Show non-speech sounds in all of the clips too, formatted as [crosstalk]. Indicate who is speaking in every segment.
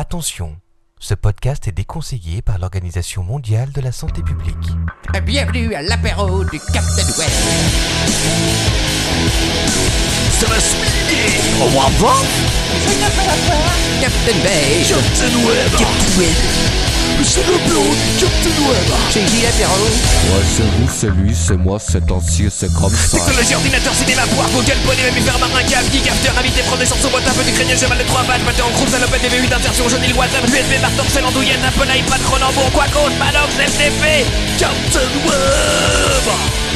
Speaker 1: Attention, ce podcast est déconseillé par l'Organisation mondiale de la santé publique.
Speaker 2: Bienvenue à l'apéro du Captain Web.
Speaker 3: Ça va se miner Au revoir,
Speaker 2: Captain Bay.
Speaker 3: Captain Web
Speaker 2: Captain Web.
Speaker 3: C'est le bureau du Captain Web
Speaker 2: Chez qui l'apéro
Speaker 4: Moi, c'est vous, c'est lui, c'est moi, c'est ancien, c'est comme ça.
Speaker 3: Technologie, ordinateur, cinéma, poire, Google, poney, mammifère, marin, cave, geek, after, invité, prenez sur son boîte, un peu du crânien, cheval de trois pattes, pâté en croupe, salopette, DV8, insertion, jaune, WhatsApp, USB, marteau, sel, andouillette, Apple, iPad, Cronenbourg, quoi qu'autre, Manox, FTP, Captain Web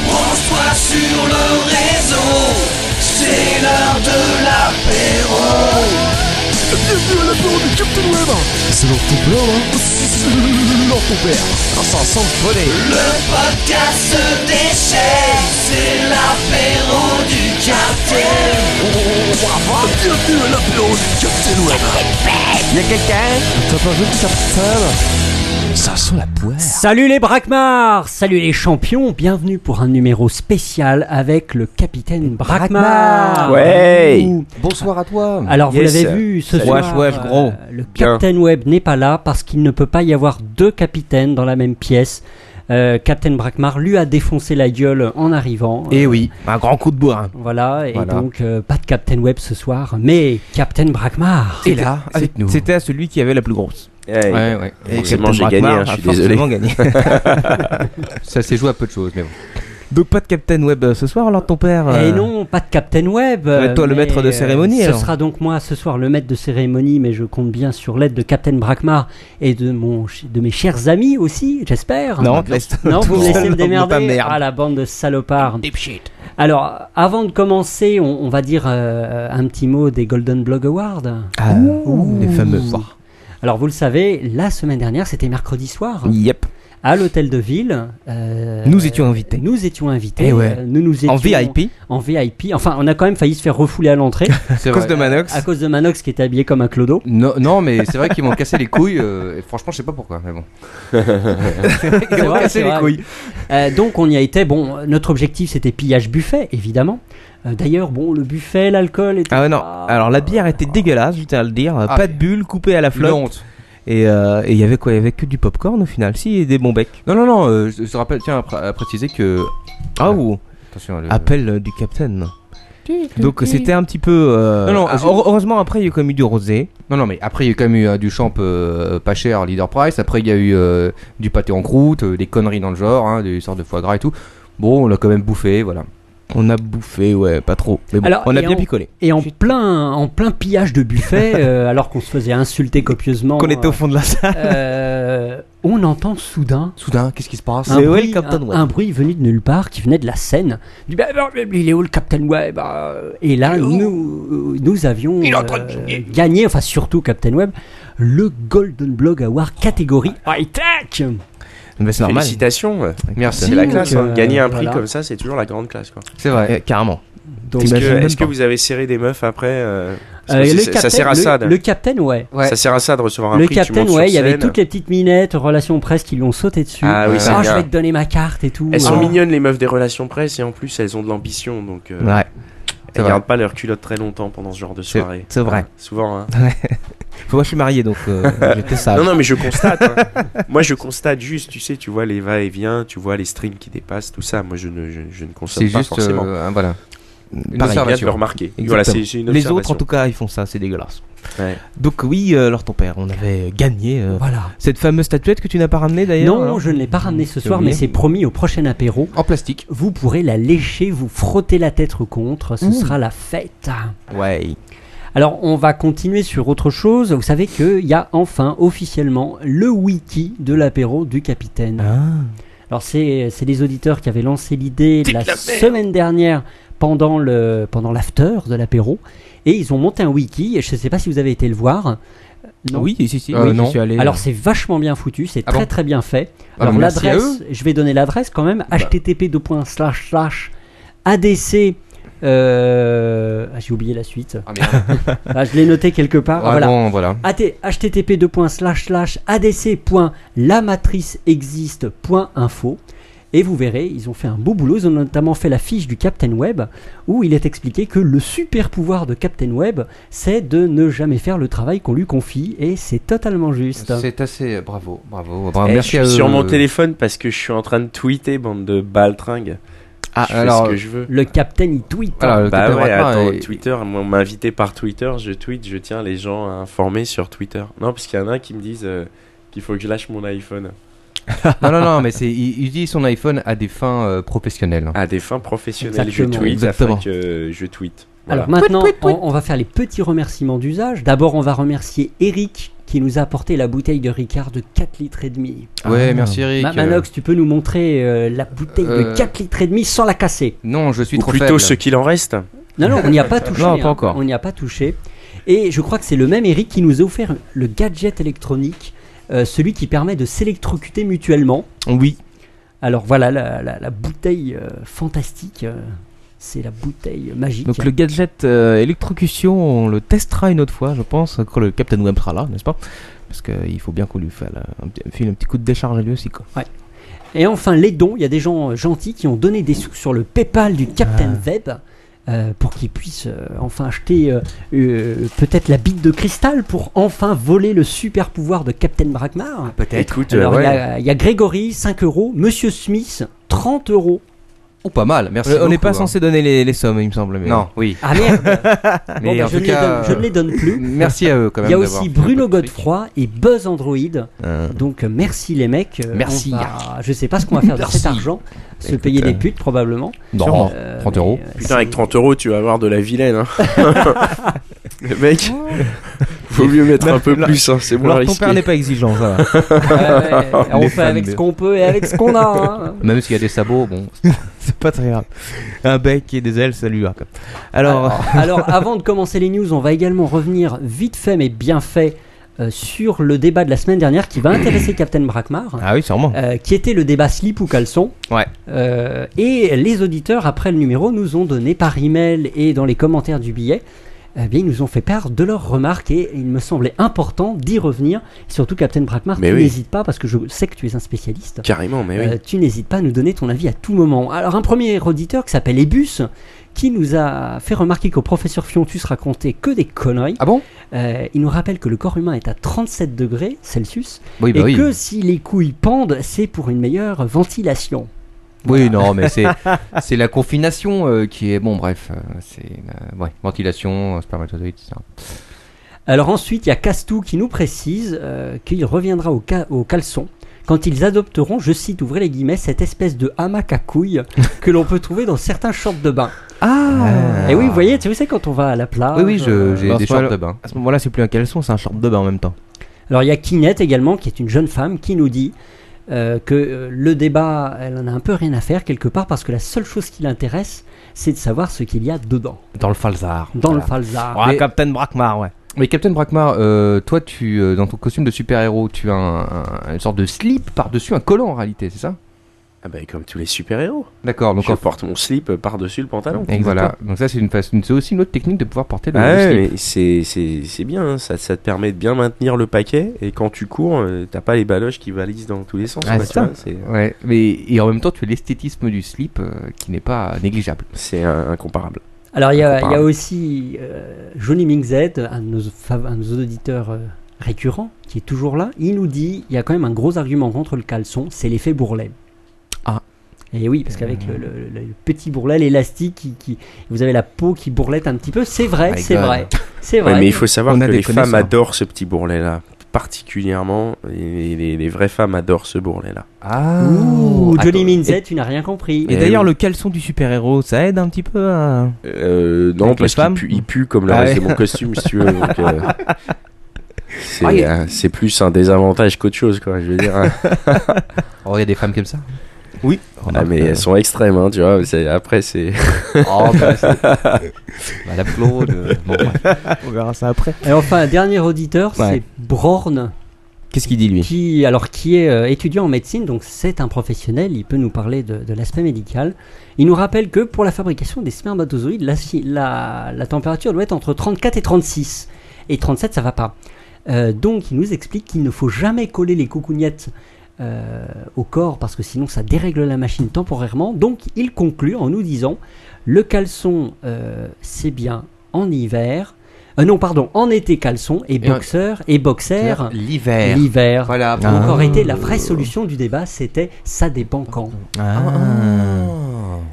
Speaker 3: Branche-toi sur le réseau, c'est l'heure de l'apéro Bienvenue à l'apéro du Captain Web C'est leur ton père, là C'est leur ton père hein Ça sent le poney Le podcast se déchaîne, c'est l'apéro du Captain Web Bienvenue à l'apéro du Captain Web
Speaker 5: Salut les braquemars Salut les champions Bienvenue pour un numéro spécial avec le capitaine Braquemar
Speaker 6: Ouais.
Speaker 4: Bonsoir à toi.
Speaker 5: Alors vous
Speaker 6: Yes.
Speaker 5: l'avez vu ce
Speaker 6: Salut.
Speaker 5: soir,
Speaker 6: Wesh, wesh, gros.
Speaker 5: euh, le Captain Web n'est pas là parce qu'il ne peut pas y avoir deux capitaines dans la même pièce. Euh, Captain Braquemar lui a défoncé la gueule en arrivant. Euh,
Speaker 6: Et Eh oui, un grand coup de bourrin.
Speaker 5: Voilà, et
Speaker 6: Voilà.
Speaker 5: donc euh, pas de Captain Web ce soir, mais Captain Braquemar
Speaker 6: Et là, avec nous.
Speaker 7: Ah, C'était à celui qui avait la plus grosse.
Speaker 6: Ouais,
Speaker 7: Et
Speaker 6: Forcément,
Speaker 7: Captain
Speaker 6: j'ai gagné,
Speaker 7: Braquemar
Speaker 6: hein, je
Speaker 7: a
Speaker 6: suis désolé.
Speaker 7: forcément gagné.
Speaker 4: Ça s'est joué à peu de choses, mais bon.
Speaker 7: Donc pas de Captain Web euh, ce soir alors ton père euh,
Speaker 5: Et Eh non, pas de Captain Web.
Speaker 7: va être
Speaker 5: euh,
Speaker 7: toi le maître de
Speaker 5: euh,
Speaker 7: cérémonie,
Speaker 5: Ce
Speaker 7: alors.
Speaker 5: sera donc moi ce soir le maître de cérémonie, mais je compte bien sur l'aide de Captain Brackmar et de mon ch- de mes chers amis aussi, j'espère.
Speaker 7: Non, laisse
Speaker 5: Non,
Speaker 7: [laughs] tout
Speaker 5: vous me
Speaker 7: seul,
Speaker 5: laissez me
Speaker 7: non, pas
Speaker 5: démerder.
Speaker 7: merde.
Speaker 5: Ah, la bande de salopards.
Speaker 2: Deep shit.
Speaker 5: Alors, avant de commencer, on, on va dire euh, un petit mot des Golden Blog Awards.
Speaker 7: Ah, les fameux.
Speaker 5: Alors, vous le savez, la semaine dernière, c'était mercredi soir,
Speaker 7: Yep.
Speaker 5: à l'hôtel de ville. euh,
Speaker 7: Nous étions invités.
Speaker 5: Nous étions invités.
Speaker 7: Eh ouais.
Speaker 5: euh, Nous nous étions
Speaker 7: En VIP,
Speaker 5: En VIP. Enfin, on a quand même failli se faire refouler à
Speaker 7: [laughs]
Speaker 5: l'entrée.
Speaker 4: C'est
Speaker 7: à
Speaker 4: vrai.
Speaker 7: cause de Manox.
Speaker 5: À cause de Manox qui était habillé comme un clodo.
Speaker 4: Non, non, mais c'est vrai qu'ils m'ont cassé les couilles. euh, et franchement, je sais pas pourquoi, mais bon.
Speaker 5: C'est
Speaker 7: [laughs] Ils ont
Speaker 5: vrai,
Speaker 7: cassé
Speaker 5: c'est
Speaker 7: les
Speaker 5: vrai.
Speaker 7: couilles.
Speaker 5: Euh, donc on y a été. Bon, notre objectif c'était pillage buffet, évidemment. Euh, D'ailleurs, bon, le buffet, l'alcool et
Speaker 7: Ah ouais, non, alors la bière était dégueulasse, je tiens à le dire.
Speaker 4: Ah.
Speaker 7: Pas de bulles, coupée à la
Speaker 4: La
Speaker 7: flotte.
Speaker 4: honte.
Speaker 7: Et euh, et il y avait quoi Il y avait que du popcorn au final, si, et des bons becs.
Speaker 4: Non, non, non. euh, je, je rappelle, tiens, à, pr- à préciser que.
Speaker 7: Ah,
Speaker 4: Ouais.
Speaker 7: ou
Speaker 4: Attention. le-
Speaker 7: appel euh, du capitaine. Donc c'était un petit peu. euh,
Speaker 4: Non, non,
Speaker 7: ah,
Speaker 4: je-
Speaker 7: heureusement, après, il y a quand même eu du rosé.
Speaker 4: Non, non, mais après, il y a quand même eu euh, du champ euh, pas cher, leader price. Après, il y a eu euh, du pâté en croûte, euh, des conneries dans le genre, hein, des sortes de foie gras et tout. Bon, on l'a quand même bouffé, voilà.
Speaker 7: On a bouffé, ouais, pas trop. Mais bon,
Speaker 5: Alors,
Speaker 7: on a
Speaker 5: et
Speaker 7: bien
Speaker 5: on-
Speaker 7: picolé.
Speaker 5: Et en plein, en plein pillage de
Speaker 7: [laughs]
Speaker 5: buffet, euh, alors qu'on se faisait insulter copieusement.
Speaker 7: Qu'on était au
Speaker 5: euh,
Speaker 7: fond de la salle. [laughs]
Speaker 5: euh, on entend soudain
Speaker 4: Soudain, qu'est-ce qui se passe
Speaker 5: un
Speaker 7: C'est où le
Speaker 5: bruit,
Speaker 7: Captain
Speaker 5: un-
Speaker 7: Web
Speaker 5: un bruit venu de nulle part qui venait de la Seine. Du, bah, bah, il est où le Captain Web euh, Et là, nous, euh, nous avions
Speaker 3: Il est en train de
Speaker 5: euh,
Speaker 3: gagner.
Speaker 5: gagné, enfin surtout Captain Web, le Golden Blog Award catégorie high tech.
Speaker 7: Mais c'est normal.
Speaker 8: Félicitations,
Speaker 4: Merci.
Speaker 8: c'est la
Speaker 5: Donc,
Speaker 8: classe. hein.
Speaker 5: euh,
Speaker 8: Gagner un prix
Speaker 5: voilà.
Speaker 8: comme ça, c'est toujours la grande classe. quoi.
Speaker 4: C'est vrai.
Speaker 7: Eh, carrément.
Speaker 5: Donc,
Speaker 8: Est-ce que,
Speaker 7: T'imagines même
Speaker 8: est-ce que
Speaker 7: pas.
Speaker 8: vous avez serré des meufs après euh, parce
Speaker 5: Euh,
Speaker 8: que
Speaker 5: le
Speaker 8: c'est- Ça
Speaker 5: capitaine-
Speaker 8: sert à
Speaker 5: le-
Speaker 8: ça. de-
Speaker 5: Le, capitaine, ouais.
Speaker 4: Ouais.
Speaker 8: Ça sert à ça de recevoir un
Speaker 5: le
Speaker 8: prix. tu
Speaker 5: capitaine,
Speaker 8: montes sur
Speaker 5: ouais, il y avait
Speaker 8: scène.
Speaker 5: toutes les petites minettes, relations presse qui lui ont sauté dessus.
Speaker 8: Ah oui, c'est
Speaker 5: Ah, je
Speaker 8: bien.
Speaker 5: vais te donner ma carte et tout.
Speaker 8: Elles
Speaker 5: Ah.
Speaker 8: sont mignonnes les meufs des relations presse et en plus elles ont de l'ambition donc euh,
Speaker 7: Ouais,
Speaker 8: elles
Speaker 4: vrai.
Speaker 8: gardent pas leur culotte très longtemps pendant ce genre de soirée.
Speaker 7: c'est vrai.
Speaker 8: Souvent.
Speaker 4: Ah.
Speaker 8: hein.
Speaker 7: Faut- moi, je suis marié, donc euh, j'étais sage.
Speaker 8: Non non mais je constate.
Speaker 4: [laughs]
Speaker 8: hein. Moi je constate juste, tu sais, tu vois les va-et-vient, tu vois les streams qui dépassent, tout ça. Moi je ne je, je ne consomme
Speaker 4: C'est
Speaker 8: pas
Speaker 4: juste.
Speaker 8: forcément.
Speaker 4: euh, hein, voilà. Une
Speaker 8: Pareil, bien de
Speaker 4: observation.
Speaker 8: le remarquer.
Speaker 7: Exactement.
Speaker 8: Voilà, c'est c'est une
Speaker 7: Les autres, en
Speaker 8: observation.
Speaker 7: tout cas, ils font ça, c'est dégueulasse.
Speaker 8: Ouais.
Speaker 7: Donc oui, euh, alors ton père, on avait gagné euh,
Speaker 5: Voilà.
Speaker 7: cette fameuse statuette que tu n'as pas ramenée d'ailleurs.
Speaker 5: Non,
Speaker 7: alors
Speaker 5: je ne l'ai pas ramené ce
Speaker 7: J'ai
Speaker 5: soir, mais
Speaker 7: oublié.
Speaker 5: c'est promis au prochain apéro.
Speaker 4: En plastique.
Speaker 5: Vous pourrez la lécher, vous frotter la tête contre,
Speaker 7: Mmh.
Speaker 5: ce sera la fête.
Speaker 7: Ouais.
Speaker 5: Alors, on va continuer sur autre chose. Vous savez qu'il y a enfin officiellement le wiki de l'apéro du capitaine.
Speaker 4: Ah.
Speaker 5: Alors, c'est c'est les auditeurs qui avaient lancé l'idée la, semaine dernière pendant le pendant l'after de l'apéro. Et ils ont monté un wiki. Et Je ne sais pas si vous avez été le voir. Non.
Speaker 7: Oui, si, si, si.
Speaker 4: Euh,
Speaker 7: oui,
Speaker 4: non.
Speaker 7: je suis allé.
Speaker 5: Alors, c'est vachement bien foutu. C'est
Speaker 4: Ah
Speaker 5: très,
Speaker 4: bon
Speaker 5: très bien fait.
Speaker 4: Ah,
Speaker 5: Alors
Speaker 4: mais merci à Bah.
Speaker 5: l'adresse, je vais donner l'adresse quand même. http adc euh, ah, j'ai oublié la suite.
Speaker 4: Ah, merde.
Speaker 5: [laughs] Ah, je l'ai noté quelque part. Ah,
Speaker 4: Ah,
Speaker 5: voilà.
Speaker 4: bon, voilà.
Speaker 5: At- http adc.lamatriceexiste.info Et vous verrez, ils ont fait un beau boulot. Ils ont notamment fait la fiche du Captain Web où il est expliqué que le super pouvoir de Captain Web, c'est de ne jamais faire le travail qu'on lui confie. Et c'est totalement
Speaker 7: euh,
Speaker 5: juste.
Speaker 4: C'est assez bravo, bravo. bravo.
Speaker 8: Eh,
Speaker 4: merci
Speaker 8: je
Speaker 4: à
Speaker 8: suis
Speaker 4: eux.
Speaker 8: sur mon téléphone parce que je suis en train de tweeter, bande de baltringues.
Speaker 4: Ah,
Speaker 8: je fais
Speaker 4: alors,
Speaker 8: ce que je veux.
Speaker 5: Le Captain, il tweet.
Speaker 4: Voilà, le
Speaker 8: Bah
Speaker 4: Captain
Speaker 8: ouais,
Speaker 4: Ratman
Speaker 8: attends, [laughs]
Speaker 4: est-
Speaker 8: Twitter, moi, on m'a invité par Twitter, je tweet, je tiens les gens informés sur Twitter. Non, parce qu'il y en a qui me disent euh, qu'il faut que je lâche mon iPhone.
Speaker 4: Non, non, non, mais c'est, il, il dit son iPhone à des fins euh, professionnelles.
Speaker 8: À des fins professionnelles,
Speaker 5: Exactement.
Speaker 8: je tweet
Speaker 4: Exactement.
Speaker 8: afin que euh, je tweet. Voilà.
Speaker 5: Alors maintenant, On, on va faire les petits remerciements d'usage. D'abord, on va remercier Eric qui nous a apporté la bouteille de Ricard de 4 litres et demi.
Speaker 4: ouais,
Speaker 7: Ah.
Speaker 4: merci Eric.
Speaker 5: Ma- Manox, tu peux nous montrer euh, la bouteille
Speaker 4: euh,
Speaker 5: de 4 litres et demi sans la casser
Speaker 4: Non, je suis
Speaker 8: Ou
Speaker 4: trop
Speaker 8: plutôt
Speaker 4: faible.
Speaker 8: ce qu'il en reste.
Speaker 5: Non, non, on n'y a
Speaker 7: [laughs]
Speaker 5: pas touché.
Speaker 7: Non,
Speaker 5: hein.
Speaker 7: pas encore.
Speaker 5: On n'y a pas touché. Et je crois que c'est le même Eric qui nous a offert le gadget électronique, euh, celui qui permet de s'électrocuter mutuellement.
Speaker 7: Oui.
Speaker 5: Alors voilà, la, la- la bouteille euh, fantastique, euh, c'est la bouteille magique.
Speaker 7: Donc le gadget euh, électrocution, on le testera une autre fois, je pense, quand le Captain Web sera là, n'est-ce pas Parce qu'il faut bien qu'on lui fasse un, petit- file un petit coup de décharge à lui aussi, quoi.
Speaker 5: Et enfin, les dons. Il y a des gens euh, gentils qui ont donné des sous sur le PayPal du Captain
Speaker 4: Ah.
Speaker 5: Web euh, pour qu'ils puissent euh, enfin acheter euh, euh, peut-être la bite de cristal pour enfin voler le super pouvoir de Captain Brackmar.
Speaker 4: Ah, bah,
Speaker 8: Écoute, euh,
Speaker 5: Alors, il y
Speaker 8: ouais.
Speaker 5: a- il y, a Grégory, 5 euros. Monsieur Smith, 30 euros.
Speaker 4: Oh, pas mal, merci.
Speaker 7: Euh, on n'est
Speaker 4: beaucoup,
Speaker 7: pas
Speaker 4: hein.
Speaker 7: censé donner les, les sommes, il me semble. mais-
Speaker 4: Non, oui.
Speaker 5: Ah
Speaker 4: [laughs]
Speaker 5: merde Bon,
Speaker 4: Mais
Speaker 5: bah,
Speaker 4: en
Speaker 5: je,
Speaker 4: tout
Speaker 5: ne
Speaker 4: cas,
Speaker 5: les donne, je ne les donne plus.
Speaker 4: Merci à eux
Speaker 5: Il
Speaker 4: quand même.
Speaker 5: y a
Speaker 4: d'avoir
Speaker 5: aussi
Speaker 4: fait
Speaker 5: Bruno
Speaker 4: votre truc.
Speaker 5: Godefroy et Buzz Android.
Speaker 7: Euh,
Speaker 5: Donc euh, merci les mecs. Euh,
Speaker 7: Merci.
Speaker 5: on va- Je sais pas ce qu'on va faire de cet argent. Se
Speaker 7: Écoute,
Speaker 5: payer des
Speaker 7: euh,
Speaker 5: putes probablement.
Speaker 4: Non,
Speaker 5: Euh,
Speaker 4: 30
Speaker 5: mais,
Speaker 4: euros.
Speaker 5: euh,
Speaker 8: Putain, avec 30 euros, tu vas avoir de la vilaine. Hein. Le mec, vaut mieux mettre un peu plus, hein, c'est moins
Speaker 7: Alors ton
Speaker 8: risqué.
Speaker 7: père n'est pas exigeant, ça [laughs] va.
Speaker 5: Ouais, ouais,
Speaker 7: Les
Speaker 5: on fait
Speaker 7: fans
Speaker 5: avec
Speaker 7: de-
Speaker 5: ce qu'on peut et avec ce qu'on a.
Speaker 7: [laughs]
Speaker 5: hein.
Speaker 4: Même s'il y a des sabots, bon.
Speaker 7: C'est pas très grave. Un bec et des ailes, ça lui va. quoi. Alors,
Speaker 5: Alors, avant de commencer les news, on va également revenir vite fait mais bien fait euh, sur le débat de la semaine dernière qui va intéresser Captain Brackmar.
Speaker 7: ah oui, sûrement.
Speaker 5: euh, qui était le débat slip ou caleçon.
Speaker 7: Ouais.
Speaker 5: Euh, et les auditeurs, après le numéro, nous ont donné par email et dans les commentaires du billet, eh bien, ils nous ont fait part de leurs remarques et il me semblait important d'y revenir. Surtout, Captain Brackmar,
Speaker 8: Mais
Speaker 5: tu
Speaker 8: oui.
Speaker 5: n'hésites pas, parce que je sais que tu es un spécialiste,
Speaker 8: Carrément,
Speaker 4: Eh
Speaker 8: mais oui.
Speaker 5: euh, tu n'hésites pas à nous donner ton avis à tout moment. Alors, un premier auditeur qui s'appelle Ebus, qui nous a fait remarquer qu'au professeur Fiontus racontait que des conneries.
Speaker 4: Ah bon
Speaker 5: Euh, il nous rappelle que le corps humain est à 37 degrés Celsius
Speaker 4: Oui,
Speaker 5: et
Speaker 4: bah oui.
Speaker 5: que si les couilles pendent, c'est pour une meilleure ventilation.
Speaker 4: Oui, non,
Speaker 7: [laughs]
Speaker 4: mais c'est c'est la confination euh, qui est bon. Bref, euh, c'est euh, ouais, ventilation, euh, spermatozoïdes, etc.
Speaker 5: Alors ensuite, il y a Castou qui nous précise euh, qu'il reviendra au, ca- au caleçon quand ils adopteront, je cite, ouvrez les guillemets, cette espèce de hamac à
Speaker 4: [laughs]
Speaker 5: couilles que l'on peut trouver dans certains shorts de bain.
Speaker 7: Ah.
Speaker 5: Et oui, vous voyez, tu sais, quand on va à la plage...
Speaker 4: Oui, oui, je-
Speaker 5: euh,
Speaker 4: j'ai
Speaker 7: dans
Speaker 4: des
Speaker 7: ce moment-là-
Speaker 4: shorts de bain.
Speaker 7: À ce moment-là, c'est plus un caleçon, c'est un short de bain en même temps.
Speaker 5: Alors il y a Kinette également, qui est une jeune femme, qui nous dit euh, que euh, le débat, elle en a un peu rien à faire quelque part, parce que la seule chose qui l'intéresse, c'est de savoir ce qu'il y a dedans,
Speaker 7: Dans le falzar.
Speaker 5: dans
Speaker 7: Voilà.
Speaker 5: le falzar.
Speaker 7: Ah,
Speaker 4: Mais-
Speaker 7: Captain Brackmar, ouais.
Speaker 4: Mais Captain Brackmar, euh, toi, tu euh, dans ton costume de super-héros, tu as un- un- une sorte de slip par-dessus un collant en réalité, c'est ça
Speaker 8: Ah bah, comme tous les super-héros.
Speaker 4: D'accord. Donc
Speaker 8: Je
Speaker 4: en-
Speaker 8: porte mon slip par-dessus le pantalon.
Speaker 4: donc voilà. Donc ça, c'est une façon, c'est aussi une autre technique de pouvoir porter le
Speaker 8: Ah
Speaker 4: le
Speaker 8: ouais,
Speaker 4: slip.
Speaker 8: mais c'est- c'est c'est bien, hein, ça, ça te permet de bien maintenir le paquet et quand tu cours, euh, t'as pas les baloches qui valisent dans tous les sens.
Speaker 4: Ah,
Speaker 8: quoi,
Speaker 4: c'est
Speaker 8: tu
Speaker 4: ça.
Speaker 8: vois, c'est-
Speaker 4: Ouais, mais et en même temps, tu as l'esthétisme du slip euh, qui n'est pas négligeable.
Speaker 8: C'est un- incomparable.
Speaker 5: Alors il y, a- il y a
Speaker 8: Incomparable.
Speaker 5: aussi euh, Johnny Mingzed, un de nos, fav- un de nos auditeurs euh, récurrents, qui est toujours là. Il nous dit, il y a quand même un gros argument contre le caleçon, c'est l'effet bourrelet.
Speaker 4: Ah.
Speaker 5: Et oui, parce qu'avec le, le- le- le petit bourrelet, l'élastique, qui, qui- vous avez la peau qui bourlette un petit peu. C'est vrai,
Speaker 4: My
Speaker 5: c'est
Speaker 4: God.
Speaker 5: vrai, c'est
Speaker 8: Ouais,
Speaker 5: vrai.
Speaker 8: mais il faut savoir
Speaker 7: On
Speaker 8: que
Speaker 7: a des hein.
Speaker 8: les femmes
Speaker 7: connaisseurs.
Speaker 8: adorent ce petit bourrelet là, particulièrement. et Les, les- les vraies femmes adorent ce bourrelet là.
Speaker 4: Ah.
Speaker 5: Ouh, Johnny
Speaker 4: Attends,
Speaker 5: Mingzed, tu n'as rien compris.
Speaker 7: Et
Speaker 8: Eh
Speaker 7: d'ailleurs,
Speaker 8: oui.
Speaker 7: le caleçon du super-héros, ça aide un petit peu hein à.
Speaker 8: Euh,
Speaker 7: Avec
Speaker 8: non,
Speaker 7: les
Speaker 8: parce qu'il
Speaker 7: femmes
Speaker 8: pue, il pue comme le
Speaker 7: Ah
Speaker 8: reste
Speaker 7: ouais.
Speaker 8: de mon costume, si tu veux.
Speaker 7: [laughs]
Speaker 8: donc, euh, c'est
Speaker 4: Ah, il y
Speaker 8: euh, c'est plus un désavantage qu'autre chose, quoi. Je veux dire,
Speaker 7: [laughs]
Speaker 8: hein.
Speaker 4: Oh, il y a des femmes comme ça.
Speaker 7: Oui.
Speaker 8: Ah,
Speaker 7: [laughs]
Speaker 8: mais elles sont extrêmes, hein, tu vois. c'est- Après, c'est.
Speaker 4: Oh, bah, c'est- Madame Claude. euh, bon, ouais.
Speaker 7: On verra ça après.
Speaker 5: Et enfin, un dernier auditeur,
Speaker 7: Ouais.
Speaker 5: c'est Brorn,
Speaker 7: Qu'est-ce qu'il dit, lui
Speaker 5: qui, alors, qui est euh, étudiant en médecine, donc c'est un professionnel, il peut nous parler de, de l'aspect médical. Il nous rappelle que pour la fabrication des spermatozoïdes, la, si- la- la température doit être entre 34 et 36. Et 37, ça va pas. Euh, donc, il nous explique qu'il ne faut jamais coller les coucougnettes euh, au corps parce que sinon ça dérègle la machine temporairement. Donc il conclut en nous disant le caleçon euh, c'est bien en hiver. Euh, non, pardon, en été caleçon et
Speaker 4: Et en-
Speaker 5: boxeur et boxer
Speaker 4: L'hiver.
Speaker 5: l'hiver.
Speaker 4: Voilà.
Speaker 5: Donc
Speaker 4: Ah.
Speaker 5: en réalité, la vraie solution du débat, c'était ça dépend quand.
Speaker 7: Ah.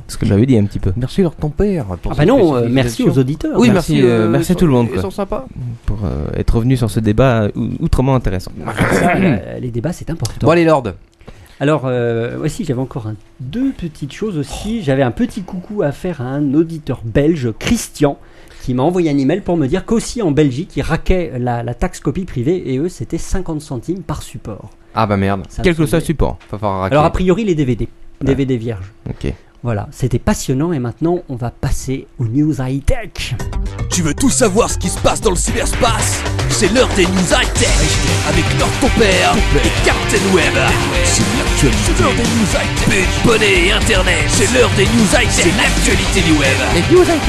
Speaker 7: Ce que j'avais dit un petit peu.
Speaker 4: Ah. Merci leur ton père. pour
Speaker 5: Ah bah
Speaker 4: cette
Speaker 5: non, euh,
Speaker 4: précision.
Speaker 5: merci aux auditeurs.
Speaker 4: Oui,
Speaker 7: Merci,
Speaker 4: merci,
Speaker 7: euh, merci à
Speaker 4: ils
Speaker 7: tout le
Speaker 4: sont-
Speaker 7: monde,
Speaker 4: Ils
Speaker 7: quoi.
Speaker 4: sont sympas.
Speaker 7: Pour euh, être revenu sur ce débat euh, ou- outrement intéressant.
Speaker 5: Euh, les débats, c'est important.
Speaker 4: Bon, allez, Lord.
Speaker 5: Alors, euh, voici, j'avais encore un- deux petites choses aussi. J'avais un petit coucou à faire à un auditeur belge, Christian, qui m'a envoyé un email pour me dire qu'aussi en Belgique, ils raquaient la, la taxe copie privée et eux, c'était 50 centimes par support.
Speaker 4: Ah bah merde.
Speaker 5: Ça me
Speaker 7: Quel que soit
Speaker 5: semblait-
Speaker 7: le support.
Speaker 4: Faut faire un racket.
Speaker 5: Alors, a priori, les DVD, DVD vierges.
Speaker 7: Ok.
Speaker 5: Voilà, c'était passionnant et maintenant, on va passer aux news high-tech.
Speaker 3: Tu veux tout savoir ce qui se passe dans le cyberspace C'est l'heure des news high-tech avec Lord ton père et Captain Web. C'est l'actualité. C'est l'heure des news high-tech. Bonnet et Internet. C'est l'heure des news high-tech. C'est l'actualité du web.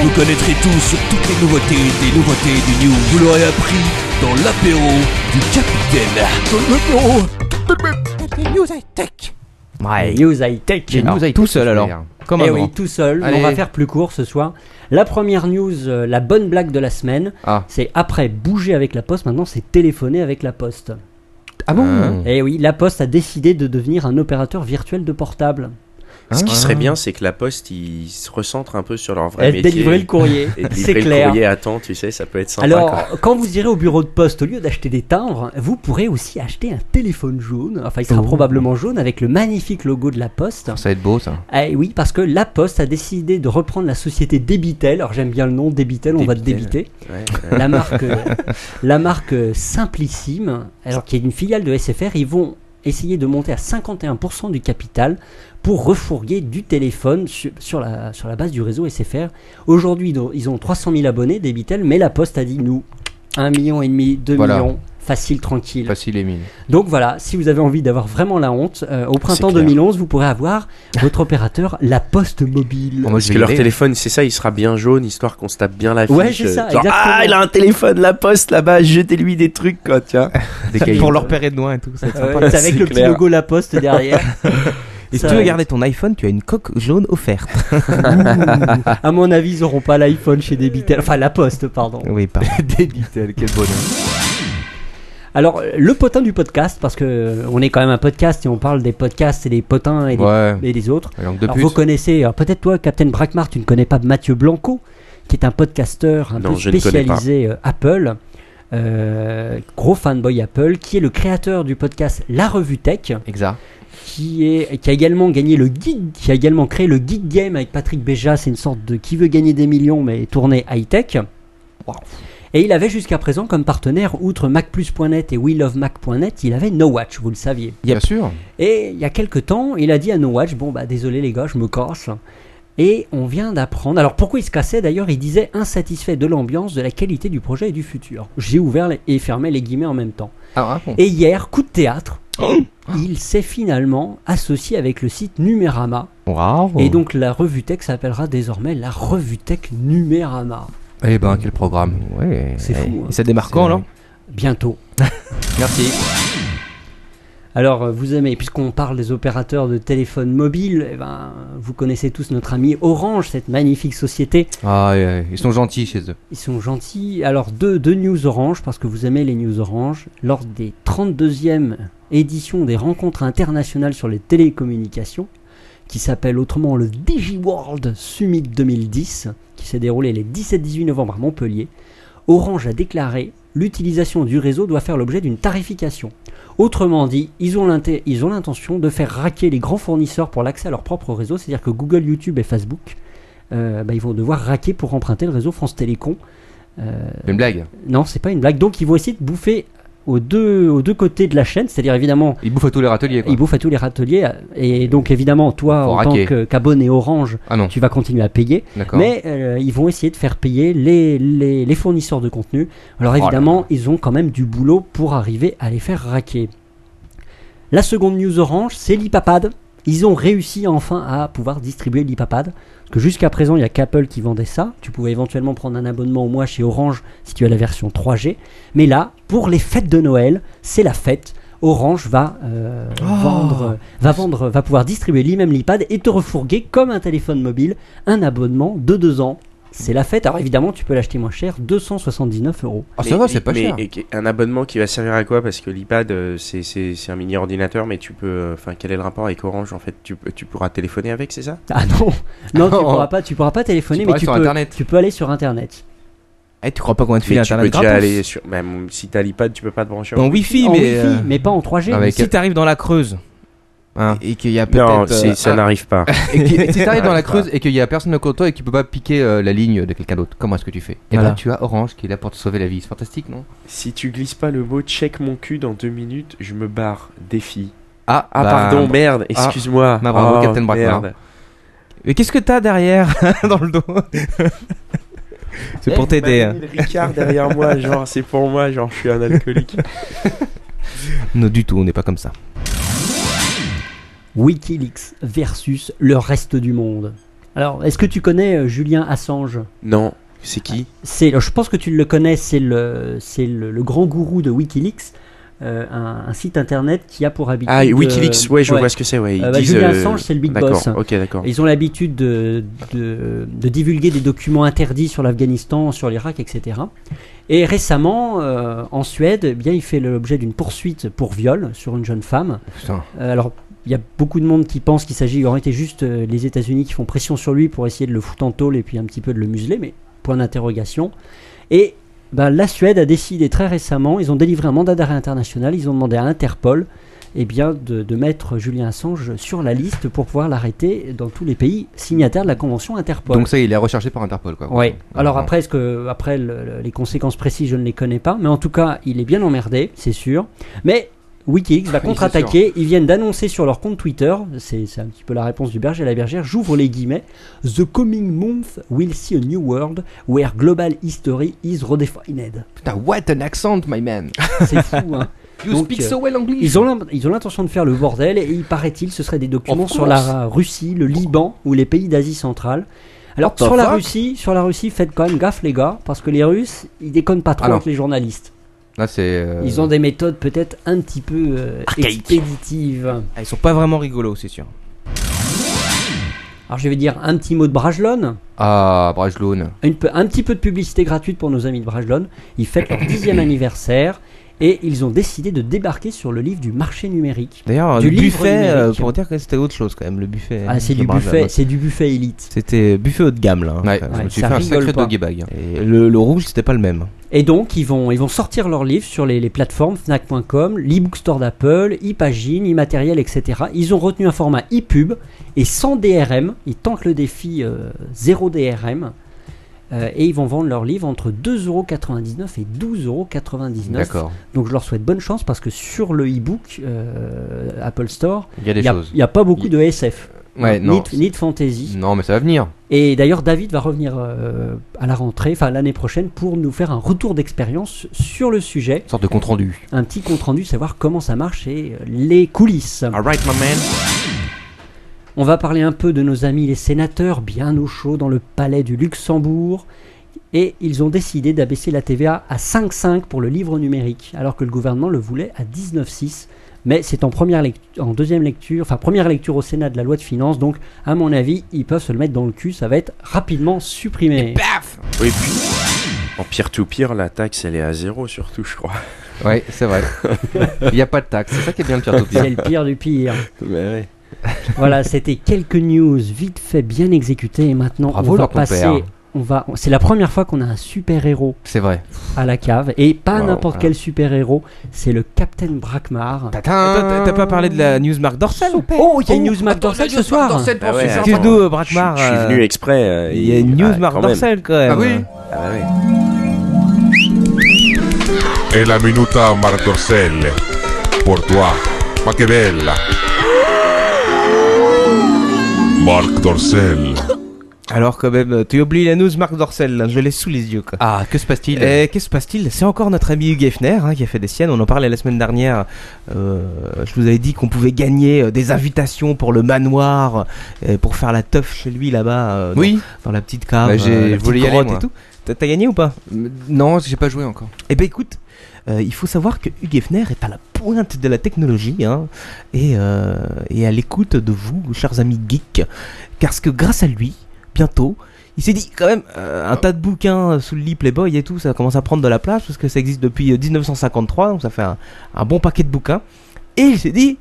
Speaker 3: Vous connaîtrez tout sur toutes les nouveautés des nouveautés du news. Vous l'aurez appris dans l'apéro du capitaine.
Speaker 5: Les news high-tech.
Speaker 7: Alors,
Speaker 4: Nous,
Speaker 7: Ah, tout seul, alors. Comme un
Speaker 5: Eh
Speaker 7: grand.
Speaker 5: oui, tout seul.
Speaker 4: Allez.
Speaker 5: On va faire plus court ce soir. La première news, euh, la bonne blague de la semaine,
Speaker 4: Ah.
Speaker 5: c'est après bouger avec la poste, maintenant c'est téléphoner avec la poste.
Speaker 4: Ah bon
Speaker 5: Eh oui, la poste a décidé de devenir un opérateur virtuel de portable.
Speaker 8: Ce qui serait bien, c'est que la Poste, ils se recentrent un peu sur leur vrai
Speaker 5: Elle
Speaker 8: métier.
Speaker 5: délivrait le courrier,
Speaker 8: Et de
Speaker 5: c'est
Speaker 8: livrer le
Speaker 5: clair.
Speaker 8: courrier à temps, tu sais, ça peut être sympa. quoi.
Speaker 5: Alors, quand vous irez au bureau de poste, au lieu d'acheter des timbres, vous pourrez aussi acheter un téléphone jaune. Enfin, il sera probablement jaune avec le magnifique logo de la
Speaker 7: Ah.
Speaker 5: poste.
Speaker 4: Ça va être beau ça.
Speaker 5: Eh oui, parce que La Poste a décidé de reprendre la société Débitel. Alors j'aime bien le nom Débitel, on va te débiter. La marque, euh, la marque euh, Simplissime, alors qui est une filiale de SFR, ils vont essayer de monter à 51% du capital pour refourguer du téléphone su- sur, la, sur la base du réseau SFR. Aujourd'hui, ils ont- ils ont 300 000 abonnés Débitel, mais La Poste a dit nous 1 million et demi, 2
Speaker 4: Voilà.
Speaker 5: millions, facile, tranquille.
Speaker 4: Facile et mine.
Speaker 5: Donc voilà, si vous avez envie d'avoir vraiment la honte, euh, au printemps
Speaker 8: clair.
Speaker 5: 2011, vous pourrez avoir votre opérateur La Poste Mobile.
Speaker 4: Bon, moi,
Speaker 8: Parce
Speaker 4: je
Speaker 8: que
Speaker 4: vais
Speaker 8: leur
Speaker 4: y aller.
Speaker 8: téléphone, c'est ça, il sera bien jaune, histoire qu'on se tape bien la fiche.
Speaker 5: Ouais, c'est ça,
Speaker 8: euh, genre,
Speaker 5: exactement.
Speaker 8: ah, il a un téléphone, la poste là-bas, jetez-lui des trucs, quoi, tiens.
Speaker 4: Des
Speaker 7: Pour
Speaker 4: cailloux.
Speaker 7: leur père et de loin et tout. ça va être
Speaker 5: Euh,
Speaker 7: sympa.
Speaker 5: c'est avec
Speaker 8: C'est
Speaker 5: le petit
Speaker 8: clair.
Speaker 5: logo La Poste derrière.
Speaker 7: Et si
Speaker 5: Ça
Speaker 7: tu veux
Speaker 5: va.
Speaker 7: garder ton iPhone, tu as une coque jaune offerte.
Speaker 5: à mon avis, ils n'auront pas l'iPhone chez Debitel. Enfin, La Poste, pardon.
Speaker 7: [laughs] Oui, pas.
Speaker 4: Débitel, quel bonheur.
Speaker 5: Alors, euh, le potin du podcast, parce que euh, on est quand même un podcast et on parle des podcasts et des potins et des,
Speaker 4: Ouais.
Speaker 5: et des autres.
Speaker 4: La langue de
Speaker 5: Alors, vous
Speaker 4: pute.
Speaker 5: connaissez, alors, peut-être toi, Captain Brackmar, tu ne connais pas Mathieu Blanco, qui est un podcasteur un
Speaker 8: Non,
Speaker 5: peu
Speaker 8: je ne connais pas.
Speaker 5: spécialisé euh, Apple, euh, gros fanboy Apple, qui est le créateur du podcast La Revue Tech,
Speaker 4: Exact.
Speaker 5: qui, est, qui a également gagné le guide, qui a également créé le Geek Game avec Patrick Béja, c'est une sorte de qui veut gagner des millions mais tourné high tech. Et il avait jusqu'à présent comme partenaire, outre MacPlus.net et WeLoveMac.net, il avait NoWatch, vous le saviez.
Speaker 4: Bien sûr.
Speaker 5: Et il y a quelques temps, il a dit à No Watch, bon bah désolé les gars, je me casse. Et on vient d'apprendre. Alors pourquoi il se cassait d'ailleurs Il disait insatisfait de l'ambiance, de la qualité du projet et du futur. J'ai ouvert les- et fermé les guillemets en même temps.
Speaker 4: Ah, raconte.
Speaker 5: Et hier, coup de théâtre, il s'est finalement associé avec le site Numérama.
Speaker 7: Waouh.
Speaker 5: Et donc la revue tech s'appellera désormais la revue tech Numérama.
Speaker 4: Eh ben, quel programme.
Speaker 7: Ouais.
Speaker 5: C'est fou,
Speaker 7: Et
Speaker 5: hein.
Speaker 7: ça démarre
Speaker 4: C'est
Speaker 7: quand,
Speaker 4: dingue.
Speaker 7: alors
Speaker 5: Bientôt.
Speaker 4: Merci.
Speaker 5: Alors, euh, vous aimez, puisqu'on parle des opérateurs de téléphone mobile, eh ben, vous connaissez tous notre ami Orange, cette magnifique société.
Speaker 4: Ah, ouais, ouais, ils sont gentils chez eux.
Speaker 5: Ils sont gentils. Alors, deux, deux news orange, parce que vous aimez les news orange. Lors des 32e éditions des rencontres internationales sur les télécommunications, qui s'appelle autrement le DigiWorld Summit 2010, qui s'est déroulé les 17-18 novembre à Montpellier, Orange a déclaré l'utilisation du réseau doit faire l'objet d'une tarification. Autrement dit, ils ont l'inté- ils ont l'intention de faire raquer les grands fournisseurs pour l'accès à leur propre réseau, c'est-à-dire que Google, YouTube et Facebook, euh, bah, ils vont devoir raquer pour emprunter le réseau France Télécom. Euh,
Speaker 4: Une blague.
Speaker 5: non, c'est pas une blague. Donc ils vont essayer de bouffer aux deux, aux deux côtés de la chaîne, c'est-à-dire évidemment
Speaker 4: Ils bouffent à tous les râteliers, quoi.
Speaker 5: ils bouffent à tous les râteliers et donc évidemment toi
Speaker 4: Faut
Speaker 5: en
Speaker 4: raquer.
Speaker 5: tant que- qu'abonné Orange,
Speaker 4: Ah non,
Speaker 5: tu vas continuer à payer,
Speaker 4: d'accord.
Speaker 5: mais euh, ils vont essayer de faire payer les, les, les fournisseurs de contenu. Alors évidemment, ils ont quand même du boulot pour arriver à les faire raquer. La seconde news Orange, c'est l'iPapad. Ils ont réussi enfin à pouvoir distribuer l'iPapad. Parce que jusqu'à présent, il n'y a qu'Apple qui vendait ça. Tu pouvais éventuellement prendre un abonnement au mois chez Orange si tu as la version 3G. Mais là, pour les fêtes de Noël, c'est la fête. Orange va euh, vendre, va vendre, va pouvoir distribuer l'IMEM l'iPad et te refourguer comme un téléphone mobile un abonnement de 2 ans. C'est la fête. Alors évidemment, tu peux l'acheter moins cher, 279 euros.
Speaker 4: Ah, ça
Speaker 8: Mais-
Speaker 4: va, c'est pas
Speaker 8: mais-
Speaker 4: cher.
Speaker 8: mais- et- un abonnement qui va servir à quoi Parce que l'iPad, euh, c'est- c'est c'est un mini ordinateur, mais tu peux. euh, Enfin, quel est le rapport avec Orange En fait, tu, peux- tu pourras téléphoner avec, c'est ça
Speaker 5: Ah non, non, tu pourras pas, tu pourras pas téléphoner,
Speaker 4: Tu
Speaker 5: mais
Speaker 4: pourras
Speaker 5: tu
Speaker 4: sur
Speaker 5: peux,
Speaker 4: Internet.
Speaker 5: tu peux aller sur Internet.
Speaker 7: Eh, tu crois pas qu'on va te filer
Speaker 8: Mais tu peux
Speaker 7: internet
Speaker 8: déjà
Speaker 7: gratos
Speaker 8: aller sur. Même si t'as l'iPad, tu peux pas te brancher.
Speaker 7: En wifi,
Speaker 5: en
Speaker 7: mais.
Speaker 5: Wi-Fi,
Speaker 7: euh,
Speaker 5: mais pas en 3G.
Speaker 4: avec-
Speaker 7: Si t'arrives dans la Creuse
Speaker 4: Hein.
Speaker 7: et et qu'il y a
Speaker 8: Non,
Speaker 7: peut-être.
Speaker 8: c'est-
Speaker 7: euh,
Speaker 4: ah.
Speaker 7: ah,
Speaker 8: ça
Speaker 7: un-
Speaker 8: n'arrive pas.
Speaker 4: Et qui- et si t'arrives dans
Speaker 7: [laughs]
Speaker 4: la
Speaker 8: Ouais,
Speaker 4: Creuse et qu'il y a personne à côté de toi et qui peut pas piquer euh, la ligne de quelqu'un d'autre, comment est-ce que tu fais Et
Speaker 7: Voilà.
Speaker 4: là, tu as Orange qui est là pour te sauver la vie. C'est fantastique, non
Speaker 8: Si tu glisses pas le mot check mon cul dans deux minutes, je me barre. Défi.
Speaker 4: Ah,
Speaker 8: Ah,
Speaker 4: bah,
Speaker 8: pardon, merde, excuse-moi.
Speaker 4: bah, bravo,
Speaker 8: Oh,
Speaker 4: Captain Brackman.
Speaker 8: merde.
Speaker 7: Mais qu'est-ce que t'as derrière dans le dos C'est
Speaker 8: Eh,
Speaker 7: pour t'aider. hein.
Speaker 8: Marie Bah, Ricard derrière [laughs] moi, genre, c'est pour moi, genre, je suis un alcoolique.
Speaker 7: Non, du tout, on n'est pas comme ça.
Speaker 5: Wikileaks versus le reste du monde. Alors, est-ce que tu connais euh, Julien Assange
Speaker 8: Non, c'est qui
Speaker 5: C'est, je pense que tu le connais, c'est le, c'est le, le grand gourou de Wikileaks, euh, un, un site internet qui a pour habitude.
Speaker 8: Ah, Wikileaks,
Speaker 5: euh,
Speaker 8: ouais, je vois ce que c'est, ouais. Ils
Speaker 5: Euh,
Speaker 7: Ah,
Speaker 5: bah,
Speaker 8: disent,
Speaker 5: Julian
Speaker 8: euh,
Speaker 5: Assange, c'est le big
Speaker 8: D'accord,
Speaker 5: boss.
Speaker 8: ok, d'accord.
Speaker 5: Ils ont l'habitude de, de, de divulguer des documents interdits sur l'Afghanistan, sur l'Irak, etc. Et récemment, euh, en Suède, eh bien, il fait l'objet d'une poursuite pour viol sur une jeune femme.
Speaker 4: Putain.
Speaker 5: Euh, alors, il y a beaucoup de monde qui pense qu'il s'agit, il aurait été juste euh, les États-Unis qui font pression sur lui pour essayer de le foutre en tôle et puis un petit peu de le museler, mais point d'interrogation. Et ben, la Suède a décidé très récemment, ils ont délivré un mandat d'arrêt international, ils ont demandé à Interpol eh bien, de, de mettre Julien Assange sur la liste pour pouvoir l'arrêter dans tous les pays signataires de la convention Interpol.
Speaker 4: Donc ça, il est recherché par Interpol, quoi.
Speaker 5: Ouais. Alors
Speaker 4: bon.
Speaker 5: après, est-ce que après le- le- les conséquences précises, je ne les connais pas, mais en tout cas, il est bien emmerdé, c'est sûr. Mais WikiLeaks va
Speaker 4: Oui,
Speaker 5: contre-attaquer. Ils viennent d'annoncer sur leur compte Twitter, c'est c'est un petit peu la réponse du berger à la bergère. J'ouvre les guillemets. The coming month will see a new world where global history is redefined.
Speaker 4: Putain, what an accent, my man.
Speaker 5: C'est fou. hein.
Speaker 4: You
Speaker 5: Donc,
Speaker 4: speak
Speaker 5: euh,
Speaker 4: so well English.
Speaker 5: Ils ont l'im- ils ont l'intention de faire le bordel et il paraît-il ce serait des documents
Speaker 4: Of
Speaker 5: sur la Russie, le Liban ou les pays d'Asie centrale. Alors
Speaker 4: What the
Speaker 5: sur la
Speaker 4: fuck
Speaker 5: Russie, sur la Russie, faites quand même gaffe les gars parce que les Russes, ils déconnent pas trop
Speaker 4: Ah non.
Speaker 5: avec les journalistes.
Speaker 4: Là, c'est. euh,
Speaker 5: Ils ont des méthodes peut-être un petit peu euh, expéditives.
Speaker 7: Ah, ils sont pas vraiment rigolos, c'est sûr.
Speaker 5: Alors je vais dire un petit mot de Brajlon,
Speaker 4: Ah, Brajlon.
Speaker 5: Une pe- un petit peu de publicité gratuite pour nos amis de Brajlon. Ils fêtent leur
Speaker 4: [coughs]
Speaker 5: dixième anniversaire et ils ont décidé de débarquer sur le livre du marché numérique.
Speaker 7: D'ailleurs,
Speaker 5: Du
Speaker 7: le
Speaker 5: livre
Speaker 7: buffet, euh,
Speaker 5: numérique.
Speaker 7: pour dire que c'était autre chose quand même, le buffet.
Speaker 5: Ah, c'est
Speaker 7: le
Speaker 5: du
Speaker 7: brave
Speaker 5: buffet,
Speaker 7: là-bas.
Speaker 5: c'est du buffet élite.
Speaker 7: C'était buffet haut de gamme là. hein,
Speaker 4: Ouais,
Speaker 7: quand même.
Speaker 4: je me
Speaker 5: ouais,
Speaker 4: suis
Speaker 5: ça
Speaker 4: fait un
Speaker 5: rigole
Speaker 4: sacré
Speaker 5: pas.
Speaker 4: doggy bag. hein.
Speaker 7: Et le, le rouge, c'était pas le même.
Speaker 5: Et donc, ils vont, ils vont sortir leurs livres sur les, les plateformes Fnac.com, l'ebook store d'Apple, e-pagine, e-matériel, etc. Ils ont retenu un format e-pub et sans DRM. Ils tentent le défi euh, zéro DRM. euh, et ils vont vendre leurs livres entre 2,99€ et 12,99€.
Speaker 4: D'accord.
Speaker 5: Donc je leur souhaite bonne chance parce que sur le e-book euh, Apple Store,
Speaker 4: Il y a des
Speaker 5: il n'y a,
Speaker 4: choses.
Speaker 5: il y a pas beaucoup de SF,
Speaker 4: Ouais,
Speaker 5: ni,
Speaker 4: non.
Speaker 5: de, ni de fantasy.
Speaker 4: Non, mais ça va venir.
Speaker 5: Et d'ailleurs, David va revenir euh, à la rentrée, enfin l'année prochaine, pour nous faire un retour d'expérience sur le sujet,
Speaker 4: Une sorte de compte rendu.
Speaker 5: un petit compte rendu, savoir comment ça marche et euh, les coulisses.
Speaker 8: Alright, my man.
Speaker 5: On va parler un peu de nos amis les sénateurs, bien au chaud dans le palais du Luxembourg. Et ils ont décidé d'abaisser la TVA à 5,5 pour le livre numérique, alors que le gouvernement le voulait à 19,6. Mais c'est en, première lect- en deuxième lecture, enfin première lecture au Sénat de la loi de finances, donc à mon avis, ils peuvent se le mettre dans le cul, ça va être rapidement supprimé.
Speaker 8: Oui, puis. En peer-to-peer, la taxe, elle est à zéro surtout, je [laughs] crois.
Speaker 4: Ouais, c'est vrai. [laughs] Il n'y a pas de taxe. C'est ça qui est bien de faire tout
Speaker 5: C'est le pire du pire.
Speaker 8: Mais
Speaker 5: Voilà, c'était quelques news vite fait, bien exécutées. Et maintenant,
Speaker 4: Bravo,
Speaker 5: on va
Speaker 4: leur compère.
Speaker 5: passer. On va. C'est la première fois qu'on a un super héros
Speaker 4: C'est vrai.
Speaker 5: à la cave et pas
Speaker 4: Wow,
Speaker 5: n'importe quel super héros. C'est le Captain Brackmar.
Speaker 7: Attends, T'as t'as pas parlé de la news Marc Dorcel
Speaker 5: Oh, il y a une news Mac Dorsal ce soir.
Speaker 8: Bah ouais, attends,
Speaker 7: Excuse-nous, euh,
Speaker 8: je suis-
Speaker 7: Brackmar.
Speaker 8: Je suis
Speaker 7: euh,
Speaker 8: venu exprès. euh,
Speaker 7: Il y a
Speaker 8: et-
Speaker 7: une news
Speaker 8: ah,
Speaker 7: Marc
Speaker 8: quand même.
Speaker 7: Dorcel quand même.
Speaker 4: Ah oui
Speaker 8: Ah bah
Speaker 7: [laughs]
Speaker 8: ouais.
Speaker 9: È E la minuta Martorcelle. Pour toi. Ma che bella. Marc Dorcel.
Speaker 7: Alors quand même, tu oublies la news Marc Dorcel, là, je l'ai sous les yeux quoi.
Speaker 4: Ah, que se passe-t-il
Speaker 7: Eh, Qu'est-ce qui se passe-t-il C'est encore notre ami Hugh Hefner hein, qui a fait des siennes. On en parlait la semaine dernière. Euh, je vous avais dit qu'on pouvait gagner euh, des invitations pour le manoir, euh, pour faire la teuf chez lui là-bas, euh, dans-
Speaker 4: Oui.
Speaker 7: dans, la petite cave,
Speaker 4: Bah, j'ai-
Speaker 7: euh, la
Speaker 4: je
Speaker 7: petite
Speaker 4: voulais y aller,
Speaker 7: grotte
Speaker 4: moi.
Speaker 7: et tout. T'as t'as gagné ou pas
Speaker 4: Non, j'ai pas joué encore.
Speaker 7: Eh ben écoute, Euh, il faut savoir que Hugh Hefner est à la pointe de la technologie hein, et, euh, et à l'écoute de vous, chers amis geeks, parce que grâce à lui, bientôt, il s'est dit quand même euh, un tas de bouquins sous le lit Playboy et tout, ça commence à prendre de la place parce que ça existe depuis euh, 1953, donc ça fait un, un bon paquet de bouquins. Et il s'est dit,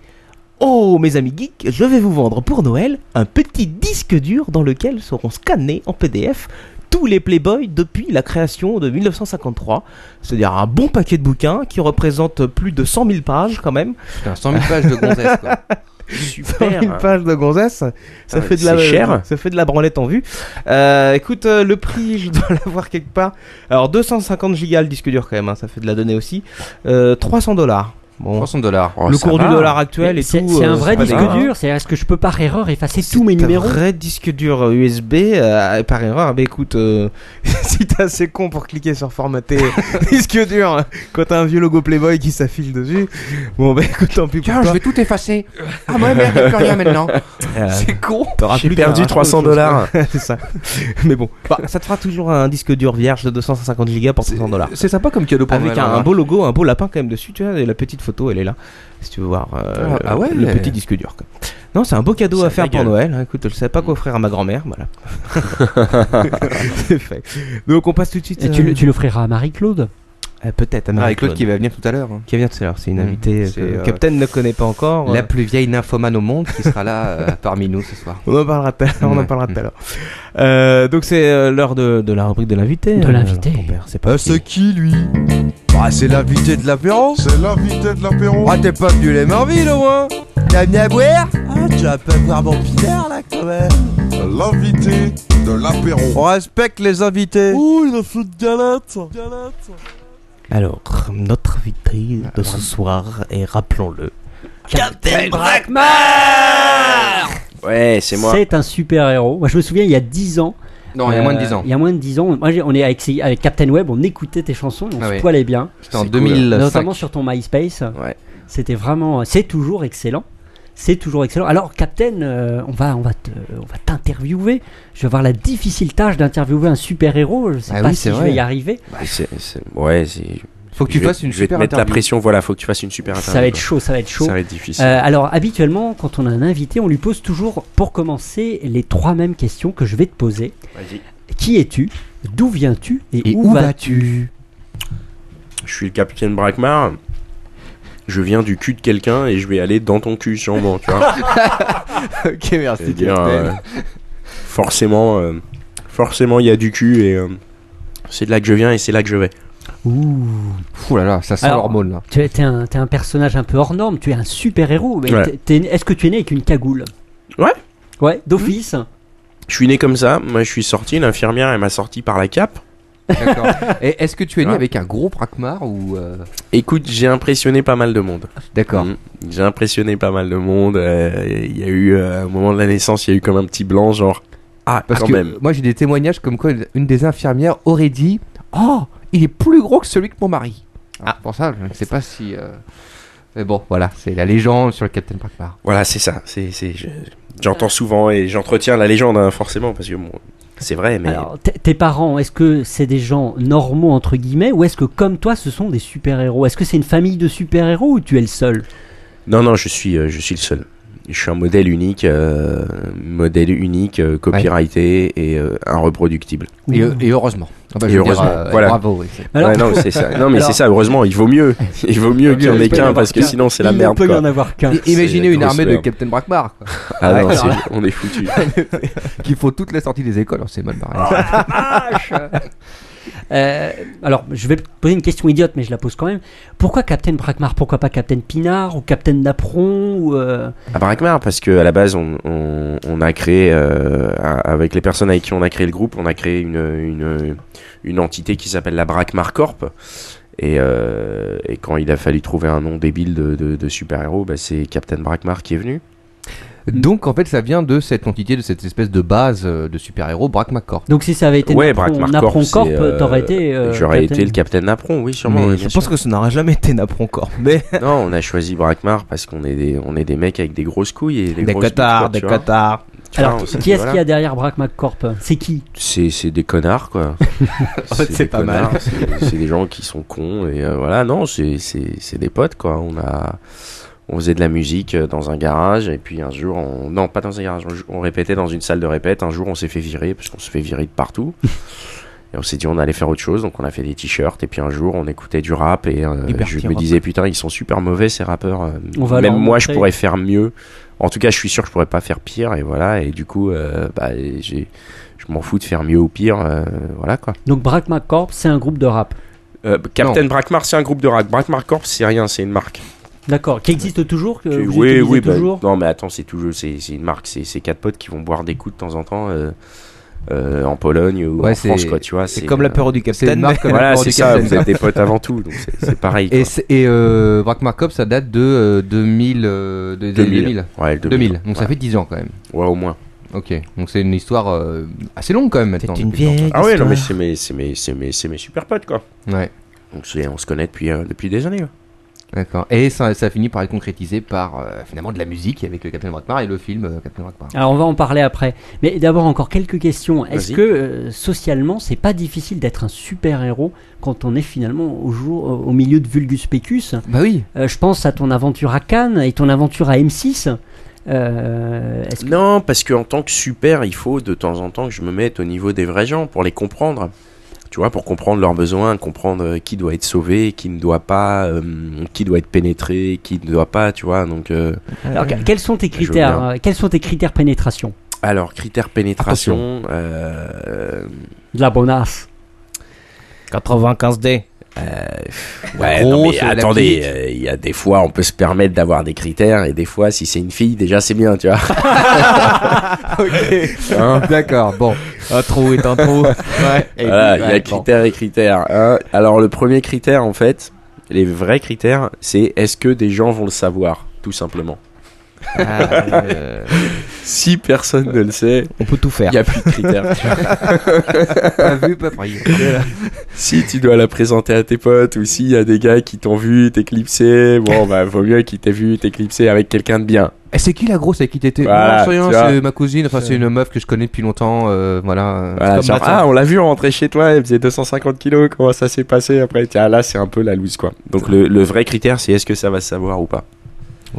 Speaker 7: oh mes amis geeks, je vais vous vendre pour Noël un petit disque dur dans lequel seront scannés en PDF tous les Playboy depuis la création de 1953, c'est-à-dire un bon paquet de bouquins qui représente plus de 100 000 pages quand [laughs] même.
Speaker 4: Putain, 100 000 pages de gonzesse, quoi.
Speaker 7: 100 000 pages de gonzesse, ça
Speaker 8: Ah,
Speaker 7: fait de la
Speaker 8: c'est cher.
Speaker 7: ça fait de la branlette en vue. Euh, écoute, euh, le prix, [laughs] je dois l'avoir quelque part. Alors 250 gigas le disque dur quand même, hein, ça fait de la donnée aussi. Euh, 300 dollars. Bon,
Speaker 4: 300 dollars.
Speaker 8: Oh,
Speaker 7: le
Speaker 8: ça
Speaker 7: cours du
Speaker 8: va.
Speaker 7: dollar actuel et
Speaker 5: C'est
Speaker 7: tout.
Speaker 5: c'est un
Speaker 7: euh,
Speaker 5: vrai
Speaker 7: pas
Speaker 5: disque
Speaker 7: dégueu, hein.
Speaker 5: dur, c'est est-ce que je peux par erreur effacer
Speaker 7: C'est
Speaker 5: tous mes
Speaker 7: un
Speaker 5: numéros
Speaker 7: vrai disque dur USB euh, par erreur. Mais écoute, euh, [laughs] si t'es assez con pour cliquer sur
Speaker 5: [laughs]
Speaker 7: formater disque dur hein, quand t'as un vieux logo Playboy qui s'affile dessus, bon bah écoute, tant pis pour
Speaker 4: Tiens, je
Speaker 7: toi.
Speaker 4: vais tout effacer. Ah, ouais, merde, y'a plus rien maintenant.
Speaker 7: Euh,
Speaker 4: C'est con.
Speaker 7: t'auras
Speaker 8: J'ai
Speaker 7: plus hein. qu'à
Speaker 8: perdu
Speaker 7: racheter
Speaker 8: 300
Speaker 7: autre chose.
Speaker 8: dollars.
Speaker 7: [laughs] C'est ça. Mais bon, bah, ça te fera toujours un disque dur vierge de 250 gigas pour 300 dollars.
Speaker 4: C'est sympa comme cadeau pour
Speaker 7: Avec
Speaker 4: Noël,
Speaker 7: un,
Speaker 4: hein.
Speaker 7: un beau logo, un beau lapin quand même dessus, tu vois, et la petite photo, elle est là. Si tu veux voir euh,
Speaker 4: Ah, ah ouais.
Speaker 7: le petit disque dur. quoi. Non, c'est un beau cadeau
Speaker 8: Ça
Speaker 7: à faire
Speaker 8: dégueule.
Speaker 7: pour Noël. hein. Écoute, je savais pas quoi offrir à ma grand-mère,
Speaker 4: [laughs]
Speaker 7: voilà. c'est fait. Donc on passe tout de suite.
Speaker 5: Et tu,
Speaker 7: euh,
Speaker 5: le- tu l'offriras à Marie-Claude
Speaker 7: euh, peut-être à
Speaker 4: Ah,
Speaker 7: Marie
Speaker 4: avec l'autre qui va venir tout à l'heure. hein.
Speaker 7: qui vient tout à l'heure. C'est une
Speaker 4: Mm.
Speaker 7: invitée
Speaker 4: C'est,
Speaker 7: que
Speaker 4: euh,
Speaker 7: Captain ne connaît pas encore. euh,
Speaker 4: La plus vieille nymphomane au monde qui sera là euh, parmi nous ce soir.
Speaker 7: On en parlera tout à l'heure. on en
Speaker 4: Ouais.
Speaker 7: parlera tout à l'heure. Euh, donc c'est euh, l'heure de, de la rubrique de l'invité.
Speaker 5: De
Speaker 7: euh,
Speaker 5: l'invité.
Speaker 7: ton père, c'est pas fini.
Speaker 10: qui lui Bah c'est l'invité de l'apéro
Speaker 9: C'est l'invité de l'apéro.
Speaker 10: Ah t'es pas venu les mains vides au moins T'as venu à boire Ah tu vas pas boire mon pinard là quand même
Speaker 9: L'invité de l'apéro.
Speaker 10: On respecte les invités Ouh il a fait de galette
Speaker 7: Alors notre invité de ce soir est, rappelons-le,
Speaker 3: Captain Brackmar
Speaker 8: Ouais, c'est moi.
Speaker 5: C'est un super-héros. Moi, je me souviens, il y a 10 ans.
Speaker 4: Non, il y a
Speaker 5: euh,
Speaker 4: moins de 10 ans.
Speaker 5: Il y a moins de 10 ans. Moi, j'ai- on est avec, avec Captain Web, on écoutait tes chansons, et on
Speaker 4: Ah
Speaker 5: se
Speaker 4: oui.
Speaker 5: poilait bien.
Speaker 4: C'était en
Speaker 8: c'est cool.
Speaker 4: 2005.
Speaker 5: Notamment sur ton MySpace.
Speaker 8: Ouais.
Speaker 5: C'était vraiment. euh, C'est toujours excellent. C'est toujours excellent. Alors, Captain, euh, on va, on va te- on va t'interviewer. Je vais avoir la difficile tâche d'interviewer un super héros. Je sais
Speaker 4: Ah
Speaker 5: pas
Speaker 4: oui,
Speaker 5: si
Speaker 4: c'est
Speaker 5: je vais
Speaker 4: vrai.
Speaker 5: y arriver.
Speaker 8: Bah, C'est- c'est- Ouais, c'est.
Speaker 4: Faut que
Speaker 8: je
Speaker 4: tu
Speaker 8: vais-
Speaker 4: fasses une
Speaker 8: Je vais te
Speaker 4: super
Speaker 8: mettre la
Speaker 4: interview.
Speaker 8: pression, voilà, faut que tu fasses une super interview.
Speaker 5: Ça va être
Speaker 8: quoi.
Speaker 5: chaud. Ça va être chaud.
Speaker 8: Ça va être difficile.
Speaker 5: Euh, alors habituellement, quand on a un invité, on lui pose toujours, pour commencer, les trois mêmes questions que je vais te poser.
Speaker 8: Vas-y.
Speaker 5: Qui es-tu D'où viens-tu Et,
Speaker 4: Et où vas-tu
Speaker 8: Je suis le capitaine Brackmar. Je viens du cul de quelqu'un et je vais aller dans ton cul, sûrement, tu
Speaker 4: [laughs]
Speaker 8: vois.
Speaker 4: Ok, merci.
Speaker 8: C'est-à-dire, euh, forcément, euh, forcément, il y a du cul et euh, c'est de là que je viens et c'est là que je vais.
Speaker 5: Ouh.
Speaker 4: Ouh là là, ça sent
Speaker 5: Alors-
Speaker 4: l'hormone là.
Speaker 5: Tu es, t'es un, t'es un personnage un peu hors norme, tu es un super-héros. mais
Speaker 8: Ouais.
Speaker 5: t'es- t'es- Est-ce que tu es né avec une cagoule
Speaker 8: Ouais.
Speaker 5: Ouais, d'office.
Speaker 8: Je suis né comme ça. Moi, je suis sorti. L'infirmière, elle m'a sorti par la cape. [laughs]
Speaker 4: D'accord. Et est-ce que tu es né
Speaker 8: Ouais.
Speaker 4: avec un gros braquemar ou. euh,
Speaker 8: Écoute, j'ai impressionné pas mal de monde.
Speaker 4: D'accord.
Speaker 8: Mm. J'ai impressionné pas mal de monde. euh, Il y a eu, euh, au moment de la naissance, il y a eu comme un petit blanc, genre. Ah,
Speaker 4: Parce
Speaker 8: quand
Speaker 4: que
Speaker 8: même.
Speaker 4: moi j'ai des témoignages comme quoi une des infirmières aurait dit Oh, il est plus gros que celui que mon mari. Ah, pour ça, je ne sais pas si. euh, Mais bon, voilà, c'est la légende sur le Captain Braquemar.
Speaker 8: Voilà, c'est ça. C'est, c'est, je- j'entends souvent et j'entretiens la légende, hein, forcément, parce que bon, c'est vrai, mais.
Speaker 5: Alors, t- tes parents, est-ce que c'est des gens normaux, entre guillemets, ou est-ce que, comme toi, ce sont des super-héros Est-ce que c'est une famille de super-héros ou tu es le seul
Speaker 8: Non, non, je suis, euh, je suis le seul. Je suis un modèle unique, euh, modèle unique, euh, copyrighté et euh, inreproductible.
Speaker 4: Et, et heureusement. Ah bah,
Speaker 8: euh, Et
Speaker 4: je veux dire,
Speaker 8: heureusement,
Speaker 4: euh,
Speaker 8: voilà.
Speaker 4: Bravo. oui, c'est-
Speaker 5: Alors-
Speaker 8: ouais, non, c'est ça. Non, mais
Speaker 5: Alors-
Speaker 8: c'est ça. Heureusement, il vaut mieux, il vaut mieux qu'il y en ait
Speaker 4: Il peut y en
Speaker 8: qu'un
Speaker 4: avoir
Speaker 8: parce que
Speaker 4: qu'un.
Speaker 8: sinon c'est la
Speaker 5: Il ne
Speaker 8: merde.
Speaker 5: peut y
Speaker 8: quoi.
Speaker 5: en avoir
Speaker 8: [laughs]
Speaker 5: qu'un.
Speaker 4: I- Imaginez
Speaker 8: C'est
Speaker 4: une
Speaker 8: grosse
Speaker 4: armée de
Speaker 8: merde.
Speaker 4: Captain Braquemar
Speaker 8: [laughs]
Speaker 4: quoi,
Speaker 8: Ah non,
Speaker 4: Ouais.
Speaker 8: c'est- on est foutu.
Speaker 4: qui font toutes les sorties des écoles, alors c'est mal barré.
Speaker 8: Ah,
Speaker 5: Euh, alors, je vais poser une question idiote, mais je la pose quand même. Pourquoi Captain Brackmar Pourquoi pas Captain Pinard ou Captain Napron ou euh,
Speaker 8: À Barakmar, parce que à la base, on, on, on a créé, euh, a- avec les personnes avec qui on a créé le groupe, on a créé une, une, une entité qui s'appelle la Brackmar Corp. Et, euh, et quand il a fallu trouver un nom débile de, de, de super-héros, bah, c'est Captain Brackmar qui est venu.
Speaker 4: Donc en fait, ça vient de cette entité, de cette espèce de base euh, de super-héros, Braquemar Corp.
Speaker 5: Donc, si ça avait été
Speaker 8: Ouais,
Speaker 5: Napron,
Speaker 8: Brackmar
Speaker 5: Napron
Speaker 8: Corp,
Speaker 5: Corp,
Speaker 8: c'est, euh,
Speaker 5: t'aurais été. euh,
Speaker 8: J'aurais
Speaker 5: Captain-
Speaker 8: été le Captain Napron, oui, sûrement.
Speaker 7: Mais
Speaker 8: oui,
Speaker 7: je
Speaker 8: bien
Speaker 7: pense
Speaker 8: sûr.
Speaker 7: que ça n'aura jamais été Napron Corp. Mais
Speaker 8: Non, on a choisi Brackmar parce qu'on est des, on est des mecs avec des grosses couilles et des,
Speaker 7: des
Speaker 8: grosses
Speaker 7: cotards,
Speaker 8: bouffes, quoi,
Speaker 7: des
Speaker 8: tu vois.
Speaker 7: cotards.
Speaker 8: Tu
Speaker 5: Alors,
Speaker 8: vois,
Speaker 5: qui,
Speaker 8: on-
Speaker 5: qui est-ce
Speaker 8: Ah, voilà.
Speaker 5: qu'il y a derrière Brachmac Corp C'est qui
Speaker 8: c'est c'est des connards quoi.
Speaker 5: [laughs] En fait,
Speaker 8: des
Speaker 5: c'est pas
Speaker 8: connards,
Speaker 5: mal.
Speaker 8: c'est- C'est des gens qui sont cons et euh, voilà non c'est c'est c'est des potes quoi. On a on faisait de la musique euh, dans un garage et puis un jour on non pas dans un garage on jou- on répétait dans une salle de répète. Un jour on s'est fait virer parce qu'on se fait virer de
Speaker 5: [laughs]
Speaker 8: partout. Et on s'est dit on allait faire autre chose, donc on a fait des t-shirts et puis un jour on écoutait du rap et euh, je me
Speaker 7: rock.
Speaker 8: disais putain ils sont super mauvais ces rappeurs. euh,
Speaker 5: On va
Speaker 8: Même
Speaker 5: leur
Speaker 8: moi je
Speaker 5: montrer.
Speaker 8: pourrais faire mieux. En tout cas je suis sûr que je pourrais pas faire pire et voilà et du coup euh, bah, j'ai je m'en fous de faire mieux ou pire, euh, voilà quoi.
Speaker 5: Donc Brachmac Corp, c'est un groupe de rap.
Speaker 8: Euh, Captain
Speaker 5: Non.
Speaker 8: Brackmar, c'est un groupe de rap. Brackmar Corp, c'est rien, c'est une marque.
Speaker 5: D'accord, qui existe toujours que
Speaker 4: Euh,
Speaker 8: Tu-
Speaker 5: vous
Speaker 8: oui,
Speaker 5: utilisez
Speaker 8: oui, bah,
Speaker 5: toujours
Speaker 8: non, mais attends, c'est toujours, c'est c'est une marque. C'est c'est quatre potes qui vont boire des coups de temps en temps. euh, euh, en Pologne ou
Speaker 4: Ouais,
Speaker 8: en
Speaker 4: c'est-
Speaker 8: France quoi tu vois
Speaker 4: c'est comme l'apéro du Capitaine,
Speaker 8: c'est une marque
Speaker 4: mais- comme
Speaker 8: voilà
Speaker 4: l'apéro
Speaker 8: c'est
Speaker 4: du
Speaker 8: ça
Speaker 4: Capitaine.
Speaker 8: vous êtes des potes avant tout donc c'est- c'est pareil
Speaker 4: Et, c'est- et euh, Brack Markov, ça date de euh, 2000, euh, de- des
Speaker 8: 2000.
Speaker 4: 2000.
Speaker 8: Ouais, le 2000.
Speaker 4: Donc ça
Speaker 8: Ouais.
Speaker 4: fait 10 ans quand même.
Speaker 8: Ouais, au moins.
Speaker 4: Ok, donc c'est une histoire euh, assez longue quand même maintenant.
Speaker 8: une
Speaker 4: depuis longtemps.
Speaker 8: ah ouais non mais c'est mes c'est mes c'est mes c'est mes super potes quoi
Speaker 4: Ouais.
Speaker 8: donc c'est- on se connaît depuis euh, depuis des années ouais.
Speaker 4: D'accord. Et ça, ça finit par être concrétisé par euh, finalement de la musique avec le Capitaine Brackmar et le film euh, Capitaine Brackmar.
Speaker 5: Alors on va en parler après. Mais d'abord encore quelques questions. Est-ce
Speaker 4: Vas-y.
Speaker 5: que euh, socialement c'est pas difficile d'être un super héros quand on est finalement au jour euh, au au milieu de Vulgus Pecus Euh,
Speaker 4: Bah oui.
Speaker 5: je pense à ton aventure à Cannes et ton aventure à M6. Euh, est-ce que-
Speaker 8: Non, parce qu'en tant que super, il faut de temps en temps que je me mette au niveau des vrais gens pour les comprendre. Tu vois, pour comprendre leurs besoins, comprendre euh, qui doit être sauvé, qui ne doit pas, euh, qui doit être pénétré, qui ne doit pas, tu vois. Donc, euh,
Speaker 5: Alors, que- quels sont tes
Speaker 8: je veux
Speaker 5: critères
Speaker 8: bien.
Speaker 5: euh, Quels sont tes critères pénétration
Speaker 8: Alors, critères pénétration. euh,
Speaker 5: De la bonasse.
Speaker 7: 95D.
Speaker 8: ouais,
Speaker 7: Grosse,
Speaker 8: non, mais
Speaker 7: la
Speaker 8: attendez,
Speaker 7: petite.
Speaker 8: euh, il y a des fois, on peut se permettre d'avoir des critères, et des fois, si c'est une fille, déjà, c'est bien, tu vois. Hein
Speaker 4: D'accord, bon.
Speaker 7: Un trou est un
Speaker 4: [laughs]
Speaker 7: trou. ouais.
Speaker 8: Voilà, il y a critères et critères. hein. Alors, le premier critère, en fait, les vrais critères, c'est est-ce que des gens vont le savoir, tout simplement.
Speaker 4: Ah, euh,
Speaker 8: si personne ne le sait,
Speaker 7: on peut tout faire.
Speaker 8: Il n'y a plus de critères.
Speaker 4: Pas vu, pas
Speaker 8: [laughs]
Speaker 4: pris.
Speaker 8: si tu dois la présenter à tes potes ou s'il y a des gars qui t'ont vu t'éclipser, bon, bah, vaut mieux qu'ils t'aient vu t'éclipser avec quelqu'un de bien.
Speaker 4: Et c'est qui la grosse avec qui t'étais
Speaker 8: Voilà,
Speaker 4: Non, c'est rien,
Speaker 8: tu vois.
Speaker 4: c'est ma cousine, enfin c'est une meuf que je connais depuis longtemps, euh, voilà.
Speaker 8: Voilà, genre, ah, on l'a vu rentrer chez toi, elle faisait 250 kilos, comment ça s'est passé après Tiens, là, c'est un peu la loose, quoi. Donc, le, le vrai critère, c'est est-ce que ça va se savoir ou pas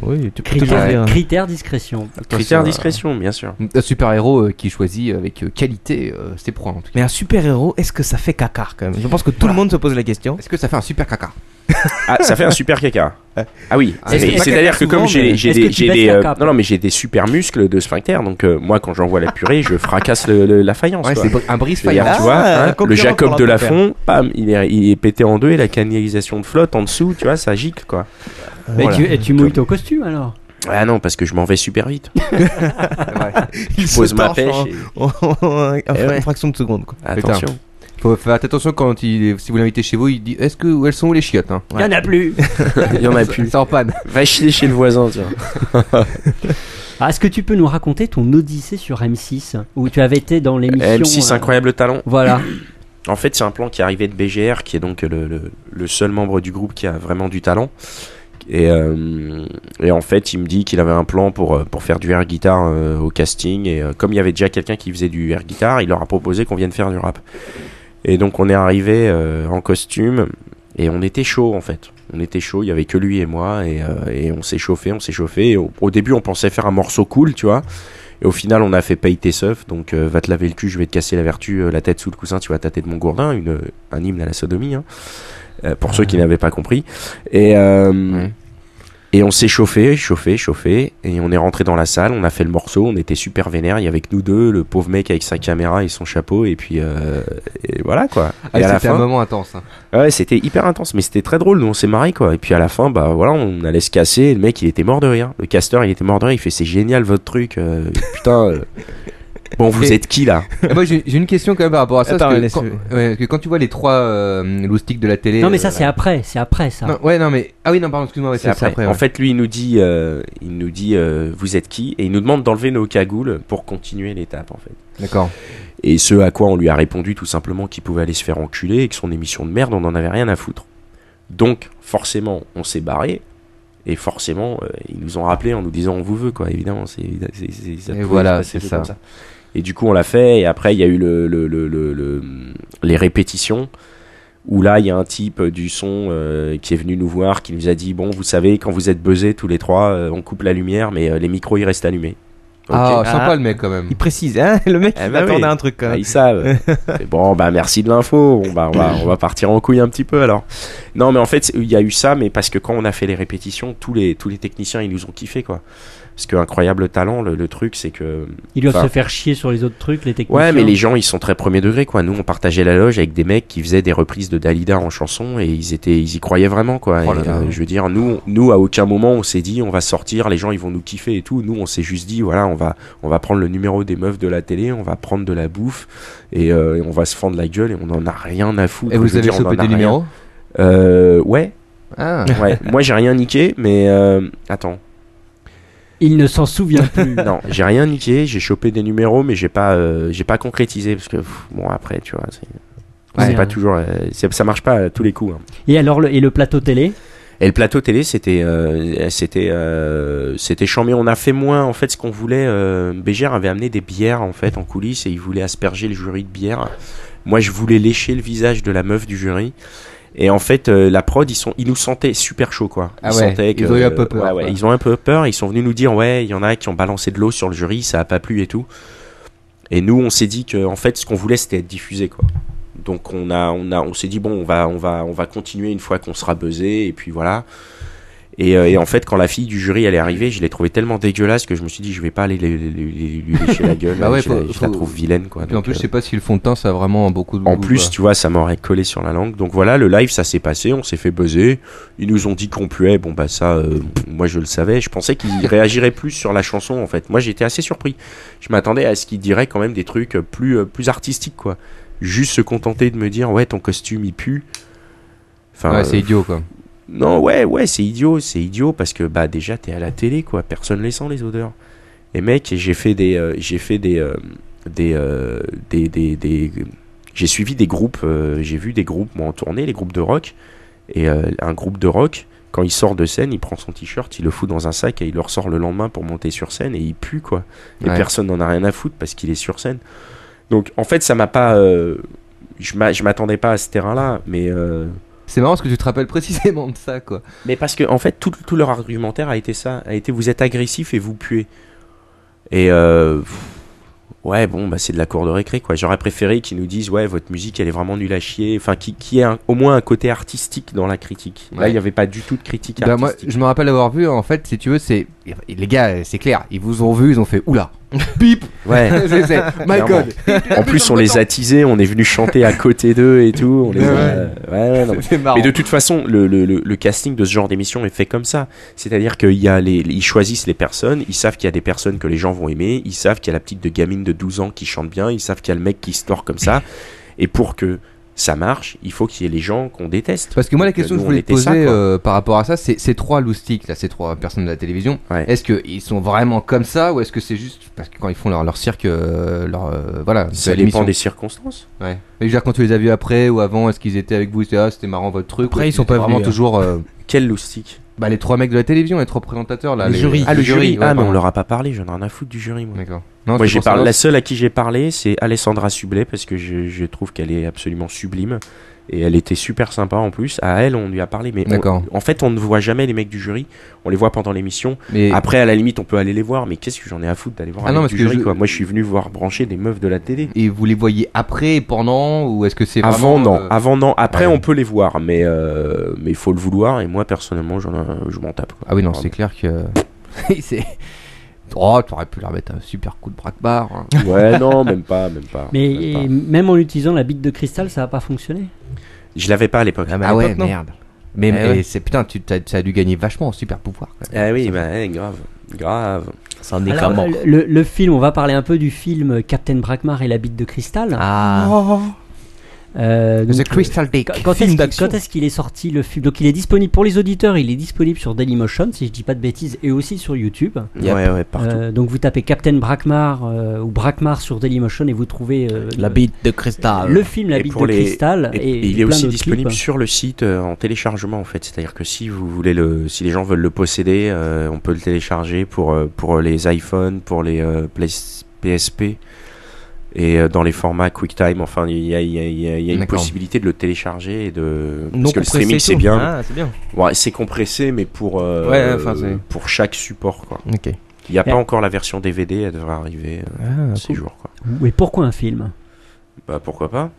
Speaker 7: Oui, tu
Speaker 5: Critères, critères discrétion.
Speaker 8: Critère discrétion, bien sûr.
Speaker 4: Un super-héros euh, qui choisit avec euh, qualité euh, ses points en tout cas.
Speaker 7: Mais un super-héros, est-ce que ça fait caca quand même Je pense que tout
Speaker 4: Bah.
Speaker 7: le monde se pose la
Speaker 4: [laughs]
Speaker 7: question.
Speaker 4: Est-ce que ça fait un super caca
Speaker 8: Ah, ça fait un super caca. Ah oui,
Speaker 7: Est-ce
Speaker 8: mais
Speaker 7: que-
Speaker 8: c'est-à-dire que
Speaker 7: souvent,
Speaker 8: comme j'ai
Speaker 7: mais
Speaker 8: j'ai
Speaker 7: est-ce que
Speaker 8: des,
Speaker 7: tu
Speaker 8: j'ai
Speaker 7: baisses
Speaker 8: des,
Speaker 7: la
Speaker 8: euh,
Speaker 7: cape
Speaker 8: non, non, mais j'ai des super muscles de sphincter, donc euh, moi quand j'envoie la purée, je fracasse le- le- la faïence.
Speaker 4: Ouais,
Speaker 8: quoi.
Speaker 4: c'est un brise
Speaker 8: C'est-à-dire,
Speaker 4: faïence.
Speaker 8: tu vois,
Speaker 4: Ah,
Speaker 8: hein,
Speaker 4: un
Speaker 8: le
Speaker 4: concurrent
Speaker 8: Jacob
Speaker 4: pour
Speaker 8: de
Speaker 4: la
Speaker 8: la
Speaker 4: paire.
Speaker 8: fond, pam, il est, il est pété en deux et la canalisation de flotte en dessous, tu vois, ça gicle quoi.
Speaker 5: Mais
Speaker 8: Euh, Voilà.
Speaker 5: tu, et tu mouilles ton costume alors
Speaker 8: Ah non, parce que je m'en vais super vite.
Speaker 7: Il
Speaker 8: Je pose
Speaker 7: se
Speaker 8: ma
Speaker 7: torche
Speaker 8: pêche
Speaker 7: en- en, [laughs] en-
Speaker 4: Eh
Speaker 7: en fraction de seconde. Quoi.
Speaker 8: Attention.
Speaker 4: Putain. Faut faire attention quand il, si vous l'invitez chez vous, il dit Est-ce que où elles sont où les chiottes hein
Speaker 5: Il y en a plus
Speaker 8: Il y en a plus.
Speaker 4: Ça en panne.
Speaker 8: Va chier chez le voisin, tu vois.
Speaker 5: Ah, Est-ce que tu peux nous raconter ton odyssée sur M6 où tu avais été dans l'émission
Speaker 8: M6,
Speaker 5: euh,
Speaker 8: incroyable talent.
Speaker 5: Voilà.
Speaker 8: En fait, c'est un plan qui est arrivé de BGR, qui est donc le, le- le seul membre du groupe qui a vraiment du talent. Et, euh, et en fait, il me dit qu'il avait un plan pour, euh, pour faire du air guitar euh, au casting. Et euh, comme il y avait déjà quelqu'un qui faisait du air guitar, il leur a proposé qu'on vienne faire du rap. Et donc, on est arrivé euh, en costume et on était chaud en fait. On était chaud, il y avait que lui et moi et, euh, et on s'est chauffé, on s'est chauffé. Et Au, au début, on pensait faire un morceau cool, tu vois. Et au final, on a fait paye tes seufs, donc euh, va te laver le cul, je vais te casser la vertu, euh, la tête sous le coussin, tu vas tâter de mon gourdin, une, un hymne à la sodomie, hein, euh, pour ceux qui n'avaient pas compris. Et, euh, et on s'est chauffé, chauffé, chauffé, et on est rentré dans la salle, on a fait le morceau, on était super vénère, il y avait que nous deux, le pauvre mec avec sa caméra et son chapeau, et puis euh, et voilà quoi.
Speaker 4: Ah,
Speaker 8: et à la
Speaker 4: C'était un
Speaker 8: fin-
Speaker 4: moment intense. hein.
Speaker 8: Ah Ouais, c'était hyper intense, mais c'était très drôle. Nous, on s'est marré, quoi. Et puis à la fin, bah voilà, on allait se casser. et le mec, il était mort de rire. Le casteur, il était mort de rire. Il fait, c'est génial votre truc. euh, [laughs] putain. euh. Bon, vous
Speaker 4: Et-
Speaker 8: êtes qui là
Speaker 4: Et Ah, moi j'ai j'ai une question quand même par rapport à ça.
Speaker 8: Attends,
Speaker 4: parce que
Speaker 8: laisse-
Speaker 4: quand, ouais, parce que quand tu vois les trois euh, loustiques de la télé.
Speaker 5: Non mais ça
Speaker 4: euh,
Speaker 5: c'est après, c'est après ça.
Speaker 4: Non, ouais, non, mais. Ah oui, non, pardon, excuse-moi, ouais, c'est c'est après.
Speaker 8: En
Speaker 4: ouais.
Speaker 8: fait, lui, il nous dit, euh, il nous dit, euh, vous êtes qui Et il nous demande d'enlever nos cagoules pour continuer l'étape, en fait.
Speaker 4: D'accord.
Speaker 8: Et ce à quoi on lui a répondu tout simplement qu'il pouvait aller se faire enculer et que son émission de merde, on n'en avait rien à foutre. Donc, forcément, on s'est barré. Et forcément, euh, ils nous ont rappelé en nous disant on vous veut, quoi, évidemment. C'est, c'est- c'est- ça
Speaker 4: Et
Speaker 8: pouvait
Speaker 4: voilà,
Speaker 8: se
Speaker 4: c'est
Speaker 8: passer que
Speaker 4: ça.
Speaker 8: comme Et du coup, on l'a fait, et après, il y a eu le, le- le- le- le- les répétitions, où là, il y a un type du son euh, qui est venu nous voir, qui nous a dit Bon, vous savez, quand vous êtes buzzés tous les trois, euh, on coupe la lumière, mais euh, les micros, ils restent allumés. Ok.
Speaker 4: Ah, sympa le mec quand même.
Speaker 7: Il précise, hein Le mec,
Speaker 8: Eh
Speaker 7: il
Speaker 4: bah
Speaker 8: ben
Speaker 7: attendait
Speaker 8: oui.
Speaker 7: un truc quand
Speaker 8: Ah,
Speaker 7: même.
Speaker 8: ils savent. Mais bon, bah merci de l'info. Bon, bah, on, va, on va partir en couille un petit peu alors. Non, mais en fait, il y a eu ça, mais parce que quand on a fait les répétitions, tous les, tous les techniciens, ils nous ont kiffé quoi. Parce que incroyable talent, le, le truc, c'est que.
Speaker 5: Ils doivent
Speaker 8: enfin,
Speaker 5: se faire chier sur les autres trucs, les techniciens.
Speaker 8: Ouais,
Speaker 4: euh,
Speaker 8: mais les gens, ils sont très premier degré, quoi. Nous, on partageait la loge avec des mecs qui faisaient des reprises de Dalida en chanson et ils étaient, ils y croyaient vraiment, quoi.
Speaker 4: Oh là
Speaker 8: Et,
Speaker 4: là.
Speaker 8: euh, je veux dire, nous, nous, à aucun moment, on s'est dit, on va sortir, les gens, ils vont nous kiffer et tout. Nous, on s'est juste dit, voilà, on va, on va prendre le numéro des meufs de la télé, on va prendre de la bouffe et, euh, et on va se fendre la gueule et on en a rien à foutre.
Speaker 4: Et
Speaker 8: Je
Speaker 4: vous
Speaker 8: veux
Speaker 4: avez
Speaker 8: dire, on en
Speaker 4: chopé
Speaker 8: a
Speaker 4: des
Speaker 8: rien.
Speaker 4: numéros
Speaker 8: Euh, ouais,
Speaker 4: Ah,
Speaker 8: ouais. Moi, j'ai rien niqué, mais euh, attends.
Speaker 5: Ils ne s'en souviennent
Speaker 8: [laughs]
Speaker 5: plus.
Speaker 8: Non, j'ai rien niqué, j'ai chopé des numéros, mais j'ai pas, euh, j'ai pas concrétisé parce que pff, bon après, tu vois, c'est
Speaker 5: Ouais.
Speaker 8: c'est pas toujours, euh, c'est- ça marche pas à tous les coups. hein.
Speaker 5: Et alors, le, et le plateau télé
Speaker 8: Et le plateau télé, c'était, euh, c'était, euh, c'était chambé. On a fait moins en fait ce qu'on voulait. Euh, Bégère avait amené des bières en fait en coulisses et il voulait asperger le jury de bière. Moi, je voulais lécher le visage de la meuf du jury. Et en fait, euh, la prod, ils sont, ils nous sentaient super chaud, quoi. Ils
Speaker 4: Ah ouais,
Speaker 8: sentaient
Speaker 4: ils ont eu un peu peur,
Speaker 8: ouais, ouais,
Speaker 4: quoi.
Speaker 8: ils ont un peu peur. Ils sont venus nous dire, ouais, il y en a qui ont balancé de l'eau sur le jury, ça a pas plu et tout. Et nous, on s'est dit que, en fait, ce qu'on voulait, c'était être diffusé, quoi. Donc on a, on a, on s'est dit bon, on va, on va, on va continuer une fois qu'on sera buzzé et puis voilà. Et, euh, et en fait, quand la fille du jury elle est arrivée, je l'ai trouvée tellement dégueulasse que je me suis dit je vais pas aller lui, lui- lui- lui lécher la gueule.
Speaker 4: Bah ouais,
Speaker 8: je, la-
Speaker 4: faut-
Speaker 8: je la
Speaker 4: faut-
Speaker 8: trouve vilaine quoi.
Speaker 4: Puis en
Speaker 8: Donc,
Speaker 4: plus,
Speaker 8: euh,
Speaker 4: je sais pas si le fond de teint ça a vraiment beaucoup de
Speaker 8: en
Speaker 4: goût,
Speaker 8: plus,
Speaker 4: quoi.
Speaker 8: tu vois, ça m'aurait collé sur la langue. Donc voilà, le live, ça s'est passé, on s'est fait buzzer. Ils nous ont dit qu'on puait. Bon, bah ça, euh, moi je le savais. Je pensais qu'ils réagiraient plus sur la chanson, en fait. Moi, j'étais assez surpris. Je m'attendais à ce qu'ils diraient quand même des trucs plus, euh, plus artistiques, quoi. Juste se contenter de me dire, ouais, ton costume, il pue. Enfin,
Speaker 4: Ouais, c'est
Speaker 8: euh,
Speaker 4: idiot quoi.
Speaker 8: non, ouais, ouais, c'est idiot, c'est idiot parce que bah déjà t'es à la télé quoi, personne les sent les odeurs. Et mec, j'ai fait des, euh, j'ai fait des, euh, des, euh, des, des, des- j'ai suivi des groupes, euh, j'ai vu des groupes moi en tournée, les groupes de rock. Et euh, un groupe de rock, quand il sort de scène, il prend son t-shirt, il le fout dans un sac et il le ressort le lendemain pour monter sur scène et il pue quoi. Et
Speaker 4: Ouais.
Speaker 8: personne n'en a rien à foutre parce qu'il est sur scène. Donc en fait, ça m'a pas, euh, je m'a- je m'attendais pas à ce terrain-là, mais euh,
Speaker 4: C'est marrant parce que tu te rappelles précisément de ça quoi.
Speaker 8: mais parce que en fait tout, tout leur argumentaire a été ça, a été vous êtes agressif et vous puez. Et euh, pff, ouais bon bah c'est de la cour de récré quoi. J'aurais préféré qu'ils nous disent ouais votre musique elle est vraiment nulle à chier, enfin qui qui ait un- au moins un côté artistique dans la critique. Là
Speaker 4: Ouais.
Speaker 8: il n'y avait pas du tout de critique
Speaker 4: Bah, moi,
Speaker 8: artistique.
Speaker 4: je me rappelle avoir vu en fait, si tu veux, c'est. Les gars, c'est clair, ils vous ont vu, ils ont fait oula. [laughs] Bip
Speaker 8: Ouais.
Speaker 4: C'est-
Speaker 8: [laughs]
Speaker 4: c'est- My
Speaker 8: Clairement.
Speaker 4: god
Speaker 8: en plus on les a teasés, on est venu chanter à côté d'eux et tout. On les a-
Speaker 4: Ouais.
Speaker 8: ouais, ouais, non, mais-
Speaker 4: C'était marrant.
Speaker 8: Mais de toute façon, le, le- le- le casting de ce genre d'émission est fait comme ça. C'est-à-dire qu'il y a les, les- ils choisissent les personnes, ils savent qu'il y a des personnes que les gens vont aimer, ils savent qu'il y a la petite de gamine de 12 ans qui chante bien, ils savent qu'il y a le mec qui se tord
Speaker 4: [laughs]
Speaker 8: comme ça. Et pour que ça marche, il faut qu'il y ait les gens qu'on déteste.
Speaker 4: Parce que moi, la
Speaker 8: Donc,
Speaker 4: question
Speaker 8: nous,
Speaker 4: que je
Speaker 8: on
Speaker 4: voulais te
Speaker 8: était
Speaker 4: poser
Speaker 8: ça, quoi.
Speaker 4: euh, par rapport à ça, c'est ces trois loustiques, là, ces trois personnes de la télévision,
Speaker 8: Ouais.
Speaker 4: est-ce qu'ils sont vraiment comme ça ou est-ce que c'est juste parce que quand ils font leur, leur cirque, euh, leur. euh, voilà,
Speaker 8: ça
Speaker 4: de
Speaker 8: dépend
Speaker 4: l'émission.
Speaker 8: des circonstances.
Speaker 4: Ouais. Mais je veux dire, quand tu les as vus après ou avant, est-ce qu'ils étaient avec vous C'était ah, c'était marrant votre truc.
Speaker 7: Après,
Speaker 4: ou est-ce
Speaker 7: ils
Speaker 4: qu'ils
Speaker 7: sont
Speaker 4: étaient
Speaker 7: pas
Speaker 4: vraiment
Speaker 7: venus, hein.
Speaker 4: toujours. euh,
Speaker 8: Quel loustic
Speaker 4: bah, les trois mecs de la télévision, les trois présentateurs, là.
Speaker 7: Le jury.
Speaker 8: Ah, le
Speaker 4: ouais,
Speaker 8: jury. Ah, mais on
Speaker 4: pardon.
Speaker 8: leur a pas parlé, j'en ai rien à foutre du jury, moi.
Speaker 4: D'accord. Non,
Speaker 8: Moi,
Speaker 4: c'est
Speaker 8: j'ai
Speaker 4: pour ça,
Speaker 8: parlé.
Speaker 4: non,
Speaker 8: La seule à qui j'ai parlé, c'est Alessandra Sublet parce que je, je trouve qu'elle est absolument sublime et elle était super sympa en plus. À elle, on lui a parlé, mais on-
Speaker 4: D'accord.
Speaker 8: en fait, on ne voit jamais les mecs du jury. On les voit pendant l'émission.
Speaker 4: Mais
Speaker 8: Après, à la Ah. limite, on peut aller les voir, mais qu'est-ce que j'en ai à foutre d'aller voir
Speaker 4: Ah
Speaker 8: un
Speaker 4: non,
Speaker 8: mec
Speaker 4: parce
Speaker 8: du
Speaker 4: que
Speaker 8: jury
Speaker 4: je-
Speaker 8: quoi. Moi, je suis venu voir brancher des meufs de la télé.
Speaker 4: et vous les voyez après, pendant, ou est-ce que
Speaker 7: Ah
Speaker 4: c'est
Speaker 8: Avant
Speaker 4: vraiment,
Speaker 8: non,
Speaker 4: euh,
Speaker 8: avant non. Après,
Speaker 4: ouais.
Speaker 8: on peut les voir, mais euh, mais il faut le vouloir. Et moi, personnellement, j'en ai- je m'en tape. quoi.
Speaker 4: Ah oui, non,
Speaker 8: Vraiment.
Speaker 4: c'est clair que. [laughs] c'est. Oh, t'aurais pu leur mettre un super coup de braque-barre. hein.
Speaker 8: Ouais, non, même pas, même pas.
Speaker 5: Mais
Speaker 8: même pas.
Speaker 5: et même en utilisant la bite de cristal, ça va pas fonctionner.
Speaker 8: je l'avais pas à l'époque.
Speaker 4: Ah,
Speaker 7: bah, à
Speaker 4: ouais,
Speaker 7: l'époque, non.
Speaker 4: merde. Mais,
Speaker 7: Eh
Speaker 4: mais
Speaker 7: ouais.
Speaker 4: c'est putain, tu as, dû gagner vachement en super pouvoir. quoi.
Speaker 8: Ah oui, bah, eh, grave, grave.
Speaker 7: Ça en est
Speaker 5: Alors,
Speaker 7: comment
Speaker 5: le, le-
Speaker 8: Ah.
Speaker 5: le film, on va parler un peu du film Captain Brackmar et la bite de cristal.
Speaker 7: Ah,
Speaker 5: Euh,
Speaker 4: Oh. The
Speaker 5: donc,
Speaker 4: Crystal
Speaker 5: euh,
Speaker 4: Lake.
Speaker 5: quand- Quand
Speaker 4: Film
Speaker 5: est-ce qu'il-
Speaker 4: d'action.
Speaker 5: quand est-ce qu'il est sorti le film Donc il est disponible pour les auditeurs, il est disponible sur Dailymotion, si je dis pas de bêtises, et aussi sur YouTube.
Speaker 8: Yep. Ouais, ouais, partout.
Speaker 5: Euh, donc vous tapez Captain Brackmar euh, ou Brackmar sur Dailymotion et vous trouvez euh,
Speaker 7: La
Speaker 5: le-
Speaker 7: bite de cristal.
Speaker 5: Le film La
Speaker 8: Et
Speaker 5: bite
Speaker 8: pour
Speaker 5: de
Speaker 8: les-
Speaker 5: cristal.
Speaker 8: et-
Speaker 5: Et,
Speaker 8: et il
Speaker 5: plein
Speaker 8: est aussi
Speaker 5: d'autres
Speaker 8: disponible
Speaker 5: clips.
Speaker 8: sur le site euh, en téléchargement en fait. C'est-à-dire que si vous voulez le, si les gens veulent le posséder, euh, on peut le télécharger pour euh, pour les iPhone, pour les euh, Play- PSP et euh, dans les formats QuickTime. Enfin, il y a, il y a- il y a- il y a une
Speaker 4: D'accord.
Speaker 8: possibilité de le télécharger et de
Speaker 7: Non
Speaker 8: parce que le
Speaker 7: compressé
Speaker 8: streaming
Speaker 7: et
Speaker 8: c'est
Speaker 7: tout.
Speaker 8: bien.
Speaker 7: Ah, c'est bien.
Speaker 8: Ouais, c'est compressé, mais pour euh,
Speaker 7: Ouais, enfin, c'est-
Speaker 8: pour chaque support quoi.
Speaker 7: Ok.
Speaker 8: Il n'y a pas
Speaker 5: Ouais.
Speaker 8: encore la version DVD, elle devrait arriver euh,
Speaker 7: Ah,
Speaker 8: ces
Speaker 7: cool.
Speaker 8: jours quoi.
Speaker 5: Oui, pourquoi un film
Speaker 8: Bah pourquoi pas.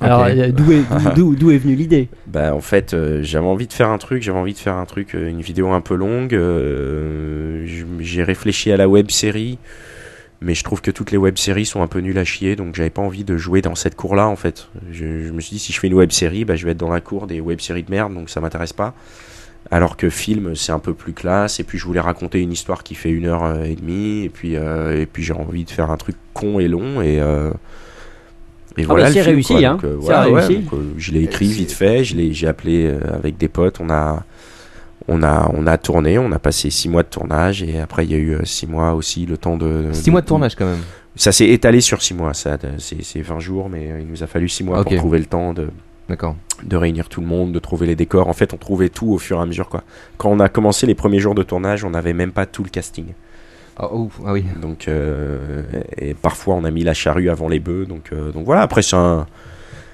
Speaker 5: Alors euh, d'où est, d'où- d'où est venue l'idée
Speaker 8: Bah en fait, euh, j'avais envie de faire un truc, j'avais envie de faire un truc, euh, une vidéo un peu longue. euh, je- j'ai réfléchi à la web série, mais je trouve que toutes les web séries sont un peu nulles à chier, donc j'avais pas envie de jouer dans cette cour-là en fait. Je, je me suis dit si je fais une web série, bah je vais être dans la cour des web séries de merde, donc ça m'intéresse pas. Alors que film, c'est un peu plus classe. Et puis je voulais raconter une histoire qui fait une heure euh, et demie. Et puis euh, et puis j'ai envie de faire un truc con et long et euh, et
Speaker 5: Ah bah,
Speaker 8: le
Speaker 5: c'est
Speaker 8: film,
Speaker 5: réussi,
Speaker 8: quoi.
Speaker 5: hein.
Speaker 8: Donc, euh,
Speaker 5: C'est
Speaker 8: voilà, ouais,
Speaker 5: réussi.
Speaker 8: donc, euh, je l'ai écrit vite fait, je l'ai, j'ai appelé euh, avec des potes, on a, on a, on a tourné, on a passé six mois de tournage et après il y a eu euh, six mois aussi le temps de.
Speaker 4: 6 mois de tournage quand même.
Speaker 8: Ça s'est étalé sur six mois, ça, de- c'est, c'est 20 jours, mais euh, il nous a fallu six mois
Speaker 4: Ah, ok.
Speaker 8: pour trouver le temps de,
Speaker 4: D'accord.
Speaker 8: de réunir tout le monde, de trouver les décors. En fait, on trouvait tout au fur et à mesure quoi. Quand on a commencé les premiers jours de tournage, on n'avait même pas tout le casting.
Speaker 4: Ah, ouf, ah oui.
Speaker 8: Donc, euh, et parfois on a mis la charrue avant les bœufs. Donc, euh, donc voilà. Après, c'est un,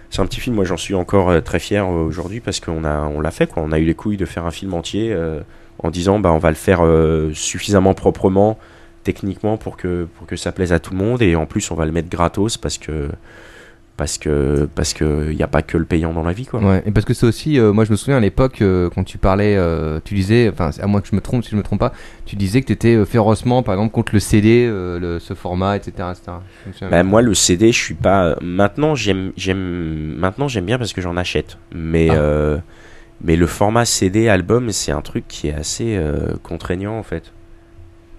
Speaker 8: c'est un petit film. Moi, j'en suis encore euh, très fier euh, aujourd'hui parce qu'on a, on l'a fait quoi. On a eu les couilles de faire un film entier euh, en disant, bah, on va le faire euh, suffisamment proprement, techniquement pour que, pour que ça plaise à tout le monde. Et en plus, on va le mettre gratos parce que, parce que, parce que il n'y a pas que le payant dans la vie quoi.
Speaker 4: Ouais, et parce que c'est aussi, euh, moi je me souviens à l'époque euh, quand tu parlais, euh, tu disais, enfin à moins que je me trompe, si je me trompe pas, tu disais que tu étais férocement par exemple contre le CD, euh, le- ce format, etc. etc. Je me souviens.
Speaker 8: Bah, moi le CD je suis pas maintenant j'aime j'aime maintenant j'aime bien parce que j'en achète mais
Speaker 4: Ah.
Speaker 8: euh, mais le format CD album c'est un truc qui est assez euh, contraignant en fait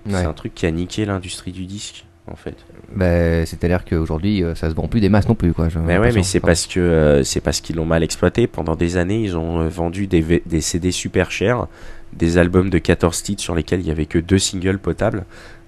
Speaker 4: Ouais.
Speaker 8: c'est un truc qui a niqué l'industrie du disque en fait
Speaker 4: Bah, C'est-à-dire qu'aujourd'hui euh, ça se vend plus des masses non plus quoi. hein. j'ai
Speaker 8: mais ouais
Speaker 4: l'impression.
Speaker 8: mais c'est
Speaker 4: Enfin,
Speaker 8: parce que euh, c'est parce qu'ils l'ont mal exploité pendant des années ils ont euh, vendu des, V- des CD super chers des albums de 14 titres sur lesquels il y avait que deux singles potables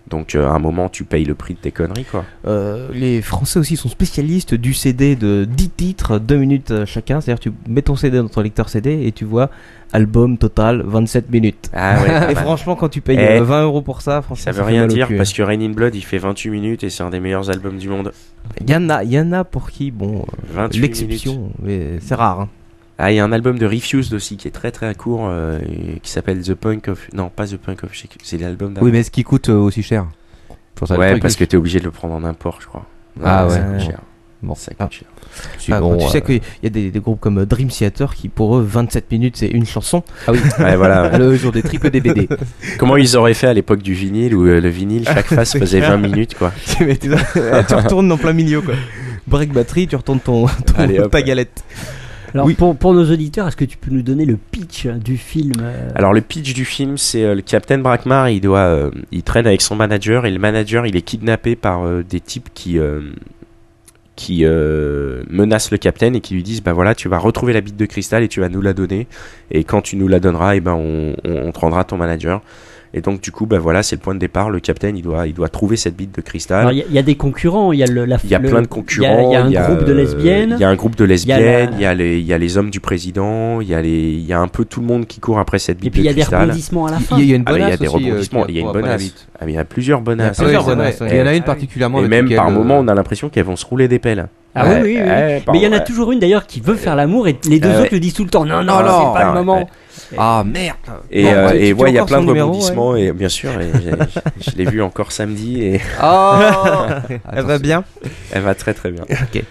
Speaker 8: donc euh, à un moment tu payes le prix de tes conneries quoi
Speaker 7: Euh, les Français aussi sont spécialistes du CD de 10 titres, 2 minutes euh, chacun. C'est-à-dire, tu mets ton CD dans ton lecteur CD et tu vois album total 27 minutes.
Speaker 8: ah [laughs] ouais
Speaker 7: et
Speaker 8: bah,
Speaker 7: franchement, quand tu payes
Speaker 8: Eh,
Speaker 7: euh, 20 euros pour ça, franchement,
Speaker 8: Ça veut
Speaker 7: fait
Speaker 8: rien
Speaker 7: mal au
Speaker 8: dire
Speaker 7: cul.
Speaker 4: hein.
Speaker 8: parce que Rain in Blood il fait 28 minutes et c'est un des meilleurs albums du monde.
Speaker 7: Il y en hein. a, il y en a pour qui, bon, euh,
Speaker 8: 28 minutes.
Speaker 7: l'exception, mais c'est rare. hein.
Speaker 8: Ah, il y a un album de Refused aussi qui est très très court euh, et qui s'appelle The Punk of. Non, pas The Punk of Chic- c'est l'album d'avant.
Speaker 4: Oui, mais est-ce qu'il coûte euh, aussi cher Pour ça, le
Speaker 8: ouais,
Speaker 4: truc,
Speaker 8: parce
Speaker 4: oui.
Speaker 8: que t'es obligé de le prendre en import, je crois.
Speaker 4: Ah
Speaker 8: ça
Speaker 4: ouais.
Speaker 8: coûte cher.
Speaker 4: Bon.
Speaker 8: Ça coûte
Speaker 7: Ah.
Speaker 8: cher.
Speaker 7: Ah,
Speaker 4: bon,
Speaker 7: quand tu
Speaker 4: euh,
Speaker 7: sais qu'il y a des, des groupes comme euh, Dream Theater qui, pour eux, 27 minutes, c'est une chanson. [laughs]
Speaker 4: Ah oui,
Speaker 8: Ouais, voilà. ouais.
Speaker 4: le jour des triples
Speaker 8: [laughs]
Speaker 4: DBD.
Speaker 8: Comment ils auraient fait à l'époque du vinyle où euh, le vinyle,
Speaker 4: [laughs]
Speaker 8: chaque face faisait 20 minutes quoi.
Speaker 7: tu mets tes- [laughs] tu retournes en plein milieu, quoi. Break batterie, tu retournes ton, ton-
Speaker 8: Allez, hop,
Speaker 7: ta
Speaker 8: ouais.
Speaker 7: galette.
Speaker 5: Alors
Speaker 7: Oui.
Speaker 5: pour, pour nos auditeurs, est-ce que tu peux nous donner le pitch du film euh,
Speaker 8: Alors le pitch du film, c'est euh, le Captain Brackmar, il doit, euh, il traîne avec son manager et le manager, il est kidnappé par euh, des types qui euh, qui euh, menacent le Captain et qui lui disent bah voilà, tu vas retrouver la bite de cristal et tu vas nous la donner et quand tu nous la donneras, et ben on, on, on te rendra ton manager. Et donc du coup bah voilà, c'est le point de départ. Le Captain, il doit, il doit trouver cette bite de cristal.
Speaker 5: alors, il y, a- il y a des concurrents, il y a le, la
Speaker 8: Il y a
Speaker 5: le-
Speaker 8: plein
Speaker 5: il y
Speaker 8: de
Speaker 5: a-
Speaker 8: concurrents.
Speaker 5: Il y a un groupe de
Speaker 8: euh,
Speaker 5: lesbiennes.
Speaker 8: Il y a un groupe de lesbiennes.
Speaker 5: la-
Speaker 8: Il y a les, il y a les hommes du président. Il y a les, il y a un peu tout le monde qui court après cette
Speaker 5: Et
Speaker 8: bite
Speaker 5: puis il y
Speaker 8: de
Speaker 5: a des
Speaker 8: cristal.
Speaker 5: rebondissements à la fin.
Speaker 4: Il y a une
Speaker 8: Ah, mais il y a
Speaker 4: bonasse
Speaker 8: des
Speaker 4: aussi, euh,
Speaker 8: rebondissements,
Speaker 4: qui
Speaker 8: il y a une
Speaker 4: apprend après la
Speaker 8: bonnasse.
Speaker 4: vite.
Speaker 8: Ah, mais il y a plusieurs bonasses.
Speaker 4: Ah oui,
Speaker 7: plusieurs
Speaker 4: c'est vrai,
Speaker 7: bonasses,
Speaker 4: c'est vrai. Il y en a
Speaker 8: Et
Speaker 4: une particulièrement.
Speaker 8: Et
Speaker 4: avec
Speaker 8: même
Speaker 4: laquelle,
Speaker 8: par
Speaker 4: euh,
Speaker 8: moment, on a l'impression qu'elles vont se rouler des pelles.
Speaker 5: Ah oui, oui, oui.
Speaker 8: Ouais, par-
Speaker 5: Mais il y en a
Speaker 8: ouais.
Speaker 5: toujours une d'ailleurs qui veut faire l'amour et les deux
Speaker 8: Ah ouais.
Speaker 5: autres le disent tout le temps. Non, non,
Speaker 4: Ah non,
Speaker 5: c'est pas
Speaker 8: ah
Speaker 5: le
Speaker 8: ouais,
Speaker 5: moment.
Speaker 8: ouais.
Speaker 4: Ah merde
Speaker 8: Et,
Speaker 7: Bon,
Speaker 8: euh,
Speaker 7: ouais,
Speaker 8: et
Speaker 7: tu
Speaker 8: ouais,
Speaker 7: dis
Speaker 8: il y a
Speaker 7: encore
Speaker 8: plein de
Speaker 7: son numéro,
Speaker 8: rebondissements, et bien sûr, et j'ai- j'ai- [laughs] je l'ai vu encore samedi, et [laughs]
Speaker 4: Oh
Speaker 7: [laughs]
Speaker 4: Eh
Speaker 7: Elle va bien.
Speaker 8: elle va très très bien.
Speaker 7: Ok.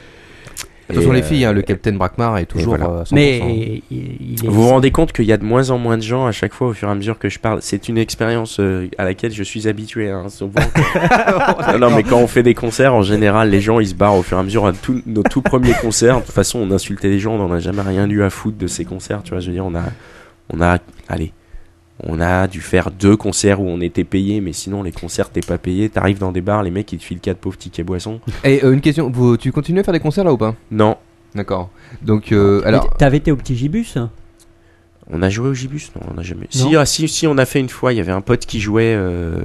Speaker 4: Attention
Speaker 8: Et,
Speaker 4: les
Speaker 8: euh,
Speaker 4: filles, hein, le Captain Brackmar est toujours
Speaker 8: voilà.
Speaker 4: euh, 100%.
Speaker 5: Mais il il est.
Speaker 8: Vous vous rendez compte qu'il y a de moins en moins de gens à chaque fois au fur et à mesure que je parle. C'est une expérience euh, à laquelle je suis habitué. Hein, souvent. non, non, mais quand on fait des concerts, en général, les gens ils se barrent au fur et à mesure. À tout- nos tout premiers concerts, de toute façon, on insultait les gens, on n'en a jamais rien eu à foutre de ces concerts. Tu vois, je veux dire, on a, on a, allez, on a dû faire deux concerts où on était payé, mais sinon les concerts t'es pas payé. T'arrives dans des bars, les mecs ils te filent quatre pauvres tickets boissons.
Speaker 4: Et euh, une question, vous, tu continues à faire des concerts là ou pas
Speaker 8: Non,
Speaker 4: D'accord. Donc, euh,
Speaker 8: Ah,
Speaker 4: alors.
Speaker 5: Mais T'avais été au petit gibus
Speaker 8: On a joué au Gibus Non, on n'a jamais.
Speaker 5: Non.
Speaker 8: Si, ah, si, si, on a fait une fois. Il y avait un pote qui jouait. euh,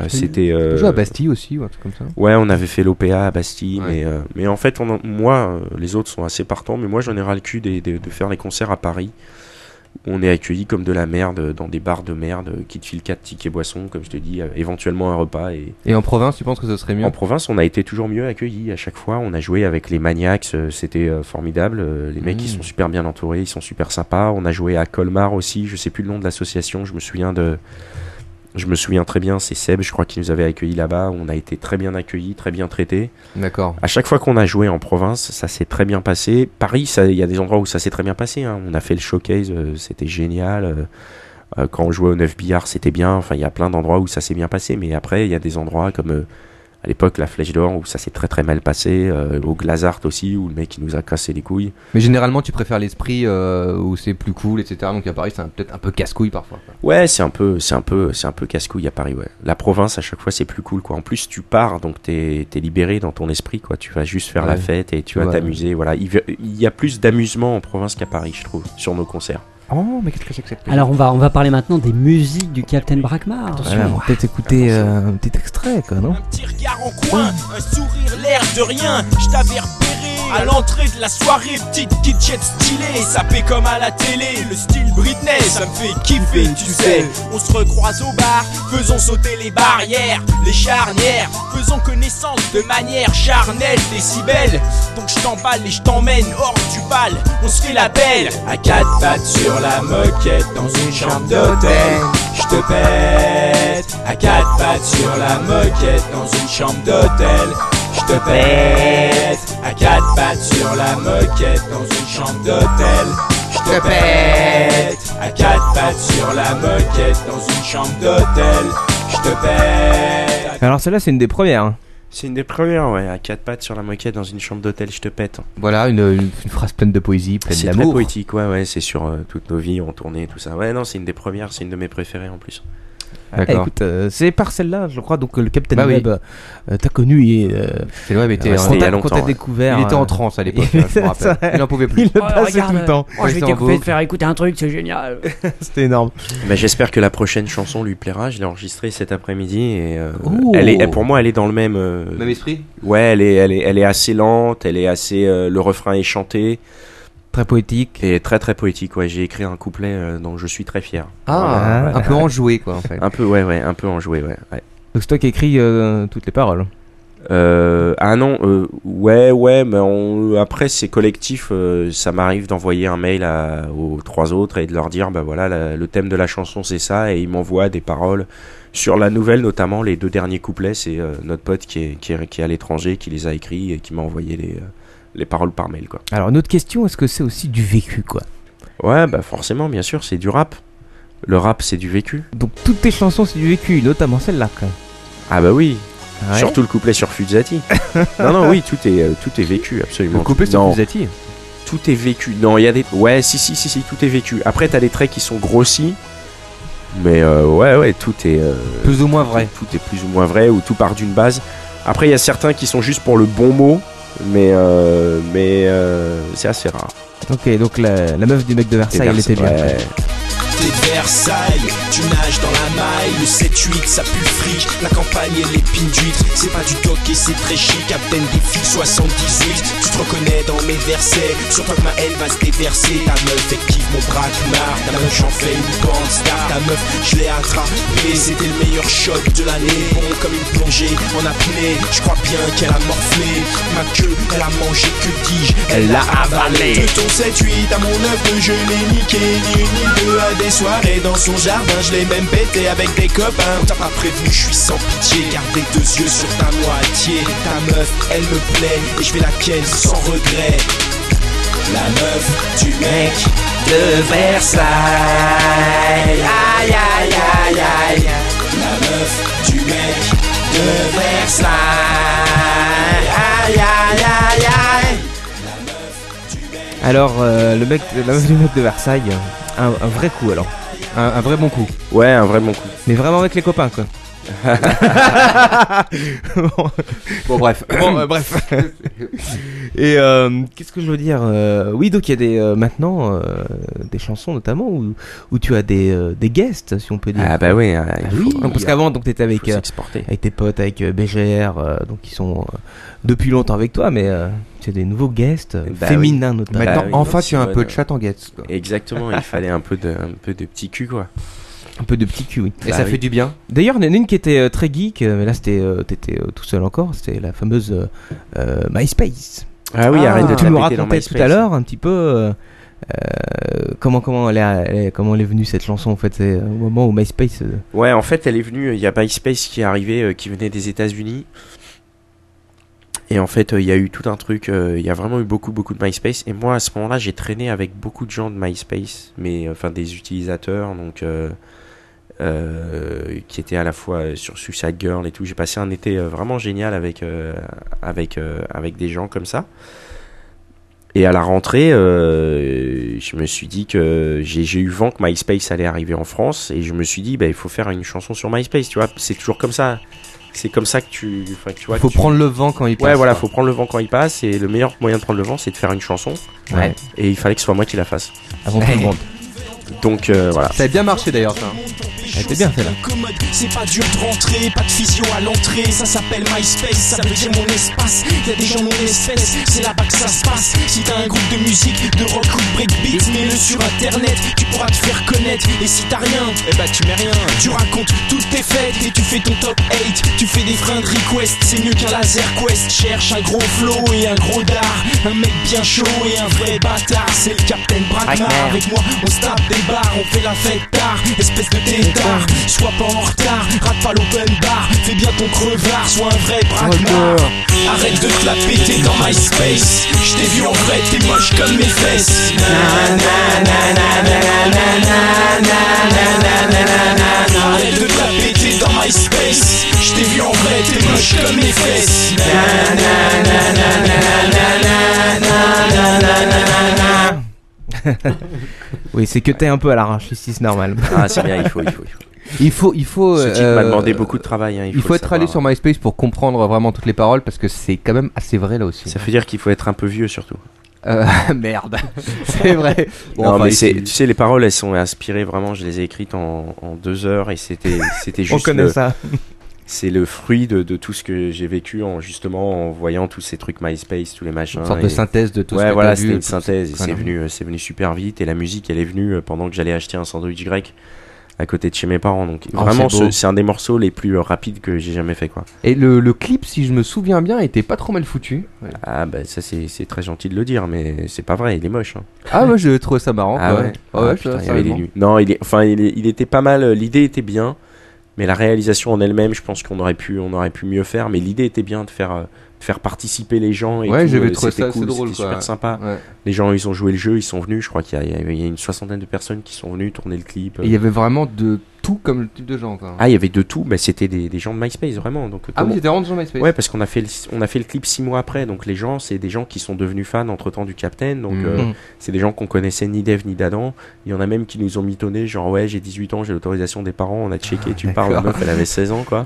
Speaker 8: euh, C'était.
Speaker 4: On
Speaker 8: euh,
Speaker 4: joue à Bastille aussi, ou un truc comme ça.
Speaker 8: Ouais, on avait fait l'OPA à Bastille, mais, euh, mais en fait, on en- moi, euh, les autres sont assez partants, mais moi, j'en ai ras le cul des- des- de faire les concerts à Paris. On est accueilli comme de la merde, euh, dans des bars de merde, euh, qui te filent 4 tickets boissons, comme je te dis, euh, éventuellement un repas. Et,
Speaker 4: Et en province, tu penses que ce serait mieux
Speaker 8: en province, on a été toujours mieux accueillis à chaque fois. On a joué avec les Maniacs, euh, c'était euh, formidable. Euh, Les mecs, ils sont super bien entourés, ils sont super sympas. On a joué à Colmar aussi, je sais plus le nom de l'association, je me souviens de. Je me souviens très bien, c'est Seb, je crois, qui nous avait accueillis là-bas. On a été très bien accueillis, très bien traités.
Speaker 4: D'accord.
Speaker 8: À chaque fois qu'on a joué en province, ça s'est très bien passé. Paris, ça- il y a des endroits où ça s'est très bien passé. hein. On a fait le showcase, euh, c'était génial. Euh, euh, quand on jouait au 9 billard, c'était bien. Enfin, il y a plein d'endroits où ça s'est bien passé. Mais après, il y a des endroits comme euh, à l'époque la Flèche d'Or où ça s'est très très mal passé. Euh, au Glazart aussi où le mec il nous a cassé les couilles.
Speaker 4: Mais généralement, tu préfères l'esprit euh, où c'est plus cool, etc. Donc à Paris, c'est un- peut-être un peu casse-couille parfois. quoi.
Speaker 8: Ouais, c'est un peu, c'est un peu, c'est un peu casse-couille à Paris. Ouais. La province à chaque fois c'est plus cool quoi. En plus tu pars donc t'es es libéré dans ton esprit quoi. Tu vas juste faire la
Speaker 4: Ouais.
Speaker 8: fête et tu vas
Speaker 4: Ouais.
Speaker 8: t'amuser. Voilà, il, ve- il y a plus d'amusement en province qu'à Paris je trouve sur nos concerts.
Speaker 7: Oh, mais qu'est-ce que c'est que cette
Speaker 5: Alors on va, on va parler maintenant des musiques du Captain Brackmar.
Speaker 7: Voilà, on va peut-être écouter euh, un petit extrait, quoi, non
Speaker 11: petit regard au coin, un sourire l'air de rien. Je t'avais repéré à l'entrée de la soirée, petite kitchette stylée, sapée comme à la télé. Le style Britney, ça me fait kiffer, tu sais. On se recroise au bar, faisons sauter les barrières, les charnières, faisons connaissance de manière charnelle, décibel. Donc je t'emballe et je t'emmène hors du bal, on se fait la belle. À quatre pattes sur la moquette, dans une chambre d'hôtel, je te pète. À quatre pattes sur la moquette, dans une chambre d'hôtel, je te pète. À quatre pattes sur la moquette, dans une chambre d'hôtel, je te pète. À quatre pattes sur la moquette, dans une chambre d'hôtel, je te pète.
Speaker 7: Alors celle-là, c'est une des premières. hein.
Speaker 8: C'est une des premières ouais. À quatre pattes sur la moquette dans une chambre d'hôtel je te pète. hein.
Speaker 4: Voilà, une, une- une phrase pleine de poésie, pleine
Speaker 8: C'est très
Speaker 4: d'amour.
Speaker 8: poétique ouais ouais. C'est sur euh, toutes nos vies en tournée tout ça. Ouais non c'est une des premières, c'est une de mes préférées en plus.
Speaker 7: Eh, écoute, euh, c'est par celle-là, je crois, donc euh, le Captain
Speaker 4: Bah oui.
Speaker 7: Web, euh, t'as connu et. Euh,
Speaker 4: C'est le web était
Speaker 7: euh,
Speaker 4: en-
Speaker 7: quand
Speaker 4: il y a
Speaker 7: t'as- quand
Speaker 4: longtemps,
Speaker 7: t'as
Speaker 4: ouais.
Speaker 7: découvert.
Speaker 4: Il était en
Speaker 7: euh,
Speaker 4: transe à [laughs] l'époque, hein, je me rappelle.
Speaker 7: ça-
Speaker 4: Il en pouvait plus.
Speaker 7: Il le
Speaker 4: Oh,
Speaker 7: passait tout le temps.
Speaker 5: je vais t'occuper de faire écouter un truc, c'est génial.
Speaker 4: Oh,
Speaker 7: C'était énorme.
Speaker 8: Bah, J'espère que la prochaine chanson lui plaira. Je l'ai enregistrée cet après-midi et euh,
Speaker 7: Oh.
Speaker 8: elle est, elle- pour moi, elle est dans le même. euh,
Speaker 4: Même esprit
Speaker 8: Ouais, elle est, elle est, elle est assez lente. Elle est assez. euh, le refrain est chanté
Speaker 7: Très poétique.
Speaker 8: et très très poétique. Ouais, j'ai écrit un couplet euh, dont je suis très fier.
Speaker 4: Ah,
Speaker 8: Voilà,
Speaker 4: un
Speaker 8: ouais.
Speaker 4: peu enjoué, quoi, en fait.
Speaker 8: Un peu, ouais, ouais, un peu enjoué, ouais. ouais.
Speaker 7: Donc c'est toi qui écris euh, toutes les paroles.
Speaker 8: Euh, ah non, euh, ouais, ouais, mais on- après c'est collectif. euh, ça m'arrive d'envoyer un mail à- aux trois autres et de leur dire, bah voilà, la- le thème de la chanson c'est ça, et ils m'envoient des paroles sur la nouvelle, notamment les deux derniers couplets. C'est euh, notre pote qui est, qui est- qui est à l'étranger qui les a écrits et qui m'a envoyé les, euh, les paroles par mail, quoi.
Speaker 7: Alors une autre question, est-ce que c'est aussi du vécu, quoi
Speaker 8: Ouais, bah forcément, bien sûr, c'est du rap. Le rap, c'est du vécu.
Speaker 7: Donc toutes tes chansons, c'est du vécu, notamment celle-là, quoi.
Speaker 8: Ah bah oui.
Speaker 7: Ouais.
Speaker 8: Surtout le couplet sur [laughs] Fuzati. non, non, oui, tout est, euh, tout est vécu, absolument.
Speaker 4: Le coupé sur
Speaker 8: Non,
Speaker 4: Fusati.
Speaker 8: tout est vécu. Non, il y a des. Ouais, si, si, si, si, tout est vécu. Après, t'as des traits qui sont grossis. Mais euh, ouais, ouais, tout est. euh,
Speaker 4: Plus ou moins vrai.
Speaker 8: Tout, tout est plus ou moins vrai ou tout part d'une base. Après, il y a certains qui sont juste pour le bon mot. Mais, euh, mais euh, c'est assez rare.
Speaker 7: Ok, donc la, la meuf du mec de Versailles, elle était bien.
Speaker 8: Ouais.
Speaker 11: T'es Versailles, tu nages dans la maille, le 7-8 ça pue le fric, la campagne elle est pine d'huître, c'est pas du coq et c'est très chic, Captain Défi 78, tu te reconnais dans mes versets, sur toi que ma haine va se déverser, ta meuf elle kiffe mon braquemar, ta meuf j'en fais une bande star, ta meuf je l'ai attrapée, c'était le meilleur shot de l'année, bon comme une plongée en apnée, je crois bien qu'elle a morflé, ma queue elle a mangé, que dis-je, elle l'a avalé. De ton 7-8 à mon 9 je l'ai niqué, ni une ni deux à des soirées dans son jardin, je l'ai même pété avec des copains. On t'a pas prévenu, je suis sans pitié, garde les deux yeux sur ta moitié. Ta meuf, elle me plaît, et je vais la ken sans regret. La meuf du mec de Versailles. Aïe aïe aïe aïe. La meuf du mec de Versailles. Aïe aïe aïe aïe.
Speaker 7: Alors euh, le mec, la meuf du mec de Versailles, un, un vrai coup alors. Un, un vrai bon coup.
Speaker 8: Ouais, un vrai bon coup.
Speaker 7: Mais vraiment avec les copains, quoi.
Speaker 8: Bon, [coughs] bref.
Speaker 7: [laughs] Bon, euh, bref. [laughs] Et euh, qu'est-ce que je veux dire Euh, Oui, donc il y a des, euh, maintenant euh, des chansons notamment où, où tu as des, euh, des guests, si on peut dire.
Speaker 8: Ah bah oui, euh, il faut-
Speaker 7: Non, parce qu'avant, donc t'étais avec,
Speaker 8: faut
Speaker 7: euh,
Speaker 8: s'exporter.
Speaker 7: avec tes potes, avec euh, BGR, euh, donc ils sont euh, depuis longtemps avec toi, mais euh, tu as des nouveaux guests euh,
Speaker 8: Bah
Speaker 7: féminins
Speaker 8: oui.
Speaker 7: notamment.
Speaker 8: Bah oui, Simone, euh, Exactement, il fallait un peu de, un peu de petit cul quoi.
Speaker 7: Un peu de petit cul, oui.
Speaker 8: Et Bah ça oui. fait du bien.
Speaker 7: D'ailleurs, il y en a une qui était euh, très geek, euh, mais là, c'était, euh, t'étais euh, tout seul encore, c'était la fameuse euh, euh, MySpace.
Speaker 8: Ah oui, arrête de te
Speaker 7: Tu
Speaker 8: la
Speaker 7: nous
Speaker 8: péter dans
Speaker 7: racontais tout
Speaker 8: MySpace.
Speaker 7: à l'heure un petit peu euh, euh, comment, comment, elle est, elle est- comment elle est venue cette chanson, en fait, c'est euh, au moment où MySpace... euh,
Speaker 8: Ouais, en fait, elle est venue. Il y a MySpace qui est arrivé, euh, qui venait des États-Unis. Et en fait, euh, il y a eu tout un truc. euh, Il y a vraiment eu beaucoup, beaucoup de MySpace. Et moi, à ce moment-là, j'ai traîné avec beaucoup de gens de MySpace, mais euh, enfin des utilisateurs, donc euh, euh, qui étaient à la fois euh, sur Suicide Girl et tout. J'ai passé un été euh, vraiment génial avec euh, avec euh, avec des gens comme ça. Et à la rentrée, euh, je me suis dit que j'ai j'ai eu vent que MySpace allait arriver en France et je me suis dit, bah, il faut faire une chanson sur MySpace, tu vois. C'est toujours comme ça. C'est comme ça que tu, enfin, tu vois.
Speaker 7: Faut
Speaker 8: que tu-
Speaker 7: prendre le vent quand il
Speaker 8: Ouais,
Speaker 7: passe,
Speaker 8: voilà,
Speaker 7: quoi.
Speaker 8: faut prendre le vent quand il passe et le meilleur moyen de prendre le vent, c'est de faire une chanson.
Speaker 7: Ouais.
Speaker 8: Et il fallait que ce soit moi qui la fasse.
Speaker 7: Avant
Speaker 8: [laughs]
Speaker 7: tout le monde.
Speaker 8: Donc euh, voilà.
Speaker 7: Ça a bien marché d'ailleurs, ça. Elle était bien celle-là.
Speaker 11: commode, c'est pas dur de rentrer, pas de physio à l'entrée, ça s'appelle MySpace, ça veut dire mon espace, y'a des gens mon espèce, c'est là-bas que ça se passe, si t'as un groupe de musique, de rock ou de breakbeat, mets-le sur internet, tu pourras te faire connaître, et si t'as rien, eh bah tu mets rien, tu racontes toutes tes fêtes, et tu fais ton top 8, tu fais des fringues request, c'est mieux qu'un laser quest, cherche un gros flow et un gros dard, un mec bien chaud et un vrai bâtard, c'est le Captain Brackmar,
Speaker 12: Brackmar.
Speaker 11: avec moi on se tape des bars, on fait la fête tard, espèce de tétard, sois pas en retard, rate pas l'open bar, fais bien ton crevard, sois un vrai braquemar. Arrête de te la péter dans MySpace, je t'ai vu en vrai, t'es moche comme mes fesses. Arrête de te la péter dans MySpace, je t'ai vu en vrai, t'es moche comme mes fesses.
Speaker 7: oui, c'est que t'es un peu à l'arrache ici, c'est normal.
Speaker 8: Ah, c'est bien, il faut, il faut, il faut.
Speaker 4: Il faut, il faut.
Speaker 8: Ce titre m'a
Speaker 4: euh,
Speaker 8: demandé beaucoup de travail, hein, il
Speaker 4: il,
Speaker 8: faut
Speaker 4: faut,
Speaker 8: le
Speaker 4: être allé
Speaker 8: savoir.
Speaker 4: sur MySpace pour comprendre vraiment toutes les paroles parce que c'est quand même assez vrai là aussi.
Speaker 8: Ça veut dire qu'il faut être un peu vieux surtout.
Speaker 4: Euh, [laughs]
Speaker 7: [laughs]
Speaker 4: merde, c'est vrai. Bon,
Speaker 8: non,
Speaker 4: enfin,
Speaker 8: mais
Speaker 4: il-
Speaker 8: c'est- tu sais, les paroles, elles sont inspirées vraiment. Je les ai écrites en, en deux heures
Speaker 4: [laughs]
Speaker 8: et c'était, c'était
Speaker 7: On
Speaker 8: juste.
Speaker 7: connaît
Speaker 8: le-
Speaker 7: ça.
Speaker 8: C'est le fruit de, de tout ce que j'ai vécu en justement en voyant tous ces trucs MySpace, tous les machins.
Speaker 4: Une sorte
Speaker 8: et-
Speaker 4: de synthèse de tout ce
Speaker 8: Ouais,
Speaker 4: que t'as
Speaker 8: voilà,
Speaker 4: vu
Speaker 8: c'était
Speaker 4: et
Speaker 8: une
Speaker 4: tout.
Speaker 8: synthèse. et C'est
Speaker 4: Voilà.
Speaker 8: venu, euh, c'est venu super vite et la musique, elle est venue euh, pendant que j'allais acheter un sandwich grec à côté de chez mes parents. Donc
Speaker 4: Oh,
Speaker 8: vraiment,
Speaker 4: c'est beau.
Speaker 8: ce- c'est un des morceaux les plus euh, rapides que j'ai jamais fait, quoi.
Speaker 4: Et le, le clip, si je me souviens bien, était pas trop mal foutu.
Speaker 8: Ah bah ça c'est c'est très gentil de le dire, mais c'est pas vrai, il est moche. hein.
Speaker 4: Ah ouais, je trouve ça marrant.
Speaker 8: Ah
Speaker 4: quoi.
Speaker 8: ouais,
Speaker 4: Ah ouais, ça,
Speaker 8: Ah, putain, il y avait des
Speaker 4: sérieusement.
Speaker 8: nuits. Non, il est, enfin, il, est- il était pas mal. euh, L'idée était bien, mais la réalisation en elle-même, je pense qu'on aurait pu, on aurait pu mieux faire. Mais l'idée était bien de faire, euh, de faire participer les gens. Et
Speaker 4: Ouais,
Speaker 8: tout,
Speaker 4: j'avais
Speaker 8: euh,
Speaker 4: trouvé
Speaker 8: c'était
Speaker 4: ça assez
Speaker 8: cool,
Speaker 4: drôle,
Speaker 8: c'était
Speaker 4: quoi.
Speaker 8: super sympa.
Speaker 4: Ouais.
Speaker 8: Les gens, ils ont joué le jeu, ils sont venus. Je crois qu'il y, a- il y a- il y a une soixantaine de personnes qui sont venues tourner le clip. euh.
Speaker 4: Et il y avait vraiment de tout comme le type de gens. quoi.
Speaker 8: Ah, il y avait de tout, mais c'était des, des gens de MySpace vraiment. Donc, euh,
Speaker 4: Ah oui, c'était vraiment des gens de MySpace.
Speaker 8: Ouais, parce qu'on a fait le, on a fait le clip six mois après, donc les gens, c'est des gens qui sont devenus fans entre temps du Captain, donc
Speaker 4: Mhm.
Speaker 8: euh, c'est des gens qu'on connaissait ni d'Eve ni d'Adam. Il y en a même qui nous ont mitonné, genre ouais, j'ai 18 ans, j'ai l'autorisation des parents, on a checké, tu parles, la
Speaker 4: Ah, d'accord.
Speaker 8: meuf, elle avait 16 ans,
Speaker 4: [laughs]
Speaker 8: quoi.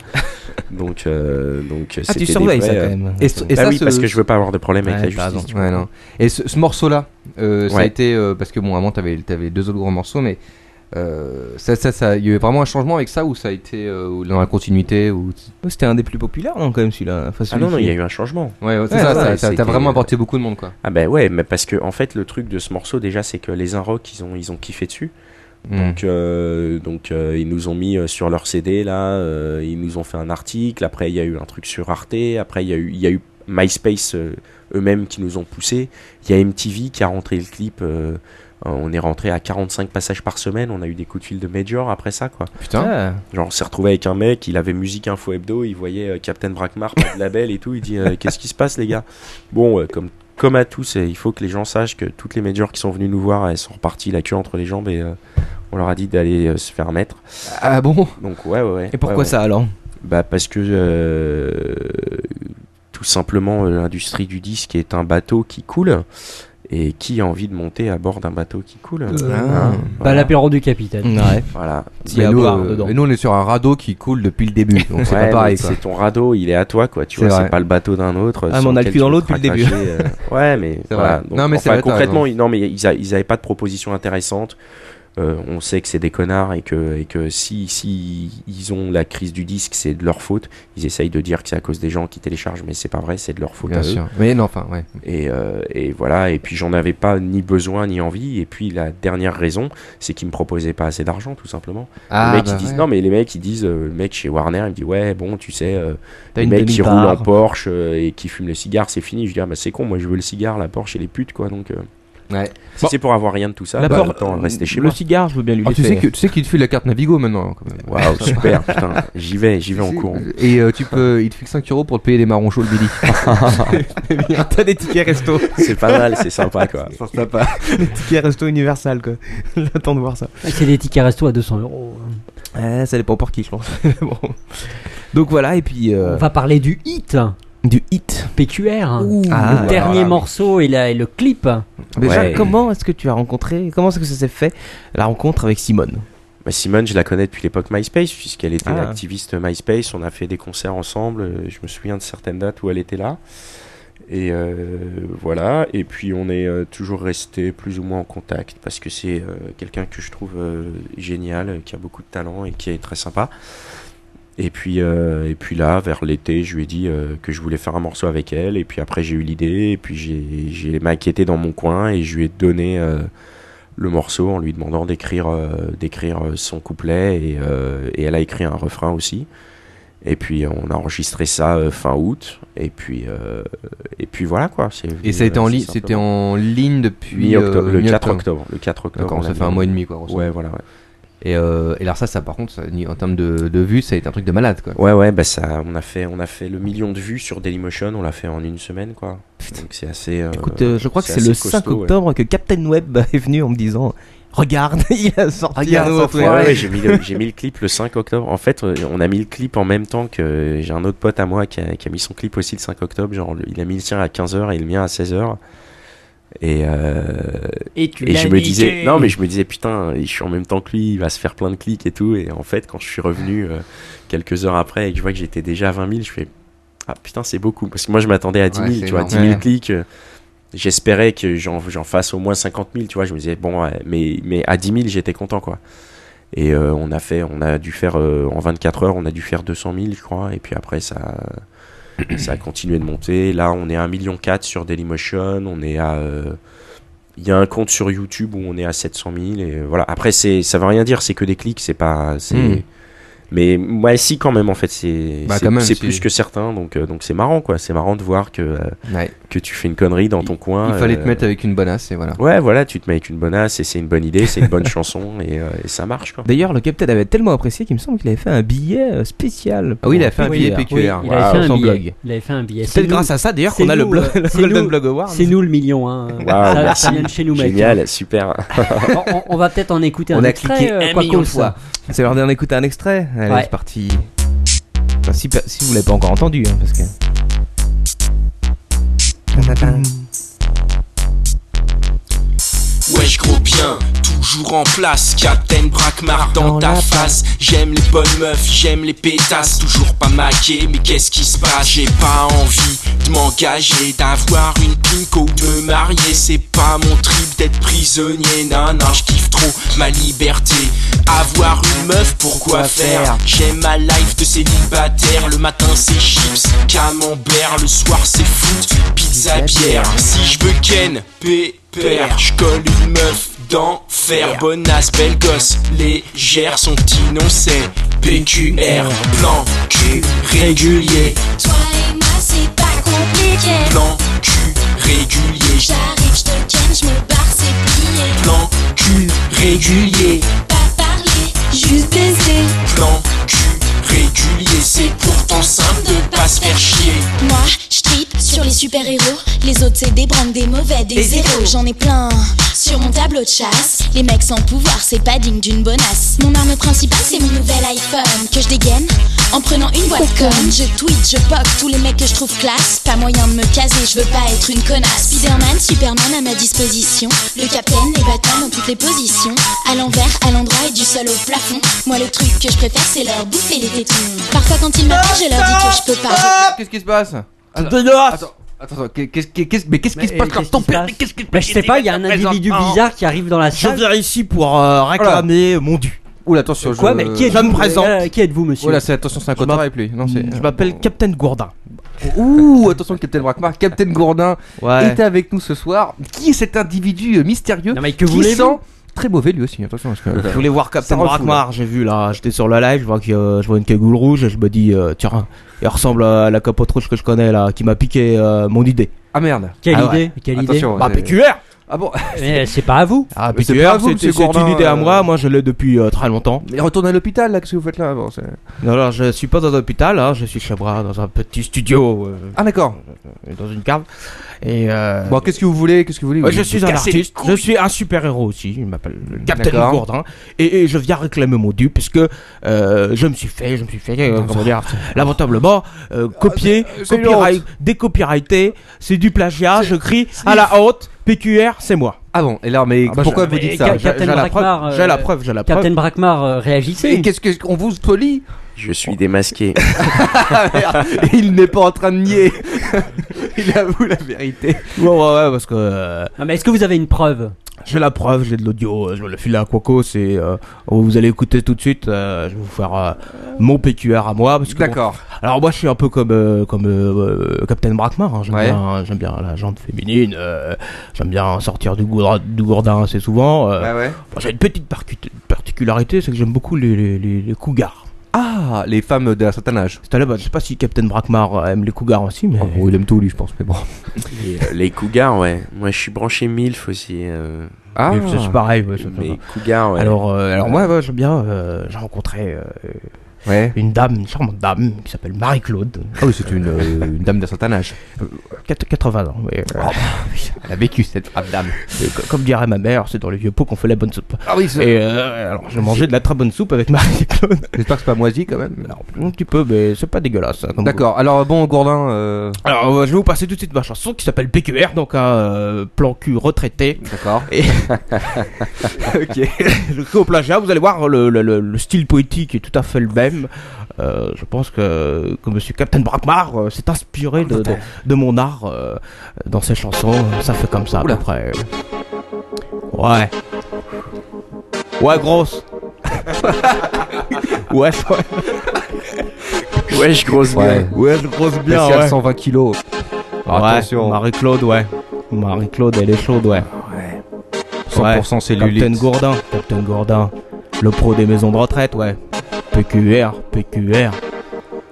Speaker 8: donc, euh, donc
Speaker 4: Ah, tu
Speaker 8: c'était des
Speaker 4: surveilles
Speaker 8: vrais,
Speaker 4: ça, quand
Speaker 8: euh,
Speaker 4: même.
Speaker 8: Et,
Speaker 4: Et ce- et
Speaker 8: bah
Speaker 4: ça,
Speaker 8: oui,
Speaker 4: ce-
Speaker 8: parce que je veux pas avoir de problème
Speaker 4: Ouais, t'as
Speaker 8: avec la justice.
Speaker 4: raison.
Speaker 8: tu
Speaker 4: Ouais,
Speaker 8: vois.
Speaker 4: non. Et ce, ce morceau-là, euh, ça a
Speaker 8: Ouais.
Speaker 4: été euh, parce que bon, avant t'avais avais deux autres gros morceaux, mais euh, ça, ça, ça, il y a eu vraiment un changement avec ça ou ça a été euh, ou dans la continuité ou
Speaker 7: C'était un des plus populaires, non, quand même, celui-là. Enfin,
Speaker 8: Ah
Speaker 7: celui
Speaker 8: non, non,
Speaker 7: qui-
Speaker 8: il y a eu un changement.
Speaker 4: Ouais, ouais, c'est ça, ça- ça-
Speaker 8: c'était- euh,
Speaker 4: t'as vraiment apporté beaucoup de monde, quoi.
Speaker 8: Ah ben ouais, mais parce que en fait, le truc de ce morceau, déjà, c'est que les Inrocks, ils ont, ils ont kiffé dessus.
Speaker 4: Mm.
Speaker 8: Donc, euh, donc euh, ils nous ont mis euh, sur leur CD, là, euh, ils nous ont fait un article, après, il y a eu un truc sur Arte, après, il y a eu, il y a eu MySpace euh, eux-mêmes qui nous ont poussé. Il y a MTV qui a rentré le clip. euh, euh, on est rentré à 45 passages par semaine, on a eu des coups de fil de Major après ça, quoi.
Speaker 4: Putain. Ah.
Speaker 8: Genre, on s'est retrouvé avec un mec, il avait Musique Info Hebdo, il voyait euh, Captain Brackmar, pas de label et tout. Il dit euh, Qu'est-ce qui se passe, les gars Bon, euh, comme, comme à tous, euh, il faut que les gens sachent que toutes les majors qui sont venues nous voir, elles sont reparties la queue entre les jambes et euh, on leur a dit d'aller euh, se faire mettre.
Speaker 4: Ah bon
Speaker 8: Donc, ouais, ouais, ouais.
Speaker 7: Et pourquoi
Speaker 8: Ouais, ouais.
Speaker 7: ça, alors
Speaker 8: Bah, parce que. euh, tout simplement, euh, l'industrie du disque est un bateau qui coule. Et qui a envie de monter à bord d'un bateau qui coule Hein
Speaker 5: Euh, bah, l'apéro du capitaine. Ouais.
Speaker 8: Voilà.
Speaker 5: S'il y a à boire
Speaker 8: euh,
Speaker 5: dedans.
Speaker 4: Et nous, on est sur un radeau qui coule depuis le début. Donc [laughs] c'est
Speaker 8: Ouais,
Speaker 4: pas pareil.
Speaker 8: mais
Speaker 4: quoi.
Speaker 8: C'est ton radeau, il est à toi, quoi. Tu
Speaker 4: C'est
Speaker 8: vois,
Speaker 4: vrai.
Speaker 8: c'est pas le bateau d'un autre.
Speaker 4: Ah,
Speaker 8: sur
Speaker 4: mais on a le
Speaker 8: lequel
Speaker 4: cul dans
Speaker 8: tu
Speaker 4: l'eau
Speaker 8: peux
Speaker 4: depuis le début.
Speaker 8: cracher, euh,
Speaker 4: [laughs]
Speaker 8: ouais, mais
Speaker 4: C'est
Speaker 8: voilà.
Speaker 4: vrai.
Speaker 8: Donc,
Speaker 4: Non, mais c'est
Speaker 8: enfin,
Speaker 4: vrai, t'as
Speaker 8: concrètement,
Speaker 4: raison.
Speaker 8: ils- non, mais ils, a- ils avaient pas de proposition intéressante. Euh, on sait que c'est des connards et que, et que si, si ils ont la crise du disque, c'est de leur faute. Ils essayent de dire que c'est à cause des gens qui téléchargent, mais c'est pas vrai, c'est de leur faute.
Speaker 4: Bien
Speaker 8: à eux.
Speaker 4: sûr. Mais non, enfin, ouais.
Speaker 8: Et, euh, et voilà, et puis j'en avais pas ni besoin ni envie. Et puis la dernière raison, c'est qu'ils me proposaient pas assez d'argent, tout simplement.
Speaker 4: Ah,
Speaker 8: les mecs,
Speaker 4: bah
Speaker 8: ils disent,
Speaker 4: ouais.
Speaker 8: non, mais les mecs, ils disent, euh, le mec chez Warner, il me dit, ouais, bon, tu sais, euh,
Speaker 7: T'as
Speaker 8: les
Speaker 7: une
Speaker 8: mecs qui roulent
Speaker 7: demi-part.
Speaker 8: en Porsche euh, et qui fument le cigare, c'est fini. Je dis, ah, bah c'est con, moi je veux le cigare, la Porsche et les putes, quoi. Donc, euh, si c'est pour avoir rien de tout ça,
Speaker 4: La
Speaker 8: bah,
Speaker 4: Porsche-
Speaker 8: autant rester chez
Speaker 4: le
Speaker 8: moi.
Speaker 7: cigare, je veux bien lui
Speaker 4: Ah, tu,
Speaker 7: [laughs]
Speaker 4: sais
Speaker 8: laisser.
Speaker 4: que, tu sais qu'il te file la carte Navigo maintenant. quand même. [laughs]
Speaker 8: Waouh, super, putain, j'y vais, j'y vais en courant.
Speaker 4: Et euh, tu peux, il te file 5 euros pour te payer des marrons chauds, le Billy.
Speaker 7: T'as des tickets resto.
Speaker 8: C'est pas mal, c'est sympa, quoi.
Speaker 7: C'est sympa. Des tickets resto universal quoi. [laughs] J'attends de voir ça.
Speaker 5: C'est des tickets resto à 200 euros.
Speaker 7: Ouais, Eh, ça dépend pour qui, je pense. [laughs] Bon. Donc voilà, et puis. euh,
Speaker 5: On va parler du hit.
Speaker 7: Du hit.
Speaker 5: PQR.
Speaker 7: Ah,
Speaker 5: le
Speaker 7: ouais.
Speaker 5: dernier
Speaker 7: Ah, oui.
Speaker 5: morceau et, la- et le clip.
Speaker 7: Déjà, comment est-ce que tu as rencontré Comment est-ce que ça s'est fait La rencontre avec Simone.
Speaker 8: Bah, Simone, je la connais depuis l'époque MySpace, puisqu'elle était
Speaker 7: Ah.
Speaker 8: activiste MySpace. On a fait des concerts ensemble. euh, Je me souviens de certaines dates où elle était là. Et euh, voilà. Et puis, on est euh, toujours resté plus ou moins en contact parce que c'est euh, quelqu'un que je trouve euh, génial, euh, qui a beaucoup de talent et qui est très sympa. Et puis, euh, et puis là, vers l'été, je lui ai dit euh, que je voulais faire un morceau avec elle. Et puis après, j'ai eu l'idée. Et puis, j'ai- j'ai maquetté dans mon coin et je lui ai donné euh, le morceau en lui demandant d'écrire euh, d'écrire euh, son couplet. Et, euh, et elle a écrit un refrain aussi. Et puis, euh, on a enregistré ça euh, fin août. Et puis, euh, et puis voilà quoi. c'est venu,
Speaker 4: Et ça a été
Speaker 8: euh,
Speaker 4: en
Speaker 8: assez
Speaker 4: ligne,
Speaker 8: simplement.
Speaker 4: c'était en ligne depuis
Speaker 8: Mi-octobre,
Speaker 4: euh,
Speaker 8: le
Speaker 4: mi-octobre.
Speaker 8: 4 octobre. Le 4 octobre.
Speaker 4: D'accord,
Speaker 8: on
Speaker 4: ça
Speaker 8: l'a
Speaker 4: fait un
Speaker 8: mis.
Speaker 4: mois et demi quoi.
Speaker 8: Ouais, voilà, ouais.
Speaker 4: Et, euh, et alors ça, ça par contre, ça, ni- en termes de, de vues, ça a été un truc de malade quoi.
Speaker 8: Ouais, ouais, bah ça, on a fait, on a fait le million de vues sur Dailymotion, on l'a fait en une semaine, quoi. Donc c'est assez. euh,
Speaker 7: Écoute, euh, je crois que c'est
Speaker 8: assez
Speaker 7: le
Speaker 8: costaud,
Speaker 7: 5
Speaker 8: ouais.
Speaker 7: octobre que Captain Web [laughs] est venu en me disant Regarde, [laughs] il a sorti un nouveau truc.
Speaker 8: Ouais, ouais, j'ai mis, le- j'ai mis le clip le 5 octobre. En fait, euh, on a mis le clip en même temps que euh, j'ai un autre pote à moi qui a, qui a mis son clip aussi le 5 octobre. Genre, le- il a mis le sien à 15h et le mien à 16h. Et, euh,
Speaker 5: Et tu l'as
Speaker 8: je me
Speaker 5: niqué.
Speaker 8: disais, non, mais je me disais, putain, je suis en même temps que lui, il va se faire plein de clics et tout. Et en fait, quand je suis revenu euh, quelques heures après et que je vois que j'étais déjà à 20 000, je fais, ah putain, c'est beaucoup. Parce que moi, je m'attendais à 10
Speaker 4: Ouais,
Speaker 8: 000,
Speaker 4: c'est
Speaker 8: tu vois,
Speaker 4: énorme.
Speaker 8: 10 000
Speaker 4: Ouais.
Speaker 8: clics. euh, J'espérais que j'en j'en fasse au moins 50 000, tu vois. Je me disais, bon, ouais, mais, mais à 10 000, j'étais content, quoi. Et euh, on a fait, on a dû faire euh, en 24 heures, on a dû faire 200 000, je crois. Et puis après, ça, ça a continué de monter. Là, on est à 1,4 million sur Dailymotion. On est à, euh, il y a un compte sur YouTube où on est à 700 000. Et voilà. Après, c'est, ça veut rien dire. C'est que des clics. C'est pas, c'est.
Speaker 4: Mm.
Speaker 8: Mais moi, si quand même, en fait, c'est,
Speaker 4: Bah,
Speaker 8: c'est,
Speaker 4: quand même,
Speaker 8: c'est
Speaker 4: si.
Speaker 8: plus que certains. Donc, euh, donc c'est marrant, quoi. C'est marrant de voir que euh,
Speaker 4: Ouais.
Speaker 8: que tu fais une connerie dans ton coin.
Speaker 4: Il fallait
Speaker 8: euh,
Speaker 4: te mettre avec une bonasse et voilà.
Speaker 8: Ouais, voilà, tu te mets avec une bonne asse et c'est une bonne idée, c'est une bonne [laughs] chanson et, euh, et ça marche quoi.
Speaker 7: D'ailleurs, le Captain avait tellement apprécié qu'il me semble qu'il avait fait un billet euh, spécial.
Speaker 4: Ah oui, il a fait un
Speaker 7: pour
Speaker 4: billet
Speaker 7: PQR.
Speaker 4: PQR.
Speaker 5: Oui, il avait
Speaker 7: Wow.
Speaker 5: fait
Speaker 7: Sur
Speaker 5: un
Speaker 7: son
Speaker 5: billet.
Speaker 7: blog.
Speaker 5: Il avait fait un billet.
Speaker 7: C'est
Speaker 5: C'est
Speaker 7: peut-être
Speaker 5: nous-
Speaker 7: grâce à ça, d'ailleurs,
Speaker 5: c'est
Speaker 7: qu'on a le
Speaker 5: nous,
Speaker 7: blog-
Speaker 5: euh,
Speaker 7: le
Speaker 5: c'est
Speaker 7: Golden
Speaker 5: nous-
Speaker 7: Blog Award.
Speaker 5: C'est nous le million. hein.
Speaker 8: Waouh,
Speaker 5: ça,
Speaker 8: merci.
Speaker 5: ça vient de chez nous, mec.
Speaker 8: Génial, super.
Speaker 5: On, on- on va peut-être en écouter
Speaker 7: On
Speaker 5: un
Speaker 7: a
Speaker 5: extrait.
Speaker 7: cliqué
Speaker 5: euh,
Speaker 7: un
Speaker 5: quoi
Speaker 7: million
Speaker 5: qu'on
Speaker 7: de fois. C'est l'heure d'en écouter un extrait. Allez,
Speaker 5: Ouais.
Speaker 7: c'est parti. Enfin, si, pe- si vous l'avez pas encore entendu, hein, parce que.
Speaker 11: Wesh gros bien, toujours en place, Captain Brackmar dans, ta face. J'aime les bonnes meufs, j'aime les pétasses, toujours pas maqué, mais qu'est-ce qui se passe J'ai pas envie de m'engager, d'avoir une pinko, de me marier, c'est pas mon trip d'être prisonnier, nana, je kiffe trop ma liberté. Avoir une meuf, pourquoi faire J'aime ma life de célibataire, le matin c'est chips, camembert, le soir c'est foot, pizza, bière. Si je veux Ken, pépère, je colle une meuf d'enfer. Bonasse, belle gosse, légère, son petit nom c'est PQR. Plan, cul, régulier,
Speaker 12: Toi et moi, c'est pas compliqué.
Speaker 11: plan, cul, régulier.
Speaker 12: J'arrive, je te ken, je me barre, c'est plié.
Speaker 11: Plan, cul, régulier,
Speaker 12: Pas parler, juste baiser.
Speaker 11: plan, cul, régulier. C'est pourtant simple de pas se faire chier.
Speaker 12: Moi, je tripe sur les super-héros. Les autres, c'est des branques, des mauvais, des
Speaker 13: Des
Speaker 12: zéros.
Speaker 13: zéros.
Speaker 12: J'en ai plein sur mon tableau de chasse. Les mecs sans pouvoir, c'est pas digne d'une bonasse. Mon arme principale, c'est mon nouvel iPhone que je dégaine en prenant une boîte comme. Je tweet, je pop tous les mecs que je trouve classe. Pas moyen de me caser, je veux pas être une connasse. Spider-Man, Superman à ma disposition. Le capitaine, les bâtons dans toutes les positions. À l'envers, à l'endroit et du sol au plafond. Moi, le truc que je préfère, c'est leur bouffer les tétons. Parfois, quand ils m'appellent, je leur dis que je peux pas.
Speaker 4: Ah, Qu'est-ce qui se passe Attends,
Speaker 7: dégueulasse
Speaker 4: Attends, attends, qu'est-ce qui qu'est-ce- mais qu'est-ce qui se passe quand ton père qu'est-ce qui se
Speaker 5: Bah, je sais pas, il y a un individu bizarre qui arrive dans la
Speaker 7: Je
Speaker 5: salle.
Speaker 7: viens ici pour euh, réclamer mon dû.
Speaker 4: Oula, attention,
Speaker 5: Quoi, mais qui
Speaker 7: je
Speaker 5: êtes-vous
Speaker 7: me présente.
Speaker 5: Euh, Qui êtes-vous, monsieur
Speaker 4: Oula, c'est attention, c'est un cotard avec lui. Non, c'est euh,
Speaker 7: Je m'appelle Captain Gourdin.
Speaker 4: Ouh, attention Captain Brackmar, Captain Gourdin
Speaker 7: Ouais.
Speaker 4: était avec nous ce soir. Qui est cet individu euh, mystérieux Non mais
Speaker 7: que
Speaker 4: qui
Speaker 7: voulez-vous
Speaker 4: sent très mauvais lui aussi. Attention, parce que
Speaker 7: Je voulais voir Captain
Speaker 4: Ça refoule.
Speaker 7: Brackmar, j'ai vu là, j'étais sur le live, je vois, que, euh, je vois une cagoule rouge et je me dis, euh, tiens, il ressemble à la capote rouge que je connais là, qui m'a piqué euh, mon idée.
Speaker 4: [laughs] Ah merde
Speaker 5: Quelle idée Quelle idée
Speaker 7: Bah PQR
Speaker 4: Ah bon [laughs]
Speaker 5: Mais euh, c'est pas à vous
Speaker 7: Ah
Speaker 4: Mais c'est pas à
Speaker 7: PQR,
Speaker 4: vous,
Speaker 7: c'est-
Speaker 4: monsieur
Speaker 7: c'est une
Speaker 4: Gourdin,
Speaker 7: idée à
Speaker 4: euh,
Speaker 7: moi, moi je l'ai depuis euh, très longtemps.
Speaker 4: Mais retourne à l'hôpital là, qu'est-ce que vous faites là avant c'est-
Speaker 7: Alors je suis pas dans un hôpital, hein, je suis chez moi dans un petit studio. euh,
Speaker 4: Ah d'accord.
Speaker 7: euh, Dans une cave. Et euh,
Speaker 4: Bon, qu'est-ce que vous voulez Qu'est-ce que vous voulez
Speaker 7: Ouais, je suis un artiste, je suis un super-héros aussi, il m'appelle le Captain
Speaker 4: D'accord.
Speaker 7: Gourdin, et, et je viens réclamer mon dû, puisque euh, je me suis fait, je me suis fait, euh, comment dire, lamentablement, euh, copier,
Speaker 4: Ah, c'est une
Speaker 7: copyright, décopyrighté, c'est du plagiat, je crie à la haute, PQR, c'est moi.
Speaker 4: Ah bon, et là, mais
Speaker 7: bah,
Speaker 4: pourquoi
Speaker 7: je-
Speaker 4: vous
Speaker 7: mais
Speaker 4: dites
Speaker 7: Ca-
Speaker 4: ça
Speaker 7: Captain
Speaker 4: J'ai- j'ai la
Speaker 7: Brackmar,
Speaker 4: preuve.
Speaker 7: euh, J'ai la preuve, j'ai la preuve.
Speaker 5: Captain Brackmar, euh, réagissez.
Speaker 4: Et qu'est-ce que on vous polie Ah,
Speaker 8: Je suis démasqué.
Speaker 4: Il n'est pas en train de nier. [laughs] Il avoue la vérité.
Speaker 7: Ouais, ouais, ouais, parce que... euh,
Speaker 5: Non, mais est-ce que vous avez une preuve
Speaker 7: J'ai la preuve, j'ai de l'audio, euh, je vais le filer à Quaco, c'est euh, vous allez écouter tout de suite, euh, je vais vous faire euh, mon PQR à moi parce que
Speaker 4: D'accord.
Speaker 7: bon, alors moi je suis un peu comme euh, comme euh, euh, Captain Brackmar, hein, j'aime
Speaker 4: Ouais.
Speaker 7: bien j'aime bien la jante féminine, euh, j'aime bien sortir du gourdin, du gourdin assez souvent. euh.
Speaker 4: Ouais, ouais.
Speaker 7: Bon, j'ai une petite parcu- particularité, c'est que j'aime beaucoup les les, les, les cougars.
Speaker 4: Ah, les femmes d'un certain âge.
Speaker 7: C'est à la base, je sais pas si Captain Brackmar aime les cougars aussi mais
Speaker 4: il aime tout lui je pense mais bon.
Speaker 8: Et, euh, les cougars, ouais. Moi, je suis branché MILF aussi. euh.
Speaker 4: Ah.
Speaker 7: Mais c'est pareil, ouais, ça-
Speaker 8: Mais cougars, ouais.
Speaker 7: Alors, euh, alors moi, ouais, j'aime bien. euh, j'ai rencontré euh,
Speaker 4: Ouais.
Speaker 7: une dame, une charmante dame qui s'appelle Marie-Claude,
Speaker 4: Ah oui, c'est une, euh, une dame d'un certain âge.
Speaker 7: quat- 80 ans. ouais.
Speaker 4: Oh.
Speaker 7: [laughs]
Speaker 4: Elle a vécu cette femme dame.
Speaker 7: Et co- comme dirait ma mère, c'est dans les vieux pots qu'on fait la bonne soupe.
Speaker 4: Ah oui, c'est-
Speaker 7: Et euh, alors, je mangeais de la très bonne soupe avec [laughs] Marie-Claude.
Speaker 4: J'espère que c'est pas moisi quand même.
Speaker 7: Un petit peu, mais c'est pas dégueulasse. hein, comme
Speaker 4: D'accord. Alors bon, Gourdin. euh,
Speaker 7: goût. Alors, euh, je vais vous passer tout de suite ma chanson qui s'appelle PQR, donc un euh, plan cul retraité.
Speaker 4: D'accord.
Speaker 7: Et [laughs]
Speaker 4: ok.
Speaker 7: le cri au plagiat, vous allez voir, le, le- le- le style poétique est tout à fait le même. Euh, je pense que, que Monsieur Captain Brackmar euh, s'est inspiré de, de- de mon art euh, dans ses chansons. Ça fait comme ça, à peu près. Ouais. Ouais, grosse. [laughs] ouais,
Speaker 8: Ouais, je grosse bien.
Speaker 7: ouais, grosse bien.
Speaker 4: Spécial
Speaker 7: ouais.
Speaker 4: 120 kilos.
Speaker 7: Ouais,
Speaker 4: Attention.
Speaker 7: Marie-Claude, ouais. Marie-Claude, elle est chaude, ouais.
Speaker 4: 100%
Speaker 7: Ouais.
Speaker 4: cellulite.
Speaker 7: Captain Gourdin, Captain Gourdin, le pro des maisons de retraite, ouais. PQR, PQR.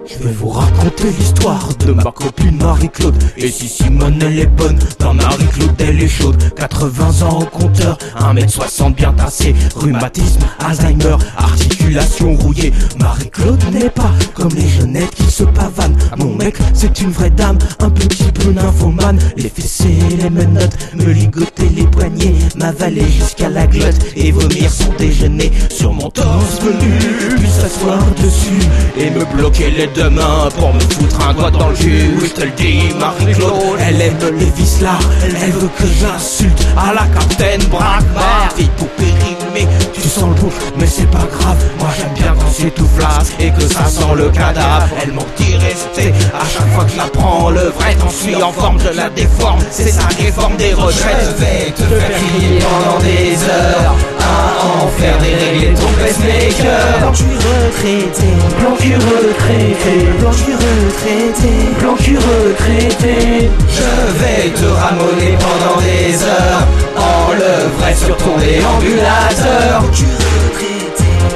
Speaker 11: Je vais vous raconter l'histoire de ma copine Marie-Claude. Et si Simone elle est bonne, dans Marie-Claude elle est chaude. 80 ans au compteur, 1m60 bien tassé. Rhumatisme, Alzheimer, articulation rouillée. Marie-Claude n'est pas comme les jeunettes qui se pavanent. Ah, Mon mec, c'est une vraie dame, un petit peu nymphomane. Les fessées, les menottes, me ligoter les poignets, m'avaler jusqu'à la glotte et vomir son déjeuner sur mon torse velu. Puis s'asseoir dessus et me bloquer les deux mains pour me foutre un doigt dans le cul. Oui, je te le dis, Marie-Claude, elle aime les vis là, elle veut que j'insulte à la capitaine Brackmar. Vite pour périmer, tu sens le bouffe, mais c'est pas grave. Moi j'aime bien quand c'est tout flasque et que ça sent le cadavre. Elle m'en dit rester à chaque fois que je la prends. Le vrai, t'en suis en forme, je la déforme. C'est ça qui forme des retraites. Je vais te faire crier pendant des heures à en faire des règles ton pacemaker. Blanc cul retraité, blanc cul retraité, blanc cul retraité, blanc cul retraité. Je vais te ramoner pendant des heures en le vrai sur ton déambulateur.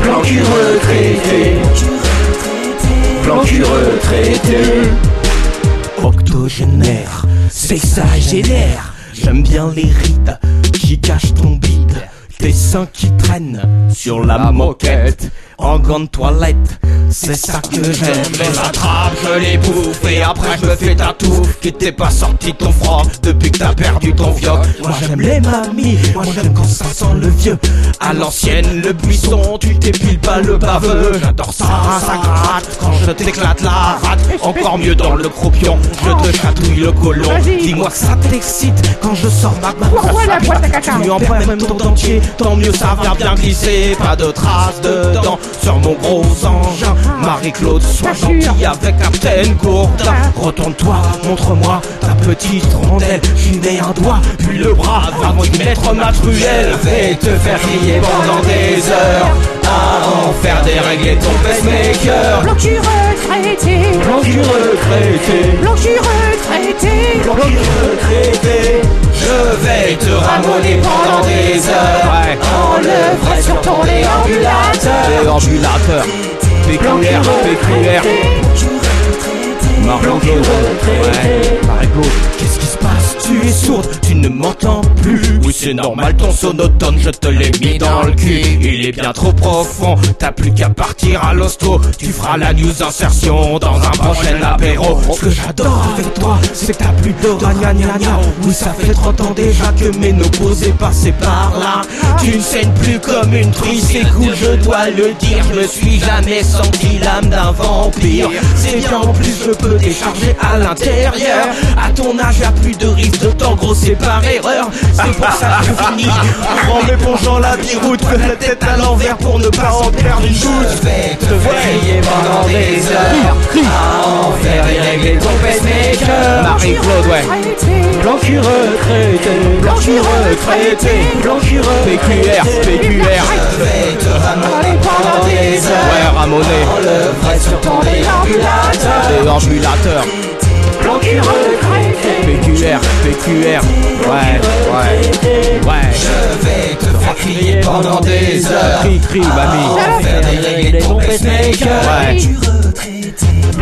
Speaker 11: Blanc cul retraité, blanc cul retraité. Octogénaire, sexagénaire, j'aime bien les rides qui cachent ton bide, tes seins qui traînent sur la moquette.
Speaker 7: en grande toilette. C'est ça que j'aime.
Speaker 11: Mais m'attrape, je les bouffe et après je me fais ta touffe Qui t'es pas sorti de ton franc depuis que t'as perdu ton viol Moi j'aime les mamies, moi j'aime quand ça sent le vieux À l'ancienne le buisson, tu t'épiles pas le baveux J'adore ça, ça gratte quand je t'éclate la rate Encore mieux dans le croupion, je te chatouille le colon Dis-moi que ça t'excite quand je sors ma main
Speaker 7: Ouais, ouais, la boîte à caca.
Speaker 11: Tu lui empruntes même ton dentier, tant mieux ça vient bien glisser Pas de traces dedans sur mon gros engin
Speaker 7: Ah.
Speaker 11: Marie-Claude, sois gentille avec Captain Gourdin Retourne-toi, montre-moi ta petite rondelle J'y mets un doigt, puis le bras Avant d'y mettre ma truelle Vais te faire crier pendant des heures Avant de faire dérégler ton pacemaker
Speaker 13: Blanqui retraité.
Speaker 11: Blanqui retraité.
Speaker 13: Blanqui retraité.
Speaker 11: Blanqui retraité. Je vais te ramoller pendant des heures Enlèverai sur ton déambulateur Déambulateur Péculaire, péculaire Marlon Claude, ouais, Marie-Claude. Qu'est-ce qui se passe Tu es sourde, tu ne m'entends plus Oui c'est normal ton sonotone, je te l'ai mis dans le cul Il est bien trop profond, t'as plus qu'à partir à l'hosto Tu feras la news insertion dans un prochain apéro Ce que j'adore avec toi, c'est que t'as plus d'aura gna gna gna Oui ça fait 30 ans déjà que mes nos est passé par là Tu ne saignes plus comme une truie, c'est cool je dois le dire Je me suis jamais senti l'âme d'un vampire C'est bien en plus je peux décharger à l'intérieur À ton âge y'a plus de risque de temps gros c'est par erreur C'est pour ça que je finis En m'épongeant la biroute la tête à l'envers pour ne pas en perdre une joute Je vais te veiller pendant des heures À en faire et régler ton pacemaker Marie-Claude ouais Blanchi retraité Blanchi retraité Blanchi retraité PQR Je vais te ramoner pendant des heures Ouais ramoner Enlèverai sur ton déambulateur Déambulateur Blanchi retraité PQR PQR Ouais ouais Ouais Je vais te faire crier pendant des heures Crie crie
Speaker 4: Oh,
Speaker 11: mamie
Speaker 5: Ah,
Speaker 11: En faire dérégler ton pacemaker Ouais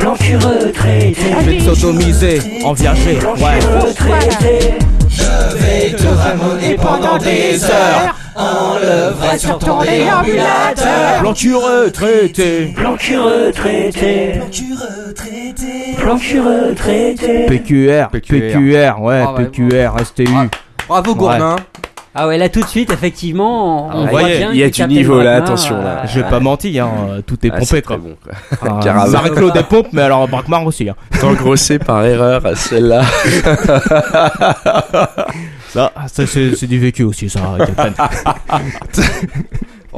Speaker 11: Blanchi retraité
Speaker 7: Je vais te sodomiser, enviager, ouais.
Speaker 11: Je vais te ramoner pendant des heures. Enlèverai sur ton déambulateur.
Speaker 7: Blanqui retraité.
Speaker 11: Blanqui retraité.
Speaker 5: Blanqui retraité.
Speaker 7: PQR, PQR, ouais,
Speaker 8: Ah
Speaker 7: PQR, STU.
Speaker 4: Bravo
Speaker 7: Gourdin.
Speaker 5: Ah ouais, là tout de suite, effectivement, on, on
Speaker 7: Ah,
Speaker 5: voit
Speaker 7: voyez,
Speaker 5: bien
Speaker 7: il y a
Speaker 5: que
Speaker 7: du
Speaker 5: Captain
Speaker 7: niveau, là,
Speaker 5: Martin,
Speaker 7: attention, là. J'ai pas menti, hein, euh, tout est
Speaker 8: Ah,
Speaker 7: pompé,
Speaker 8: c'est
Speaker 7: quoi.
Speaker 8: très bon, quoi.
Speaker 7: Ah,
Speaker 8: Caravane.
Speaker 7: Marie-Claude est pompe, mais alors Braquemar aussi. Hein.
Speaker 8: T'engrossé par erreur à Ah, celle-là.
Speaker 7: Ça, ça c'est c'est du vécu aussi, ça,
Speaker 8: [laughs]
Speaker 7: Captain.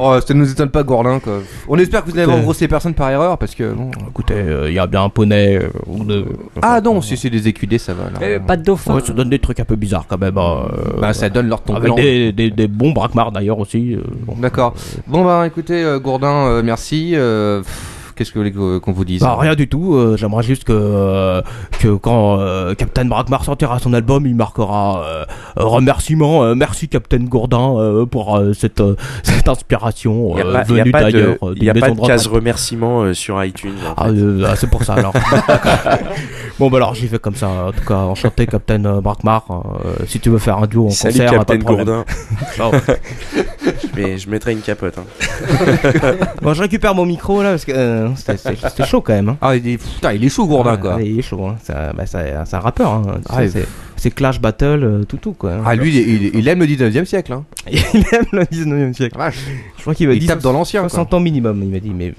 Speaker 4: Oh, ça nous étonne pas, Gourlin. Quoi. On espère que vous n'avez
Speaker 7: Écoutez.
Speaker 4: engrossé personne par erreur parce que. Bon...
Speaker 7: Écoutez, il y a bien un poney euh, ou deux.
Speaker 4: Ah non, si c'est des écudés, ça va. là.
Speaker 7: Euh,
Speaker 5: pas de dauphin.
Speaker 7: Ouais, ça donne des trucs un peu bizarres quand même. hein, euh,
Speaker 4: Bah, Eh, ça donne leur ton
Speaker 7: Avec
Speaker 4: blanc.
Speaker 7: des, des, des bons braquemars d'ailleurs aussi. euh, bon.
Speaker 4: D'accord. Bon, bah écoutez, euh, Gourdin, euh, merci. euh, pff, Qu'est-ce que vous voulez que- qu'on vous dise
Speaker 7: Bah, rien du tout, euh, j'aimerais juste que, euh, que quand euh, Captain Brackmar sortira son album, il marquera euh, un remerciement. euh, merci Captain Gourdin euh, pour euh, cette, euh, [laughs] cette inspiration
Speaker 8: Il
Speaker 7: euh,
Speaker 8: n'y a, pas- y a
Speaker 7: venue
Speaker 8: pas
Speaker 7: d'ailleurs.
Speaker 8: de,
Speaker 7: euh, d'une
Speaker 8: y a pas
Speaker 7: maison
Speaker 8: de
Speaker 7: retraite.
Speaker 8: case remerciement euh, sur iTunes. en
Speaker 7: Ah,
Speaker 8: fait.
Speaker 7: euh, ah, c'est pour ça
Speaker 8: [laughs]
Speaker 7: alors. [laughs] bon bah alors j'y vais comme ça. En tout cas, enchanté Captain euh, Brackmar. euh, si tu veux faire un duo en
Speaker 8: Salut
Speaker 7: concert, pas
Speaker 8: Captain
Speaker 7: de problème. [laughs]
Speaker 8: Gourdin.
Speaker 7: Non.
Speaker 8: Mais je mettrai une capote. hein.
Speaker 7: bon, je récupère mon micro là parce que euh, c'était- c'était c'était chaud quand même. hein.
Speaker 4: Ah, il est, putain, il est chaud Gourdin quoi.
Speaker 7: Il est chaud, hein. c'est un, bah, c'est un- c'est un rappeur. hein. Tu
Speaker 4: Ah,
Speaker 7: sais,
Speaker 4: il-
Speaker 7: c'est- C'est Clash Battle, euh, tout tout quoi.
Speaker 4: Ah, lui, il, il- il aime le 19 e siècle. Hein.
Speaker 7: [laughs] il aime le 19 e siècle. Je crois qu'il va
Speaker 4: Ah, Il tape dans l'ancien, quoi.
Speaker 7: 60 ans minimum, il m'a dit, mais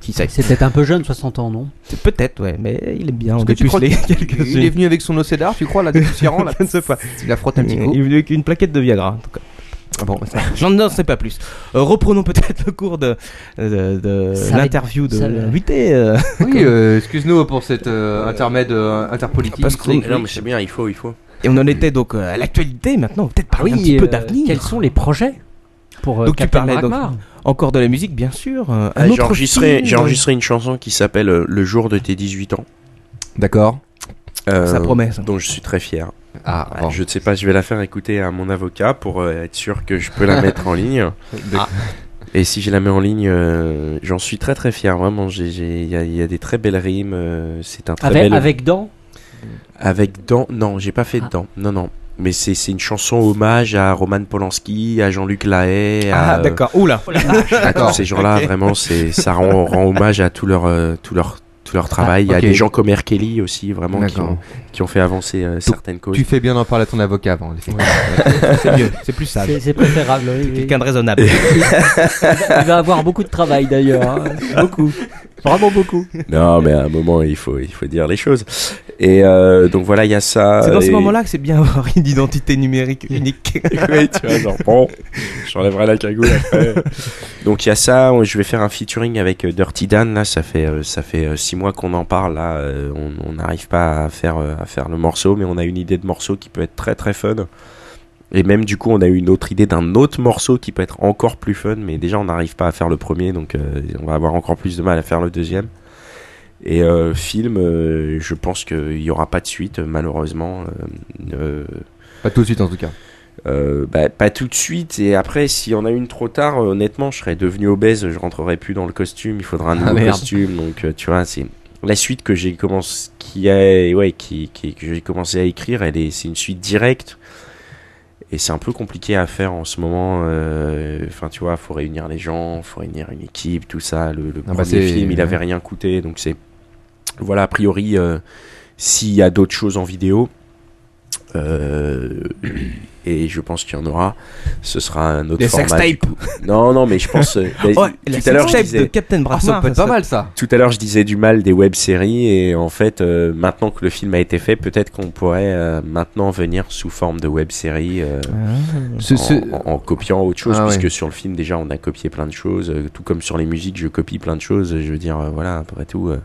Speaker 7: qui sait
Speaker 5: C'est peut-être un peu jeune, 60 ans, non
Speaker 7: C'est Peut-être, ouais, mais il aime bien. On
Speaker 4: Parce que tu crois
Speaker 7: dépucelait [laughs]
Speaker 4: qu'il-
Speaker 7: quelques
Speaker 4: il est venu avec son océdar, tu crois, là, dépoussiérant, [laughs] là
Speaker 7: Je ne sais pas.
Speaker 4: Il a frotté un petit
Speaker 7: Il
Speaker 4: coup.
Speaker 7: est venu avec une plaquette de Viagra, en tout cas. [laughs]
Speaker 4: bon,
Speaker 7: J'en n'en sais pas plus. Euh, reprenons peut-être le cours de, euh, de, de
Speaker 4: Ça va être-
Speaker 7: l'interview de
Speaker 4: ça va-
Speaker 7: l'invité. euh.
Speaker 4: Oui, euh, excuse-nous pour cet euh, intermède euh, interpolitique.
Speaker 7: Parce que-
Speaker 8: Non, mais c'est bien, il faut, il faut.
Speaker 7: Et on en était donc euh, à l'actualité maintenant, on va peut-être parler
Speaker 5: Ah oui,
Speaker 7: un petit peu
Speaker 5: euh,
Speaker 7: d'avenir.
Speaker 5: quels sont les projets pour euh,
Speaker 7: Donc tu
Speaker 5: Captain
Speaker 7: parlais donc
Speaker 5: Brackmar
Speaker 7: encore de la musique, bien sûr. euh, un
Speaker 8: Ah, J'ai
Speaker 7: autre
Speaker 8: enregistré,
Speaker 7: film.
Speaker 8: j'ai enregistré une chanson qui s'appelle euh, Le jour de tes 18 ans.
Speaker 4: D'accord.
Speaker 8: Euh,
Speaker 7: Ça promet, ça.
Speaker 8: Dont je suis très fier.
Speaker 4: Ah,
Speaker 8: Ouais, Bah, Je ne sais pas, je vais la faire écouter à mon avocat pour euh, être sûr que je peux la mettre en ligne.
Speaker 4: Ah.
Speaker 8: Et si je la mets en ligne, euh, j'en suis très très fier. Vraiment, j'ai- j'ai- il y, a- il y a des très belles rimes. euh, c'est un très
Speaker 5: Avec,
Speaker 8: bel-
Speaker 5: avec dents
Speaker 8: Avec dents, non, j'ai pas fait de dents. Non, non. mais c'est c'est une chanson hommage à Roman Polanski, à Jean-Luc Lahaye.
Speaker 7: Ah,
Speaker 8: à, euh,
Speaker 7: d'accord.
Speaker 8: [laughs]
Speaker 7: Oula. Oh la vache.
Speaker 8: à
Speaker 7: D'accord.
Speaker 8: tous ces gens-là,
Speaker 7: Ok.
Speaker 8: vraiment, c'est ça rend, rend hommage à tout leur, euh, tout leur, tout leur travail. Il y
Speaker 4: ok.
Speaker 8: a des gens comme R. Kelly aussi, vraiment, qui
Speaker 4: D'accord.
Speaker 8: ont, qui ont fait avancer euh, certaines causes.
Speaker 4: Tu fais bien d'en parler à ton avocat avant. en effet.
Speaker 7: C'est mieux, c'est plus sage.
Speaker 5: C'est- c'est préférable, oui, oui.
Speaker 7: Quelqu'un de
Speaker 8: [laughs]
Speaker 7: raisonnable.
Speaker 5: Il va- il va avoir beaucoup de travail d'ailleurs. hein. Beaucoup. Vraiment beaucoup.
Speaker 8: Non, mais à un moment, il faut, il faut dire les choses. Et euh, donc voilà, il y a ça.
Speaker 7: C'est dans ce
Speaker 8: et-
Speaker 7: moment-là que c'est bien avoir une identité numérique unique.
Speaker 8: [laughs] oui, tu vois, genre, bon, j'enlèverai la cagoule après. Donc, il y a ça. on- Je vais faire un featuring avec euh, Dirty Dan. Là, ça fait, euh, ça fait euh, six mois qu'on en parle. Là, euh, on on n'arrive pas à faire, euh, à faire le morceau, mais on a une idée de morceau qui peut être très très fun. Et même du coup, on a eu une autre idée d'un autre morceau qui peut être encore plus fun, mais déjà, on n'arrive pas à faire le premier, donc euh, on va avoir encore plus de mal à faire le deuxième. Et euh, film, euh, je pense qu'il n'y aura pas de suite, malheureusement. euh,
Speaker 4: pas tout de suite en tout cas.
Speaker 8: bah, pas tout de suite, et après, si on a une trop tard, euh, honnêtement, je serais devenu obèse, je rentrerais plus dans le costume, il faudra un
Speaker 4: Ah,
Speaker 8: nouveau
Speaker 4: merde.
Speaker 8: costume, donc euh, tu vois, c'est. La suite que j'ai commencé, qui est, ouais, qui, qui- que j'ai commencé à écrire, elle est, c'est une suite directe. Et c'est un peu compliqué à faire en ce moment. euh, Enfin, tu vois, faut réunir les gens, faut réunir une équipe, tout ça. Le, le
Speaker 4: Ah bah,
Speaker 8: premier
Speaker 4: c'est-
Speaker 8: film, il avait
Speaker 4: ouais.
Speaker 8: rien coûté, donc c'est voilà. A priori, euh, s'il y a d'autres choses en vidéo, euh, et je pense qu'il y en aura, ce sera un autre
Speaker 7: Des
Speaker 8: format.
Speaker 7: sextapes.
Speaker 8: du coup. Non, non, mais je
Speaker 4: [laughs]
Speaker 8: pense. euh, bah,
Speaker 7: Oh, la
Speaker 8: tout à l'heure, je
Speaker 7: sextape de
Speaker 8: disais.
Speaker 7: Captain
Speaker 8: Ah,
Speaker 7: Brassard,
Speaker 4: ça peut être pas mal ça.
Speaker 8: Tout à l'heure, je disais du mal des web-séries et en fait, euh, maintenant que le film a été fait, peut-être qu'on pourrait euh, maintenant venir sous forme de web-série euh,
Speaker 4: Ce-
Speaker 8: en,
Speaker 4: ce-
Speaker 8: en- en copiant autre chose,
Speaker 4: Ah
Speaker 8: puisque
Speaker 4: ouais.
Speaker 8: sur le film déjà on a copié plein de choses, euh, tout comme sur les musiques, je copie plein de choses. Je veux dire, euh, voilà, après tout, euh,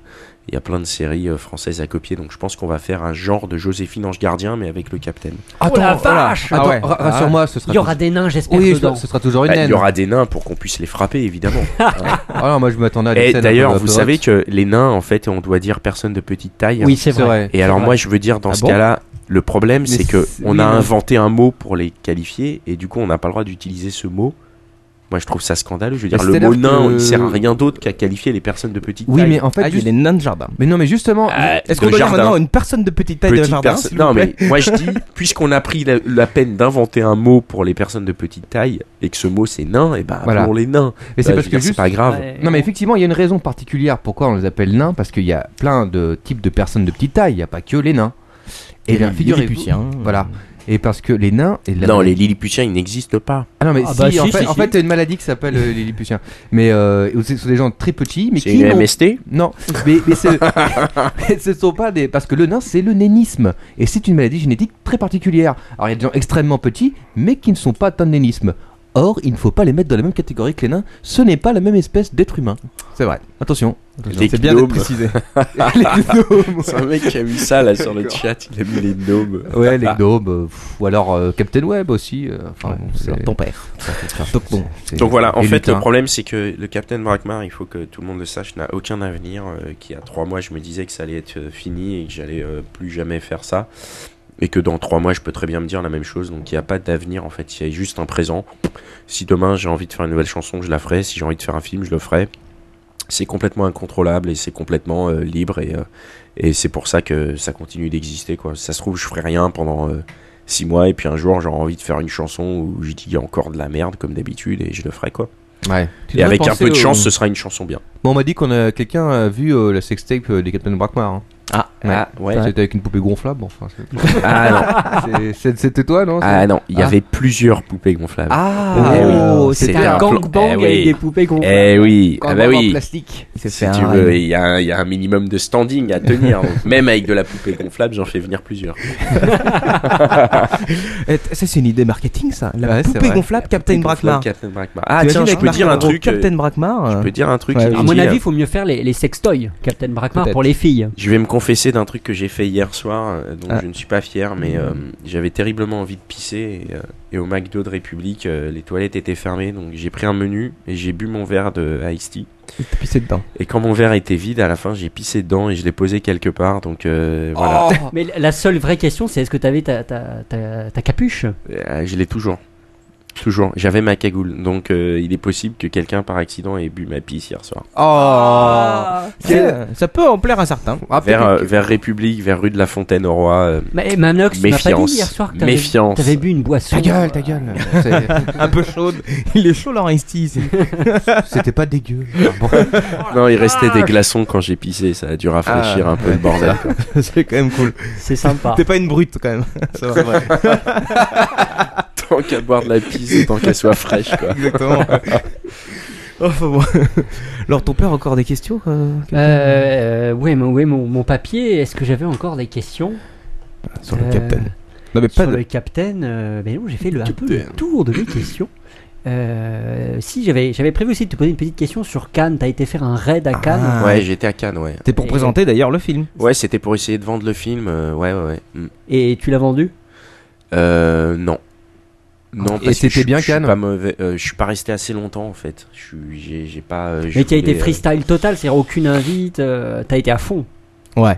Speaker 8: il y a plein de séries euh, françaises à copier, donc je pense qu'on va faire un genre de Joséphine Ange Gardien, mais avec le Capitaine.
Speaker 5: oh la vache
Speaker 4: Attends, ra- rassure-moi, ce sera.
Speaker 5: Il y aura des nains, j'espère.
Speaker 4: Oui,
Speaker 5: dedans.
Speaker 4: ce ce sera toujours une
Speaker 8: Bah,
Speaker 4: naine.
Speaker 8: il y aura des nains pour qu'on puisse les frapper, évidemment.
Speaker 4: Ah non, moi je m'attendais à des
Speaker 8: Et
Speaker 4: scènes un
Speaker 8: Eh, d'ailleurs,
Speaker 4: peu
Speaker 8: vous
Speaker 4: autoroutes.
Speaker 8: savez que les nains, en fait, on doit dire personne de petite taille.
Speaker 5: Oui, c'est C'est vrai. vrai.
Speaker 8: Et alors,
Speaker 5: C'est
Speaker 8: moi,
Speaker 5: vrai.
Speaker 8: je veux dire, dans
Speaker 5: Ah
Speaker 8: ce
Speaker 5: bon
Speaker 8: cas-là, le problème,
Speaker 5: Mais
Speaker 8: c'est que
Speaker 5: c'est-
Speaker 8: on
Speaker 5: oui,
Speaker 8: a
Speaker 5: non.
Speaker 8: inventé un mot pour les qualifier, et du coup, on n'a pas le droit d'utiliser ce mot. Moi, je trouve ça scandaleux. Je veux dire,
Speaker 4: Mais
Speaker 8: le
Speaker 4: c'est-à-dire
Speaker 8: mot nain,
Speaker 4: que-
Speaker 8: il sert à rien d'autre qu'à qualifier les personnes de petite
Speaker 4: Oui,
Speaker 8: taille. Euh,
Speaker 4: mais en fait, juste-
Speaker 7: nains de jardin.
Speaker 4: Mais non, mais justement,
Speaker 7: Est-ce qu'on
Speaker 8: de
Speaker 7: doit dire
Speaker 8: jardin.
Speaker 7: maintenant une personne de petite taille de
Speaker 8: Petite
Speaker 7: jardin
Speaker 8: personne-
Speaker 7: s'il vous
Speaker 8: Non, mais
Speaker 7: plaît
Speaker 8: moi je dis, [laughs] puisqu'on a pris la, la peine d'inventer un mot pour les personnes de petite taille et que ce mot c'est nain, et ben
Speaker 4: Voilà.
Speaker 8: pour les nains.
Speaker 4: Mais c'est
Speaker 8: Bah,
Speaker 4: parce que
Speaker 8: je veux dire,
Speaker 4: juste-
Speaker 8: c'est pas grave.
Speaker 4: Non, mais effectivement, il y a une raison particulière pourquoi on les appelle nains, parce qu'il y a plein de types de personnes de petite taille. Il n'y a pas que les nains.
Speaker 7: Il y
Speaker 4: Et
Speaker 7: a
Speaker 4: bien,
Speaker 7: les
Speaker 4: figurez-vous.
Speaker 8: hein.
Speaker 7: Lilliputiens.
Speaker 4: Voilà. Et parce que les nains. Et la-
Speaker 8: Non, les Lilliputiens ils n'existent pas.
Speaker 4: Ah non, mais
Speaker 8: Ah
Speaker 4: si,
Speaker 8: bah
Speaker 4: en
Speaker 8: si,
Speaker 4: fait,
Speaker 8: si,
Speaker 4: en
Speaker 8: si.
Speaker 4: fait, il y a une maladie qui s'appelle euh, les Lilliputiens. Mais euh, ce sont des gens très petits, mais
Speaker 8: C'est
Speaker 4: qui.
Speaker 8: une
Speaker 4: n'ont-
Speaker 8: MST
Speaker 4: Non, mais, mais ce... [laughs] mais ce sont pas des. Parce que le nain, c'est le nénisme. Et c'est une maladie génétique très particulière. Alors, il y a des gens extrêmement petits, mais qui ne sont pas atteints de nénisme. Or, il ne faut pas les mettre dans la même catégorie que les nains. Ce n'est pas la même espèce d'être humain. C'est vrai. Attention.
Speaker 8: Les
Speaker 4: C'est bien d'être
Speaker 8: gnomes.
Speaker 4: précisé. [laughs] les gnomes.
Speaker 8: C'est un mec qui a mis ça là sur le chat, il a mis les gnomes.
Speaker 4: Ouais, les gnomes. euh, pff, ou alors euh, Captain Web aussi. euh, Enfin, bon, c'est-
Speaker 7: ton père.
Speaker 4: Donc, bon, c'est-
Speaker 8: Donc voilà, en
Speaker 4: et
Speaker 8: fait,
Speaker 4: lutin.
Speaker 8: le problème, c'est que le Captain Brackmar, il faut que tout le monde le sache, n'a aucun avenir. euh, qui il y a trois mois, je me disais que ça allait être euh, fini et que j'allais euh, plus jamais faire ça. Et que dans trois mois, je peux très bien me dire la même chose. Donc il n'y a pas d'avenir, en fait. Il y a juste un présent. Si demain, j'ai envie de faire une nouvelle chanson, je la ferai. Si j'ai envie de faire un film, je le ferai. C'est complètement incontrôlable et c'est complètement euh, libre. Et, euh, et c'est pour ça que ça continue d'exister, quoi. Ça se trouve, je ferai rien pendant. euh, six mois et puis un jour j'aurai envie de faire une chanson où je dis encore de la merde comme d'habitude et je le ferai quoi.
Speaker 4: Ouais. Tu
Speaker 8: Et
Speaker 4: devrais
Speaker 8: avec un peu de
Speaker 4: penser
Speaker 8: chance,
Speaker 4: au-
Speaker 8: ce sera une chanson bien.
Speaker 4: Bon, on m'a dit qu'on a quelqu'un a vu euh, la sextape euh, des Captain Brackmar. hein.
Speaker 8: Ah, ah, ouais.
Speaker 4: C'était avec une poupée gonflable. Enfin, c'est-
Speaker 8: [laughs]
Speaker 4: [laughs]
Speaker 8: Ah,
Speaker 4: non. C'est- c'est- C'était toi, non
Speaker 8: Ah non, il y
Speaker 4: Ah.
Speaker 8: avait plusieurs poupées gonflables.
Speaker 4: Ah.
Speaker 8: Eh
Speaker 4: Oh,
Speaker 8: oui.
Speaker 4: c'était
Speaker 8: C'était
Speaker 4: un
Speaker 8: plan-
Speaker 4: gangbang
Speaker 8: Eh oui.
Speaker 4: avec des poupées gonflables.
Speaker 8: Eh oui, ah bah
Speaker 4: Gangbang en
Speaker 8: oui.
Speaker 4: plastique. C'est
Speaker 8: Si
Speaker 4: fait
Speaker 8: tu
Speaker 4: un
Speaker 8: veux,
Speaker 4: rêve.
Speaker 8: il y, a un- il y a un minimum de standing à tenir. donc [laughs] même avec de la poupée gonflable, j'en fais venir plusieurs.
Speaker 7: Eh, t- Ça, c'est une idée marketing, ça. La
Speaker 8: Ouais, c'est
Speaker 7: poupée
Speaker 8: vrai.
Speaker 7: gonflable
Speaker 8: La
Speaker 7: Captain
Speaker 8: poupée
Speaker 7: Brackmar.
Speaker 8: gonflable Captain Brackmar. Ah,
Speaker 7: Tu
Speaker 8: tiens,
Speaker 7: imagines
Speaker 8: je
Speaker 7: avec
Speaker 8: peux dire
Speaker 7: Marc
Speaker 8: un
Speaker 7: Gros,
Speaker 8: truc,
Speaker 7: Captain
Speaker 8: euh,
Speaker 7: Brackmar.
Speaker 8: je peux dire un truc, euh,
Speaker 7: Ouais,
Speaker 8: il
Speaker 7: oui.
Speaker 5: À mon avis, il faut mieux faire les, les sextoys, Captain Brackmar,
Speaker 8: Peut-être.
Speaker 5: pour les filles.
Speaker 8: Je vais me confesser d'un truc que j'ai fait hier soir, euh, dont
Speaker 5: Ah.
Speaker 8: je ne suis pas fier, mais euh, j'avais terriblement envie de pisser. Et, euh, et au McDo de République, euh, les toilettes étaient fermées, donc j'ai pris un menu et j'ai bu mon verre de Ice Tea.
Speaker 7: pissé euh, dedans.
Speaker 8: Et quand mon verre était vide, à la fin, j'ai pissé dedans et je l'ai posé quelque part, donc euh, voilà. Oh.
Speaker 5: Mais la seule vraie question, c'est est-ce que t'avais ta, ta, ta, ta capuche
Speaker 8: Euh, je l'ai toujours. Toujours. J'avais ma cagoule. Donc, euh, il est possible que quelqu'un par accident ait bu ma pisse hier soir.
Speaker 7: Oh Quel- Ça peut en plaire à certains.
Speaker 4: Ah,
Speaker 8: vers, euh, vers République, vers rue de la Fontaine au Roi. euh,
Speaker 5: Mais eh, Manox, tu m'as pas dit
Speaker 8: méfiance.
Speaker 5: hier soir que t'avais-
Speaker 8: méfiance.
Speaker 5: t'avais bu une boisson.
Speaker 7: Ta gueule, ta gueule.
Speaker 4: C'est-
Speaker 7: un peu chaude. [laughs] Il est chaud Laurent Esti.
Speaker 8: [laughs]
Speaker 4: C'était pas dégueu.
Speaker 8: Non, il restait des glaçons quand j'ai pissé. Ça a dû rafraîchir
Speaker 7: Ah.
Speaker 8: un peu le bordel. quoi.
Speaker 7: [laughs] C'est quand même cool.
Speaker 5: C'est sympa.
Speaker 7: T'es pas une brute quand
Speaker 8: [laughs]
Speaker 7: même. Ça va.
Speaker 8: tant qu'à boire de la pisse et tant qu'elle soit fraîche, quoi.
Speaker 7: Exactement.
Speaker 8: [laughs]
Speaker 7: Oh, Enfin bon. Alors ton père encore des questions euh,
Speaker 5: [laughs]
Speaker 7: quelqu'un
Speaker 5: Euh, ouais, mon, ouais, mon, mon papier, est-ce que j'avais encore des questions
Speaker 7: Sur le Captain. Non, mais pas
Speaker 5: euh, sur
Speaker 7: de-
Speaker 5: le Captain, euh, ben non, j'ai fait le, un peu le tour de mes questions. Euh, si j'avais j'avais prévu aussi de te poser une petite question sur Cannes. T'as été faire un raid à Cannes.
Speaker 7: Ah.
Speaker 8: ouais, j'étais à Cannes, ouais.
Speaker 7: C'était pour présenter d'ailleurs le film.
Speaker 8: Ouais, c'était pour essayer de vendre le film. euh, ouais, ouais, ouais. Mm.
Speaker 5: Et tu l'as vendu
Speaker 8: Euh, non. Non,
Speaker 4: Et
Speaker 8: parce
Speaker 4: c'était
Speaker 8: que je-
Speaker 4: bien
Speaker 8: je suis
Speaker 4: Cannes
Speaker 8: pas mauvais. euh, je suis pas resté assez longtemps en fait. Je suis, j'ai, j'ai pas. euh, je
Speaker 5: Mais qui a
Speaker 8: voulais,
Speaker 5: été
Speaker 8: euh,
Speaker 5: freestyle total, c'est-à-dire aucune invite. euh, T'as été à fond.
Speaker 7: Ouais.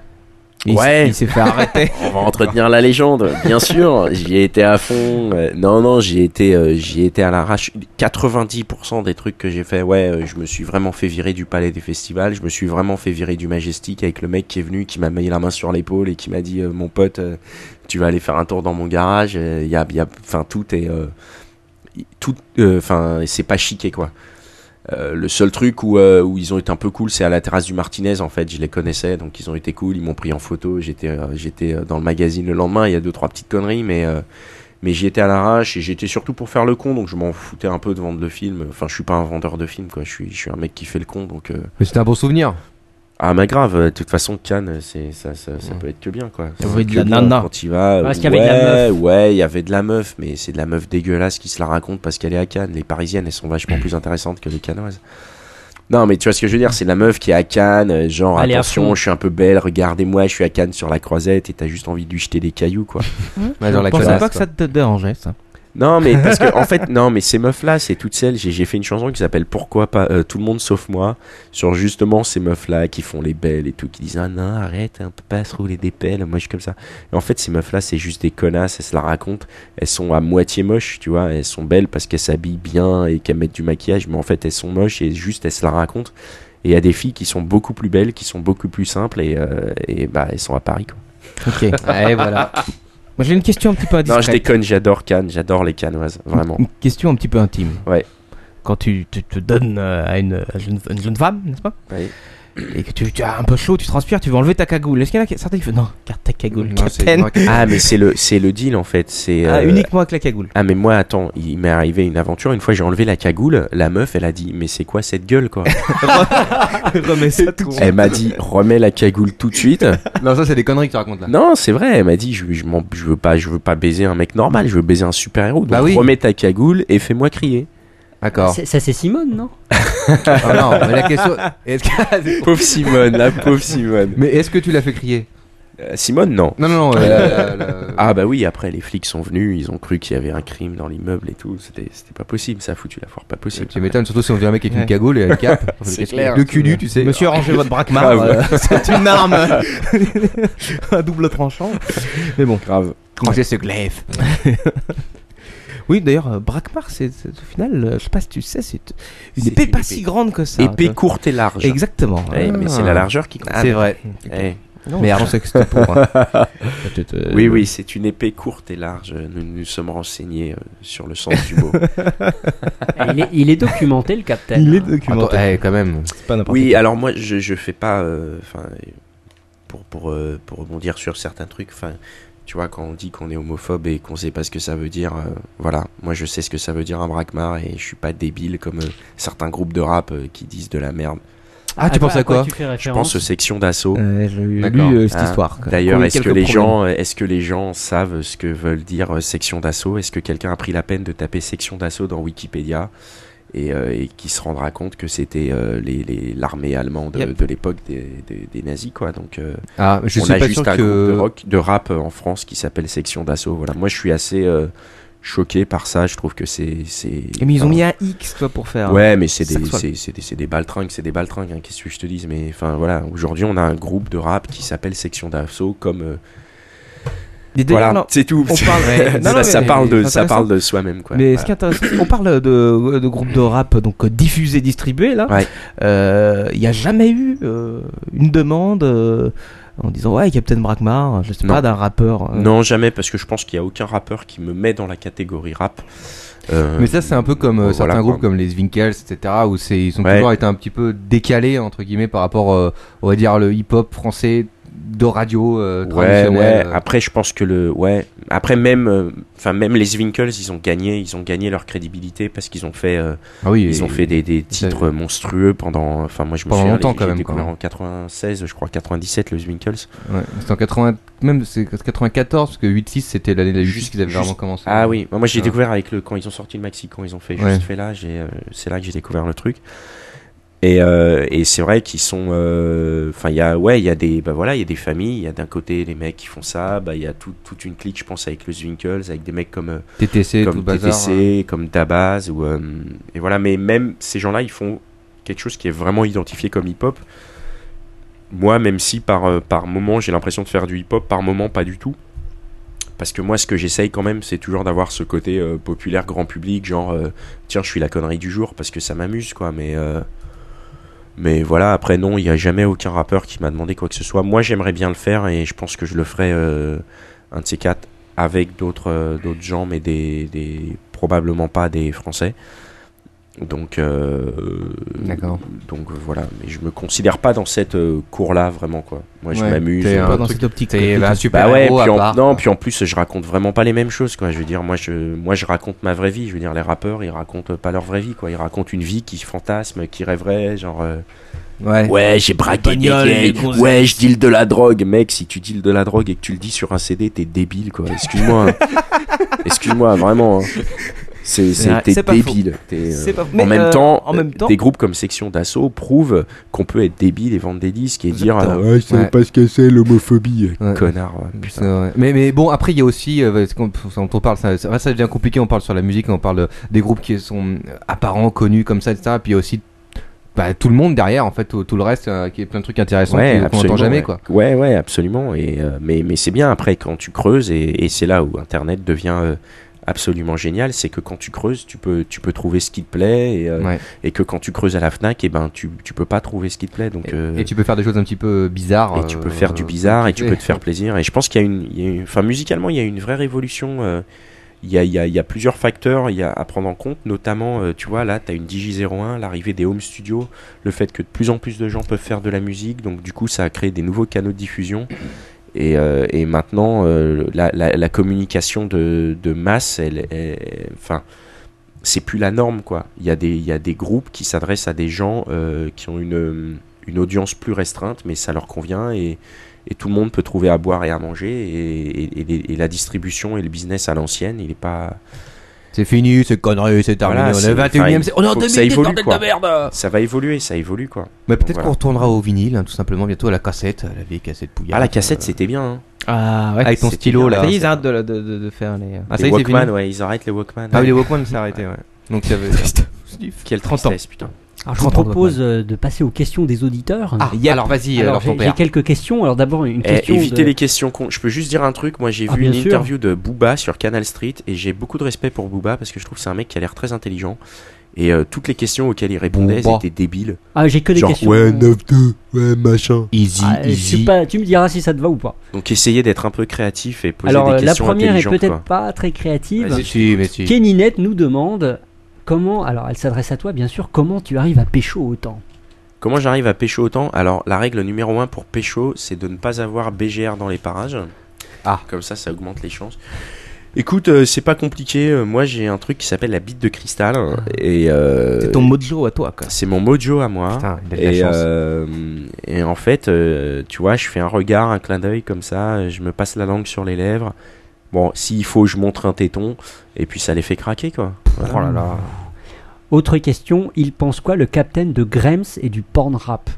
Speaker 7: Il
Speaker 8: euh, ouais.
Speaker 7: s- il s'est fait arrêter.
Speaker 8: On va entretenir la légende, bien sûr. J'y ai été à fond. Euh, Non, non, j'y ai été, euh, j'y ai été à l'arrache. 90% des trucs que j'ai fait, ouais, euh, je me suis vraiment fait virer du Palais des Festivals. Je me suis vraiment fait virer du Majestic avec le mec qui est venu, qui m'a mis la main sur l'épaule et qui m'a dit, euh, mon pote, euh, tu vas aller faire un tour dans mon garage. Euh, Il y a, il y a, enfin, tout est, euh, tout, euh, enfin, c'est pas chiqué quoi. Euh, le seul truc où, euh, où ils ont été un peu cool, c'est à la terrasse du Martinez. En fait, je les connaissais, donc ils ont été cool. Ils m'ont pris en photo. J'étais, euh, j'étais euh, dans le magazine le lendemain. Il y a deux trois petites conneries, mais euh, mais j'y étais à l'arrache et j'étais surtout pour faire le con. Donc je m'en foutais un peu de vendre le film. Enfin, je suis pas un vendeur de film, quoi. Je suis, je suis un mec qui fait le con, donc. euh,
Speaker 4: Mais c'était un bon souvenir.
Speaker 8: Ah mais grave, euh, de toute façon Cannes, c'est ça, ça, ça peut être que bien quoi.
Speaker 4: Ça
Speaker 8: Ça
Speaker 4: peut
Speaker 8: peut
Speaker 4: être
Speaker 8: que
Speaker 4: de la
Speaker 8: bien
Speaker 4: nana.
Speaker 8: quand il va.
Speaker 4: Parce
Speaker 8: ouais,
Speaker 4: qu'il y avait de la meuf.
Speaker 8: ouais, il y avait de la meuf, mais c'est de la meuf dégueulasse qui se la raconte parce qu'elle est à Cannes. Les Parisiennes, elles sont vachement plus intéressantes que les Canoises. Non mais tu vois ce que je veux dire, c'est de la meuf qui est à Cannes, euh, genre
Speaker 5: Elle est à fond.
Speaker 8: attention, je suis un peu belle, regardez-moi, je suis à Cannes sur la croisette et t'as juste envie de lui jeter des cailloux quoi.
Speaker 7: Je
Speaker 8: Ah, Genre la
Speaker 7: pensais
Speaker 8: connasse,
Speaker 7: pas que
Speaker 8: quoi.
Speaker 7: ça te dérangeait ça.
Speaker 8: Non, mais parce que en fait, non, mais ces meufs-là, c'est toutes celles. J'ai j'ai fait une chanson qui s'appelle Pourquoi pas euh, tout le monde sauf moi sur justement ces meufs-là qui font les belles et tout, qui disent ah non arrête, on peut pas se rouler des pelles. Moi, je suis comme ça. Et en fait, ces meufs-là, c'est juste des connasses. Elles se la racontent. Elles sont à moitié moches, tu vois. Elles sont belles parce qu'elles s'habillent bien et qu'elles mettent du maquillage, mais en fait, elles sont moches et juste elles se la racontent. Et il y a des filles qui sont beaucoup plus belles, qui sont beaucoup plus simples et, euh, et bah elles sont à Paris
Speaker 7: [laughs]
Speaker 8: quoi.
Speaker 7: Ok. Ouais, Eh, voilà. Moi j'ai une question un petit peu
Speaker 8: Non, je
Speaker 7: indiscrète.
Speaker 8: déconne, j'adore Cannes, j'adore les canoises,
Speaker 7: [laughs]
Speaker 8: vraiment.
Speaker 7: Une question un petit peu intime.
Speaker 8: Ouais.
Speaker 7: Quand tu, tu te donnes euh, à une, à une- une jeune femme, n'est-ce pas Et que tu, tu as un peu chaud, tu transpires, tu veux enlever ta cagoule. Est-ce qu'il y en a qui- certains qui font non, garde ta cagoule, Captain.
Speaker 8: Ah mais c'est le c'est le deal en fait, c'est
Speaker 7: Ah,
Speaker 8: euh,
Speaker 7: uniquement avec la
Speaker 8: [laughs]
Speaker 7: cagoule.
Speaker 8: Ah mais moi attends, il m'est arrivé une aventure, une fois j'ai enlevé la cagoule, la meuf elle a dit mais c'est quoi cette gueule [laughs] quoi
Speaker 7: [laughs] Remets ça tout.
Speaker 8: Elle m'a dit remets la cagoule tout de suite.
Speaker 4: Non, ça c'est des conneries que tu racontes là.
Speaker 8: [laughs] Non, c'est vrai, elle m'a dit je je, m'en- je veux pas je veux pas baiser un mec normal, je veux baiser un super-héros. Donc
Speaker 4: Bah oui.
Speaker 8: remets ta cagoule et fais-moi crier.
Speaker 7: Ah.
Speaker 4: D'accord.
Speaker 5: C'est- Ça, c'est Simone, non
Speaker 4: Ah non, mais la question.
Speaker 8: [laughs]
Speaker 4: est-ce que- Ah,
Speaker 8: Pauvre Simone, la pauvre Simone.
Speaker 4: Mais est-ce que tu l'as fait crier
Speaker 8: Euh, Simone non.
Speaker 4: Non, non, non. euh, la- la- la-
Speaker 8: Ah bah oui, après les flics sont venus, ils ont cru qu'il y avait un crime dans l'immeuble et tout, c'était c'était pas possible, ça a foutu la foire, pas possible.
Speaker 4: Tu m'étonnes, surtout si on vient un mec avec une cagoule et une
Speaker 8: [laughs]
Speaker 4: cape.
Speaker 8: C'est
Speaker 4: Qu'est-ce que-
Speaker 8: clair.
Speaker 4: Le cul nu, tu sais. Ah,
Speaker 7: Monsieur, rangez votre braquemar.
Speaker 8: Ah
Speaker 4: Grave.
Speaker 7: euh, [laughs] c'est une arme. un double tranchant. Mais bon.
Speaker 8: Grave.
Speaker 4: Rangez ce glaive.
Speaker 7: [laughs] Oui, d'ailleurs, euh, braquemar, c'est c'est- au final, euh, je sais pas si tu sais, c'est une épée pas si grande que ça.
Speaker 8: Épée
Speaker 7: quoi.
Speaker 8: courte et large.
Speaker 7: Exactement. Ah.
Speaker 8: Eh, mais c'est la largeur qui compte.
Speaker 7: C'est vrai.
Speaker 8: Eh.
Speaker 7: Non, Mais je- avant ça, que c'était pour,
Speaker 8: [laughs]
Speaker 7: hein. Peut-être, euh,
Speaker 8: Oui, oui, c'est une épée courte et large. Nous nous sommes renseignés euh, sur le sens
Speaker 7: [laughs]
Speaker 8: du mot.
Speaker 5: il, est, il est documenté, le Captain.
Speaker 7: Il est
Speaker 5: hein.
Speaker 7: documenté.
Speaker 4: Attends, eh, quand même.
Speaker 7: pas n'importe
Speaker 8: oui,
Speaker 7: quoi.
Speaker 8: alors moi, je, je fais pas. euh, Enfin, euh, pour pour euh, pour rebondir sur certains trucs. Enfin, tu vois, quand on dit qu'on est homophobe et qu'on sait pas ce que ça veut dire, euh, voilà. Moi, je sais ce que ça veut dire un braquemar et je suis pas débile comme euh, certains groupes de rap euh, qui disent de la merde.
Speaker 4: Ah, tu penses à quoi
Speaker 5: tu fais
Speaker 8: Je
Speaker 5: référence
Speaker 8: pense aux sections d'assaut.
Speaker 7: Euh, J'ai lu
Speaker 4: D'accord.
Speaker 7: euh, cette
Speaker 8: Hein.
Speaker 7: histoire. quoi.
Speaker 8: D'ailleurs,
Speaker 7: Qu'on ait
Speaker 8: est-ce que
Speaker 7: quelques
Speaker 8: les
Speaker 7: problèmes.
Speaker 8: gens, est-ce que les gens savent ce que veulent dire euh, section d'assaut Est-ce que quelqu'un a pris la peine de taper section d'assaut dans Wikipédia et, euh, et qui se rendra compte que c'était euh, les- les- l'armée allemande euh,
Speaker 7: Yep.
Speaker 8: de l'époque des, des- des nazis, quoi. Donc, euh,
Speaker 4: Ah, je
Speaker 8: on
Speaker 4: suis
Speaker 8: a
Speaker 4: pas
Speaker 8: juste
Speaker 4: sûr
Speaker 8: un
Speaker 4: que-
Speaker 8: groupe de, rock, de rap euh, en France qui s'appelle section d'assaut. Voilà. Moi, je suis assez euh, choqué par ça. Je trouve que c'est, c'est.
Speaker 7: Mais ils ont
Speaker 8: enfin,
Speaker 7: mis un X, toi, pour faire.
Speaker 8: Oh. Ouais, mais c'est des,
Speaker 7: sexual.
Speaker 8: c'est, c'est des, c'est des baltringues, c'est des baltringues, hein, qu'est-ce que je te dise. Mais enfin voilà, aujourd'hui on a un groupe de rap qui s'appelle Section d'Assaut, comme euh, Voilà, c'est tout.
Speaker 7: On
Speaker 8: [laughs]
Speaker 7: parle,
Speaker 8: Ça-
Speaker 7: Non, non, mais-
Speaker 8: ça parle de-
Speaker 7: c'est
Speaker 8: ça parle
Speaker 7: intéressant.
Speaker 8: de soi-même, quoi.
Speaker 7: Mais
Speaker 8: Voilà.
Speaker 7: ce qui est intéressant, on parle de, de groupes de rap donc euh, diffusés, distribués là.
Speaker 8: Ouais.
Speaker 7: Euh, Il n'y a jamais eu euh, une demande euh, en disant ouais Captain Brackmar, je sais
Speaker 8: Non.
Speaker 7: pas d'un rappeur. euh,
Speaker 8: Non, jamais, parce que je pense qu'il n'y a aucun rappeur qui me met dans la catégorie rap. Euh,
Speaker 4: Mais ça, c'est un peu comme euh,
Speaker 8: voilà,
Speaker 4: certains
Speaker 8: quoi.
Speaker 4: groupes comme les Zwinkels, etc., où c'est, ils ont
Speaker 8: Ouais.
Speaker 4: toujours été un petit peu décalés, entre guillemets, par rapport, euh, on va dire, le hip-hop français de radio euh,
Speaker 8: Ouais,
Speaker 4: traditionnel.
Speaker 8: ouais.
Speaker 4: euh.
Speaker 8: Après, je pense que le, ouais. Après, même, euh, enfin, même les Zwinkels, ils ont gagné, ils ont gagné leur crédibilité parce qu'ils ont fait, euh,
Speaker 4: Ah oui,
Speaker 8: ils ont
Speaker 4: et-
Speaker 8: fait des, des titres monstrueux pendant, enfin, moi, je me
Speaker 4: Pendant
Speaker 8: souviens,
Speaker 4: longtemps,
Speaker 8: les-
Speaker 4: quand
Speaker 8: j'ai
Speaker 4: même,
Speaker 8: découvert
Speaker 4: quoi.
Speaker 8: en 96, je crois 97, le Zwinkels.
Speaker 4: Ouais, C'était en 80, même c'est 94, parce que 8-6, c'était l'année de la 8 qu'ils avaient
Speaker 8: Juste-
Speaker 4: vraiment commencé.
Speaker 8: Ah oui, moi j'ai
Speaker 4: Ouais.
Speaker 8: découvert avec le quand ils ont sorti le maxi, quand ils ont fait juste
Speaker 4: Ouais.
Speaker 8: fait là, j'ai, euh, c'est là que j'ai découvert le truc. Et, euh, et c'est vrai qu'ils sont, euh, enfin il y a ouais il y a des bah voilà il y a des familles, il y a d'un côté les mecs qui font ça, bah il y a tout- toute une clique je pense avec le Zwinkels, avec des mecs comme euh,
Speaker 4: TTC,
Speaker 8: comme
Speaker 4: tout le bazar, euh.
Speaker 8: TTC, comme Dabaz ou euh, et voilà mais même ces gens-là ils font quelque chose qui est vraiment identifié comme hip-hop. Moi même si par euh, par moment j'ai l'impression de faire du hip-hop, par moment pas du tout parce que moi ce que j'essaye quand même c'est toujours d'avoir ce côté euh, populaire grand public genre euh, tiens je suis la connerie du jour parce que ça m'amuse quoi mais euh, mais voilà après non il n'y a jamais aucun rappeur qui m'a demandé quoi que ce soit moi j'aimerais bien le faire et je pense que je le ferai euh, un de ces quatre avec d'autres euh, d'autres gens mais des, des probablement pas des français donc euh,
Speaker 4: D'accord.
Speaker 8: donc euh, voilà mais je me considère pas dans cette cour là vraiment quoi moi je
Speaker 4: Ouais,
Speaker 8: m'amuse
Speaker 4: t'es un
Speaker 8: euh,
Speaker 4: Pas dans truc- cette optique, t'es
Speaker 8: Bah
Speaker 4: un super
Speaker 8: ouais,
Speaker 4: héros
Speaker 8: puis
Speaker 4: à
Speaker 8: en-
Speaker 4: part.
Speaker 8: non, puis en plus, je raconte vraiment pas les mêmes choses, quoi. Je veux dire, moi, je, moi, je raconte ma vraie vie. Je veux dire, les rappeurs, ils racontent pas leur vraie vie, quoi. Ils racontent une vie qui fantasme, qui rêverait, genre. euh,
Speaker 7: Ouais.
Speaker 8: j'ai
Speaker 7: Les
Speaker 8: braqué des
Speaker 7: bagnoles,
Speaker 8: vieilles.
Speaker 7: les grosses-
Speaker 8: Ouais, je deal de la drogue, mec. Si tu deals de la drogue et que tu le dis sur un CD, t'es débile, quoi. Excuse-moi.
Speaker 7: [laughs]
Speaker 8: hein. Excuse-moi, vraiment. hein. C'est, c'est,
Speaker 7: Ouais,
Speaker 8: t'es
Speaker 7: c'est pas
Speaker 8: débile.
Speaker 7: faux.
Speaker 8: T'es, euh,
Speaker 7: C'est pas-
Speaker 8: en,
Speaker 7: mais,
Speaker 8: même
Speaker 7: euh,
Speaker 8: temps,
Speaker 7: en même temps-
Speaker 8: des groupes comme Section d'Assaut prouvent qu'on peut être débile et vendre des disques et dire
Speaker 4: Exactement.
Speaker 8: euh, Ouais, je savais
Speaker 4: Ouais.
Speaker 8: pas ce que c'est l'homophobie.
Speaker 4: Ouais.
Speaker 8: Connard, ouais, putain.
Speaker 4: C'est vrai. Mais, mais bon, après, il y a aussi, euh, parce qu'on- quand on parle, ça, ça ça devient compliqué, on parle sur la musique, on parle euh, des groupes qui sont euh, apparents, connus, comme ça, etc. Puis il y a aussi bah, tout le monde derrière, en fait, tout, tout le reste, euh, qui est plein de trucs intéressants
Speaker 8: Ouais,
Speaker 4: qui- qu'on
Speaker 8: absolument,
Speaker 4: n'entend jamais,
Speaker 8: ouais.
Speaker 4: quoi.
Speaker 8: Ouais, ouais, absolument. Et, euh, mais mais c'est bien après quand tu creuses, et, et c'est là où Internet devient euh, absolument génial, c'est que quand tu creuses, tu peux, tu peux trouver ce qui te plaît, et, euh,
Speaker 4: Ouais.
Speaker 8: et que quand tu creuses à la FNAC, et ben, tu, tu peux pas trouver ce qui te plaît. Donc, euh,
Speaker 4: Et tu peux faire des choses un petit peu bizarres.
Speaker 8: et tu peux
Speaker 4: euh,
Speaker 8: faire du bizarre et tu
Speaker 4: fais.
Speaker 8: peux te faire plaisir. Et je pense qu'il y a une, il y a une- enfin musicalement, il y a une vraie révolution. euh, il, y a, il, y a, il y a plusieurs facteurs il y a à prendre en compte, notamment, euh, tu vois, là, tu as une Digi01, l'arrivée des home studios, le fait que de plus en plus de gens peuvent faire de la musique, donc du coup, ça a créé des nouveaux canaux de diffusion. Et, euh, et maintenant, euh, la, la- la communication de, de masse, elle, est- enfin, c'est plus la norme, quoi. Il y a des, il y a des groupes qui s'adressent à des gens euh, qui ont une, euh, une audience plus restreinte, mais ça leur convient et, et tout le monde peut trouver à boire et à manger. Et, et- et les- et la distribution et le business à l'ancienne, il est pas.
Speaker 4: C'est fini, c'est connerie, c'est terminé. on
Speaker 8: Voilà,
Speaker 4: est
Speaker 8: c'est- Oh
Speaker 4: au 21 e
Speaker 8: enfin, il
Speaker 4: On est en
Speaker 8: faut que
Speaker 4: 2010,
Speaker 8: ça évolue,
Speaker 4: bordel
Speaker 8: quoi.
Speaker 4: de merde Ah,
Speaker 8: Ça va évoluer, ça évolue, quoi.
Speaker 4: Mais peut-être
Speaker 8: Voilà.
Speaker 4: qu'on retournera au vinyle, hein, tout simplement, bientôt à la cassette,
Speaker 7: euh,
Speaker 4: à la vieille cassette pouillard.
Speaker 8: Ah, la cassette, c'était bien. hein.
Speaker 7: Ah ouais.
Speaker 4: Avec ton
Speaker 8: C'était
Speaker 4: stylo,
Speaker 8: bien,
Speaker 4: là.
Speaker 7: Ça y est, ils arrêtent de, de, de- de faire les. euh,
Speaker 4: Ah, ça
Speaker 8: les
Speaker 4: y est, c'est fini
Speaker 8: Walkman, ouais, ils arrêtent les Walkman.
Speaker 4: Ah oui, les Walkman, c'est arrêté, ouais. Donc, il y
Speaker 8: [laughs]
Speaker 4: avait.
Speaker 8: Quelle
Speaker 4: 30 ans.
Speaker 8: tristesse, putain.
Speaker 5: Alors, je vous propose euh, de passer aux questions des auditeurs.
Speaker 4: Ah, yep. alors, vas-y, alors,
Speaker 5: j'ai-
Speaker 4: ton
Speaker 5: J'ai
Speaker 4: père.
Speaker 5: quelques questions. Alors d'abord une
Speaker 8: Eh,
Speaker 5: question.
Speaker 8: évitez
Speaker 5: de-
Speaker 8: les questions cons. Je peux juste dire un truc. Moi, j'ai
Speaker 5: Ah,
Speaker 8: vu
Speaker 5: bien
Speaker 8: une
Speaker 5: sûr.
Speaker 8: interview de Booba sur Canal Street et j'ai beaucoup de respect pour Booba parce que je trouve que c'est un mec qui a l'air très intelligent. Et euh, toutes les questions auxquelles il répondait, elles
Speaker 5: Booba.
Speaker 8: étaient débiles.
Speaker 5: Ah, j'ai que des
Speaker 8: Genre,
Speaker 5: questions.
Speaker 8: ouais,
Speaker 10: 9-2, ouais, machin.
Speaker 8: Easy,
Speaker 5: Ah, je
Speaker 8: easy.
Speaker 5: suis pas- tu me diras si ça te va ou pas.
Speaker 8: Donc, essayez d'être un peu créatif et poser
Speaker 5: Alors
Speaker 8: des
Speaker 5: euh, la
Speaker 8: questions
Speaker 5: première est
Speaker 8: intelligentes.
Speaker 5: peut-être
Speaker 8: quoi.
Speaker 5: pas très créative.
Speaker 4: Vas-y, si, mais si.
Speaker 5: Kenny Net nous demande comment. Alors elle s'adresse à toi bien sûr. Comment tu arrives à pécho autant
Speaker 8: Comment j'arrive à pécho autant Alors, la règle numéro 1 pour pécho, c'est de ne pas avoir BGR dans les parages.
Speaker 4: Ah.
Speaker 8: Comme ça, ça augmente les chances. Écoute, euh, c'est pas compliqué. Euh, Moi, j'ai un truc qui s'appelle la bite de cristal. Et, euh,
Speaker 7: Ah. C'est ton mojo à toi quoi.
Speaker 8: C'est mon mojo à moi.
Speaker 7: Putain, il a de la
Speaker 8: et,
Speaker 7: chance.
Speaker 8: euh, et en fait, euh, tu vois, je fais un regard, un clin d'œil comme ça. euh, Je me passe la langue sur les lèvres. Bon, s'il faut, je montre un téton. Et puis, ça les fait craquer, quoi. Voilà.
Speaker 5: Oh là là. Autre question. Il pense quoi le capitaine de Grems et du porn rap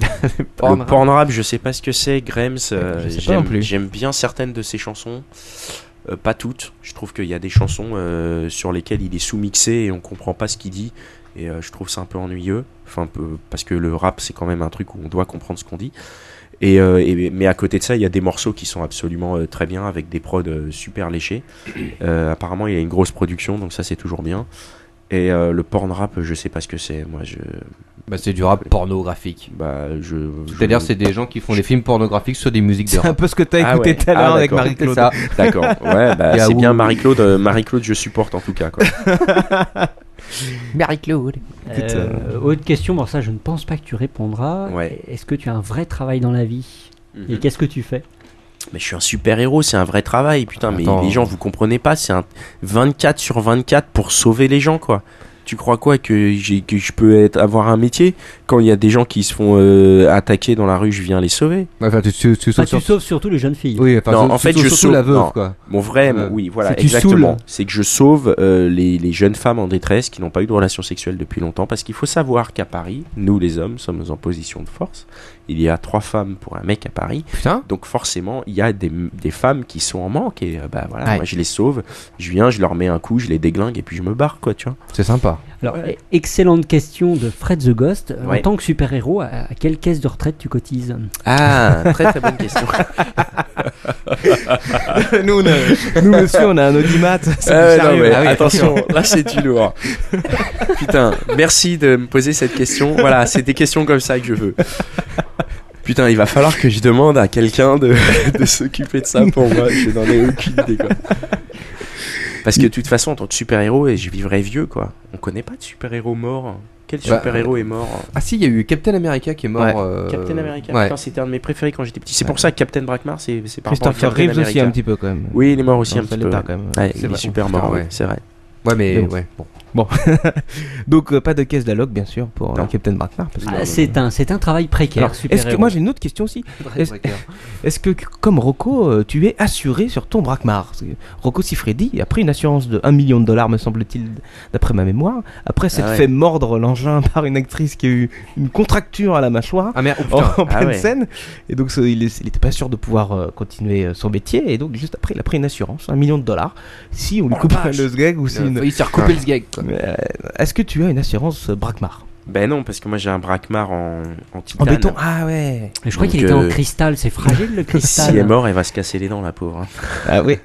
Speaker 8: le porn rap, je sais pas ce que c'est. Grams, euh,
Speaker 5: Je sais pas
Speaker 8: j'aime-
Speaker 5: non plus.
Speaker 8: j'aime bien certaines de ses chansons. Euh, pas toutes. Je trouve qu'il y a des chansons euh, sur lesquelles il est sous-mixé et on comprend pas ce qu'il dit. Et euh, je trouve ça un peu ennuyeux. Enfin, un peu- parce que le rap, c'est quand même un truc où on doit comprendre ce qu'on dit. Et, euh, et- mais à côté de ça, il y a des morceaux qui sont absolument euh, très bien avec des prods euh, super léchés. [coughs] Euh, apparemment, il y a une grosse production, donc ça c'est toujours bien. Et euh, le porn rap, je sais pas ce que c'est. Moi, je.
Speaker 4: Bah, c'est du rap pornographique.
Speaker 8: Bah, je.
Speaker 4: C'est-à-dire, c'est des gens qui font des films pornographiques sur des musiques de
Speaker 8: C'est
Speaker 4: rap.
Speaker 8: un peu ce que
Speaker 7: Ah
Speaker 8: t'as écouté tout à l'heure avec Marie-Claude. D'accord. Ouais, bah, c'est bien Marie-Claude. euh, Marie-Claude, je supporte en tout cas. Quoi.
Speaker 5: Marie-Claude.
Speaker 8: Écoute, euh,
Speaker 5: Autre question, bon ça je ne pense pas que tu répondras. Est-ce que tu as un vrai travail dans la vie
Speaker 8: Mm.
Speaker 5: Et qu'est-ce que tu fais
Speaker 8: Mhm. Mais je suis un super héros, c'est un vrai travail, putain.
Speaker 5: Attends.
Speaker 8: Mais les gens, vous comprenez pas, c'est un 24 sur 24 pour sauver les gens, quoi. Tu crois quoi que j'ai que je peux être avoir un métier quand il y a des gens qui se font euh, attaquer dans la rue, je viens les sauver.
Speaker 4: [laughs] Enfin, tu, tu- tu
Speaker 5: Enfin, Ah,
Speaker 4: sautes
Speaker 5: Tu
Speaker 4: sur-
Speaker 5: sauves surtout les jeunes filles.
Speaker 4: Oui, enfin,
Speaker 8: non,
Speaker 4: tu-
Speaker 8: en
Speaker 4: tu
Speaker 8: fait,
Speaker 4: sautes
Speaker 8: je
Speaker 4: surtout
Speaker 8: sauve
Speaker 4: la veuve,
Speaker 8: non.
Speaker 4: quoi.
Speaker 8: Mon vrai,
Speaker 4: Euh,
Speaker 8: oui, voilà,
Speaker 4: c'est que tu
Speaker 8: exactement.
Speaker 4: saoules.
Speaker 8: C'est que je sauve euh, les, les jeunes femmes en détresse qui n'ont pas eu de relation sexuelle depuis longtemps, parce qu'il faut savoir qu'à Paris, nous les hommes sommes en position de force. Il y a trois femmes pour un mec à Paris. Donc forcément, il y a des, des femmes qui sont en manque et euh, bah voilà,
Speaker 5: Ouais.
Speaker 8: moi je les sauve. Je viens, je leur mets un coup, je les déglingue et puis je me barre, quoi, tu vois.
Speaker 4: C'est sympa.
Speaker 5: Alors, e- excellente question de Fred the Ghost. Euh,
Speaker 8: Ouais.
Speaker 5: En tant que super-héros, à, à quelle caisse de retraite tu cotises
Speaker 8: Ah, très, très bonne question.
Speaker 7: nous, on a- [laughs] nous, monsieur, on a un
Speaker 8: [laughs]
Speaker 7: audimat. c'est
Speaker 8: Ah ouais,
Speaker 7: du sérieux.
Speaker 8: non, mais
Speaker 7: Ah oui,
Speaker 8: [laughs] attention, là c'est du lourd. Putain, merci de me poser cette question. Voilà, c'est des questions comme ça que je veux. Putain, il va falloir que je demande à quelqu'un de, [laughs] de s'occuper de ça pour moi. Je n'en ai aucune idée, quoi. Parce que de toute façon, en tant que super-héros, et je vivrai vieux, quoi. On connaît pas de super-héros mort. Quel
Speaker 4: Bah,
Speaker 8: super-héros est mort
Speaker 4: Ah si, il y a eu Captain America qui est mort.
Speaker 8: Ouais.
Speaker 4: euh,
Speaker 8: Captain America,
Speaker 4: ouais.
Speaker 8: putain, c'était un de mes préférés quand j'étais petit. C'est pour ça que Captain Brackmar, c'est c'est par rapport à
Speaker 7: Christopher
Speaker 8: Captain
Speaker 7: Reeves aussi
Speaker 8: America.
Speaker 7: un petit peu quand même.
Speaker 8: Oui, il est mort aussi
Speaker 7: Dans
Speaker 8: un
Speaker 7: le
Speaker 8: petit peu.
Speaker 7: état, quand même.
Speaker 8: Ouais, il est
Speaker 7: vrai.
Speaker 8: super
Speaker 7: Putain,
Speaker 8: mort,
Speaker 7: ouais.
Speaker 8: ouais, c'est vrai.
Speaker 4: Ouais, mais
Speaker 7: bon.
Speaker 4: ouais, bon.
Speaker 7: Bon. Donc euh, pas de caisse d'alloc bien sûr pour euh, Captain Brackmar. parce que-
Speaker 5: Ah, C'est un, c'est un travail précaire,
Speaker 7: Alors, est-ce que
Speaker 5: super-héros.
Speaker 7: moi j'ai une autre question
Speaker 4: [laughs]
Speaker 7: aussi
Speaker 5: Très
Speaker 7: Est-ce
Speaker 5: précaire.
Speaker 7: est-ce que comme Rocco euh, tu es assuré sur ton Brackmar Parce que Rocco Siffredi a pris une assurance de 1 million de dollars me semble-t-il d'après ma mémoire après s'être
Speaker 4: Ah ouais.
Speaker 7: fait mordre l'engin [laughs] par une actrice qui a eu une contracture à la mâchoire
Speaker 4: Ah merde, oh putain.
Speaker 7: en, en
Speaker 4: Ah
Speaker 7: pleine
Speaker 4: ouais.
Speaker 7: scène et donc ce- il n'était pas sûr de pouvoir euh, continuer euh, son métier et donc juste après il a pris une assurance 1 million de dollars si on lui
Speaker 4: Oh,
Speaker 7: coupe
Speaker 4: la vache.
Speaker 7: le sgeg ou si
Speaker 4: Il a
Speaker 7: une-
Speaker 4: failli se faire couper le sgeg, quoi.
Speaker 7: Mais, euh, Est-ce que tu as une assurance euh, Brackmar
Speaker 8: Ben non, parce que moi j'ai un braquemar en, en titane.
Speaker 7: En béton Ah ouais
Speaker 5: Mais je crois
Speaker 8: Donc,
Speaker 5: qu'il était en
Speaker 8: euh,
Speaker 5: cristal, c'est fragile le cristal.
Speaker 8: S'il est mort, elle va se casser les dents, la pauvre. hein.
Speaker 7: Ah oui.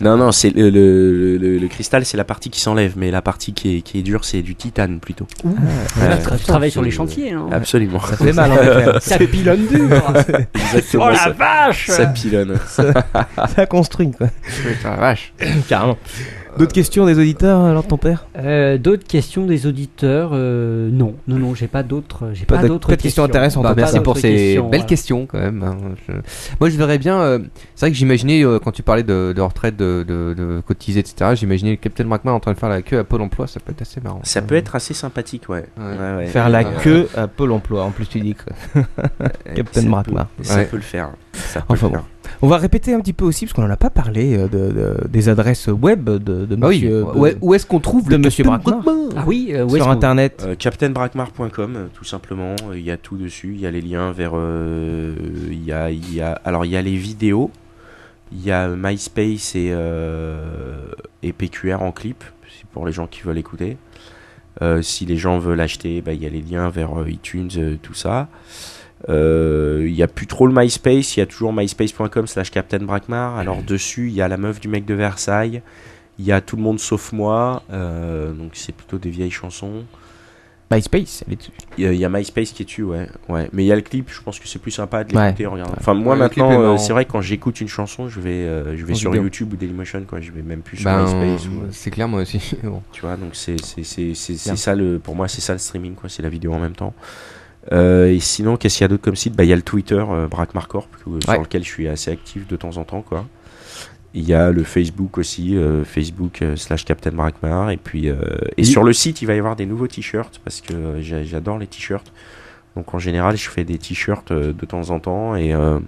Speaker 8: Non, non, c'est le, le- le- le cristal, c'est la partie qui s'enlève, mais la partie qui est, qui est dure, c'est du titane plutôt.
Speaker 5: Ouh. Ah, tu tra- tu travailles sur les chantiers, hein.
Speaker 8: Absolument.
Speaker 5: Ça fait mal, en effet. Ça pilonne dur.
Speaker 7: [laughs]
Speaker 8: Exactement. [laughs]
Speaker 5: Oh, la
Speaker 8: ça-
Speaker 5: vache
Speaker 8: Ça pilonne.
Speaker 7: ça, ça construit quoi.
Speaker 8: Putain, vache.
Speaker 7: Carrément. D'autres questions des auditeurs alors ton père
Speaker 5: Euh, d'autres questions des auditeurs euh, Non, non, non, j'ai pas d'autres. euh, J'ai pas,
Speaker 4: de-
Speaker 5: d'autres
Speaker 4: pas de questions intéressantes.
Speaker 5: Pas
Speaker 4: merci
Speaker 5: d'autres
Speaker 4: pour ces
Speaker 5: questions,
Speaker 4: belles
Speaker 5: voilà.
Speaker 4: questions quand même. hein. Je- Moi, je verrais bien. euh, C'est vrai que j'imaginais euh, quand tu parlais de, de retraite, de, de, de cotiser, etc. J'imaginais le Captain Brackman en train de faire la queue à Pôle Emploi. Ça peut être assez marrant.
Speaker 8: Ça peut être assez sympathique, ouais. Ouais, ouais.
Speaker 7: Faire la
Speaker 8: Ouais.
Speaker 7: queue à Pôle Emploi en plus tu dis quoi.
Speaker 8: Ça
Speaker 7: Captain
Speaker 8: peut-
Speaker 7: Brackmar.
Speaker 8: Ça
Speaker 7: Ouais.
Speaker 8: peut le faire. hein. Ça peut
Speaker 7: Enfin
Speaker 8: le
Speaker 7: bon.
Speaker 8: faire.
Speaker 7: On va répéter un petit peu aussi parce qu'on n'en a pas parlé euh, de, de- des adresses web de, de
Speaker 4: Ah oui.
Speaker 7: Monsieur. de-
Speaker 4: Où est- où est-ce qu'on trouve
Speaker 7: de
Speaker 4: le
Speaker 7: Monsieur
Speaker 4: Captain
Speaker 7: Brackmar
Speaker 5: Ah oui, euh, où est-ce
Speaker 7: sur
Speaker 5: qu'on-
Speaker 7: internet
Speaker 8: Euh, CaptainBrackmar.com, euh, tout simplement. Euh, Il y a tout dessus. Il y a les liens vers. euh, il y a, il y a- alors, il y a les vidéos. Il y a MySpace et, euh, et PQR en clip. C'est pour les gens qui veulent écouter. Euh, si les gens veulent acheter, bah, il y a les liens vers euh, iTunes, euh, tout ça. Euh, Il y a plus trop le MySpace, il y a toujours myspace.com slash Captain Brackmar. Alors dessus, il y a la meuf du mec de Versailles, il y a tout le monde sauf moi, euh, donc c'est plutôt des vieilles chansons.
Speaker 7: MySpace, elle est dessus.
Speaker 8: Il y a- il y, a MySpace qui est dessus, ouais. ouais. Mais il y a le clip, je pense que c'est plus sympa de
Speaker 7: Ouais.
Speaker 8: l'écouter. en regardant. Enfin, moi
Speaker 7: Ouais, le clip
Speaker 8: maintenant,
Speaker 7: est marrant.
Speaker 8: euh, c'est vrai que quand j'écoute une chanson, je vais, euh, je vais
Speaker 4: En
Speaker 8: sur
Speaker 4: vidéo.
Speaker 8: YouTube ou Dailymotion, quoi. Je vais même plus sur
Speaker 4: Ben,
Speaker 8: MySpace. ou- euh,
Speaker 4: c'est clair, moi aussi. [laughs] Bon.
Speaker 8: tu vois, donc c'est c'est- c'est- c'est- c'est
Speaker 4: Bien.
Speaker 8: ça le. Pour moi, c'est ça le streaming, quoi. C'est la vidéo en même temps. Euh, et sinon, qu'est-ce qu'il y a d'autre comme site Bah, il y a le Twitter, euh, Brackmarcorp, que-
Speaker 4: Ouais.
Speaker 8: sur lequel je suis assez actif de temps en temps, quoi. Il y a le Facebook aussi, euh, Facebook euh, slash Captain Brackmar. Et puis, euh, et
Speaker 4: Il-
Speaker 8: sur le site, il va y avoir des nouveaux t-shirts parce que euh, j'a- j'adore les t-shirts. Donc, en général, je fais des t-shirts euh, de temps en temps. Et euh,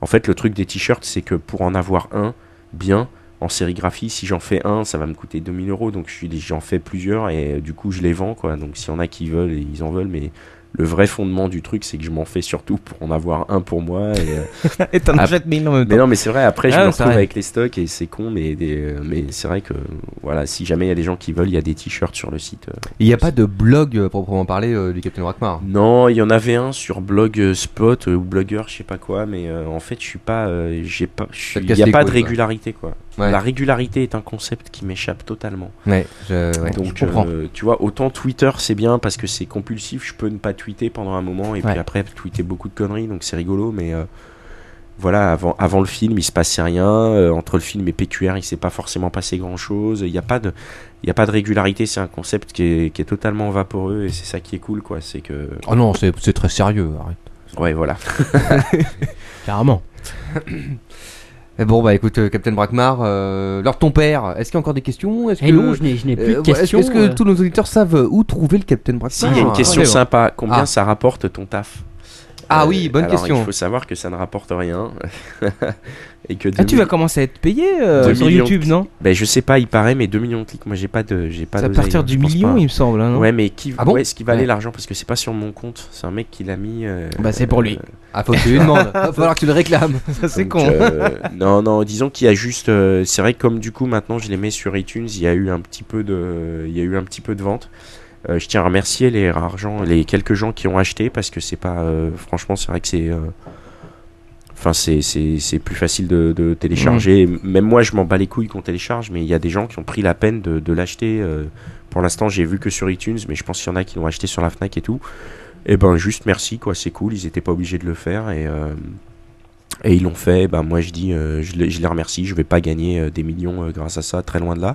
Speaker 8: en fait, le truc des t-shirts, c'est que pour en avoir un bien en sérigraphie, si j'en fais un, ça va me coûter 2000 euros. Donc, je suis- j'en fais plusieurs et euh, du coup, je les vends, quoi. Donc, s'il y en a qui veulent, ils en veulent, mais le vrai fondement du truc, c'est que je m'en fais surtout pour en avoir un pour moi. [laughs] Et, euh,
Speaker 7: [laughs] Et t'en
Speaker 8: ap-
Speaker 7: achètes mille en même
Speaker 8: Mais
Speaker 7: temps.
Speaker 8: non, mais c'est vrai, après, je
Speaker 7: Ah,
Speaker 8: me
Speaker 7: c'est
Speaker 8: retrouve
Speaker 7: vrai.
Speaker 8: avec les stocks et c'est con, mais, des, euh, mais c'est vrai que voilà, si jamais il y a des gens qui veulent, il y a des t-shirts sur le site. euh,
Speaker 4: Il n'y a pas de blog euh, proprement parlé euh, du Captain Rockmar.
Speaker 8: Non, il y en avait un sur blog euh, Spot euh, ou blogueur, je sais pas quoi, mais euh, en fait, je suis pas, euh, j'ai pas, je suis-
Speaker 4: Ça te
Speaker 8: il
Speaker 4: casse
Speaker 8: y a
Speaker 4: les
Speaker 8: pas de
Speaker 4: couilles, quoi.
Speaker 8: régularité quoi.
Speaker 4: Ouais.
Speaker 8: La régularité est un concept qui m'échappe totalement.
Speaker 4: Ouais, je- ouais,
Speaker 8: Donc,
Speaker 4: je comprends.
Speaker 8: euh, tu vois, autant Twitter c'est bien parce que c'est compulsif, je peux ne pas tweeter pendant un moment et
Speaker 4: Ouais.
Speaker 8: puis après tweeter beaucoup de conneries, donc c'est rigolo, mais euh, voilà, avant, avant le film, il se passait rien. euh, entre le film et PQR, il s'est pas forcément passé grand chose. Il n'y a pas de, il y a pas de régularité. C'est un concept qui est, qui est totalement vaporeux et c'est ça qui est cool, quoi. C'est que
Speaker 4: Oh non, c'est c'est très sérieux, arrête.
Speaker 8: Ouais, voilà.
Speaker 4: Carrément. bon, bah écoute, euh, Captain Brackmar, euh, alors ton père, est-ce qu'il y a encore des questions Est-ce
Speaker 5: Eh non, je n'ai- je n'ai plus de
Speaker 4: ouais, est-ce-
Speaker 5: questions,
Speaker 4: Est-ce que
Speaker 5: euh.
Speaker 4: tous nos auditeurs savent où trouver le Captain Brackmar
Speaker 8: Si, il y a une question sympa. Combien ça rapporte ton taf
Speaker 4: Ah oui, bonne
Speaker 8: euh, alors,
Speaker 4: question.
Speaker 8: Il faut savoir que ça ne rapporte rien. [laughs] et que
Speaker 7: Ah, tu vas commencer à être payé euh, sur YouTube, non
Speaker 8: Ben je sais pas, il paraît, mais 2 millions de clics, moi j'ai pas de. j'ai pas
Speaker 7: C'est à
Speaker 8: d'oseille,
Speaker 7: partir
Speaker 8: hein,
Speaker 7: du
Speaker 8: je pense
Speaker 7: million,
Speaker 8: pas.
Speaker 7: il me semble, hein, non
Speaker 8: ouais, mais qui,
Speaker 7: Ah bon
Speaker 8: ouais, ce qui va aller
Speaker 7: Ouais.
Speaker 8: l'argent Parce que c'est pas sur mon compte, c'est un mec qui l'a mis. euh,
Speaker 4: Bah, c'est pour lui.
Speaker 7: [laughs]
Speaker 8: euh,
Speaker 4: Ah, faut que tu lui demandes. Va falloir que tu le réclames. Ça, [laughs] c'est
Speaker 8: donc,
Speaker 4: con.
Speaker 7: [laughs]
Speaker 8: euh, non, non, disons qu'il y a juste. euh, c'est vrai que comme du coup maintenant je les mets sur iTunes, il y a eu un petit peu de, il y a eu un petit peu de vente. Euh, je tiens à remercier les rares gens, les quelques gens qui ont acheté parce que c'est pas. euh, franchement, c'est vrai que c'est. euh, Enfin, c'est- c'est c'est plus facile de, de télécharger.
Speaker 4: Mm.
Speaker 8: Même moi, je m'en bats les couilles qu'on télécharge, mais il y a des gens qui ont pris la peine de, de l'acheter. euh, pour l'instant, j'ai vu que sur iTunes, mais je pense qu'il y en a qui l'ont acheté sur la Fnac et tout. Et ben, juste merci, quoi. C'est cool. Ils étaient pas obligés de le faire et. euh, et ils l'ont fait, ben moi je dis, euh, je, les, je les remercie, je vais pas gagner euh, des millions euh, grâce à ça, très loin de là.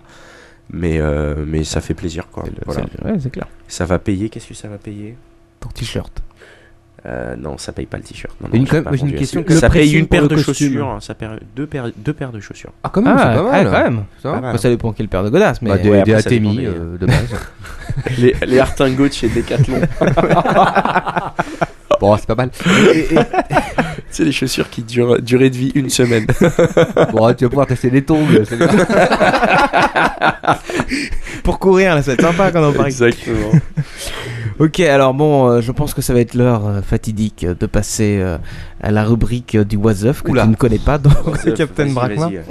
Speaker 8: Mais, euh, mais ça fait plaisir quoi. Voilà.
Speaker 7: c'est le- ouais, c'est clair.
Speaker 8: Ça va payer, qu'est-ce que ça va payer
Speaker 7: Ton t-shirt.
Speaker 8: Euh, non, ça paye pas le t-shirt. Non, non,
Speaker 4: Une-
Speaker 8: j'ai
Speaker 4: quand-
Speaker 8: pas
Speaker 4: j'ai une
Speaker 8: vendu
Speaker 4: question.
Speaker 8: assez.
Speaker 4: Le
Speaker 8: Ça paye
Speaker 4: pressing
Speaker 8: une
Speaker 4: pour
Speaker 8: paire
Speaker 4: le
Speaker 8: de
Speaker 4: costume.
Speaker 8: chaussures, hein, ça paye deux paires, deux paires de chaussures.
Speaker 4: [laughs] Ah, quand même, c'est pas mal.
Speaker 7: ah, quand même. Ça,
Speaker 8: Pas
Speaker 7: va.
Speaker 8: mal.
Speaker 7: Bah, ça dépend quel paire de godasses, mais
Speaker 4: Bah, des- des
Speaker 7: après, ça
Speaker 4: ATMI,
Speaker 7: dépend des-
Speaker 4: euh, de base.
Speaker 8: les, les Artingo de chez Decathlon.
Speaker 4: bon, c'est pas mal.
Speaker 8: [laughs] C'est les chaussures qui durent durée de vie une semaine.
Speaker 4: bon, tu vas pouvoir tester les tongs.
Speaker 7: [laughs]
Speaker 4: c'est bien.
Speaker 7: [laughs] Pour courir, là, ça va être sympa quand on parle.
Speaker 8: Exactement.
Speaker 7: ok, alors bon, euh, je pense que ça va être l'heure euh, fatidique euh, de passer euh, à la rubrique euh, du What's Up que
Speaker 4: Oula.
Speaker 7: tu ne connais pas dans
Speaker 4: What's Up,
Speaker 7: Captain
Speaker 4: vas-y,
Speaker 7: Brackman.
Speaker 4: vas-y, euh.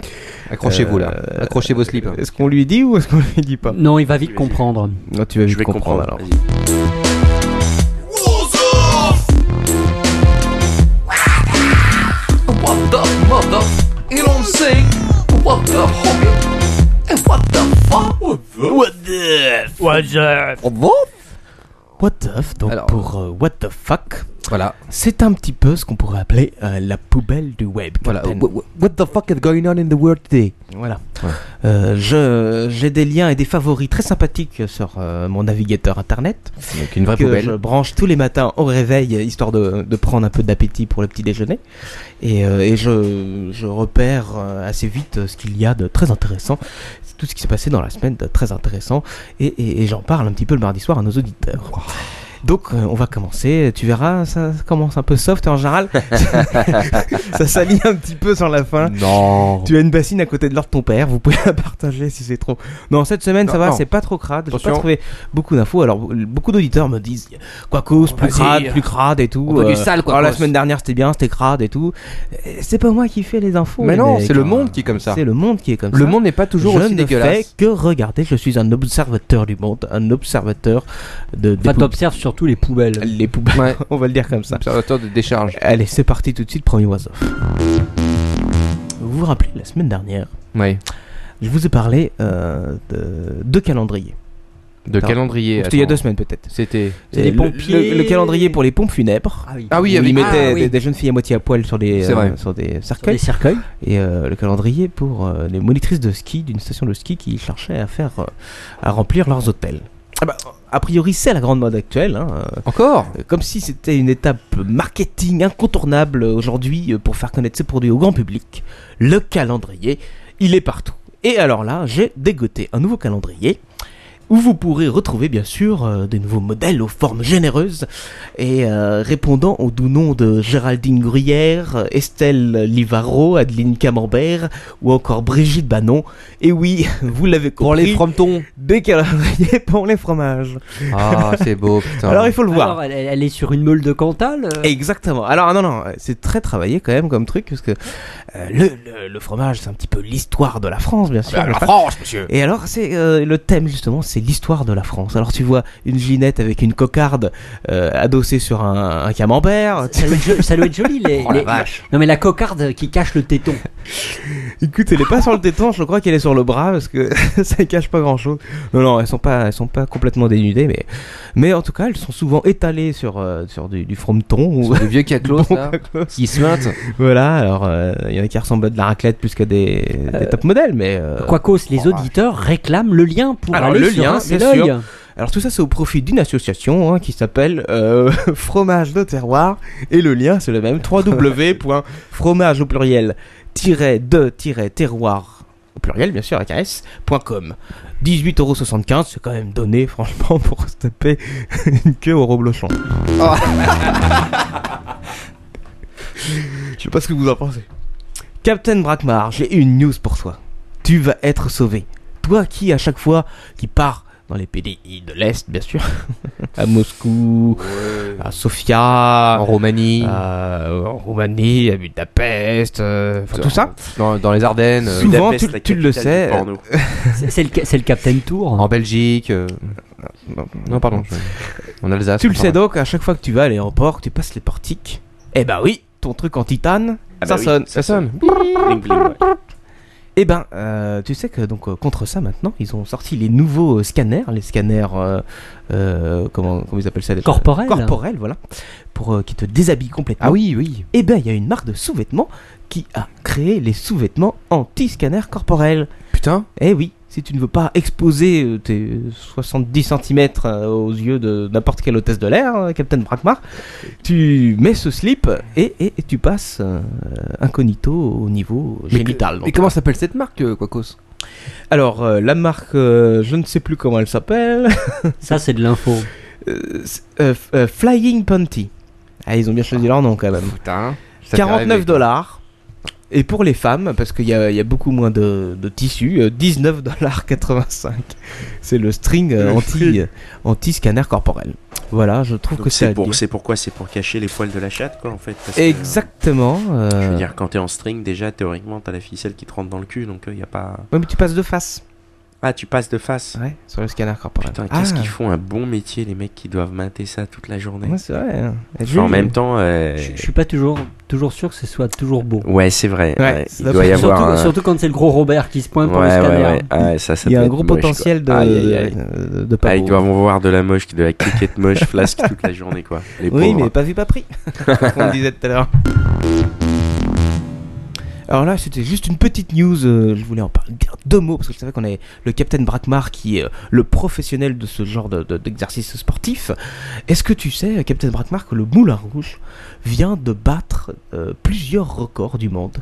Speaker 4: Accrochez-vous, là. Accrochez vos slips.
Speaker 7: Est-ce qu'on lui dit ou est-ce qu'on lui dit pas
Speaker 5: Non, il va vite comprendre.
Speaker 7: Non, tu vas vite comprendre, alors.
Speaker 2: What the mother You don't say What the homie And what the fuck What the What the
Speaker 7: What the f, donc pour euh, What the fuck.
Speaker 4: Voilà.
Speaker 7: C'est un petit peu ce qu'on pourrait appeler euh, la poubelle du web.
Speaker 4: Voilà.
Speaker 7: Captain.
Speaker 4: Wh- wh- What the fuck is going on in the world today
Speaker 7: Voilà. Euh, je- J'ai des liens et des favoris très sympathiques sur euh, mon navigateur internet.
Speaker 4: Donc une vraie
Speaker 7: que
Speaker 4: poubelle.
Speaker 7: Je branche tous les matins au réveil, euh, histoire de, de prendre un peu d'appétit pour le petit déjeuner. Et, euh, et je, je repère euh, assez vite euh, ce qu'il y a de très intéressant. C'est tout ce qui s'est passé dans la semaine de très intéressant. Et, et- et j'en parle un petit peu le mardi soir à nos auditeurs. Donc euh, on va commencer, tu verras, ça commence un peu soft en
Speaker 4: [laughs]
Speaker 7: général. ça s'aligne un petit peu sur la fin.
Speaker 4: Non.
Speaker 7: Tu as une bassine à côté de l'or de ton père, vous pouvez la partager si c'est trop. Non, cette semaine
Speaker 4: Non,
Speaker 7: ça va,
Speaker 4: non.
Speaker 7: c'est pas trop crade, j'ai pas
Speaker 4: Attention.
Speaker 7: trouvé beaucoup d'infos. Alors beaucoup d'auditeurs me disent quoi cause plus
Speaker 4: Vas-y.
Speaker 7: crade, plus crade et tout. Euh,
Speaker 4: On veut du sale, quoi,
Speaker 7: alors, la
Speaker 4: cause.
Speaker 7: semaine dernière c'était bien, c'était crade et tout. Euh, C'est pas moi qui fais les infos.
Speaker 4: Mais
Speaker 7: les
Speaker 4: non,
Speaker 7: mecs,
Speaker 4: c'est le
Speaker 7: hein.
Speaker 4: monde qui est comme ça.
Speaker 7: C'est le monde qui est comme
Speaker 4: Le
Speaker 7: ça.
Speaker 4: monde n'est pas toujours
Speaker 7: je
Speaker 4: aussi
Speaker 7: ne
Speaker 4: dégueulasse.
Speaker 7: fais que regarder, je suis un observateur du monde, un observateur de.
Speaker 5: Enfin, t'observes surtout les poubelles.
Speaker 7: Les poubelles, [laughs] on va le dire comme ça.
Speaker 4: Observateur de décharge.
Speaker 7: Allez, c'est parti tout de suite, premier oiseau. Vous vous rappelez la semaine dernière
Speaker 4: Oui.
Speaker 7: Je vous ai parlé euh, de deux calendriers.
Speaker 4: De
Speaker 7: Alors,
Speaker 4: calendrier.
Speaker 7: C'était il y a
Speaker 4: attends.
Speaker 7: deux semaines peut-être.
Speaker 4: C'était.
Speaker 7: Euh, le- Le, le calendrier pour les pompes funèbres.
Speaker 4: Ah oui. Ah oui,
Speaker 7: Où ils
Speaker 4: avec-
Speaker 7: mettaient
Speaker 4: ah oui.
Speaker 7: des, des jeunes filles à moitié à poil sur des, euh,
Speaker 4: C'est vrai.
Speaker 7: sur des cercueils.
Speaker 5: des cercueils.
Speaker 7: Et euh, le calendrier pour euh, les monitrices de ski d'une station de ski qui cherchaient à faire euh, à remplir leurs hôtels. Ah bah, a priori, c'est la grande mode actuelle. hein, euh,
Speaker 4: Encore
Speaker 7: Comme si c'était une étape marketing incontournable aujourd'hui euh, pour faire connaître ses produits au grand public. Le calendrier, il est partout. Et alors là, j'ai dégoté un nouveau calendrier où vous pourrez retrouver bien sûr euh, des nouveaux modèles aux formes généreuses et euh, répondant au doux nom de Géraldine Gruyère, Estelle Livaro, Adeline Camembert ou encore Brigitte Banon. Et oui, [laughs] vous l'avez compris. Pour les
Speaker 4: frometons.
Speaker 7: Des calendriers pour les fromages.
Speaker 4: Ah, c'est beau, putain.
Speaker 7: Alors il faut le voir.
Speaker 5: Alors, elle, elle est sur une meule de Cantal. euh,
Speaker 7: Exactement. Alors ah, non, non, c'est très travaillé quand même comme truc, parce que euh, le, le- le fromage, c'est un petit peu l'histoire de la France, bien sûr.
Speaker 5: bah, la
Speaker 7: n'est-ce pas
Speaker 5: France, monsieur.
Speaker 7: Et alors, c'est euh, le thème justement, c'est l'histoire de la France. Alors tu vois une ginette avec une cocarde euh, adossée sur un, un camembert.
Speaker 5: Ça doit, être jo- ça doit être joli les,
Speaker 7: [laughs] Oh la
Speaker 5: les-
Speaker 7: vache.
Speaker 5: Non mais la cocarde qui cache le téton.
Speaker 7: Écoute, elle est pas sur le téton, je crois qu'elle est sur le bras parce que [laughs] ça cache pas grand chose. Non, non, elles sont pas, elles sont pas complètement dénudées, mais, mais en tout cas, elles sont souvent étalées sur, euh, sur du, du frometon ou
Speaker 4: des vieux catlos,
Speaker 7: bon
Speaker 4: là,
Speaker 7: catlos.
Speaker 4: qui se suintent.
Speaker 7: Voilà, alors euh, il y en a qui ressemblent à de la raclette plus qu'à des, des top modèles, mais euh,
Speaker 5: Quacos, les auditeurs réclament le lien pour
Speaker 7: alors
Speaker 5: aller
Speaker 7: le
Speaker 5: sur
Speaker 7: lien,
Speaker 5: un
Speaker 7: c'est
Speaker 5: seul
Speaker 7: sûr.
Speaker 5: œil.
Speaker 7: Alors tout ça, c'est au profit d'une association hein, qui s'appelle euh, [laughs] Fromage de Terroir. Et le lien, c'est le même www.fromage au pluriel tiret de tiret terroir au pluriel, bien sûr, avec un S, point com. 18,75€, c'est quand même donné, franchement, pour se taper [laughs] une queue au reblochon. Je sais pas ce que vous en pensez. Captain Brackmar, j'ai une news pour toi. Tu vas être sauvé. Toi qui, à chaque fois, qui part dans les PDI de l'Est, bien sûr, [laughs] à Moscou, à Sofia, en
Speaker 4: Roumanie,
Speaker 7: Ah. en Euh, Roumanie, à Budapest, euh, enfin, tout ça.
Speaker 4: Dans, dans les Ardennes. euh,
Speaker 7: Souvent, Budapest, tu- la tu le capitale sais, du porno.
Speaker 5: C'est c'est le, ca- c'est le Captain Tour.
Speaker 7: Oh.
Speaker 4: En Belgique. euh, Non, pardon. je- En Alsace.
Speaker 7: Tu le
Speaker 4: enfin,
Speaker 7: sais
Speaker 4: bref.
Speaker 7: donc, à chaque fois que tu vas à l'aéroport, tu passes les portiques. Eh ben oui, ton truc en titane,
Speaker 4: Ah
Speaker 7: ça,
Speaker 4: bah oui,
Speaker 7: sonne,
Speaker 4: ça
Speaker 7: Eh ben, euh, tu sais que donc euh, contre ça maintenant, ils ont sorti les nouveaux euh, scanners, les scanners euh, euh, comment, comment ils appellent ça déjà
Speaker 5: Corporels.
Speaker 7: Corporels, voilà, pour euh, qui te déshabillent complètement.
Speaker 4: Ah oui, oui.
Speaker 7: Eh ben, il y a une marque de sous-vêtements qui a créé les sous-vêtements anti-scanner corporels.
Speaker 4: Putain.
Speaker 7: Eh oui, si tu ne veux pas exposer euh, tes 70 cm aux yeux de n'importe quelle hôtesse de l'air, hein, Captain Brackmar, tu mets ce slip et, et- et tu passes euh, incognito au niveau génital.
Speaker 4: Mais comment s'appelle cette marque, euh, Quacos
Speaker 7: Alors, euh, la marque, euh, je ne sais plus comment elle s'appelle. [laughs]
Speaker 5: Ça, c'est de l'info.
Speaker 7: Euh, c'est- euh, f- euh, Flying Panty. Ah, ils ont bien choisi leur nom quand même.
Speaker 4: Putain. ça fait
Speaker 7: 49
Speaker 4: rêver.
Speaker 7: dollars. Et pour les femmes, parce qu'il y, a il y a beaucoup moins de, de tissus, euh, 19,85$. C'est le string euh,
Speaker 8: Le
Speaker 7: anti,
Speaker 8: string.
Speaker 7: euh, anti-scanner corporel. Voilà, je trouve
Speaker 8: Donc
Speaker 7: que
Speaker 8: c'est
Speaker 7: c'est.
Speaker 8: pour, c'est pourquoi c'est pour cacher les poils de la chatte quoi en fait. parce que, euh,
Speaker 7: Exactement. euh,
Speaker 8: je veux dire quand t'es en string déjà théoriquement t'as la ficelle qui te rentre dans le cul donc il y a pas.
Speaker 7: Ouais, mais tu passes de face.
Speaker 8: Ah tu passes de face.
Speaker 7: Ouais, sur le scanner corporel.
Speaker 8: Putain
Speaker 7: Ah.
Speaker 8: qu'est-ce qu'ils font un bon métier les mecs qui doivent mater ça toute la journée.
Speaker 7: Ouais, c'est vrai, hein. Et
Speaker 8: Enfin, en
Speaker 7: je-
Speaker 8: même temps. euh,
Speaker 5: Je suis pas toujours, toujours sûr que ce soit toujours beau.
Speaker 8: Ouais c'est vrai.
Speaker 7: Ouais,
Speaker 8: ouais,
Speaker 7: c'est
Speaker 8: il doit y
Speaker 5: surtout,
Speaker 8: avoir. un-
Speaker 7: euh,
Speaker 5: surtout quand c'est le gros Robert qui se pointe pour le
Speaker 8: Ouais, ouais,
Speaker 5: scanner.
Speaker 8: ouais. Ah, ça, ça
Speaker 7: hein. Il y a
Speaker 8: peut
Speaker 7: un
Speaker 8: être
Speaker 7: gros
Speaker 8: moche, quoi.
Speaker 7: potentiel de-
Speaker 8: Aïe, aïe, aïe.
Speaker 7: euh, de pas
Speaker 8: Ah, ils
Speaker 7: beau.
Speaker 8: doivent avoir de la moche, de la cliquette moche, flasque toute la journée, quoi. Les
Speaker 7: oui,
Speaker 8: pauvres.
Speaker 7: mais pas vu, pas
Speaker 8: [laughs]
Speaker 7: pris. Comme on disait tout à l'heure. Alors là, c'était juste une petite news. euh, je voulais en parler, dire deux mots parce que je savais qu'on avait le capitaine Brackmar qui est euh, le professionnel de ce genre de- de- d'exercice sportif. Est-ce que tu sais, euh, capitaine Brackmar, que le Moulin Rouge vient de battre euh, plusieurs records du monde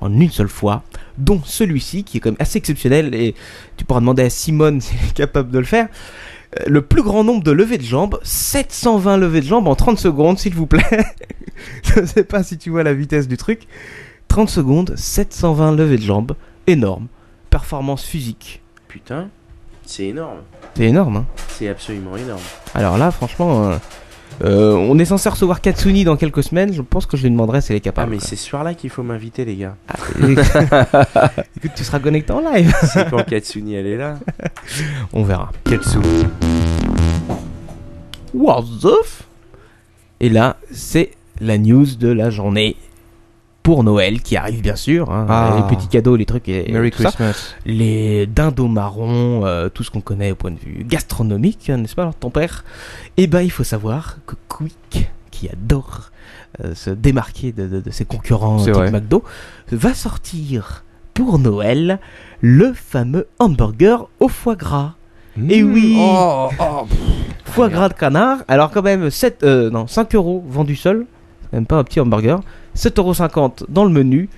Speaker 7: en une seule fois, dont celui-ci qui est quand même assez exceptionnel et tu pourras demander à Simone [laughs] si elle est capable de le faire. Euh, Le plus grand nombre de levées de jambes, 720 levées de jambes en 30 secondes, s'il vous plaît. [laughs] Je ne sais pas si tu vois la vitesse du truc. 30 secondes, 720 levées de jambes, énorme. Performance physique,
Speaker 8: Ah, Putain, c'est énorme.
Speaker 7: c'est énorme. Hein
Speaker 8: C'est absolument énorme.
Speaker 7: Alors là, franchement, euh, euh, on est censé recevoir Katsuni dans quelques semaines. Je pense que je lui demanderai si elle est
Speaker 8: Ah,
Speaker 7: capable.
Speaker 8: mais c'est ce soir-là qu'il faut m'inviter, les gars.
Speaker 7: [laughs] Écoute, tu seras connecté en live.
Speaker 8: c'est quand Katsuni, elle est là.
Speaker 7: on verra.
Speaker 8: Katsu.
Speaker 7: What the f- Et là, c'est la news de la journée pour Noël qui arrive bien sûr. hein.
Speaker 4: Ah.
Speaker 7: Les petits cadeaux, les trucs et, et
Speaker 4: Merry
Speaker 7: tout ça.
Speaker 4: Christmas.
Speaker 7: Les dindos marrons, euh, tout ce qu'on connaît au point de vue gastronomique, hein, n'est-ce pas, alors, ton père Eh ben, il faut savoir que Quick, qui adore euh, se démarquer de, de- de ses concurrents
Speaker 4: C'est
Speaker 7: type
Speaker 4: vrai.
Speaker 7: McDo, va sortir pour Noël le fameux hamburger au foie gras. Et oui
Speaker 4: Oh, oh, pff.
Speaker 7: Foie gras de canard, alors quand même 7, euh, non, 5 euros vendu seul, c'est même pas un petit hamburger, 7,50 euros dans le menu,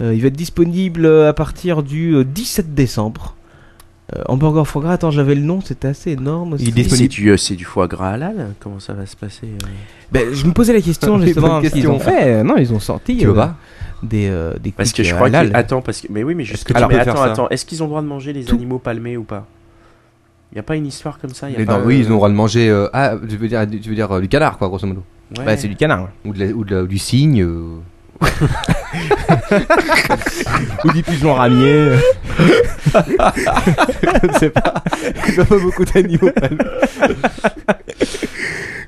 Speaker 7: Euh, il va être disponible euh, à partir du euh, 17 décembre. Euh, hamburger foie gras, attends, j'avais le nom, c'était assez énorme.
Speaker 8: Il est disponible. C'est du, euh, c'est du foie gras halal Comment ça va se passer euh
Speaker 7: Ben, je me posais la
Speaker 8: [laughs]
Speaker 7: question
Speaker 8: Les
Speaker 7: justement.
Speaker 8: bonnes
Speaker 7: Ils
Speaker 8: questions.
Speaker 7: ont fait, euh, non, ils ont sorti.
Speaker 8: Tu
Speaker 7: euh,
Speaker 8: veux pas
Speaker 7: des, euh, des
Speaker 8: Parce que
Speaker 7: cookies
Speaker 8: je crois
Speaker 7: halal.
Speaker 8: que. Attends, parce que. Mais oui, mais juste.
Speaker 7: que tu
Speaker 8: mais
Speaker 7: peux faire
Speaker 8: attends,
Speaker 7: ça
Speaker 8: attends. Est-ce qu'ils ont le droit de manger les animaux palmés ou pas Il n'y a pas une histoire comme ça y a
Speaker 4: Mais
Speaker 8: pas,
Speaker 4: non, oui,
Speaker 8: euh,
Speaker 4: ils ont le droit de manger. euh, ah, tu veux dire, tu veux dire euh, du canard, quoi, grosso modo.
Speaker 8: Ouais. Bah, c'est du
Speaker 4: canard. Ou, de la- ou de la- ou du cygne. euh.
Speaker 7: Ou du pigeon
Speaker 4: [laughs]
Speaker 7: ramier. je sais pas. Il [laughs] y a pas beaucoup d'animaux.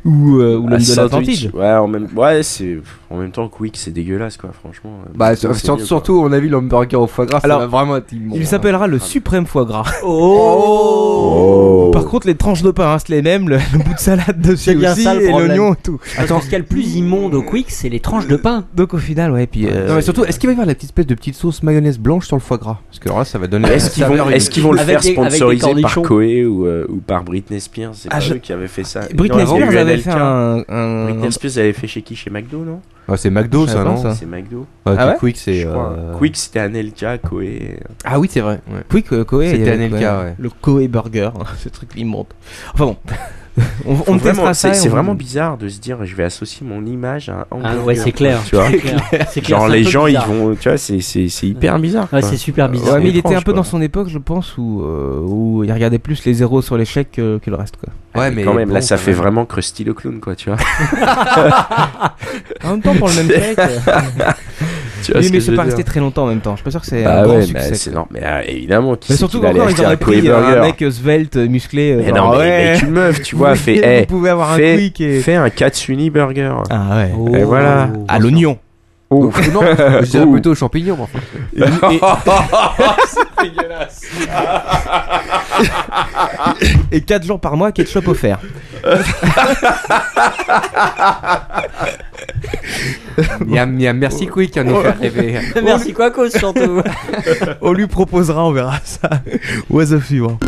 Speaker 7: ou euh, ou
Speaker 8: Ah,
Speaker 7: l'homme de
Speaker 8: sandwich.
Speaker 7: l'Atlantide.
Speaker 8: Ouais, en même, ouais, c'est en même temps Quick, c'est dégueulasse quoi, franchement.
Speaker 4: Bah,
Speaker 8: C'est
Speaker 4: sur- sur-
Speaker 8: mieux,
Speaker 4: surtout, on a vu l'hamburger au foie gras.
Speaker 7: Alors,
Speaker 4: ça va vraiment être immonde.
Speaker 7: Il s'appellera le suprême foie gras. Oh, Par contre, les tranches de pain, hein, c'est les mêmes, le, le bout de salade dessus
Speaker 5: C'est bien
Speaker 7: aussi,
Speaker 5: ça le
Speaker 7: et
Speaker 5: problème.
Speaker 7: l'oignon et tout.
Speaker 5: Attends, ce qu'il y a le plus immonde au Quick, c'est les tranches de pain.
Speaker 7: Donc au final, ouais, puis. euh,
Speaker 4: Non, mais surtout, est-ce qu'il va y avoir la petite espèce de petite sauce mayonnaise blanche sur le foie gras Parce que alors là, ça va
Speaker 7: euh,
Speaker 4: donner.
Speaker 8: Est-ce qu'ils vont, est-ce qu'ils vont le faire sponsoriser par
Speaker 4: cornichons
Speaker 8: Koei ou, euh, ou par Britney Spears C'est
Speaker 7: Ah,
Speaker 8: pas
Speaker 7: je-
Speaker 8: eux qui avaient fait ça.
Speaker 7: Britney
Speaker 8: Non, il y
Speaker 7: Spears
Speaker 8: a eu
Speaker 7: avait
Speaker 8: NLK.
Speaker 7: fait un- un-
Speaker 8: Britney Spears avait fait chez qui Chez McDo, non
Speaker 4: Ah, c'est McDo,
Speaker 8: Je
Speaker 4: ça,
Speaker 8: savais
Speaker 4: non
Speaker 8: pas,
Speaker 7: hein.
Speaker 8: C'est McDo.
Speaker 4: Ah, puis Quick, c'est,
Speaker 8: Je crois.
Speaker 4: euh,
Speaker 8: Quick, c'était Anelka, Koei.
Speaker 4: Ah oui, c'est vrai. ouais.
Speaker 7: Quick, euh, Koei, il y
Speaker 4: C'était
Speaker 7: avait,
Speaker 4: Anelka,
Speaker 7: quoi,
Speaker 4: ouais.
Speaker 7: Le Koei Burger, hein, ce truc immonde. Enfin bon. On,
Speaker 8: Faut
Speaker 7: on
Speaker 8: vraiment-
Speaker 7: testera ça.
Speaker 8: c'est
Speaker 7: et
Speaker 8: c'est
Speaker 7: on-
Speaker 8: vraiment bizarre de se dire je vais associer mon image à un hamburger,
Speaker 5: Ah ouais, c'est
Speaker 8: quoi,
Speaker 5: clair,
Speaker 8: tu vois
Speaker 5: c'est clair, [laughs] c'est clair,
Speaker 8: genre
Speaker 5: c'est un
Speaker 8: les
Speaker 5: peu
Speaker 8: gens
Speaker 5: bizarre.
Speaker 8: ils vont tu vois c'est c'est c'est hyper bizarre
Speaker 5: Ouais,
Speaker 8: quoi.
Speaker 5: c'est super bizarre.
Speaker 7: Ouais, mais il était un
Speaker 8: étrange,
Speaker 7: peu
Speaker 8: quoi.
Speaker 7: dans son époque, je pense, où, euh, où il regardait plus les zéros sur l'échec que, que le reste. Quoi.
Speaker 8: Ouais, Ah, mais quand même, là, ça
Speaker 4: euh,
Speaker 8: fait vraiment Krusty le clown, quoi, tu [laughs] vois.
Speaker 7: En même temps, pour le même euh,
Speaker 8: C'est-
Speaker 7: chèque.
Speaker 8: Tu vois
Speaker 7: Oui,
Speaker 8: ce
Speaker 7: mais
Speaker 8: que
Speaker 7: c'est
Speaker 8: je
Speaker 7: pas
Speaker 8: veux dire.
Speaker 7: resté très longtemps en même temps. Je suis pas sûr que c'est
Speaker 8: Bah
Speaker 7: un grand
Speaker 8: ouais,
Speaker 7: succès.
Speaker 8: mais c'est normal. Mais euh, évidemment, qui
Speaker 7: Mais
Speaker 8: c'est
Speaker 7: surtout
Speaker 8: qui va aller
Speaker 7: qu'encore, ils
Speaker 8: acheter
Speaker 7: auraient
Speaker 8: euh, un
Speaker 7: pris euh,
Speaker 8: Koei
Speaker 7: un
Speaker 8: Burger
Speaker 7: mec svelte, euh, musclé.
Speaker 8: Mais
Speaker 7: genre,
Speaker 8: non, mais
Speaker 7: ouais.
Speaker 8: mec, une meuf, tu
Speaker 7: [laughs]
Speaker 8: [laughs] vois,
Speaker 7: Vous
Speaker 8: fait,
Speaker 7: pouvez-
Speaker 8: hey,
Speaker 7: vous pouvez avoir un
Speaker 8: fais,
Speaker 7: quick et-
Speaker 8: fais un Katsuni burger.
Speaker 7: Ah ouais.
Speaker 8: Et [laughs] voilà.
Speaker 7: À l'oignon.
Speaker 8: Oh.
Speaker 4: Non,
Speaker 8: [laughs]
Speaker 4: je dirais
Speaker 8: Oh.
Speaker 4: plutôt aux champignons, moi.
Speaker 8: [laughs]
Speaker 7: c'est dégueulasse. et 4 jours par mois, ketchup offert.
Speaker 4: Miam, miam, merci Quick, en effet. rêver.
Speaker 5: [laughs] Merci quoi cause
Speaker 7: [laughs]
Speaker 5: surtout.
Speaker 7: on lui proposera, on verra ça. What's up suivant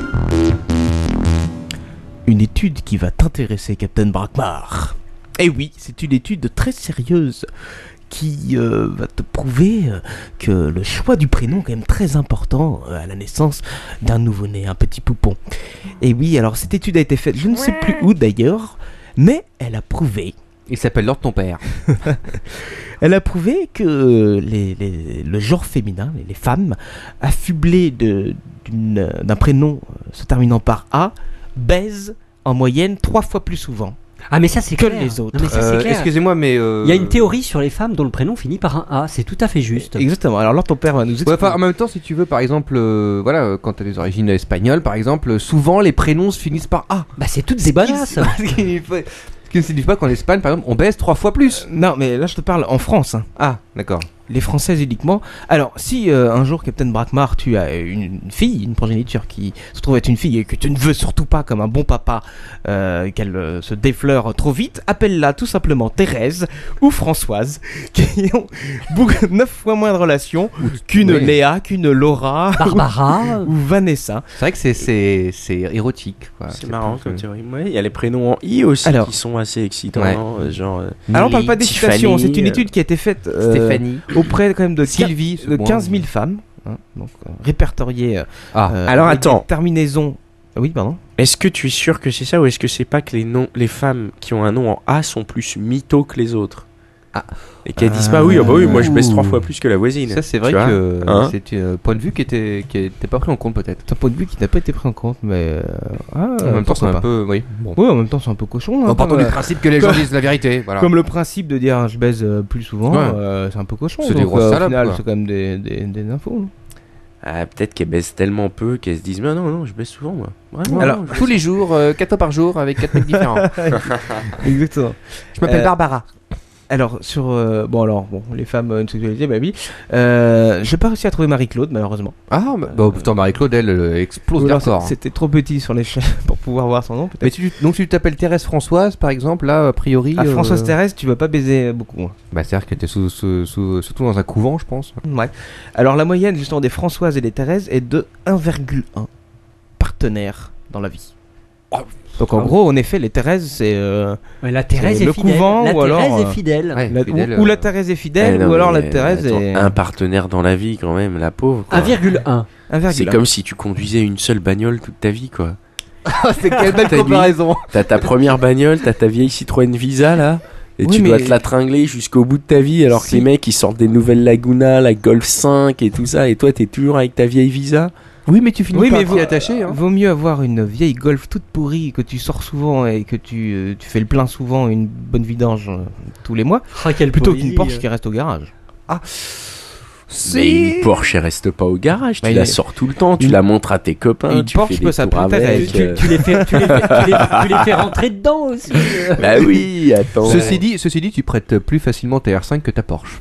Speaker 7: Une étude qui va t'intéresser, Captain Brackmar. Eh oui, c'est une étude très sérieuse qui euh, va te prouver euh, que le choix du prénom est quand même très important euh, à la naissance d'un nouveau-né, un petit poupon. Et oui, alors cette étude a été faite, je ne sais plus où d'ailleurs, mais elle a prouvé.
Speaker 4: Il s'appelle Lord ton père.
Speaker 7: Elle a prouvé que les- les- le genre féminin, les, les femmes, affublées de- d'une- d'un prénom euh, se terminant par A, baisent en moyenne trois fois plus souvent.
Speaker 5: Ah mais ça c'est
Speaker 7: que
Speaker 5: clair.
Speaker 7: les autres.
Speaker 5: Non, mais ça, c'est clair.
Speaker 4: Euh, mais euh,
Speaker 5: Il y a une théorie sur les femmes dont le prénom finit par un A, c'est tout à fait juste.
Speaker 7: Exactement. Alors là, ton père va nous
Speaker 4: Ouais, enfin, en même temps, si tu veux, par exemple, euh, voilà, euh, quand t'as des origines espagnoles, par exemple, euh, souvent les prénoms se finissent par A. [laughs]
Speaker 5: Bah, c'est toutes des banasses.
Speaker 4: Ce qui ce qui ne signifie pas qu'en Espagne, par exemple, on baisse trois fois plus.
Speaker 7: Non, mais là, je te parle en France. hein.
Speaker 4: Ah, d'accord.
Speaker 7: Les Françaises uniquement. Alors, si euh, un jour, Captain Brackmar, tu as une fille, une progéniture qui se trouve être une fille et que tu ne veux surtout pas, comme un bon papa, euh, qu'elle euh, se défleure trop vite, appelle-la tout simplement Thérèse ou Françoise, [laughs] qui ont beaucoup- neuf fois moins de relations qu'une
Speaker 4: oui.
Speaker 7: Léa, qu'une Laura,
Speaker 5: Bah.
Speaker 7: ou-
Speaker 5: Barbara.
Speaker 7: ou, Vanessa.
Speaker 4: C'est vrai que c'est- c'est c'est érotique. quoi.
Speaker 8: C'est marrant comme théorie. Ouais, Il y a les prénoms en I aussi
Speaker 4: Alors.
Speaker 8: qui sont assez excitants.
Speaker 4: Ouais.
Speaker 8: hein, euh, genre, euh,
Speaker 7: Alors on parle pas
Speaker 8: Lily,
Speaker 7: d'excitation, c'est
Speaker 8: Tiffany,
Speaker 7: une
Speaker 8: euh,
Speaker 7: étude qui a été faite euh,
Speaker 4: Stéphanie.
Speaker 7: auprès quand même de,
Speaker 4: Sylvie,
Speaker 7: quin- de
Speaker 4: ce point.
Speaker 7: 15 000 femmes, hein, donc euh, répertoriées. euh,
Speaker 4: Ah.
Speaker 7: euh,
Speaker 8: Alors,
Speaker 7: avec des
Speaker 8: attends.
Speaker 7: Terminaisons. Ah Oui, pardon.
Speaker 8: Est-ce que tu es sûr que c'est ça ou est-ce que c'est pas que les, noms, les femmes qui ont un nom en A sont plus mythos que les autres Et qu'elles disent pas oui, ah bah oui, moi je baisse trois fois plus que la voisine.
Speaker 4: Ah. Ça, c'est
Speaker 8: Tu
Speaker 4: vrai
Speaker 8: vois
Speaker 4: que
Speaker 8: Hein
Speaker 4: c'est un point de vue qui était, qui était pas pris en compte, peut-être.
Speaker 7: C'est un point de vue qui n'a pas été pris en compte, mais. euh, ah,
Speaker 4: En même temps, c'est
Speaker 7: pourquoi
Speaker 4: un
Speaker 7: pas.
Speaker 4: peu. Oui.
Speaker 7: Oui, en même temps, c'est un peu cochon. hein,
Speaker 4: On part
Speaker 7: comme,
Speaker 4: du
Speaker 7: euh,
Speaker 4: principe que les gens
Speaker 7: comme-
Speaker 4: disent la vérité. Voilà.
Speaker 7: Comme le principe de dire je baise euh, plus souvent,
Speaker 4: Ouais.
Speaker 7: euh, c'est un peu cochon.
Speaker 4: C'est des
Speaker 7: donc,
Speaker 4: grosses
Speaker 7: euh,
Speaker 4: salopes,
Speaker 7: Au final,
Speaker 4: quoi.
Speaker 7: c'est quand même des, des, des infos. hein. [laughs]
Speaker 8: Ah, peut-être qu'elles baissent tellement peu qu'elles se disent mais non, non, je baisse souvent moi. Vraiment,
Speaker 4: Alors,
Speaker 8: non, je
Speaker 4: tous les jours, euh, quatre fois par jour, avec quatre mecs différents.
Speaker 7: Exactement.
Speaker 4: Je m'appelle
Speaker 7: Euh,
Speaker 4: Barbara.
Speaker 7: Alors, sur. euh, bon, alors, bon, les femmes, euh, une sexualité, bah oui. Euh, J'ai pas réussi à trouver Marie-Claude, malheureusement.
Speaker 4: Ah, bah, bah, putain, Marie-Claude, elle euh, explose
Speaker 7: Ou
Speaker 4: les
Speaker 7: alors,
Speaker 4: records.
Speaker 7: C'était trop petit sur l'échelle [laughs] pour pouvoir voir son nom, peut-être.
Speaker 4: Mais tu- donc, tu t'appelles Thérèse Françoise, par exemple, là, a priori.
Speaker 7: Ah,
Speaker 4: euh,
Speaker 7: Françoise Thérèse, tu vas pas baiser beaucoup. hein.
Speaker 4: Bah, c'est-à-dire que t'es sous, sous- sous- surtout dans un couvent, je pense.
Speaker 7: Ouais. Alors la moyenne justement des Françoises et des Thérèse est de 1,1 partenaires dans la vie. Donc en gros, en effet, les Thérèse, c'est euh,
Speaker 5: Ouais, la Thérèse
Speaker 7: c'est
Speaker 5: est
Speaker 7: le
Speaker 5: fidèle.
Speaker 7: couvent
Speaker 5: La
Speaker 7: ou alors
Speaker 5: Thérèse est
Speaker 7: euh,
Speaker 5: fidèle. Ouais,
Speaker 7: la-
Speaker 4: fidèle,
Speaker 7: ou, ou la
Speaker 4: euh,
Speaker 7: Thérèse est
Speaker 8: Eh
Speaker 7: fidèle
Speaker 8: non,
Speaker 7: ou alors
Speaker 8: mais,
Speaker 7: la Thérèse
Speaker 8: attends,
Speaker 7: est
Speaker 8: Un partenaire dans la vie quand même, la pauvre. quoi.
Speaker 5: 1,1.
Speaker 8: C'est
Speaker 7: 1,1. [laughs]
Speaker 8: comme si tu conduisais une seule bagnole toute ta vie, quoi.
Speaker 4: C'est quelle belle
Speaker 8: T'as une-
Speaker 4: comparaison.
Speaker 8: T'as ta première bagnole, t'as ta vieille Citroën Visa là, et
Speaker 7: Oui,
Speaker 8: tu dois
Speaker 7: mais-
Speaker 8: te la tringler jusqu'au bout de ta vie, alors que les mecs ils sortent des nouvelles Laguna, la Golf 5 et tout ça, et toi t'es toujours avec ta vieille Visa.
Speaker 4: Oui, mais tu finis
Speaker 7: oui,
Speaker 4: par
Speaker 7: mais
Speaker 4: t'y
Speaker 7: vaut,
Speaker 4: attacher, hein.
Speaker 7: vaut mieux avoir une vieille Golf toute pourrie que tu sors souvent et que tu, euh, tu fais le plein souvent, une bonne vidange euh, tous les mois,
Speaker 5: quelle
Speaker 7: plutôt
Speaker 5: pourrie,
Speaker 7: qu'une Porsche
Speaker 5: euh.
Speaker 7: qui reste au garage. Ah,
Speaker 8: Mais une Porsche elle reste pas au garage, tu
Speaker 7: Bah,
Speaker 8: la
Speaker 7: il-
Speaker 8: sors tout le temps, tu
Speaker 7: une-
Speaker 8: la montres à tes copains,
Speaker 7: une
Speaker 8: tu
Speaker 7: Porsche
Speaker 8: fais
Speaker 7: peut
Speaker 8: des tours
Speaker 7: s'appeler ta
Speaker 8: avec.
Speaker 7: Tu-
Speaker 8: euh.
Speaker 5: Tu les fais, tu les fais- tu les- tu les fais rentrer dedans aussi. euh.
Speaker 8: [laughs] Bah oui, attends.
Speaker 4: Ceci dit, ceci dit, tu prêtes plus facilement ta R5 que ta Porsche.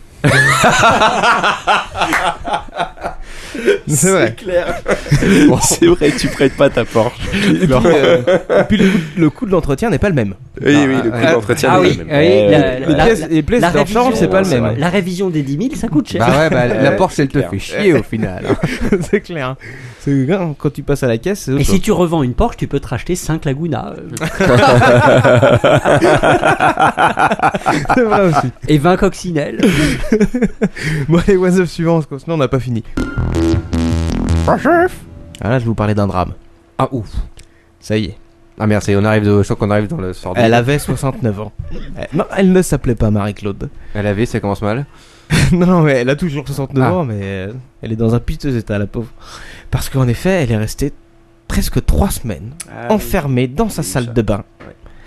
Speaker 8: C'est
Speaker 7: vrai.
Speaker 8: clair. C'est vrai, tu prêtes pas ta Porsche.
Speaker 7: Et puis, euh, et puis le, coût, le coût de l'entretien n'est pas le même.
Speaker 8: Oui, oui, le coût de l'entretien
Speaker 7: ah
Speaker 8: n'est
Speaker 7: oui,
Speaker 8: pas le
Speaker 7: ah oui,
Speaker 8: même.
Speaker 7: la-
Speaker 8: Ouais,
Speaker 7: les
Speaker 8: ouais.
Speaker 7: pièces- les pièces
Speaker 5: la
Speaker 7: d'argent,
Speaker 5: révision,
Speaker 7: c'est pas le
Speaker 5: c'est
Speaker 7: même.
Speaker 5: vrai. La révision des 10 000, ça coûte cher.
Speaker 7: Bah ouais, bah, la Porsche,
Speaker 4: elle te fait chier au final.
Speaker 7: c'est clair. C'est hein, quand- quand tu passes à la caisse. c'est autre
Speaker 5: Et si
Speaker 7: chose.
Speaker 5: tu revends une Porsche, tu peux te racheter 5 Laguna. euh.
Speaker 7: [laughs] C'est vrai aussi.
Speaker 5: Et 20 coccinelles.
Speaker 7: [laughs] bon, allez, what's up suivant, parce que sinon on n'a pas fini. Ah là, je vais vous parler d'un drame.
Speaker 4: Ah ouf.
Speaker 7: Ça y est.
Speaker 4: Ah merci, on arrive de, je crois qu'on arrive dans le sordide.
Speaker 7: Elle avait 69 ans. Euh, Non, elle ne s'appelait pas Marie-Claude.
Speaker 4: Elle avait, ça commence mal.
Speaker 7: [laughs] non, non, mais elle a toujours 69
Speaker 4: Ah.
Speaker 7: ans, mais euh, elle est dans un piteux état, la pauvre. Parce qu'en effet, elle est restée presque 3 semaines
Speaker 8: Ah,
Speaker 4: oui.
Speaker 7: enfermée dans sa salle de bain.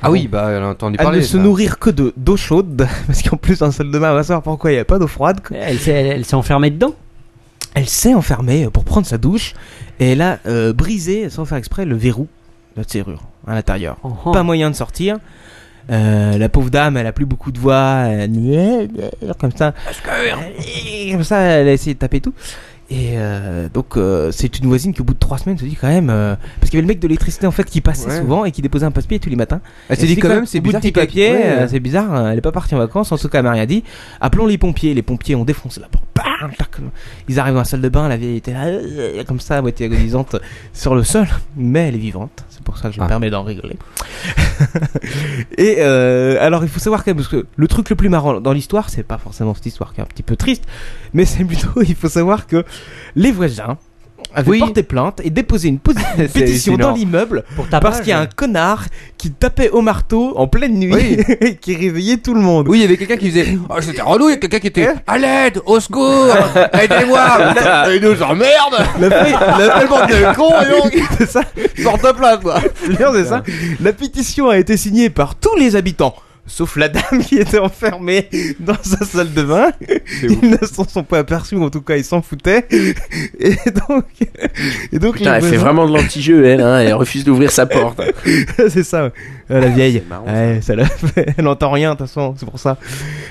Speaker 4: Ah oui, bah elle a entendu
Speaker 7: À
Speaker 4: parler.
Speaker 7: ne se
Speaker 4: ça.
Speaker 7: nourrir que de d'eau chaude, [laughs] parce qu'en plus dans la salle de bain, on va savoir pourquoi il n'y a pas d'eau froide. quoi.
Speaker 5: Elle s'est elle- elle s'est enfermée dedans.
Speaker 7: Elle s'est enfermée pour prendre sa douche et elle a euh, brisé, sans faire exprès, le verrou de la serrure à l'intérieur.
Speaker 5: oh.
Speaker 7: Pas moyen de sortir. Euh, la pauvre dame, elle a plus beaucoup de voix, elle- eh, comme ça. Comme ça, elle a essayé de taper tout. Et euh, donc, euh, c'est une voisine qui, au bout de trois semaines, se dit quand même. euh, parce qu'il y avait le mec de l'électricité en fait qui passait
Speaker 4: Ouais.
Speaker 7: souvent et qui déposait un passe-pied tous les matins.
Speaker 4: Elle s'est dit quand même, c'est
Speaker 7: au bout de petit
Speaker 4: bizarre qu'il y
Speaker 7: papier,
Speaker 4: ait- Ouais,
Speaker 7: euh,
Speaker 4: ouais.
Speaker 7: c'est bizarre, euh, elle est pas partie en vacances, en tout cas, elle m'a rien dit. Appelons les pompiers, les pompiers ont défoncé la porte. Bam, tac. Ils arrivent dans la salle de bain, la vieille était là, euh, comme ça, à moitié agonisante, [laughs] sur le sol, mais elle est vivante, c'est pour ça que je me permets d'en rigoler. [laughs] Et euh, alors, il faut savoir quand même, parce que le truc le plus marrant dans l'histoire, c'est pas forcément cette histoire qui est un petit peu triste, mais c'est plutôt, [laughs] il faut savoir que les voisins avaient porté plainte et déposé une, [laughs] posi- une
Speaker 4: C'est
Speaker 7: pétition dans
Speaker 4: hallucinant.
Speaker 7: l'immeuble
Speaker 5: Pour tapage.
Speaker 7: Ah, parce qu'il y a un connard qui tapait au marteau en pleine nuit et [laughs] qui réveillait tout le monde.
Speaker 4: Oui, il y avait quelqu'un qui faisait. Oh, c'était relou, il y a quelqu'un qui était. À l'aide, au secours, aidez-moi, ils nous emmerdent.
Speaker 7: La feuille, la
Speaker 4: Tellement de cons, et donc.
Speaker 7: [laughs] c'est ça, porte à plainte, quoi. Je veux dire, c'est ça. La pétition a été signée par tous les habitants. Sauf la dame qui était enfermée dans sa salle de bain. Ils ne s'en sont pas aperçus, ou en tout cas ils s'en foutaient. Et donc, et donc
Speaker 8: Putain,
Speaker 7: les
Speaker 8: elle fait
Speaker 7: voisins-
Speaker 8: vraiment de l'anti-jeu, elle, hein, elle refuse d'ouvrir sa porte.
Speaker 7: [laughs] c'est ça, ouais. Euh, la vieille.
Speaker 4: Ah
Speaker 7: Ouais, ça la fait- Elle n'entend rien, de toute façon, c'est pour ça.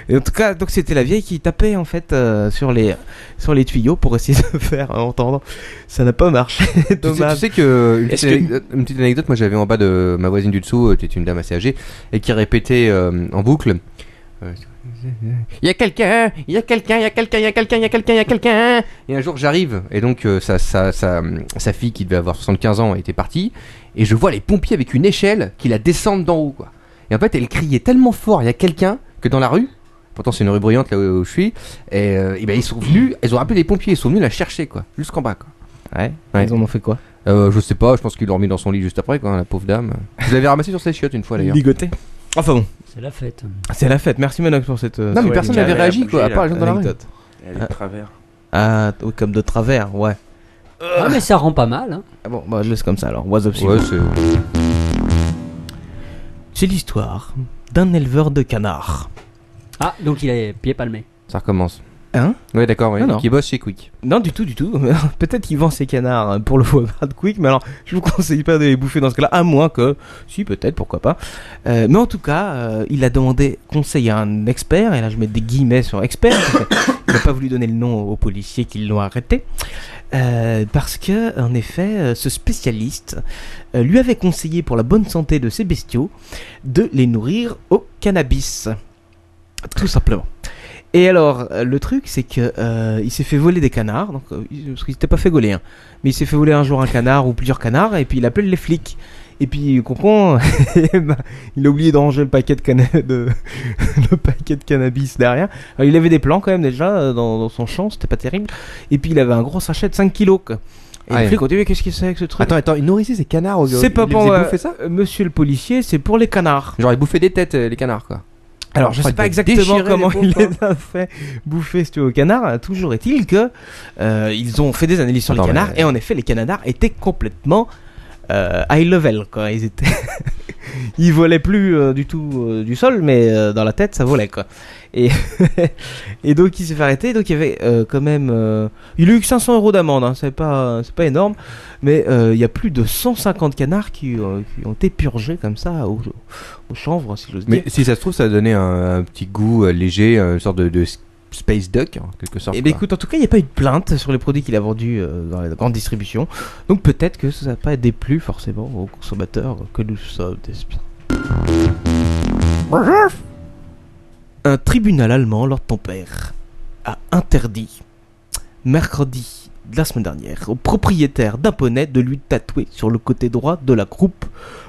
Speaker 7: Et en tout cas, donc c'était la vieille qui tapait en fait euh, sur les sur les tuyaux pour essayer de [laughs] faire euh, entendre. Ça n'a pas marché. [laughs]
Speaker 4: [laughs] Tu sais,
Speaker 7: Dommage.
Speaker 4: tu sais que, euh, une petite,
Speaker 7: Est-ce que-
Speaker 4: anecdote- une petite anecdote, moi j'avais en bas de ma voisine du dessous, euh, qui était une dame assez âgée, et qui répétait euh, en boucle. euh, Il y a quelqu'un, il y a quelqu'un, il y a quelqu'un, il y a quelqu'un, il y a quelqu'un, il y a quelqu'un. Et un jour j'arrive, et donc euh, sa, sa, sa, sa fille qui devait avoir 75 ans était partie, et je vois les pompiers avec une échelle qui la descendent d'en haut. Quoi. Et en fait elle criait tellement fort, il y a quelqu'un, que dans la rue, pourtant c'est une rue bruyante là où, où je suis, et, euh, eh ben, ils sont venus, ils ont appelé les pompiers, ils sont venus la chercher, quoi, jusqu'en bas. Quoi.
Speaker 7: Ouais,
Speaker 4: Ouais.
Speaker 7: Ils en ont fait quoi
Speaker 4: Euh, je sais pas, je pense qu'ils l'ont remis dans son lit juste après, quoi, hein, la pauvre dame. Je l'avais ramassé sur ses chiottes une fois d'ailleurs.
Speaker 7: Ligoté. Enfin bon,
Speaker 5: C'est la fête.
Speaker 7: c'est la fête. Merci Manox pour cette. euh,
Speaker 4: Non, mais
Speaker 7: cette
Speaker 4: personne
Speaker 7: anecdote.
Speaker 4: n'avait réagi, quoi, à part les gens dans la rue.
Speaker 7: Anecdote.
Speaker 8: Elle est de travers.
Speaker 7: Ah, oui, comme de travers, ouais.
Speaker 5: Ah, mais ça rend pas mal. hein.
Speaker 7: Ah bon, bah, je laisse comme ça alors. What's up, suivant.
Speaker 4: Ouais, c'est.
Speaker 7: C'est l'histoire d'un éleveur de canards.
Speaker 5: Ah, donc il est pied palmé.
Speaker 4: Ça recommence.
Speaker 7: Hein
Speaker 4: Ouais, d'accord, ouais.
Speaker 7: Non, non.
Speaker 4: Qui bosse chez Quick.
Speaker 7: Non, du tout, du tout. [laughs] Peut-être qu'il vend ses canards euh, pour le foie gras de Quick, mais alors je vous [laughs] conseille pas de les bouffer dans ce cas-là, à moins que, si, peut-être, pourquoi pas. Euh, mais en tout cas, euh, il a demandé conseil à un expert, et là je mets des guillemets sur expert, parce que [coughs] il n'a pas voulu donner le nom aux policiers qui l'ont arrêté, Euh, parce que, en effet, euh, ce spécialiste euh, lui avait conseillé pour la bonne santé de ses bestiaux de les nourrir au cannabis. Tout simplement. Et alors, euh, le truc, c'est que euh, il s'est fait voler des canards, donc, euh, il- parce qu'il s'était pas fait gauler, hein. mais il s'est fait voler un jour un canard ou plusieurs canards, et puis il appelle les flics. Et puis, comprend, [laughs] il a oublié de ranger le paquet de, cana- [laughs] de- le paquet de cannabis derrière. Alors, il avait des plans quand même déjà euh, dans, dans son champ, c'était pas terrible. Et puis, il avait un gros sachet de 5 kilos. quoi. Et les flics ont dit, mais qu'est-ce que c'est avec ce truc
Speaker 6: Attends, attends, ils nourrissaient ces canards. au-
Speaker 7: C'est pas
Speaker 6: ils les
Speaker 7: pour
Speaker 6: faisaient
Speaker 7: euh,
Speaker 6: bouffer ça
Speaker 7: euh, Monsieur le policier, c'est pour les canards.
Speaker 4: J'aurais bouffé des têtes, euh, les canards, quoi.
Speaker 7: Alors, je
Speaker 6: Oh,
Speaker 4: Enfin,
Speaker 7: sais pas
Speaker 4: de
Speaker 7: exactement
Speaker 4: déchirer
Speaker 7: comment
Speaker 4: les
Speaker 7: il
Speaker 4: pauvres, hein.
Speaker 7: les a fait bouffer, si tu veux, aux canards. Toujours est-il que euh, ils ont fait des analyses sur
Speaker 4: Attends,
Speaker 7: les canards
Speaker 4: mais- euh,
Speaker 7: et en effet, les canards étaient complètement euh, high level, quoi. Ils étaient, [laughs] ils volaient plus euh, du tout euh, du sol, mais euh, dans la tête, ça volait, quoi. Et [laughs] et donc, il s'est fait arrêter. Donc, il y avait euh, quand même, euh, il a eu que 500 euros d'amende. hein, c'est pas, c'est pas énorme, mais euh, il y a plus de 150 canards qui, euh, qui ont été purgés comme ça au, au chanvre, si j'ose dire.
Speaker 4: Mais si ça se trouve, ça a donné un, un petit goût euh, léger, une sorte de, de s- space duck, en quelque sorte.
Speaker 7: Eh bien,
Speaker 4: quoi.
Speaker 7: écoute, en tout cas, il n'y a pas eu de plainte sur les produits qu'il a vendus euh, dans la grande distribution. Donc peut-être que ça n'a pas déplu forcément aux consommateurs que nous sommes des espions. Un tribunal allemand, Lord ton père, a interdit, mercredi de la semaine dernière, au propriétaire d'un poney de lui tatouer sur le côté droit de la croupe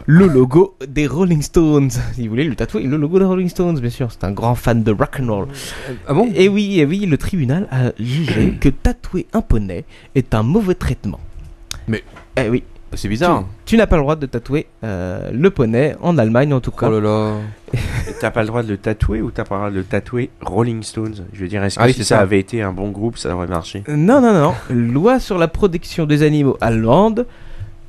Speaker 7: le logo des Rolling Stones. Il voulait lui tatouer le logo des Rolling Stones, bien sûr, c'est un grand fan de rock and roll.
Speaker 4: Ah bon
Speaker 7: Et oui, eh oui, le tribunal a jugé que tatouer un poney est un mauvais traitement.
Speaker 4: Mais
Speaker 7: eh oui.
Speaker 4: C'est bizarre.
Speaker 7: Tu, tu n'as pas le droit de tatouer euh, le poney en Allemagne en tout cas.
Speaker 4: Oh là là.
Speaker 8: T'as pas le droit de le tatouer ou t'as pas le droit de le tatouer Rolling Stones Je veux dire, est-ce que
Speaker 7: Ah oui,
Speaker 8: si
Speaker 7: c'est
Speaker 8: ça
Speaker 7: ça.
Speaker 8: avait été un bon groupe, ça aurait marché
Speaker 7: Non, non, non. Loi sur la protection des animaux allemande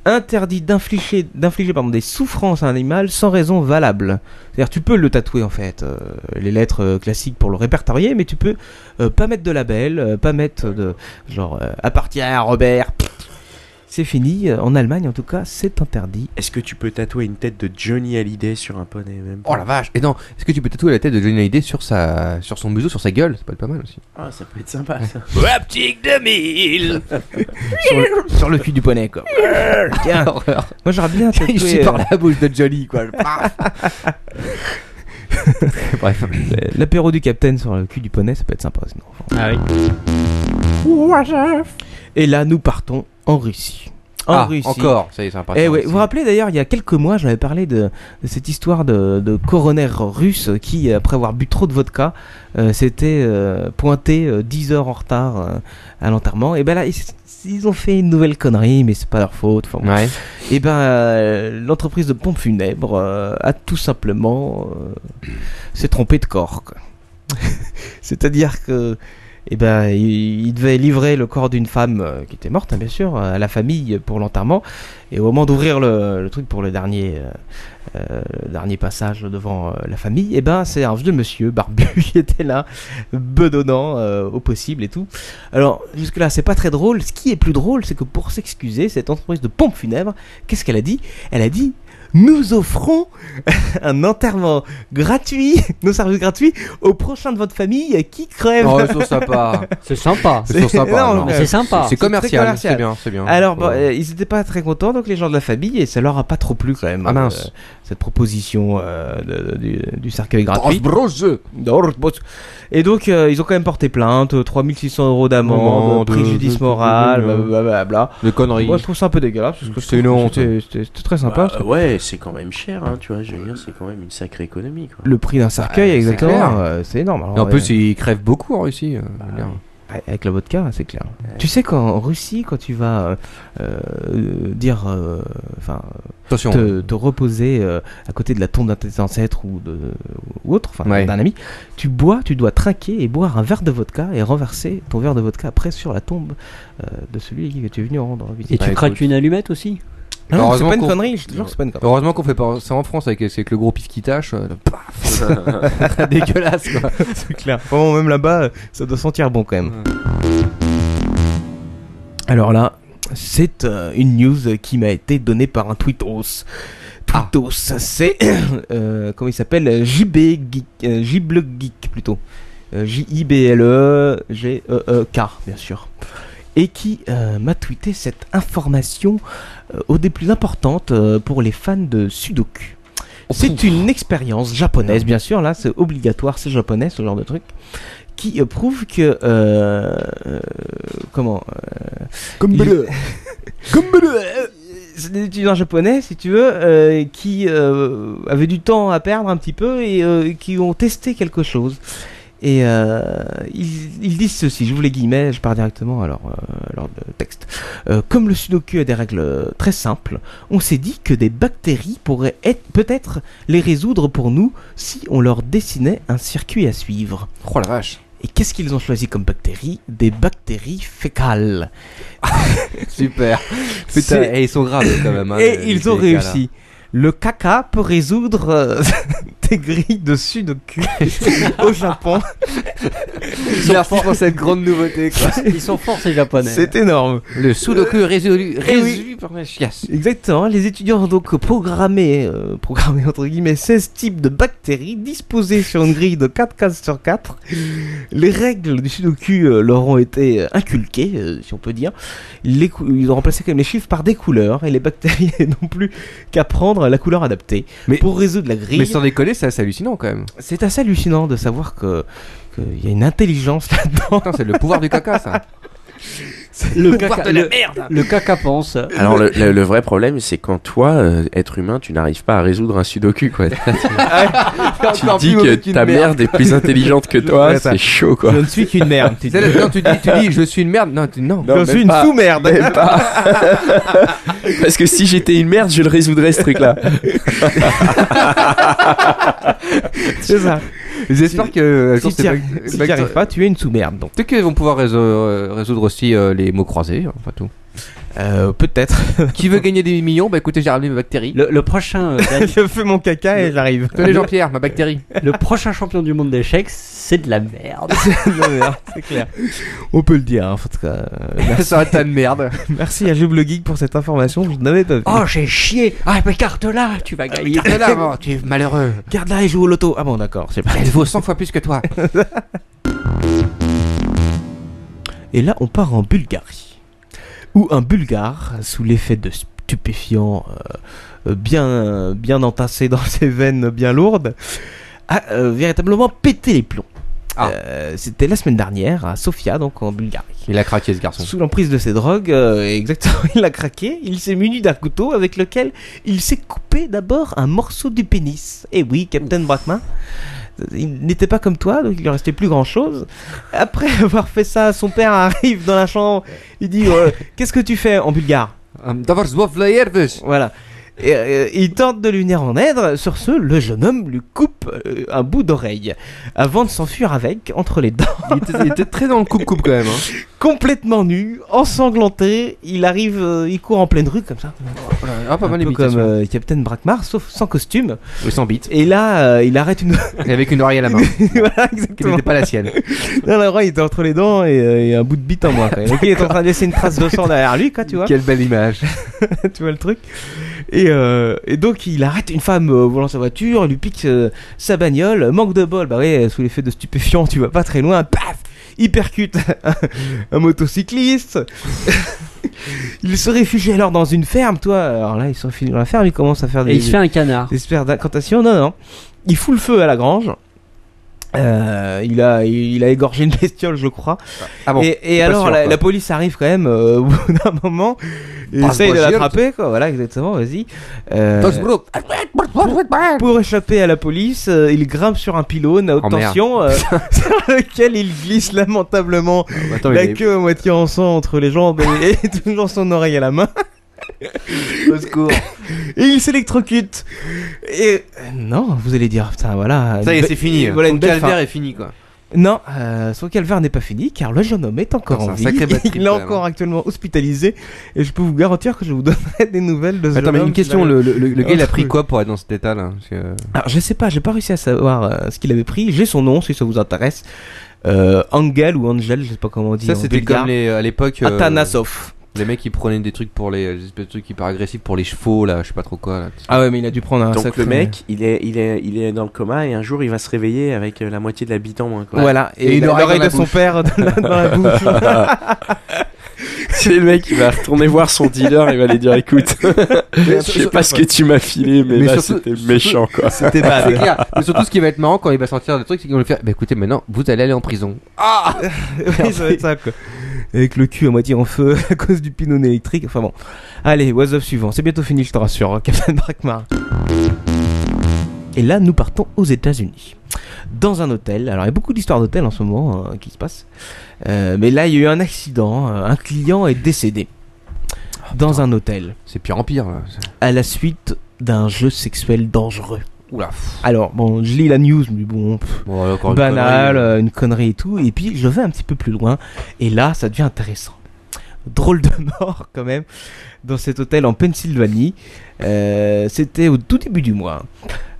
Speaker 7: interdit d'infliger, d'infliger pardon, des souffrances à un animal sans raison valable. C'est-à-dire, tu peux le tatouer en fait, euh, les lettres euh, classiques pour le répertorier, mais tu peux euh, pas mettre de label, euh, pas mettre de genre euh, appartient à Robert. C'est fini. Euh, En Allemagne, en tout cas, c'est interdit.
Speaker 8: Est-ce que tu peux tatouer une tête de Johnny Hallyday sur un poney même
Speaker 4: Oh la vache Et non, est-ce que tu peux tatouer la tête de Johnny Hallyday sur, sa... sur son museau, sur sa gueule Ça peut être pas mal aussi.
Speaker 8: Ah, ça peut être sympa ça.
Speaker 3: Optique 2000
Speaker 7: sur, le, sur le cul du poney
Speaker 4: [laughs]
Speaker 7: quoi. Tiens, moi j'aurais bien tatoué.
Speaker 4: Je suis par
Speaker 7: euh,
Speaker 4: [laughs] la bouche de Johnny, quoi.
Speaker 7: Ah,
Speaker 4: Paf.
Speaker 7: Bref, euh, l'apéro du capitaine sur le cul du poney, ça peut être sympa sinon.
Speaker 5: Ah oui.
Speaker 7: Et là, nous partons en Russie. En
Speaker 4: Ah,
Speaker 7: Russie.
Speaker 4: encore. Ça y est, ça va partir
Speaker 7: Eh
Speaker 4: en
Speaker 7: ouais,
Speaker 4: Russie.
Speaker 7: vous vous rappelez d'ailleurs, il y a quelques mois, j'avais parlé de, de cette histoire de, de coroner russe qui, après avoir bu trop de vodka, euh, s'était euh, pointé euh, 10 heures en retard euh, à l'enterrement. Et ben là, ils, ils ont fait une nouvelle connerie, mais c'est pas leur faute. Enfin, bon. [laughs]
Speaker 4: Ouais.
Speaker 7: Et ben, euh, l'entreprise de pompes funèbres euh, a tout simplement euh, s'est trompée de corps. quoi. [laughs] C'est-à-dire que, eh ben, il, il devait livrer le corps d'une femme euh, qui était morte, hein, bien sûr, à la famille pour l'enterrement. Et au moment d'ouvrir le, le truc pour le dernier, euh, euh, le dernier passage devant euh, la famille, eh ben, c'est un vieux monsieur barbu [laughs] qui était là, bedonnant euh, au possible et tout. Alors, jusque-là, c'est pas très drôle. Ce qui est plus drôle, c'est que pour s'excuser, cette entreprise de pompes funèbres, qu'est-ce qu'elle a dit Elle a dit nous offrons [laughs] un enterrement gratuit, [laughs] nos services gratuits, au prochain de votre famille qui crève.
Speaker 4: Oh, ils sont sympas.
Speaker 5: C'est sympa.
Speaker 4: Ils sont sympas,
Speaker 7: Non,
Speaker 4: non.
Speaker 7: mais-
Speaker 4: C'est sympa. C'est commercial,
Speaker 7: très commercial.
Speaker 4: c'est bien, c'est bien.
Speaker 7: Alors, bon,
Speaker 4: Ouais.
Speaker 7: euh, ils n'étaient pas très contents, donc les gens de la famille, et ça leur a pas trop plu quand même.
Speaker 4: Ah, mince.
Speaker 7: euh, cette proposition euh, de- de- du, du cercueil gratuit. Dorsbrose. Et donc, euh, ils ont quand même porté plainte, euh, 3600 euros d'amende,
Speaker 4: Amende,
Speaker 7: préjudice
Speaker 4: de-
Speaker 7: moral,
Speaker 4: de- de-
Speaker 7: blablabla.
Speaker 4: de conneries.
Speaker 7: Moi, je trouve ça un peu dégueulasse, parce que je
Speaker 4: C'est une
Speaker 7: trouve que
Speaker 4: honte.
Speaker 7: c'était- C'était c'était très sympa.
Speaker 8: Bah,
Speaker 7: ça.
Speaker 8: ouais, c'est quand même cher, hein, tu vois. Je veux dire, c'est quand même une sacrée économie. Quoi.
Speaker 7: Le prix d'un cercueil,
Speaker 8: Bah, c'est
Speaker 7: exactement,
Speaker 8: clair.
Speaker 7: euh, c'est énorme. Alors,
Speaker 4: Et Ah, en
Speaker 7: ouais. Bah,
Speaker 4: plus, ils crèvent beaucoup en Russie. euh, je veux dire.
Speaker 7: Ouais, Avec la vodka, c'est clair. Tu sais qu'en Russie, quand tu vas euh, euh, dire, euh, enfin,
Speaker 4: Attention.
Speaker 7: te, te reposer euh, à côté de la tombe d'un de tes ancêtres ou de ou autre, enfin,
Speaker 4: Ouais.
Speaker 7: d'un ami, tu bois, tu dois trinquer et boire un verre de vodka et renverser ton verre de vodka après sur la tombe euh, de celui que tu es venu rendre visite. Ah
Speaker 5: Et tu craques une allumette aussi
Speaker 7: Non, non, c'est
Speaker 4: Bah, Heureusement
Speaker 7: pas une
Speaker 4: qu'on-
Speaker 7: connerie, je te jure, c'est pas une connerie.
Speaker 4: Heureusement qu'on fait pas ça en France avec, avec le gros pisse qui tâche. euh,
Speaker 7: [laughs]
Speaker 4: paf. [laughs] Dégueulasse quoi.
Speaker 7: c'est clair. Vraiment, même là-bas, ça doit sentir bon quand même. Alors là, c'est euh, une news qui m'a été donnée par un tweetos. Tweetos, c'est. [coughs] euh, comment il s'appelle JB Geek. euh, Jible Geek plutôt. Euh, E, J-I-B-L-E-G-E-E-K, bien sûr. Et qui euh, m'a tweeté cette information euh, au des plus importantes euh, pour les fans de Sudoku. C'est une expérience japonaise, bien sûr, là, c'est obligatoire, c'est japonais, ce genre de truc, qui euh, prouve que... euh, euh, comment euh, Comme [laughs] c'est des étudiants japonais, si tu veux, euh, qui euh, avaient du temps à perdre un petit peu et euh, qui ont testé quelque chose. Et euh, ils, ils disent ceci, je vous les guillemets, je pars directement alors, euh, alors de contexte. Euh, comme le sudoku a des règles euh, très simples, on s'est dit que des bactéries pourraient être- peut-être les résoudre pour nous si on leur dessinait un circuit à suivre.
Speaker 8: Oh la vache
Speaker 7: Et qu'est-ce qu'ils ont choisi comme bactéries Des bactéries fécales. [laughs]
Speaker 4: Super. Putain,
Speaker 7: C'est-
Speaker 4: et ils sont graves quand même. hein,
Speaker 7: et
Speaker 4: les-
Speaker 7: ils
Speaker 4: les
Speaker 7: ont
Speaker 4: fécales,
Speaker 7: réussi. Le caca peut résoudre euh, [laughs] des grilles de sudoku au Japon.
Speaker 4: Merci pour cette grande nouveauté. quoi.
Speaker 5: Ils sont forts ces japonais.
Speaker 7: Bah, C'est énorme.
Speaker 4: Le sudoku résolu,
Speaker 7: Eh oui.
Speaker 4: résolu par ma chiasse.
Speaker 7: Exactement, les étudiants ont donc programmé, euh, programmé entre guillemets 16 types de bactéries disposées sur une grille de 4 cases sur 4. Les règles du sudoku euh, leur ont été euh, inculquées, euh, si on peut dire. Les cou- ils ont remplacé quand même les chiffres par des couleurs et les bactéries [laughs] n'ont plus qu'à prendre la couleur adaptée pour résoudre la grille.
Speaker 4: Mais sans déconner, c'est assez hallucinant quand même.
Speaker 7: C'est assez hallucinant de savoir que qu'il y a une intelligence là-dedans.
Speaker 4: C'est le pouvoir du caca, [laughs] ça.
Speaker 7: [laughs]
Speaker 5: Le
Speaker 7: pouvoir
Speaker 5: caca- le- Le caca pense.
Speaker 8: Alors le, le- le vrai problème, c'est quand toi, euh, être humain, tu n'arrives pas à résoudre un sudoku, [laughs] quoi. Ah tu te dis que ta merde. est plus intelligente [laughs] que toi,
Speaker 4: Ouais, ça.
Speaker 8: c'est chaud, [laughs] quoi.
Speaker 7: Je ne suis qu'une merde.
Speaker 4: C'est là- non, tu dis, tu dis, je suis une merde. Non, tu, non.
Speaker 8: Non, Je suis même une pas. [laughs] sous-merde. Même Parce que si j'étais une merde, je le résoudrais ce truc-là.
Speaker 7: [laughs] C'est ça.
Speaker 4: J'espère que. euh,
Speaker 7: Si t'y arri- si t'y arrives pas, tu es une sous-merde. donc.
Speaker 4: Peut-être qu'ils vont pouvoir réso- euh, résoudre aussi euh, les mots croisés, hein, enfin [laughs] tout.
Speaker 7: Euh, Peut-être.
Speaker 4: Qui veut gagner des millions Bah écoutez, j'ai ramené mes bactéries.
Speaker 5: Le, prochain.
Speaker 7: [laughs]
Speaker 5: euh,
Speaker 7: [laughs] je fais mon caca et [laughs] j'arrive.
Speaker 4: Tenez Jean-Pierre, ma [laughs] bactérie.
Speaker 5: Le prochain champion du monde d'échecs, c'est de la merde.
Speaker 7: c'est clair. On peut le dire, hein, en tout cas. euh, merci.
Speaker 4: Bah, Ça aurait été de [laughs] merde.
Speaker 7: [laughs] Merci à Jub le Geek pour cette information, je n'avais pas vu.
Speaker 5: Oh, j'ai chié. Ah, mais garde-la, tu vas gagner.
Speaker 4: là, tu es malheureux. Bah,
Speaker 7: Garde-la et joue au loto. Ah bon, d'accord, c'est parti.
Speaker 4: Elle vaut 100 fois plus que toi.
Speaker 7: Et là, on part en Bulgarie. Où un Bulgare, sous l'effet de stupéfiants euh, euh, bien, bien entassés dans ses veines bien lourdes, a euh, véritablement pété les plombs. Euh, C'était la semaine dernière à Sofia, donc en Bulgarie.
Speaker 4: Il a craqué ce garçon.
Speaker 7: Sous l'emprise de ses drogues, euh, exactement, [laughs] il a craqué. Il s'est muni d'un couteau avec lequel il s'est coupé d'abord un morceau du pénis. Et oui, Captain Brackman. Il n'était pas comme toi, donc il lui restait plus grand chose. Après [laughs] avoir fait ça, son père arrive dans la chambre. Il dit euh, Qu'est-ce que tu fais en bulgare
Speaker 4: Euh,
Speaker 7: Voilà. Et, euh, il tente de lui venir en aide. Sur ce, le jeune homme lui coupe euh, un bout d'oreille avant de s'enfuir avec entre les dents. [laughs]
Speaker 4: Il était, il était très dans le coupe-coupe quand même. hein.
Speaker 7: complètement nu, ensanglanté, il arrive, euh, il court en pleine rue comme ça.
Speaker 4: Ah, pas
Speaker 7: Un
Speaker 4: mal
Speaker 7: peu
Speaker 4: l'imitation.
Speaker 7: comme euh, Captain Brackmar, sauf sans costume.
Speaker 4: Ou sans bite.
Speaker 7: Et là, euh, il arrête une. [laughs]
Speaker 4: Et avec une oreille à la main.
Speaker 7: voilà,
Speaker 4: Qui
Speaker 7: exactement.
Speaker 4: n'était pas la sienne.
Speaker 7: Non, la oreille était entre les dents et, euh, et un bout de bite en
Speaker 4: [laughs]
Speaker 7: moins. quoi. Donc il est en train de laisser une trace de sang derrière lui, quoi, tu vois.
Speaker 4: Quelle belle image.
Speaker 7: [laughs] tu vois le truc. Et, euh, et donc il arrête une femme euh, volant sa voiture, il lui pique euh, sa bagnole, manque de bol, bah ouais, sous l'effet de stupéfiant, tu vas pas très loin, paf Il percute [laughs] un, un motocycliste. [laughs] il se réfugie alors dans une ferme, toi. Alors là, il se réfugie dans la ferme, il commence à faire des.
Speaker 5: Et il se fait un canard.
Speaker 7: des espèces d'incantations, non, non. Il fout le feu à la grange. Euh, il, a, il a égorgé une bestiole, je crois.
Speaker 4: Ah bon,
Speaker 7: et et
Speaker 4: c'est pas
Speaker 7: alors,
Speaker 4: sûr,
Speaker 7: la,
Speaker 4: quoi.
Speaker 7: la police arrive quand même euh, au [laughs] bout d'un moment. Et
Speaker 4: Passe
Speaker 7: essaye de
Speaker 4: bestiole.
Speaker 7: l'attraper, quoi. Voilà, exactement, vas-y. Euh,
Speaker 4: Dos Bro.
Speaker 7: pour échapper à la police, euh, il grimpe sur un pylône à haute
Speaker 4: Oh, merde.
Speaker 7: tension,
Speaker 4: [laughs]
Speaker 7: euh, [laughs] sur lequel il glisse lamentablement
Speaker 4: attends, il
Speaker 7: la
Speaker 4: est-
Speaker 7: queue à moitié en sang entre les jambes
Speaker 4: [laughs]
Speaker 7: et, et toujours son oreille à la main.
Speaker 4: Au secours.
Speaker 7: Et il s'électrocute. Et euh, non, vous allez dire, putain, voilà.
Speaker 4: Ça y
Speaker 7: une
Speaker 4: est,
Speaker 7: be-
Speaker 4: c'est fini.
Speaker 7: Voilà,
Speaker 4: Son
Speaker 7: une belle
Speaker 4: calvaire
Speaker 7: fin.
Speaker 4: est fini quoi.
Speaker 7: Non, euh, son calvaire n'est pas fini car le jeune homme est encore
Speaker 4: Ah, c'est
Speaker 7: en
Speaker 4: un
Speaker 7: vie.
Speaker 4: sacré bad
Speaker 7: [laughs]
Speaker 4: trip,
Speaker 7: Il est
Speaker 4: quand même,
Speaker 7: encore actuellement hospitalisé et je peux vous garantir que je vous donnerai des nouvelles de ce
Speaker 4: Attends,
Speaker 7: jeune
Speaker 4: mais
Speaker 7: homme
Speaker 4: une
Speaker 7: qui
Speaker 4: question,
Speaker 7: va-
Speaker 4: le, le, le- le gars il a
Speaker 7: Entre-
Speaker 4: pris [laughs] quoi pour être dans cet état là Parce que-
Speaker 7: Alors je sais pas, j'ai pas réussi à savoir euh, ce qu'il avait pris. J'ai son nom si ça vous intéresse. Euh, Angel ou Angel, je sais pas comment on dit.
Speaker 4: Ça
Speaker 7: en
Speaker 4: c'était
Speaker 7: bulgare.
Speaker 4: comme les, à l'époque. euh,
Speaker 7: Atanasov. les
Speaker 4: mecs qui prenaient des trucs pour les, euh, des espèces de trucs hyper agressifs pour les chevaux là, je sais pas trop quoi là.
Speaker 7: Ah ouais, mais il a dû prendre un
Speaker 8: Donc
Speaker 7: sacré-
Speaker 8: le mec, il est, il, est, il est dans le coma et un jour il va se réveiller avec euh, la moitié de la bite en moins. Quoi.
Speaker 7: Voilà, et, il
Speaker 4: l'oreille
Speaker 7: l'oreille
Speaker 4: dans la
Speaker 7: de son
Speaker 4: bouche.
Speaker 7: père dans la, dans la bouche.
Speaker 8: [laughs] C'est le mec qui va retourner voir son dealer et va lui dire écoute, [laughs]
Speaker 7: [laughs]
Speaker 8: je sais
Speaker 4: surtout-
Speaker 8: pas ce que tu m'as filé, mais,
Speaker 4: Mais
Speaker 8: là
Speaker 4: surtout-
Speaker 8: c'était méchant quoi.
Speaker 7: C'était
Speaker 4: [laughs] C'est
Speaker 7: bad.
Speaker 4: clair. Mais surtout ce qui va être marrant quand il va sortir le truc, c'est qu'ils vont lui faire. Bah écoutez, maintenant vous allez aller en prison.
Speaker 7: Oui, ça va être ça, quoi. Avec le cul à moitié en feu [laughs] à cause du pylône électrique. Enfin bon. Allez, what's up suivant. C'est bientôt fini, je te rassure, hein, Captain Brackmar. Et là, nous partons aux États-Unis. Dans un hôtel. Alors, il y a beaucoup d'histoires d'hôtels en ce moment euh, qui se passent. Euh, mais là, il y a eu un accident. Euh, Un client est décédé. dans un hôtel.
Speaker 4: C'est pire en pire, là.
Speaker 7: À la suite d'un jeu sexuel dangereux.
Speaker 4: Oula.
Speaker 7: Alors, bon, je lis la news, mais bon, pff,
Speaker 4: Bon, voilà, encore une
Speaker 7: banal,
Speaker 4: connerie.
Speaker 7: euh, une connerie et tout. Et puis, je vais un petit peu plus loin. Et là, ça devient intéressant. Drôle de mort, quand même, dans cet hôtel en Pennsylvanie. Euh, C'était au tout début du mois.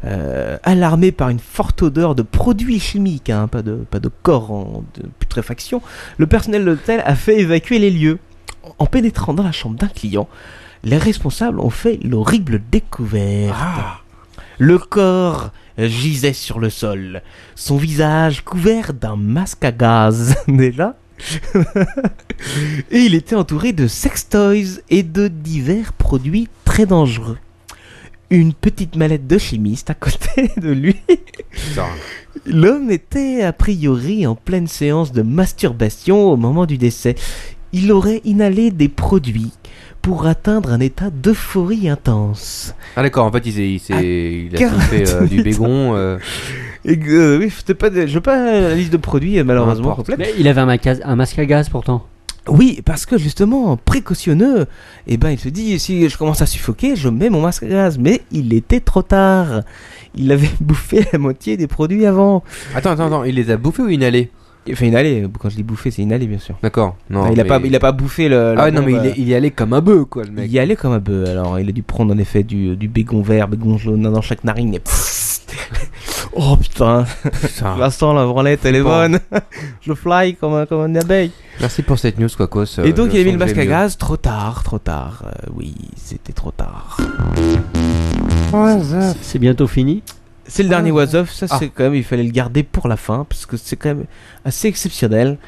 Speaker 7: Euh, alarmé par une forte odeur de produits chimiques, hein, pas, de, pas de corps en de putréfaction, le personnel de l'hôtel a fait évacuer les lieux. En pénétrant dans la chambre d'un client, les responsables ont fait l'horrible découverte.
Speaker 4: Ah.
Speaker 7: Le corps gisait sur le sol, son visage couvert d'un masque à gaz. [laughs] Déjà Et il était entouré de sextoys et de divers produits très dangereux. Une petite mallette de chimiste à côté [laughs] de lui. L'homme était a priori en pleine séance de masturbation au moment du décès. Il aurait inhalé des produits pour atteindre un état d'euphorie intense.
Speaker 4: Ah, d'accord, en fait, il, s'est- il, s'est- il a
Speaker 7: quarante
Speaker 4: fait du
Speaker 7: [laughs] minutes.
Speaker 4: bégon. euh,
Speaker 7: Et, euh, oui, c'était pas, des- je veux pas la liste de produits euh, malheureusement complète.
Speaker 5: Mais il avait un, maca- un masque à gaz pourtant.
Speaker 7: Oui, parce que justement, précautionneux, eh ben, il se dit si je commence à suffoquer, je mets mon masque à gaz. Mais il était trop tard. Il avait [laughs] bouffé la moitié des produits avant.
Speaker 4: Attends, attends, attends, il les a bouffés ou inhalés
Speaker 7: Enfin, inhalés. Quand je dis bouffé, c'est inhalé, bien sûr.
Speaker 4: D'accord. Non,
Speaker 7: Ah, il, a
Speaker 4: mais-
Speaker 7: pas, il a pas bouffé le. la
Speaker 4: Ah, non, mais
Speaker 7: bombe,
Speaker 4: il,
Speaker 7: euh.
Speaker 4: est- il y allait comme un bœuf, quoi, le mec.
Speaker 7: Il y allait comme un bœuf, alors il a dû prendre en effet du, du bégon vert, bégon jaune dans chaque narine et [laughs] Oh putain, [laughs] Vincent, la branlette, elle est
Speaker 4: Flippant.
Speaker 7: bonne. [laughs] je fly comme, un- comme une abeille.
Speaker 4: Merci pour cette news, Quacos. euh,
Speaker 7: et donc
Speaker 4: je
Speaker 7: il a mis
Speaker 4: sens
Speaker 7: le
Speaker 4: que
Speaker 7: masque
Speaker 4: j'ai
Speaker 7: à
Speaker 4: mieux.
Speaker 7: gaz, trop tard, trop tard. Euh, oui, c'était trop tard.
Speaker 5: C'est bientôt fini
Speaker 7: C'est le dernier was off, ça
Speaker 5: Ah.
Speaker 7: c'est quand même, il fallait le garder pour la fin, parce que c'est quand même assez exceptionnel.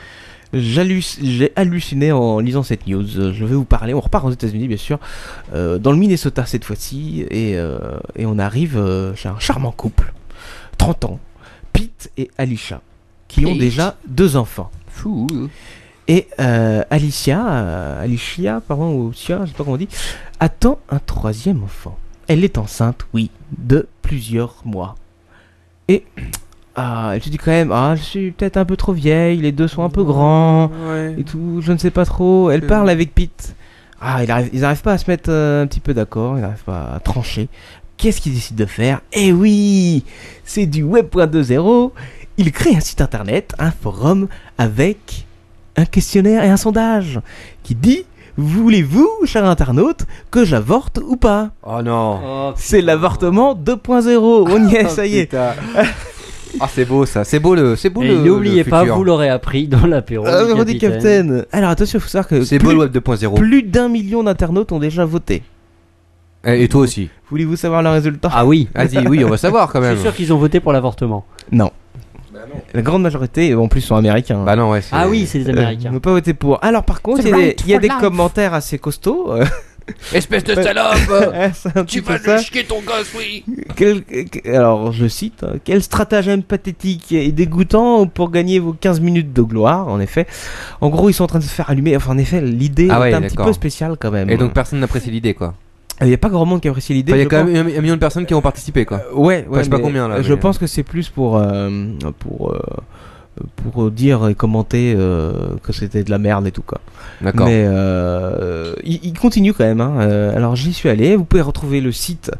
Speaker 7: J'halluc- J'ai halluciné en lisant cette news. Je vais vous parler, on repart aux États-Unis bien sûr, euh, dans le Minnesota cette fois-ci, et, euh, et on arrive euh, chez un charmant couple, 30 ans, Pete et Alicia, qui ont
Speaker 4: Pete.
Speaker 7: déjà deux enfants. Et euh, Alicia, euh, Alicia, pardon, ou Sia, je sais pas comment on dit, attend un troisième enfant. Elle est enceinte, oui, de plusieurs mois. Et [clears throat] ah, elle se dit quand même, ah, je suis peut-être un peu trop vieille, les deux sont un peu grands, et tout, je ne sais pas trop. Elle parle avec Pete. Ah, il arrive- ils n'arrivent pas à se mettre euh, un petit peu d'accord, ils n'arrivent pas à trancher. Qu'est-ce qu'ils décident de faire Eh oui C'est du Web.2.0 Ils créent un site internet, un forum, avec un questionnaire et un sondage qui dit Voulez-vous, cher internaute, que j'avorte ou pas
Speaker 4: Oh non.
Speaker 7: C'est l'avortement 2.0, on y est, ça y est
Speaker 4: Ah, Putain. [laughs] Ah, c'est beau ça, c'est beau le. C'est beau
Speaker 5: Et
Speaker 4: le.
Speaker 5: n'oubliez
Speaker 4: le
Speaker 5: pas,
Speaker 4: futur.
Speaker 5: vous l'aurez appris dans l'apéro.
Speaker 7: Ah,
Speaker 5: du
Speaker 7: on dit Capitaine. Alors attention, il faut savoir que
Speaker 4: C'est
Speaker 7: plus-
Speaker 4: beau le web 2.0.
Speaker 7: plus d'un million d'internautes ont déjà voté.
Speaker 4: Eh, Et et toi aussi.
Speaker 7: Voulez-vous savoir le résultat
Speaker 5: Ah oui,
Speaker 4: Vas-y, oui, on va savoir
Speaker 7: [laughs]
Speaker 4: quand
Speaker 5: Je
Speaker 4: même.
Speaker 5: suis sûr qu'ils ont voté pour l'avortement.
Speaker 7: Non. La grande majorité, en plus, sont américains. Bah
Speaker 4: non, ouais.
Speaker 5: Ah oui, c'est des
Speaker 7: Euh,
Speaker 5: Américains.
Speaker 7: ils n'ont pas voté pour. Alors par contre,
Speaker 5: The
Speaker 7: il y a des,
Speaker 5: right
Speaker 7: il y a
Speaker 5: for
Speaker 7: des
Speaker 5: life.
Speaker 7: commentaires assez costauds. [laughs] euh,
Speaker 3: Espèce de salope
Speaker 7: Ouais, c'est un
Speaker 3: Tu
Speaker 7: petit peu
Speaker 3: vas
Speaker 7: ça.
Speaker 3: lui chier ton gosse, oui
Speaker 7: Quel- que- alors, je cite, hein, quel stratagème pathétique et dégoûtant pour gagner vos 15 minutes de gloire, en effet. En gros, ils sont en train de se faire allumer. Enfin, en effet, l'idée
Speaker 4: Ah ouais,
Speaker 7: est un petit
Speaker 4: d'accord.
Speaker 7: peu spéciale quand même.
Speaker 4: Et donc personne n'apprécie l'idée quoi.
Speaker 7: Il n'y a pas grand monde qui apprécie l'idée.
Speaker 4: Enfin, il y a
Speaker 7: je
Speaker 4: quand
Speaker 7: pense. Euh,
Speaker 4: même un, un million de personnes qui ont participé quoi.
Speaker 7: Ouais, ouais.
Speaker 4: Enfin, je sais pas
Speaker 7: mais
Speaker 4: combien là.
Speaker 7: Je
Speaker 4: mais-
Speaker 7: pense que c'est plus pour. euh, pour euh, pour dire et commenter euh, que c'était de la merde et tout quoi.
Speaker 4: D'accord.
Speaker 7: Mais euh, ils, ils continuent quand même. hein. Euh, alors j'y suis allé. Vous pouvez retrouver le site.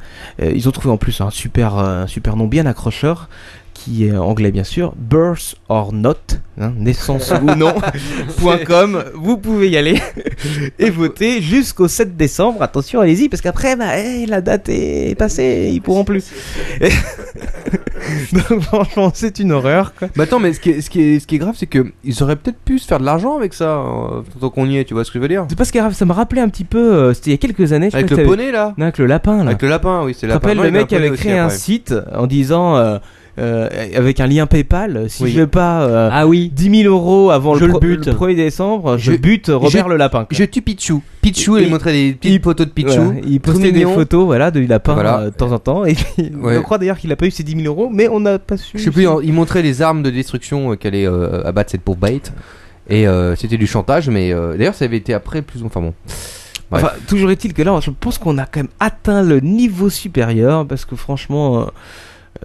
Speaker 7: Euh, ils ont trouvé en plus un super euh, un super nom bien accrocheur qui est anglais bien sûr. Birth or not, hein,
Speaker 4: [laughs]
Speaker 7: naissance ou non. point com. Vous pouvez y aller [laughs] et voter jusqu'au 7 décembre. Attention, allez-y parce qu'après bah, eh, la date est passée, ils pourront
Speaker 4: [laughs]
Speaker 7: plus. Donc franchement, c'est une horreur. Quoi.
Speaker 4: Bah attends, mais ce qui est, ce qui est, ce qui est grave, c'est que ils auraient peut-être pu se faire de l'argent avec ça, euh, tant qu'on y est, tu vois ce que je veux dire
Speaker 7: C'est parce que ça me rappelait un petit peu, euh, c'était il y a quelques années. je sais
Speaker 4: Avec
Speaker 7: pas si
Speaker 4: le
Speaker 7: t'avais-
Speaker 4: poney, là
Speaker 7: Non, Avec le lapin là.
Speaker 4: Avec le lapin, oui, c'est
Speaker 7: Tu
Speaker 4: le lapin.
Speaker 7: rappelles,
Speaker 4: Non,
Speaker 7: le
Speaker 4: il y avait
Speaker 7: mec qui
Speaker 4: un poney
Speaker 7: avait
Speaker 4: aussi,
Speaker 7: créé un
Speaker 4: après.
Speaker 7: site en disant euh, euh, avec un lien PayPal, euh, si
Speaker 4: Oui.
Speaker 7: je n'ai pas euh,
Speaker 5: ah oui.
Speaker 7: 10 000 euros avant
Speaker 4: Je
Speaker 7: le,
Speaker 4: le
Speaker 7: pro-
Speaker 4: bute.
Speaker 7: 1er décembre, je,
Speaker 4: Je-
Speaker 7: bute Robert
Speaker 4: je-
Speaker 7: le lapin. quoi.
Speaker 4: Je tue Pichou. Pichou, il,
Speaker 7: Il-
Speaker 4: montrait des petites photos de Pichou.
Speaker 7: Voilà, il
Speaker 4: tout
Speaker 7: postait des
Speaker 4: mignon.
Speaker 7: photos voilà, du lapin
Speaker 4: Voilà.
Speaker 7: euh, de temps en temps. Et [laughs] puis,
Speaker 4: Ouais.
Speaker 7: Je crois d'ailleurs qu'il a pas eu ses 10 000 euros, mais on n'a pas su.
Speaker 4: Je sais plus, en- il montrait les armes de destruction euh, qu'allait euh, abattre cette pauvre bête. Et euh, c'était du chantage, mais euh, d'ailleurs, ça avait été après plus ou Enfin bon. Bref.
Speaker 7: Enfin, toujours est-il que là, je pense qu'on a quand même atteint le niveau supérieur parce que franchement, euh,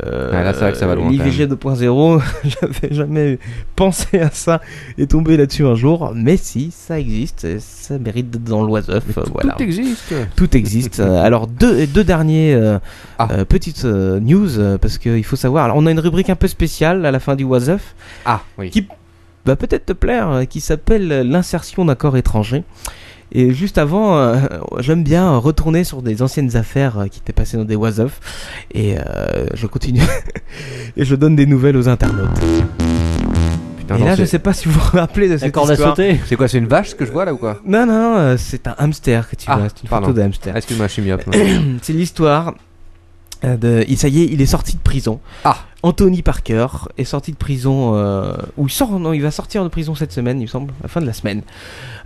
Speaker 7: Euh,
Speaker 4: Ah, là, c'est vrai que ça va loin,
Speaker 7: L'IVG 2.0, [laughs] j'avais jamais pensé à ça et tombé là-dessus un jour. Mais si, ça existe, et ça mérite d'être dans l'oiseuf. euh, voilà.
Speaker 4: existe.
Speaker 7: Tout
Speaker 4: [laughs]
Speaker 7: existe. Euh, alors deux, deux derniers euh,
Speaker 4: Ah.
Speaker 7: euh, petites euh, news euh, parce qu'il faut savoir. Alors on a une rubrique un peu spéciale à la fin du Was Up
Speaker 4: Ah, oui.
Speaker 7: qui va peut-être te plaire, euh, qui s'appelle euh, l'insertion d'un corps étranger. Et juste avant, euh, j'aime bien euh, retourner sur des anciennes affaires euh, qui étaient passées dans des Was Up et euh, je continue [laughs] et je donne des nouvelles aux internautes.
Speaker 4: Putain,
Speaker 7: et
Speaker 4: Ah non,
Speaker 7: là, je
Speaker 4: c'est-
Speaker 7: sais pas si vous vous rappelez de cette histoire.
Speaker 4: C'est quoi, c'est une vache ce que je vois là ou quoi
Speaker 7: Non, non, non, euh, c'est un hamster que tu vois. C'est une
Speaker 4: pardon.
Speaker 7: photo d'un hamster.
Speaker 4: Ah, Excuse-moi, je suis
Speaker 7: [coughs]
Speaker 4: myope. moi.
Speaker 7: C'est l'histoire euh, de. il- Ça y est, il est sorti de prison.
Speaker 4: Ah
Speaker 7: Anthony Parker est sorti de prison. euh, ou il sort. Non, il va sortir de prison cette semaine, il me semble, à la fin de la semaine.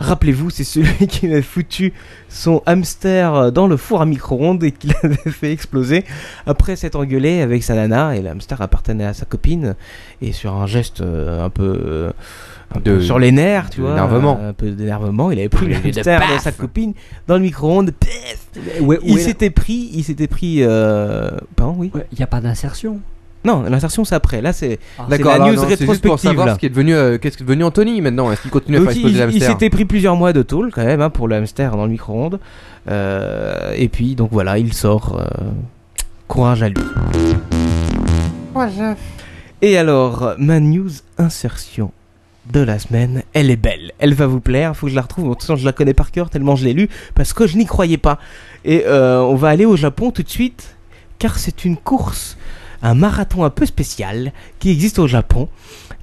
Speaker 7: Rappelez-vous, c'est celui [laughs] qui avait foutu son hamster dans le four à micro-ondes et qui [laughs] l'avait fait exploser après s'être engueulé avec sa nana. Et le hamster appartenait à sa copine. Et sur un geste euh, un peu. euh, un
Speaker 4: De-
Speaker 7: peu sur les nerfs, tu vois.
Speaker 4: d'énervement.
Speaker 7: Un peu d'énervement. Il avait pris le
Speaker 4: Au lieu de
Speaker 7: hamster de
Speaker 4: paf.
Speaker 7: sa copine dans le micro-ondes. Paf
Speaker 5: Euh, Ouais,
Speaker 7: il
Speaker 5: ouais.
Speaker 7: s'était pris, il s'était pris. euh, Pardon, oui.
Speaker 5: Il n'y a pas d'insertion.
Speaker 7: Non, l'insertion c'est après. Là, c'est c'est
Speaker 4: D'accord,
Speaker 7: la
Speaker 4: alors,
Speaker 7: news
Speaker 4: non, Ah, c'est
Speaker 7: rétrospective.
Speaker 4: juste pour savoir
Speaker 7: là.
Speaker 4: ce qui est devenu, euh, qu'est-ce qui est devenu Anthony maintenant. Est-ce qu'il continue à
Speaker 7: Donc,
Speaker 4: faire
Speaker 7: il,
Speaker 4: exploser les
Speaker 7: il
Speaker 4: hamsters
Speaker 7: s'était pris plusieurs mois de tôle quand même hein, pour le hamster dans le micro-ondes. Euh, et puis donc voilà, il sort. euh, Courage à lui. Et alors, ma news insertion de la semaine, elle est belle. Elle va vous plaire, faut que je la retrouve. De toute façon, je la connais par cœur tellement je l'ai lue parce que je n'y croyais pas. Et euh, on va aller au Japon tout de suite car c'est une course, un marathon un peu spécial qui existe au Japon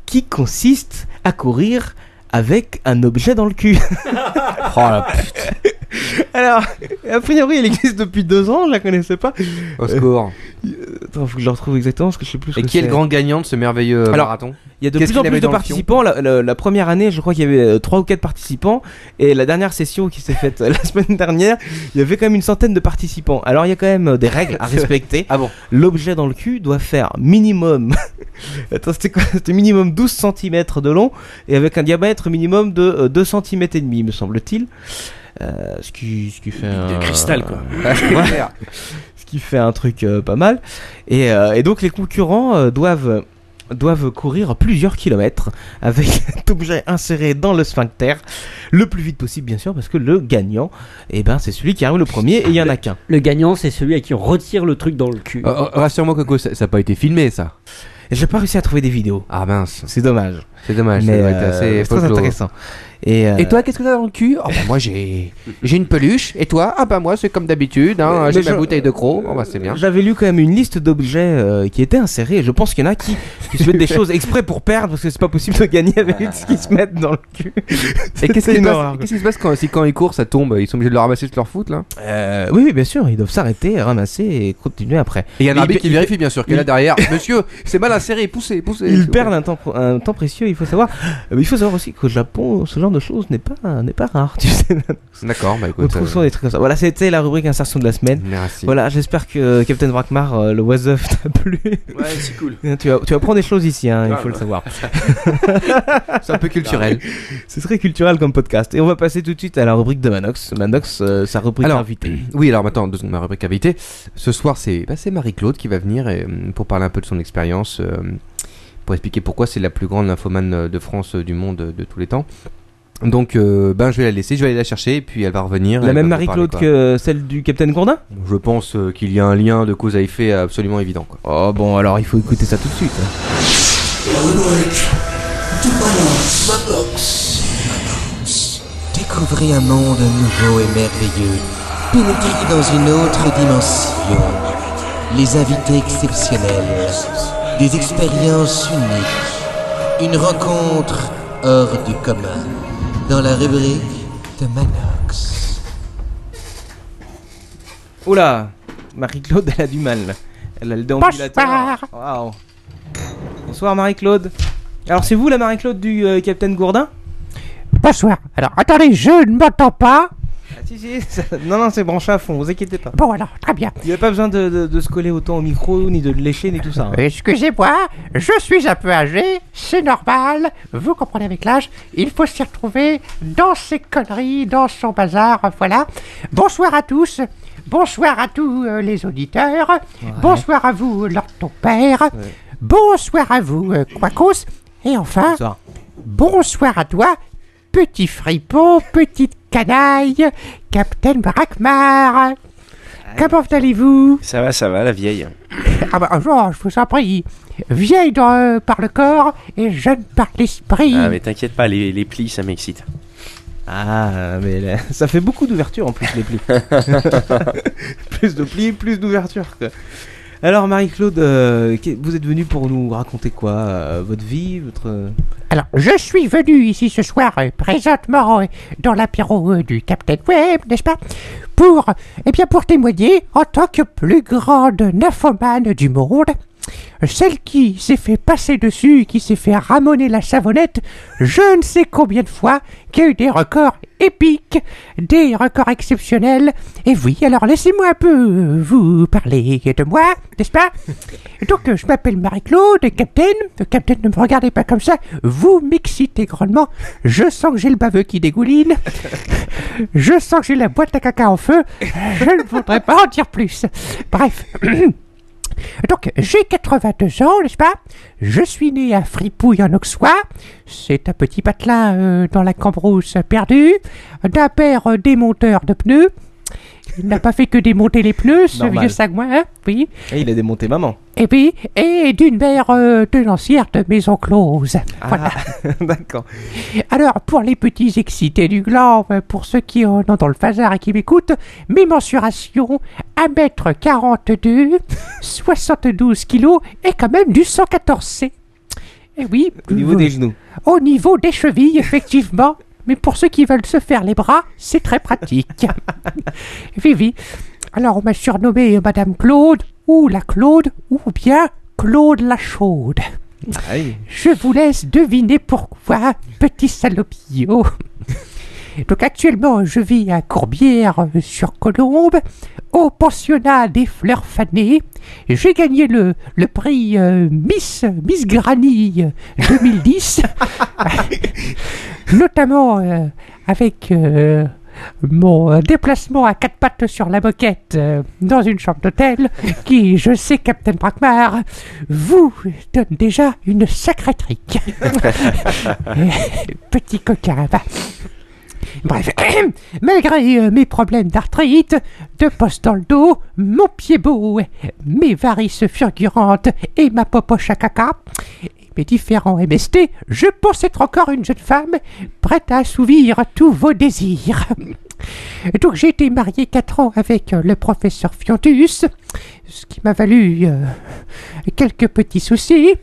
Speaker 7: qui consiste à courir avec un objet dans le cul. [laughs]
Speaker 4: Oh la putain.
Speaker 7: Alors, a priori, elle existe depuis deux ans, je la connaissais pas.
Speaker 4: Au secours.
Speaker 7: Euh, attends, faut que je la retrouve exactement parce que je sais plus. ce
Speaker 4: Et
Speaker 7: que
Speaker 4: qui est le
Speaker 7: c'est.
Speaker 4: grand gagnant de ce merveilleux euh,
Speaker 7: Alors,
Speaker 4: marathon
Speaker 7: Il y a de
Speaker 4: Qu'est-ce
Speaker 7: plus en
Speaker 4: qu'il avait
Speaker 7: plus de
Speaker 4: dans le fion
Speaker 7: participants. La, la- la première année, je crois qu'il y avait euh, trois ou quatre participants. Et la dernière session qui s'est faite euh, [laughs] la semaine dernière, il y avait quand même une centaine de participants. Alors il y a quand même euh, des règles à
Speaker 4: [laughs] C'est vrai. Ah
Speaker 7: respecter. L'objet dans le cul doit faire minimum. [laughs] Attends, c'était quoi C'était minimum 12 cm de long et avec un diamètre minimum de euh, 2 cm et demi, me semble-t-il. Euh, ce qui ce qui fait un-
Speaker 8: cristal, quoi.
Speaker 7: [laughs] Ouais. ce qui fait un truc euh, pas mal. Et, euh, et donc les concurrents euh, doivent doivent courir plusieurs kilomètres avec [laughs] cet objet inséré dans le sphincter le plus vite possible bien sûr parce que le gagnant eh ben c'est celui qui arrive le premier et il y en a qu'un
Speaker 5: Le gagnant, c'est celui à qui on retire le truc dans le cul.
Speaker 7: Oh,
Speaker 4: Euh, euh, Rassure-moi, Coco, ça n'a pas été filmé ça.
Speaker 7: j'ai pas réussi à trouver des vidéos
Speaker 4: Ah mince.
Speaker 7: C'est dommage.
Speaker 4: C'est dommage,
Speaker 7: Mais,
Speaker 4: c'est vrai que
Speaker 7: euh,
Speaker 4: c'est
Speaker 7: c'est très
Speaker 4: folklore.
Speaker 7: intéressant. Et, euh,
Speaker 4: Et toi, qu'est-ce que t'as dans le cul Oh bah moi j'ai j'ai une peluche. Et toi Ah bah moi c'est comme d'habitude. hein,
Speaker 7: Mais-
Speaker 4: j'ai
Speaker 7: mais
Speaker 4: ma
Speaker 7: je-
Speaker 4: bouteille de croc. Oh bah c'est bien.
Speaker 7: J'avais lu quand même une liste d'objets euh, qui étaient insérés. et Je pense qu'il y en a qui, qui se mettent
Speaker 4: [laughs]
Speaker 7: des choses exprès pour perdre parce que c'est pas possible de gagner avec ce qu'ils se mettent dans le cul. [laughs]
Speaker 4: Et qu'est-ce
Speaker 7: C'était
Speaker 4: qui se
Speaker 7: une
Speaker 4: passe,
Speaker 7: horreur.
Speaker 4: qu'est-ce qui se passe quand, si quand ils courent, ça tombe Ils sont obligés de le ramasser sur leur foot là
Speaker 7: Euh, oui, oui, bien sûr, ils doivent s'arrêter, ramasser et continuer après.
Speaker 4: Et il y a un
Speaker 7: Mais
Speaker 4: arbitre
Speaker 7: ils-
Speaker 4: qui
Speaker 7: ils-
Speaker 4: vérifie bien sûr qu'il est là
Speaker 7: ils-
Speaker 4: [laughs] derrière. Monsieur, c'est mal inséré, poussez, poussez.
Speaker 7: Ils perdent un temps, un temps précieux, il faut savoir. [gasps] Euh, Il faut savoir aussi qu'au Japon, ce genre de choses n'est pas, n'est pas rare, tu sais.
Speaker 4: D'accord, bah
Speaker 7: Nous
Speaker 4: écoute.
Speaker 7: trouve
Speaker 4: euh,
Speaker 7: souvent des trucs comme ça. Voilà, c'était la rubrique insertion de la semaine.
Speaker 4: Merci.
Speaker 7: Voilà, j'espère que euh, Captain Brackmar, euh, le was of t'a plu.
Speaker 8: Ouais, c'est cool.
Speaker 7: [laughs] tu, vas- tu apprends des choses ici, hein, il
Speaker 8: Grave.
Speaker 7: faut le savoir.
Speaker 4: C'est un peu culturel.
Speaker 7: C'est très culturel comme podcast. Et on va passer tout de suite à la rubrique de Manox. Manox, euh, sa rubrique
Speaker 4: Alors,
Speaker 7: invité.
Speaker 4: [clears throat] Oui, alors maintenant, deux secondes, ma rubrique invitée. Ce soir, c'est bah, c'est Marie-Claude qui va venir et, euh, pour parler un peu de son expérience, euh, pour expliquer pourquoi c'est la plus grande lymphomane euh, de France, euh, du monde, euh, de tous les temps. Donc, euh, ben, je vais la laisser, je vais aller la chercher, et puis elle va revenir.
Speaker 7: La
Speaker 4: elle
Speaker 7: même
Speaker 4: va vous parler,
Speaker 7: Marie-Claude
Speaker 4: quoi.
Speaker 7: que celle du Captain Gourdin
Speaker 4: Je pense euh, qu'il y a un lien de cause à effet euh, absolument évident. Quoi.
Speaker 7: Oh bon, alors il faut écouter ça tout de suite. hein.
Speaker 14: Découvrez un monde nouveau et merveilleux. Pénétrez dans une autre dimension. Les invités exceptionnels. Des expériences uniques. Une rencontre hors du commun. Dans la rubrique de Manox.
Speaker 7: Oula Marie-Claude, elle a du mal. Elle a le déambulateur. Waouh. Bonsoir Marie-Claude. Alors c'est vous la Marie-Claude du euh, Capitaine Gourdin
Speaker 15: Bonsoir. Alors, attendez, je ne m'entends pas.
Speaker 7: Si, si, [laughs] ça- non, non, c'est branché à fond, vous inquiétez pas.
Speaker 15: Bon alors, très bien.
Speaker 7: Il n'y a pas besoin de, de- de se coller autant au micro, ni de le lécher, ni tout ça. hein.
Speaker 15: Excusez-moi, je suis un peu âgé, c'est normal, vous comprenez avec l'âge, il faut s'y retrouver dans ses conneries, dans son bazar, voilà. Bonsoir à tous, bonsoir à tous euh, les auditeurs, bonsoir à vous, Lord ton père, bonsoir à vous, euh, Quacos, et enfin, bonsoir, à toi, petit fripon, petite canaille, Captain Brackmar. Comment allez-vous
Speaker 8: Ah, Ça va, ça va, la vieille.
Speaker 15: Ah bah, genre, je vous en prie. Vieille dans- Euh, par le corps et jeune par l'esprit.
Speaker 8: Ah, mais t'inquiète pas, les, les plis, ça m'excite.
Speaker 7: Ah, mais là, [laughs] ça fait beaucoup d'ouverture en plus,
Speaker 15: [laughs]
Speaker 7: les plis. plus de plis, plus d'ouverture, quoi. Alors, Marie-Claude, euh, qu'est- vous êtes venue pour nous raconter quoi euh, Votre vie votre... euh,
Speaker 15: Alors, je suis venu ici ce soir, euh, présentement, euh, dans l'apéro euh, du Captain Web, n'est-ce pas Pour, eh bien, pour témoigner, en tant que plus grande nymphomane du monde, celle qui s'est fait passer dessus, qui s'est fait ramonner la savonnette, je ne sais combien de fois, qui a eu des records épiques, des records exceptionnels. Et oui, alors laissez-moi un peu euh, vous parler de moi, n'est-ce pas Donc, euh, je m'appelle Marie-Claude, Captain. Euh, Captain, ne me regardez pas comme ça. Vous m'excitez grandement. Je sens que j'ai le baveux qui dégouline. Je sens que j'ai la boîte à caca en feu. Je ne voudrais pas en dire plus. Bref. [clears throat] Donc, j'ai 82 ans, n'est-ce pas Je suis né à Fripouille en Auxois. C'est un petit patelin euh, dans la cambrousse perdue, d'un père euh, démonteur de pneus. Il n'a pas fait que démonter les pneus, ce
Speaker 7: Normal.
Speaker 15: vieux sagouin, hein oui.
Speaker 7: eh, il a démonté maman.
Speaker 15: Et puis, et d'une mère euh, tenancière de maison close. Voilà.
Speaker 7: Ah, [laughs] D'accord.
Speaker 15: Alors, pour les petits excités du gland, euh, pour ceux qui en ont dans le phasar et qui m'écoutent, mes mensurations,
Speaker 7: [laughs]
Speaker 15: 1m42, 72 kg et quand même du 114C. Et Eh oui, euh,
Speaker 7: Au niveau des genoux.
Speaker 15: au niveau des chevilles, effectivement. Mais pour ceux qui veulent se faire les bras, c'est très
Speaker 7: [laughs]
Speaker 15: pratique. Vivi. Alors, on m'a surnommé euh, Madame Claude, ou la Claude, ou bien Claude la Chaude. Je vous laisse deviner pourquoi, petit salopio. Donc actuellement, je vis à Courbière euh, sur Colombe, au pensionnat des fleurs fanées. J'ai gagné le, le prix euh, Miss, Miss Granny euh, 2010, notamment euh, avec euh, mon euh, déplacement à quatre pattes sur la moquette euh, dans une chambre d'hôtel qui, je sais, Captain Brackmar, vous donne déjà une sacrée trique. Petit coquin, va. Bref, malgré euh, mes problèmes d'arthrite, de poste dans le dos, mon pied beau, mes varices fulgurantes et ma popoche à caca, et mes différents MST, je pense être encore une jeune femme prête à assouvir tous vos désirs. Donc j'ai été mariée 4 ans avec euh, le professeur Fiontus, ce qui m'a valu euh, quelques petits soucis,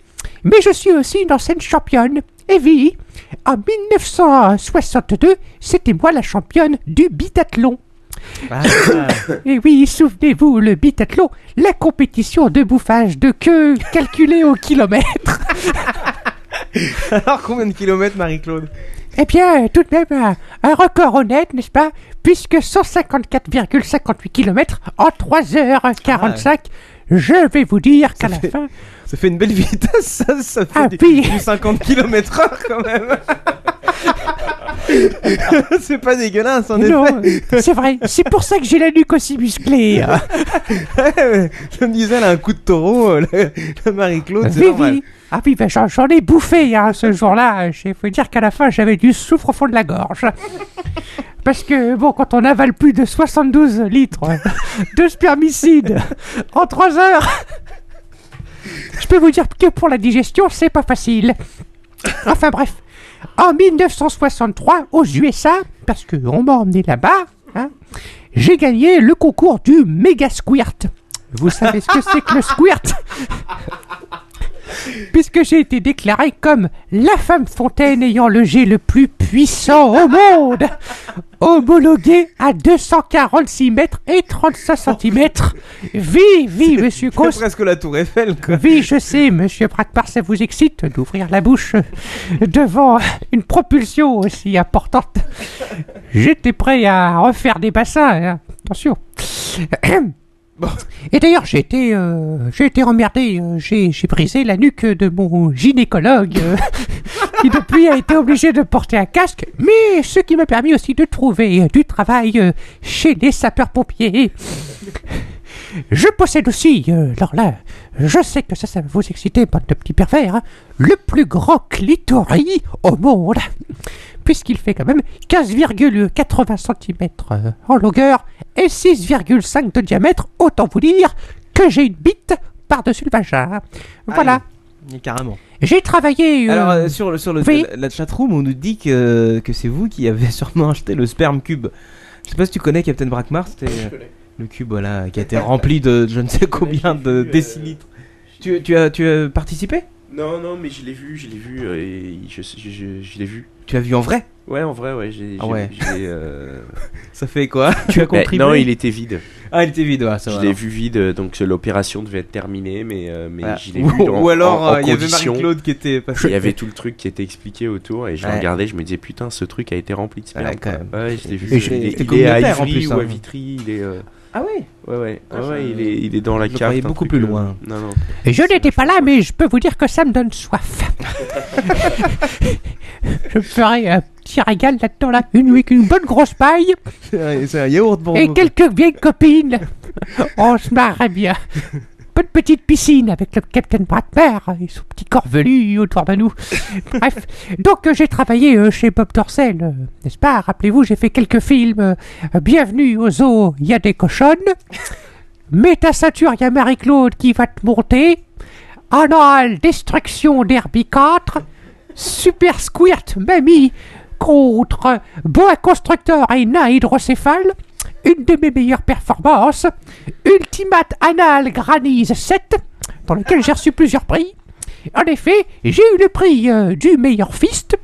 Speaker 15: mais je suis aussi une ancienne championne. Et oui, en 1962, c'était moi la championne du bitathlon. Et oui, souvenez-vous, le bitathlon, la compétition de bouffage de queue calculée au kilomètre.
Speaker 7: Alors, combien de kilomètres, Marie-Claude
Speaker 15: Eh bien, tout de même, un, un record honnête, n'est-ce pas Puisque 154,58 km en 3h45, je vais vous dire qu'à la fin...
Speaker 7: Ah. Ça fait une belle vitesse, ça, ça fait
Speaker 15: Ah
Speaker 7: du,
Speaker 15: oui.
Speaker 7: du 50 km/h quand même. [laughs] c'est pas dégueulasse en
Speaker 15: Non,
Speaker 7: effet.
Speaker 15: c'est vrai, c'est pour ça que j'ai la nuque aussi musclée. hein.
Speaker 7: Je me disais, elle a un coup de taureau, euh, la, la Marie-Claude, c'est
Speaker 15: Oui,
Speaker 7: normal.
Speaker 15: oui. Ah oui, ben, j'en, j'en ai bouffé hein, ce jour-là. Il faut dire qu'à la fin, j'avais du soufre au fond de la gorge. Parce que, bon, quand on avale plus de 72 litres de spermicide en 3 heures, je peux vous dire que pour la digestion, c'est pas facile. Enfin bref, en 1963, aux USA, parce qu'on m'a emmené là-bas, hein, j'ai gagné le concours du méga squirt. Vous savez ce que c'est que le squirt puisque j'ai été déclarée comme la femme fontaine ayant le jet le plus puissant au monde, homologuée à 246 mètres et 35 cm. Vive, vive, monsieur Cos.
Speaker 7: C'est presque la tour Eiffel, quoi.
Speaker 15: Oui, je sais, monsieur Bratpar, ça vous excite d'ouvrir la bouche devant une propulsion aussi importante. J'étais prêt à refaire des bassins, hein. attention. Et d'ailleurs, j'ai été, euh, j'ai été emmerdé. euh, J'ai, j'ai brisé la nuque de mon gynécologue, euh, qui depuis a été obligé de porter un casque, mais ce qui m'a permis aussi de trouver euh, du travail euh, chez les sapeurs-pompiers. Je possède aussi, euh, alors là, je sais que ça, ça va vous exciter, bande de petits pervers, hein, le plus grand clitoris au monde, puisqu'il fait quand même 15,80 cm euh, en longueur et 6,5 de diamètre, autant vous dire que j'ai une bite par-dessus le vagin. Voilà.
Speaker 7: Mais Carrément.
Speaker 15: J'ai travaillé. euh,
Speaker 7: Alors, euh, sur, le- sur le,
Speaker 15: oui.
Speaker 7: la, la chatroom, on nous dit que, que c'est vous qui avez [laughs] sûrement acheté le sperme cube. Je sais pas si tu connais Captain Brackmar, c'était euh, le cube voilà, qui a été rempli de je ne sais combien de décilitres. Tu, tu as, tu as participé
Speaker 8: Non, non, mais je l'ai vu, je l'ai vu, euh, et je, je, je- je l'ai vu.
Speaker 7: Tu as vu en vrai
Speaker 8: Ouais, en vrai, ouais. J'ai,
Speaker 7: Ah
Speaker 8: j'ai-
Speaker 7: ouais.
Speaker 8: j'ai, euh,
Speaker 7: Ça fait quoi Ben, Tu as
Speaker 8: Bah,
Speaker 7: contribué
Speaker 8: Non, il était vide.
Speaker 7: Ah, il était vide, ouais, ça
Speaker 8: Je
Speaker 7: va,
Speaker 8: l'ai
Speaker 7: alors.
Speaker 8: vu vide, euh, donc euh, l'opération devait être terminée, mais, euh, mais
Speaker 7: Voilà.
Speaker 8: je l'ai
Speaker 7: Ou-
Speaker 8: vu. dans-
Speaker 7: ou alors,
Speaker 8: en- en
Speaker 7: euh, il y avait
Speaker 8: condition.
Speaker 7: Marie-Claude qui était passée.
Speaker 8: Il y avait tout le truc qui était expliqué autour, et je
Speaker 7: Ouais.
Speaker 8: regardais, je me disais, putain, ce truc a été rempli de sperme.
Speaker 7: Ouais, quand même.
Speaker 8: quoi. Ouais, je l'ai vu. euh,
Speaker 7: Et je-
Speaker 8: il est,
Speaker 7: c'était
Speaker 8: il est à
Speaker 7: communautaire, en
Speaker 8: Ivry
Speaker 7: plus,
Speaker 8: ou à
Speaker 7: hein.
Speaker 8: Vitry, il est. euh,
Speaker 7: Ah oui
Speaker 8: Ouais, ouais,
Speaker 7: Ah,
Speaker 8: ouais,
Speaker 7: ça-
Speaker 8: ouais, il, est, il est dans la
Speaker 7: Je le
Speaker 8: carte.
Speaker 7: croyais
Speaker 8: un
Speaker 7: beaucoup
Speaker 8: truc,
Speaker 7: plus
Speaker 8: euh,
Speaker 7: loin.
Speaker 8: Non, non.
Speaker 15: Je n'étais pas là, mais je peux vous dire que ça me donne soif. je ferai un petit régal là-dedans, là, une, avec une bonne grosse paille
Speaker 7: C'est un yaourt pour
Speaker 15: et
Speaker 7: nous.
Speaker 15: quelques vieilles copines. On se marrerait Oh, bien. Bonne petite piscine avec le Captain Bradmer et son petit corps velu autour de nous. Bref, donc euh, j'ai travaillé euh, chez Bob Dorcel, euh, n'est-ce pas Rappelez-vous, j'ai fait quelques films. euh, euh, Bienvenue aux eaux, il y a des cochonnes. Mets ta ceinture, il y a Marie-Claude qui va te monter. Anal, destruction d'herbicatre. Super squirt, mamie, contre boa constructeur et nain hydrocéphale. Une de mes meilleures performances. Ultimate anal granise 7, dans lequel j'ai reçu plusieurs prix. En effet, j'ai eu le prix euh, du meilleur fist,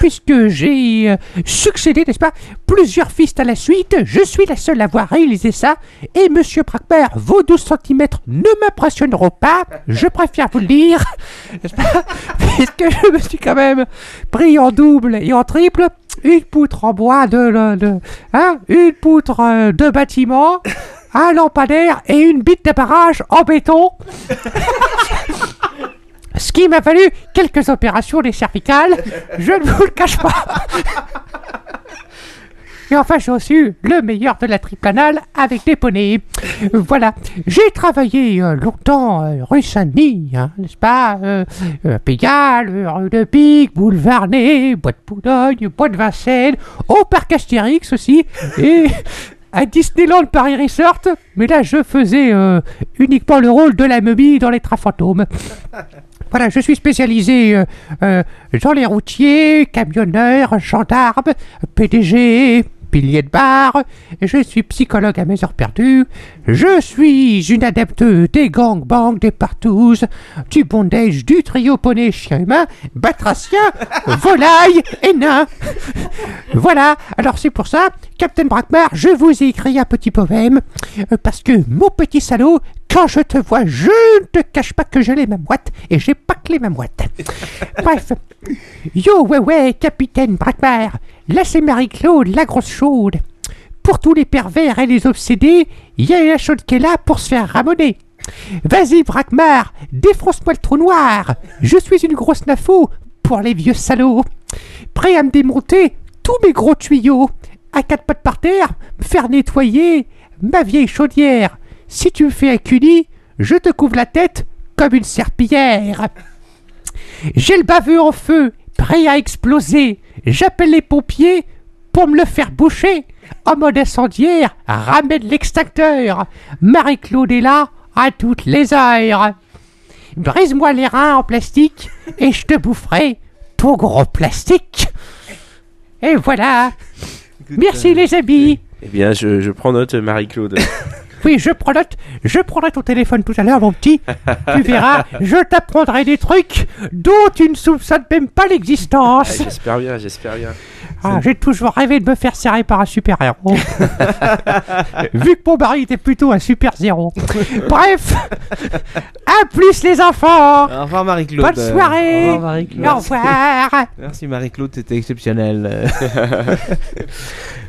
Speaker 15: puisque j'ai euh, succédé, n'est-ce pas, plusieurs fists à la suite. Je suis la seule à avoir réalisé ça. Et monsieur Brackmer, vos 12 cm ne m'impressionneront pas. Je préfère vous le dire, n'est-ce pas, [laughs] puisque je me suis quand même pris en double et en triple. Une poutre en bois de, de- de- hein, une poutre euh, de bâtiment, un lampadaire et une bite de barrage en béton. Ce qui m'a valu quelques opérations des cervicales, je ne vous le cache pas. Et enfin, j'ai reçu le meilleur de la triple anale avec des poneys. Voilà, j'ai travaillé euh, longtemps euh, rue Saint-Denis, hein, n'est-ce pas euh, euh, Pigalle, euh, rue de Pic, boulevard Ney, Bois de Boulogne, Bois de Vincennes, au parc Astérix aussi, et à Disneyland Paris Resort. Mais là, je faisais euh, uniquement le rôle de la momie dans les trains fantômes. [laughs] Voilà, je suis spécialisé euh, euh, dans les routiers, camionneurs, gendarmes, PDG, pilier de bar. Je suis psychologue à mes heures perdues. Je suis une adepte des gangbangs, des partouzes, du bondage, du trio poney chien humain, batracien, volaille et nain. Voilà, alors c'est pour ça, Captain Brackmar, je vous ai écrit un petit poème, euh, parce que mon petit salaud, quand je te vois, je ne te cache pas que je l'ai ma moite, et j'ai pas que les mamouettes. Bref, yo, ouais, ouais, Capitaine Brackmar, là c'est Marie-Claude, la grosse chaude. Pour tous les pervers et les obsédés, il y a la chaude qui est là pour se faire ramonner. Vas-y, Brackmar, défronce-moi le trou noir. Je suis une grosse nafo pour les vieux salauds. Prêt à me démonter tous mes gros tuyaux. À quatre pattes par terre, me faire nettoyer ma vieille chaudière. Si tu me fais un culi, je te couvre la tête comme une serpillière. J'ai le baveux en feu, prêt à exploser. J'appelle les pompiers pour me le faire boucher. En mode incendiaire, ramène l'extincteur. Marie-Claude est là à toutes les heures. Brise-moi les reins en plastique et je te boufferai ton gros plastique. Et voilà. Merci les amis.
Speaker 7: [laughs]
Speaker 8: Eh bien, je, je prends note, euh, Marie-Claude.
Speaker 15: Oui, je prends note. Je prendrai ton téléphone tout à l'heure, mon petit. Tu verras, je t'apprendrai des trucs dont tu ne soupçonnes même pas
Speaker 8: Ah,
Speaker 15: l'existence.
Speaker 8: J'espère bien, j'espère bien.
Speaker 15: Ah, j'ai toujours rêvé de me faire serrer par un super-héros. Vu que mon mari était plutôt un super-zéro. Bref, à plus les enfants.
Speaker 7: Au revoir Marie-Claude.
Speaker 15: Bonne soirée.
Speaker 7: euh, Au revoir Marie-Claude.
Speaker 15: Au revoir.
Speaker 7: Merci Marie-Claude, c'était exceptionnel. [laughs]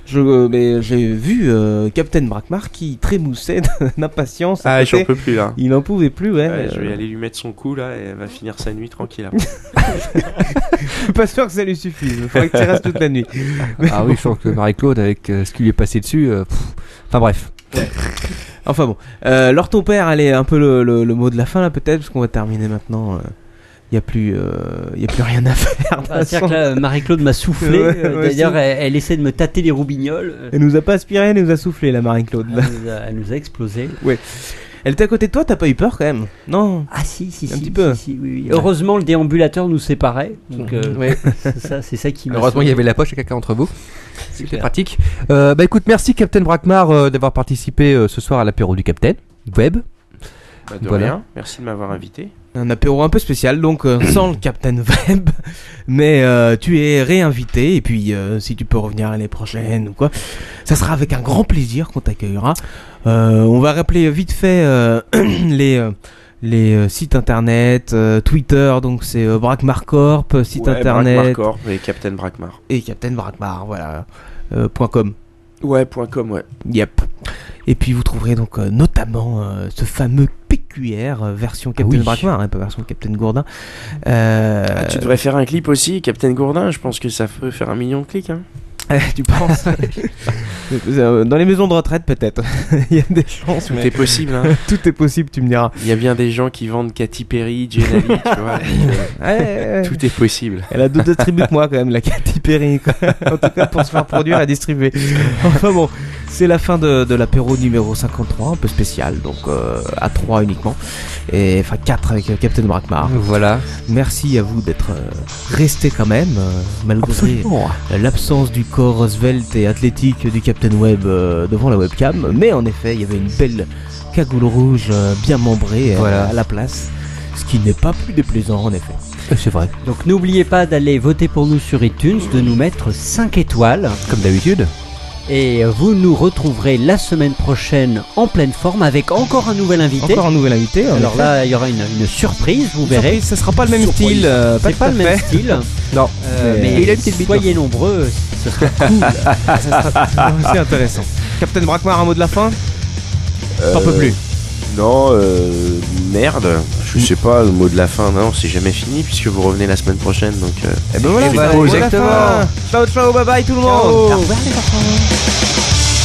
Speaker 7: Je, euh, mais j'ai vu euh, Captain Brackmar qui trémoussait [laughs] d'impatience. à
Speaker 8: Ah, j'en
Speaker 7: côté.
Speaker 8: peux plus, là.
Speaker 7: Il n'en pouvait plus, ouais.
Speaker 8: Ouais, je vais
Speaker 7: Euh,
Speaker 8: aller lui mettre son coup là et elle va finir sa nuit tranquille. hein.
Speaker 7: [laughs] Je suis [laughs] pas sûr que ça lui suffise. Il faudrait que tu restes toute la
Speaker 8: [laughs]
Speaker 7: nuit. Mais
Speaker 4: Ah
Speaker 7: bon.
Speaker 4: oui, je pense que Marie-Claude, avec euh, ce qui lui est passé dessus, euh, pff, enfin bref.
Speaker 7: Enfin bon. Euh, alors ton père, allez, un peu le, le- le mot de la fin là peut-être, parce qu'on va terminer maintenant. Il n'y a, plus, euh, y a plus rien à faire.
Speaker 15: Ah,
Speaker 5: Bah, C'est-à-dire que là, euh, Marie-Claude m'a soufflé.
Speaker 7: Ouais,
Speaker 5: euh,
Speaker 7: moi
Speaker 5: D'ailleurs,
Speaker 7: aussi.
Speaker 5: elle, elle essaie de me tâter les roubignoles. euh,
Speaker 7: Elle nous a pas aspiré, elle nous a soufflé la Marie-Claude.
Speaker 5: Elle nous a- elle nous a explosé.
Speaker 7: Ouais. Elle était à côté de toi, t'as pas eu peur quand même Non.
Speaker 5: Ah si, si,
Speaker 7: Un
Speaker 5: si,
Speaker 7: petit peu.
Speaker 5: si, si, oui, oui. Heureusement, le déambulateur nous séparait. Donc, euh,
Speaker 4: Ouais.
Speaker 5: c'est ça, c'est ça qui m'a
Speaker 4: Heureusement,
Speaker 5: sauvé.
Speaker 4: il y avait la poche à caca entre vous. C'était pratique. Euh, bah écoute, merci Captain Brackmar euh, d'avoir participé euh, ce soir à l'apéro du Captain Web.
Speaker 8: Bah, de rien. Merci de m'avoir invité.
Speaker 7: Un apéro un peu spécial, donc [coughs] euh, sans le Captain Web. Mais euh, tu es réinvité, et puis euh, si tu peux revenir l'année prochaine ou quoi, ça sera avec un grand plaisir qu'on t'accueillera. Euh, on va rappeler vite fait euh, [coughs] les. euh, les euh, sites internet, euh, Twitter, donc c'est euh, Brackmarcorp, site
Speaker 8: Ouais,
Speaker 7: internet
Speaker 8: Brackmar Corp et Captain Brackmar.
Speaker 7: et Captain Brackmar, voilà. euh, point .com.
Speaker 8: Ouais, point .com, ouais.
Speaker 7: Yep. Et puis vous trouverez donc euh, notamment euh, ce fameux PQR euh, version Captain
Speaker 8: oui.
Speaker 7: Brackmar, hein, pas version Captain Gourdin. Euh, [laughs]
Speaker 8: Ah, tu devrais faire un clip aussi, Captain Gourdin. Je pense que ça peut faire un million de clics. Hein.
Speaker 7: tu penses [laughs] Euh, Dans les maisons de retraite peut-être. [laughs] Il y a des chances.
Speaker 8: Tout
Speaker 7: mais-
Speaker 8: est possible, hein.
Speaker 7: [laughs] Tout est possible, tu me diras.
Speaker 8: Il y a bien des gens qui vendent Katy Perry, Jenny,
Speaker 7: [laughs]
Speaker 8: tu vois.
Speaker 7: ouais, ouais.
Speaker 8: Tout est possible.
Speaker 7: Elle a d'autres attributs que moi quand même, la Katy Perry. quoi. [laughs] en tout cas pour se faire produire et distribuer. Enfin bon, c'est la fin de, de l'apéro numéro 53, un peu spécial, donc euh, à 3 uniquement. Et enfin 4 avec euh, Captain Brackmar.
Speaker 4: Voilà.
Speaker 7: Merci à vous d'être euh, restés quand même, euh, malgré
Speaker 4: Absolument.
Speaker 7: euh, l'absence du corps svelte et athlétique du Captain Web euh, devant la webcam. Mais en effet, il y avait une belle cagoule rouge euh, bien membrée euh,
Speaker 4: Voilà.
Speaker 7: à la place. Ce qui n'est pas plus déplaisant en effet.
Speaker 4: C'est vrai.
Speaker 5: Donc n'oubliez pas d'aller voter pour nous sur iTunes, de nous mettre 5 étoiles.
Speaker 4: Comme d'habitude.
Speaker 5: Et vous nous retrouverez la semaine prochaine en pleine forme avec encore un nouvel invité.
Speaker 7: Encore un nouvel invité. en
Speaker 5: Alors
Speaker 7: effet.
Speaker 5: là, il y aura une, une surprise, vous
Speaker 7: Une
Speaker 5: verrez.
Speaker 7: surprise, ce sera pas le même style, euh, pas
Speaker 5: c'est
Speaker 7: tout
Speaker 5: pas
Speaker 7: à
Speaker 5: le même
Speaker 7: fait.
Speaker 5: style.
Speaker 7: Non,
Speaker 5: Euh, mais,
Speaker 7: mais il a une petite bite,
Speaker 5: soyez nombreux, ce sera cool.
Speaker 7: C'est intéressant. Captain Brackmar, un mot de la fin T'en peux plus.
Speaker 8: Non, euh, merde. Je sais pas, le mot de la fin, non, c'est jamais fini puisque vous revenez la semaine prochaine. Donc, euh,
Speaker 7: Eh ben voilà,
Speaker 8: évitez-
Speaker 7: voilà, voilà la fin. Ciao, ciao, bye bye tout le monde. Au revoir, les enfants.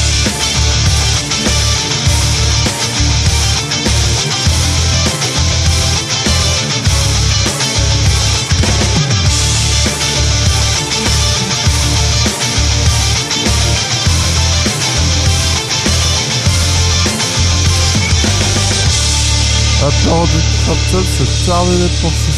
Speaker 10: Attends, Captain se charge d'être pour ça.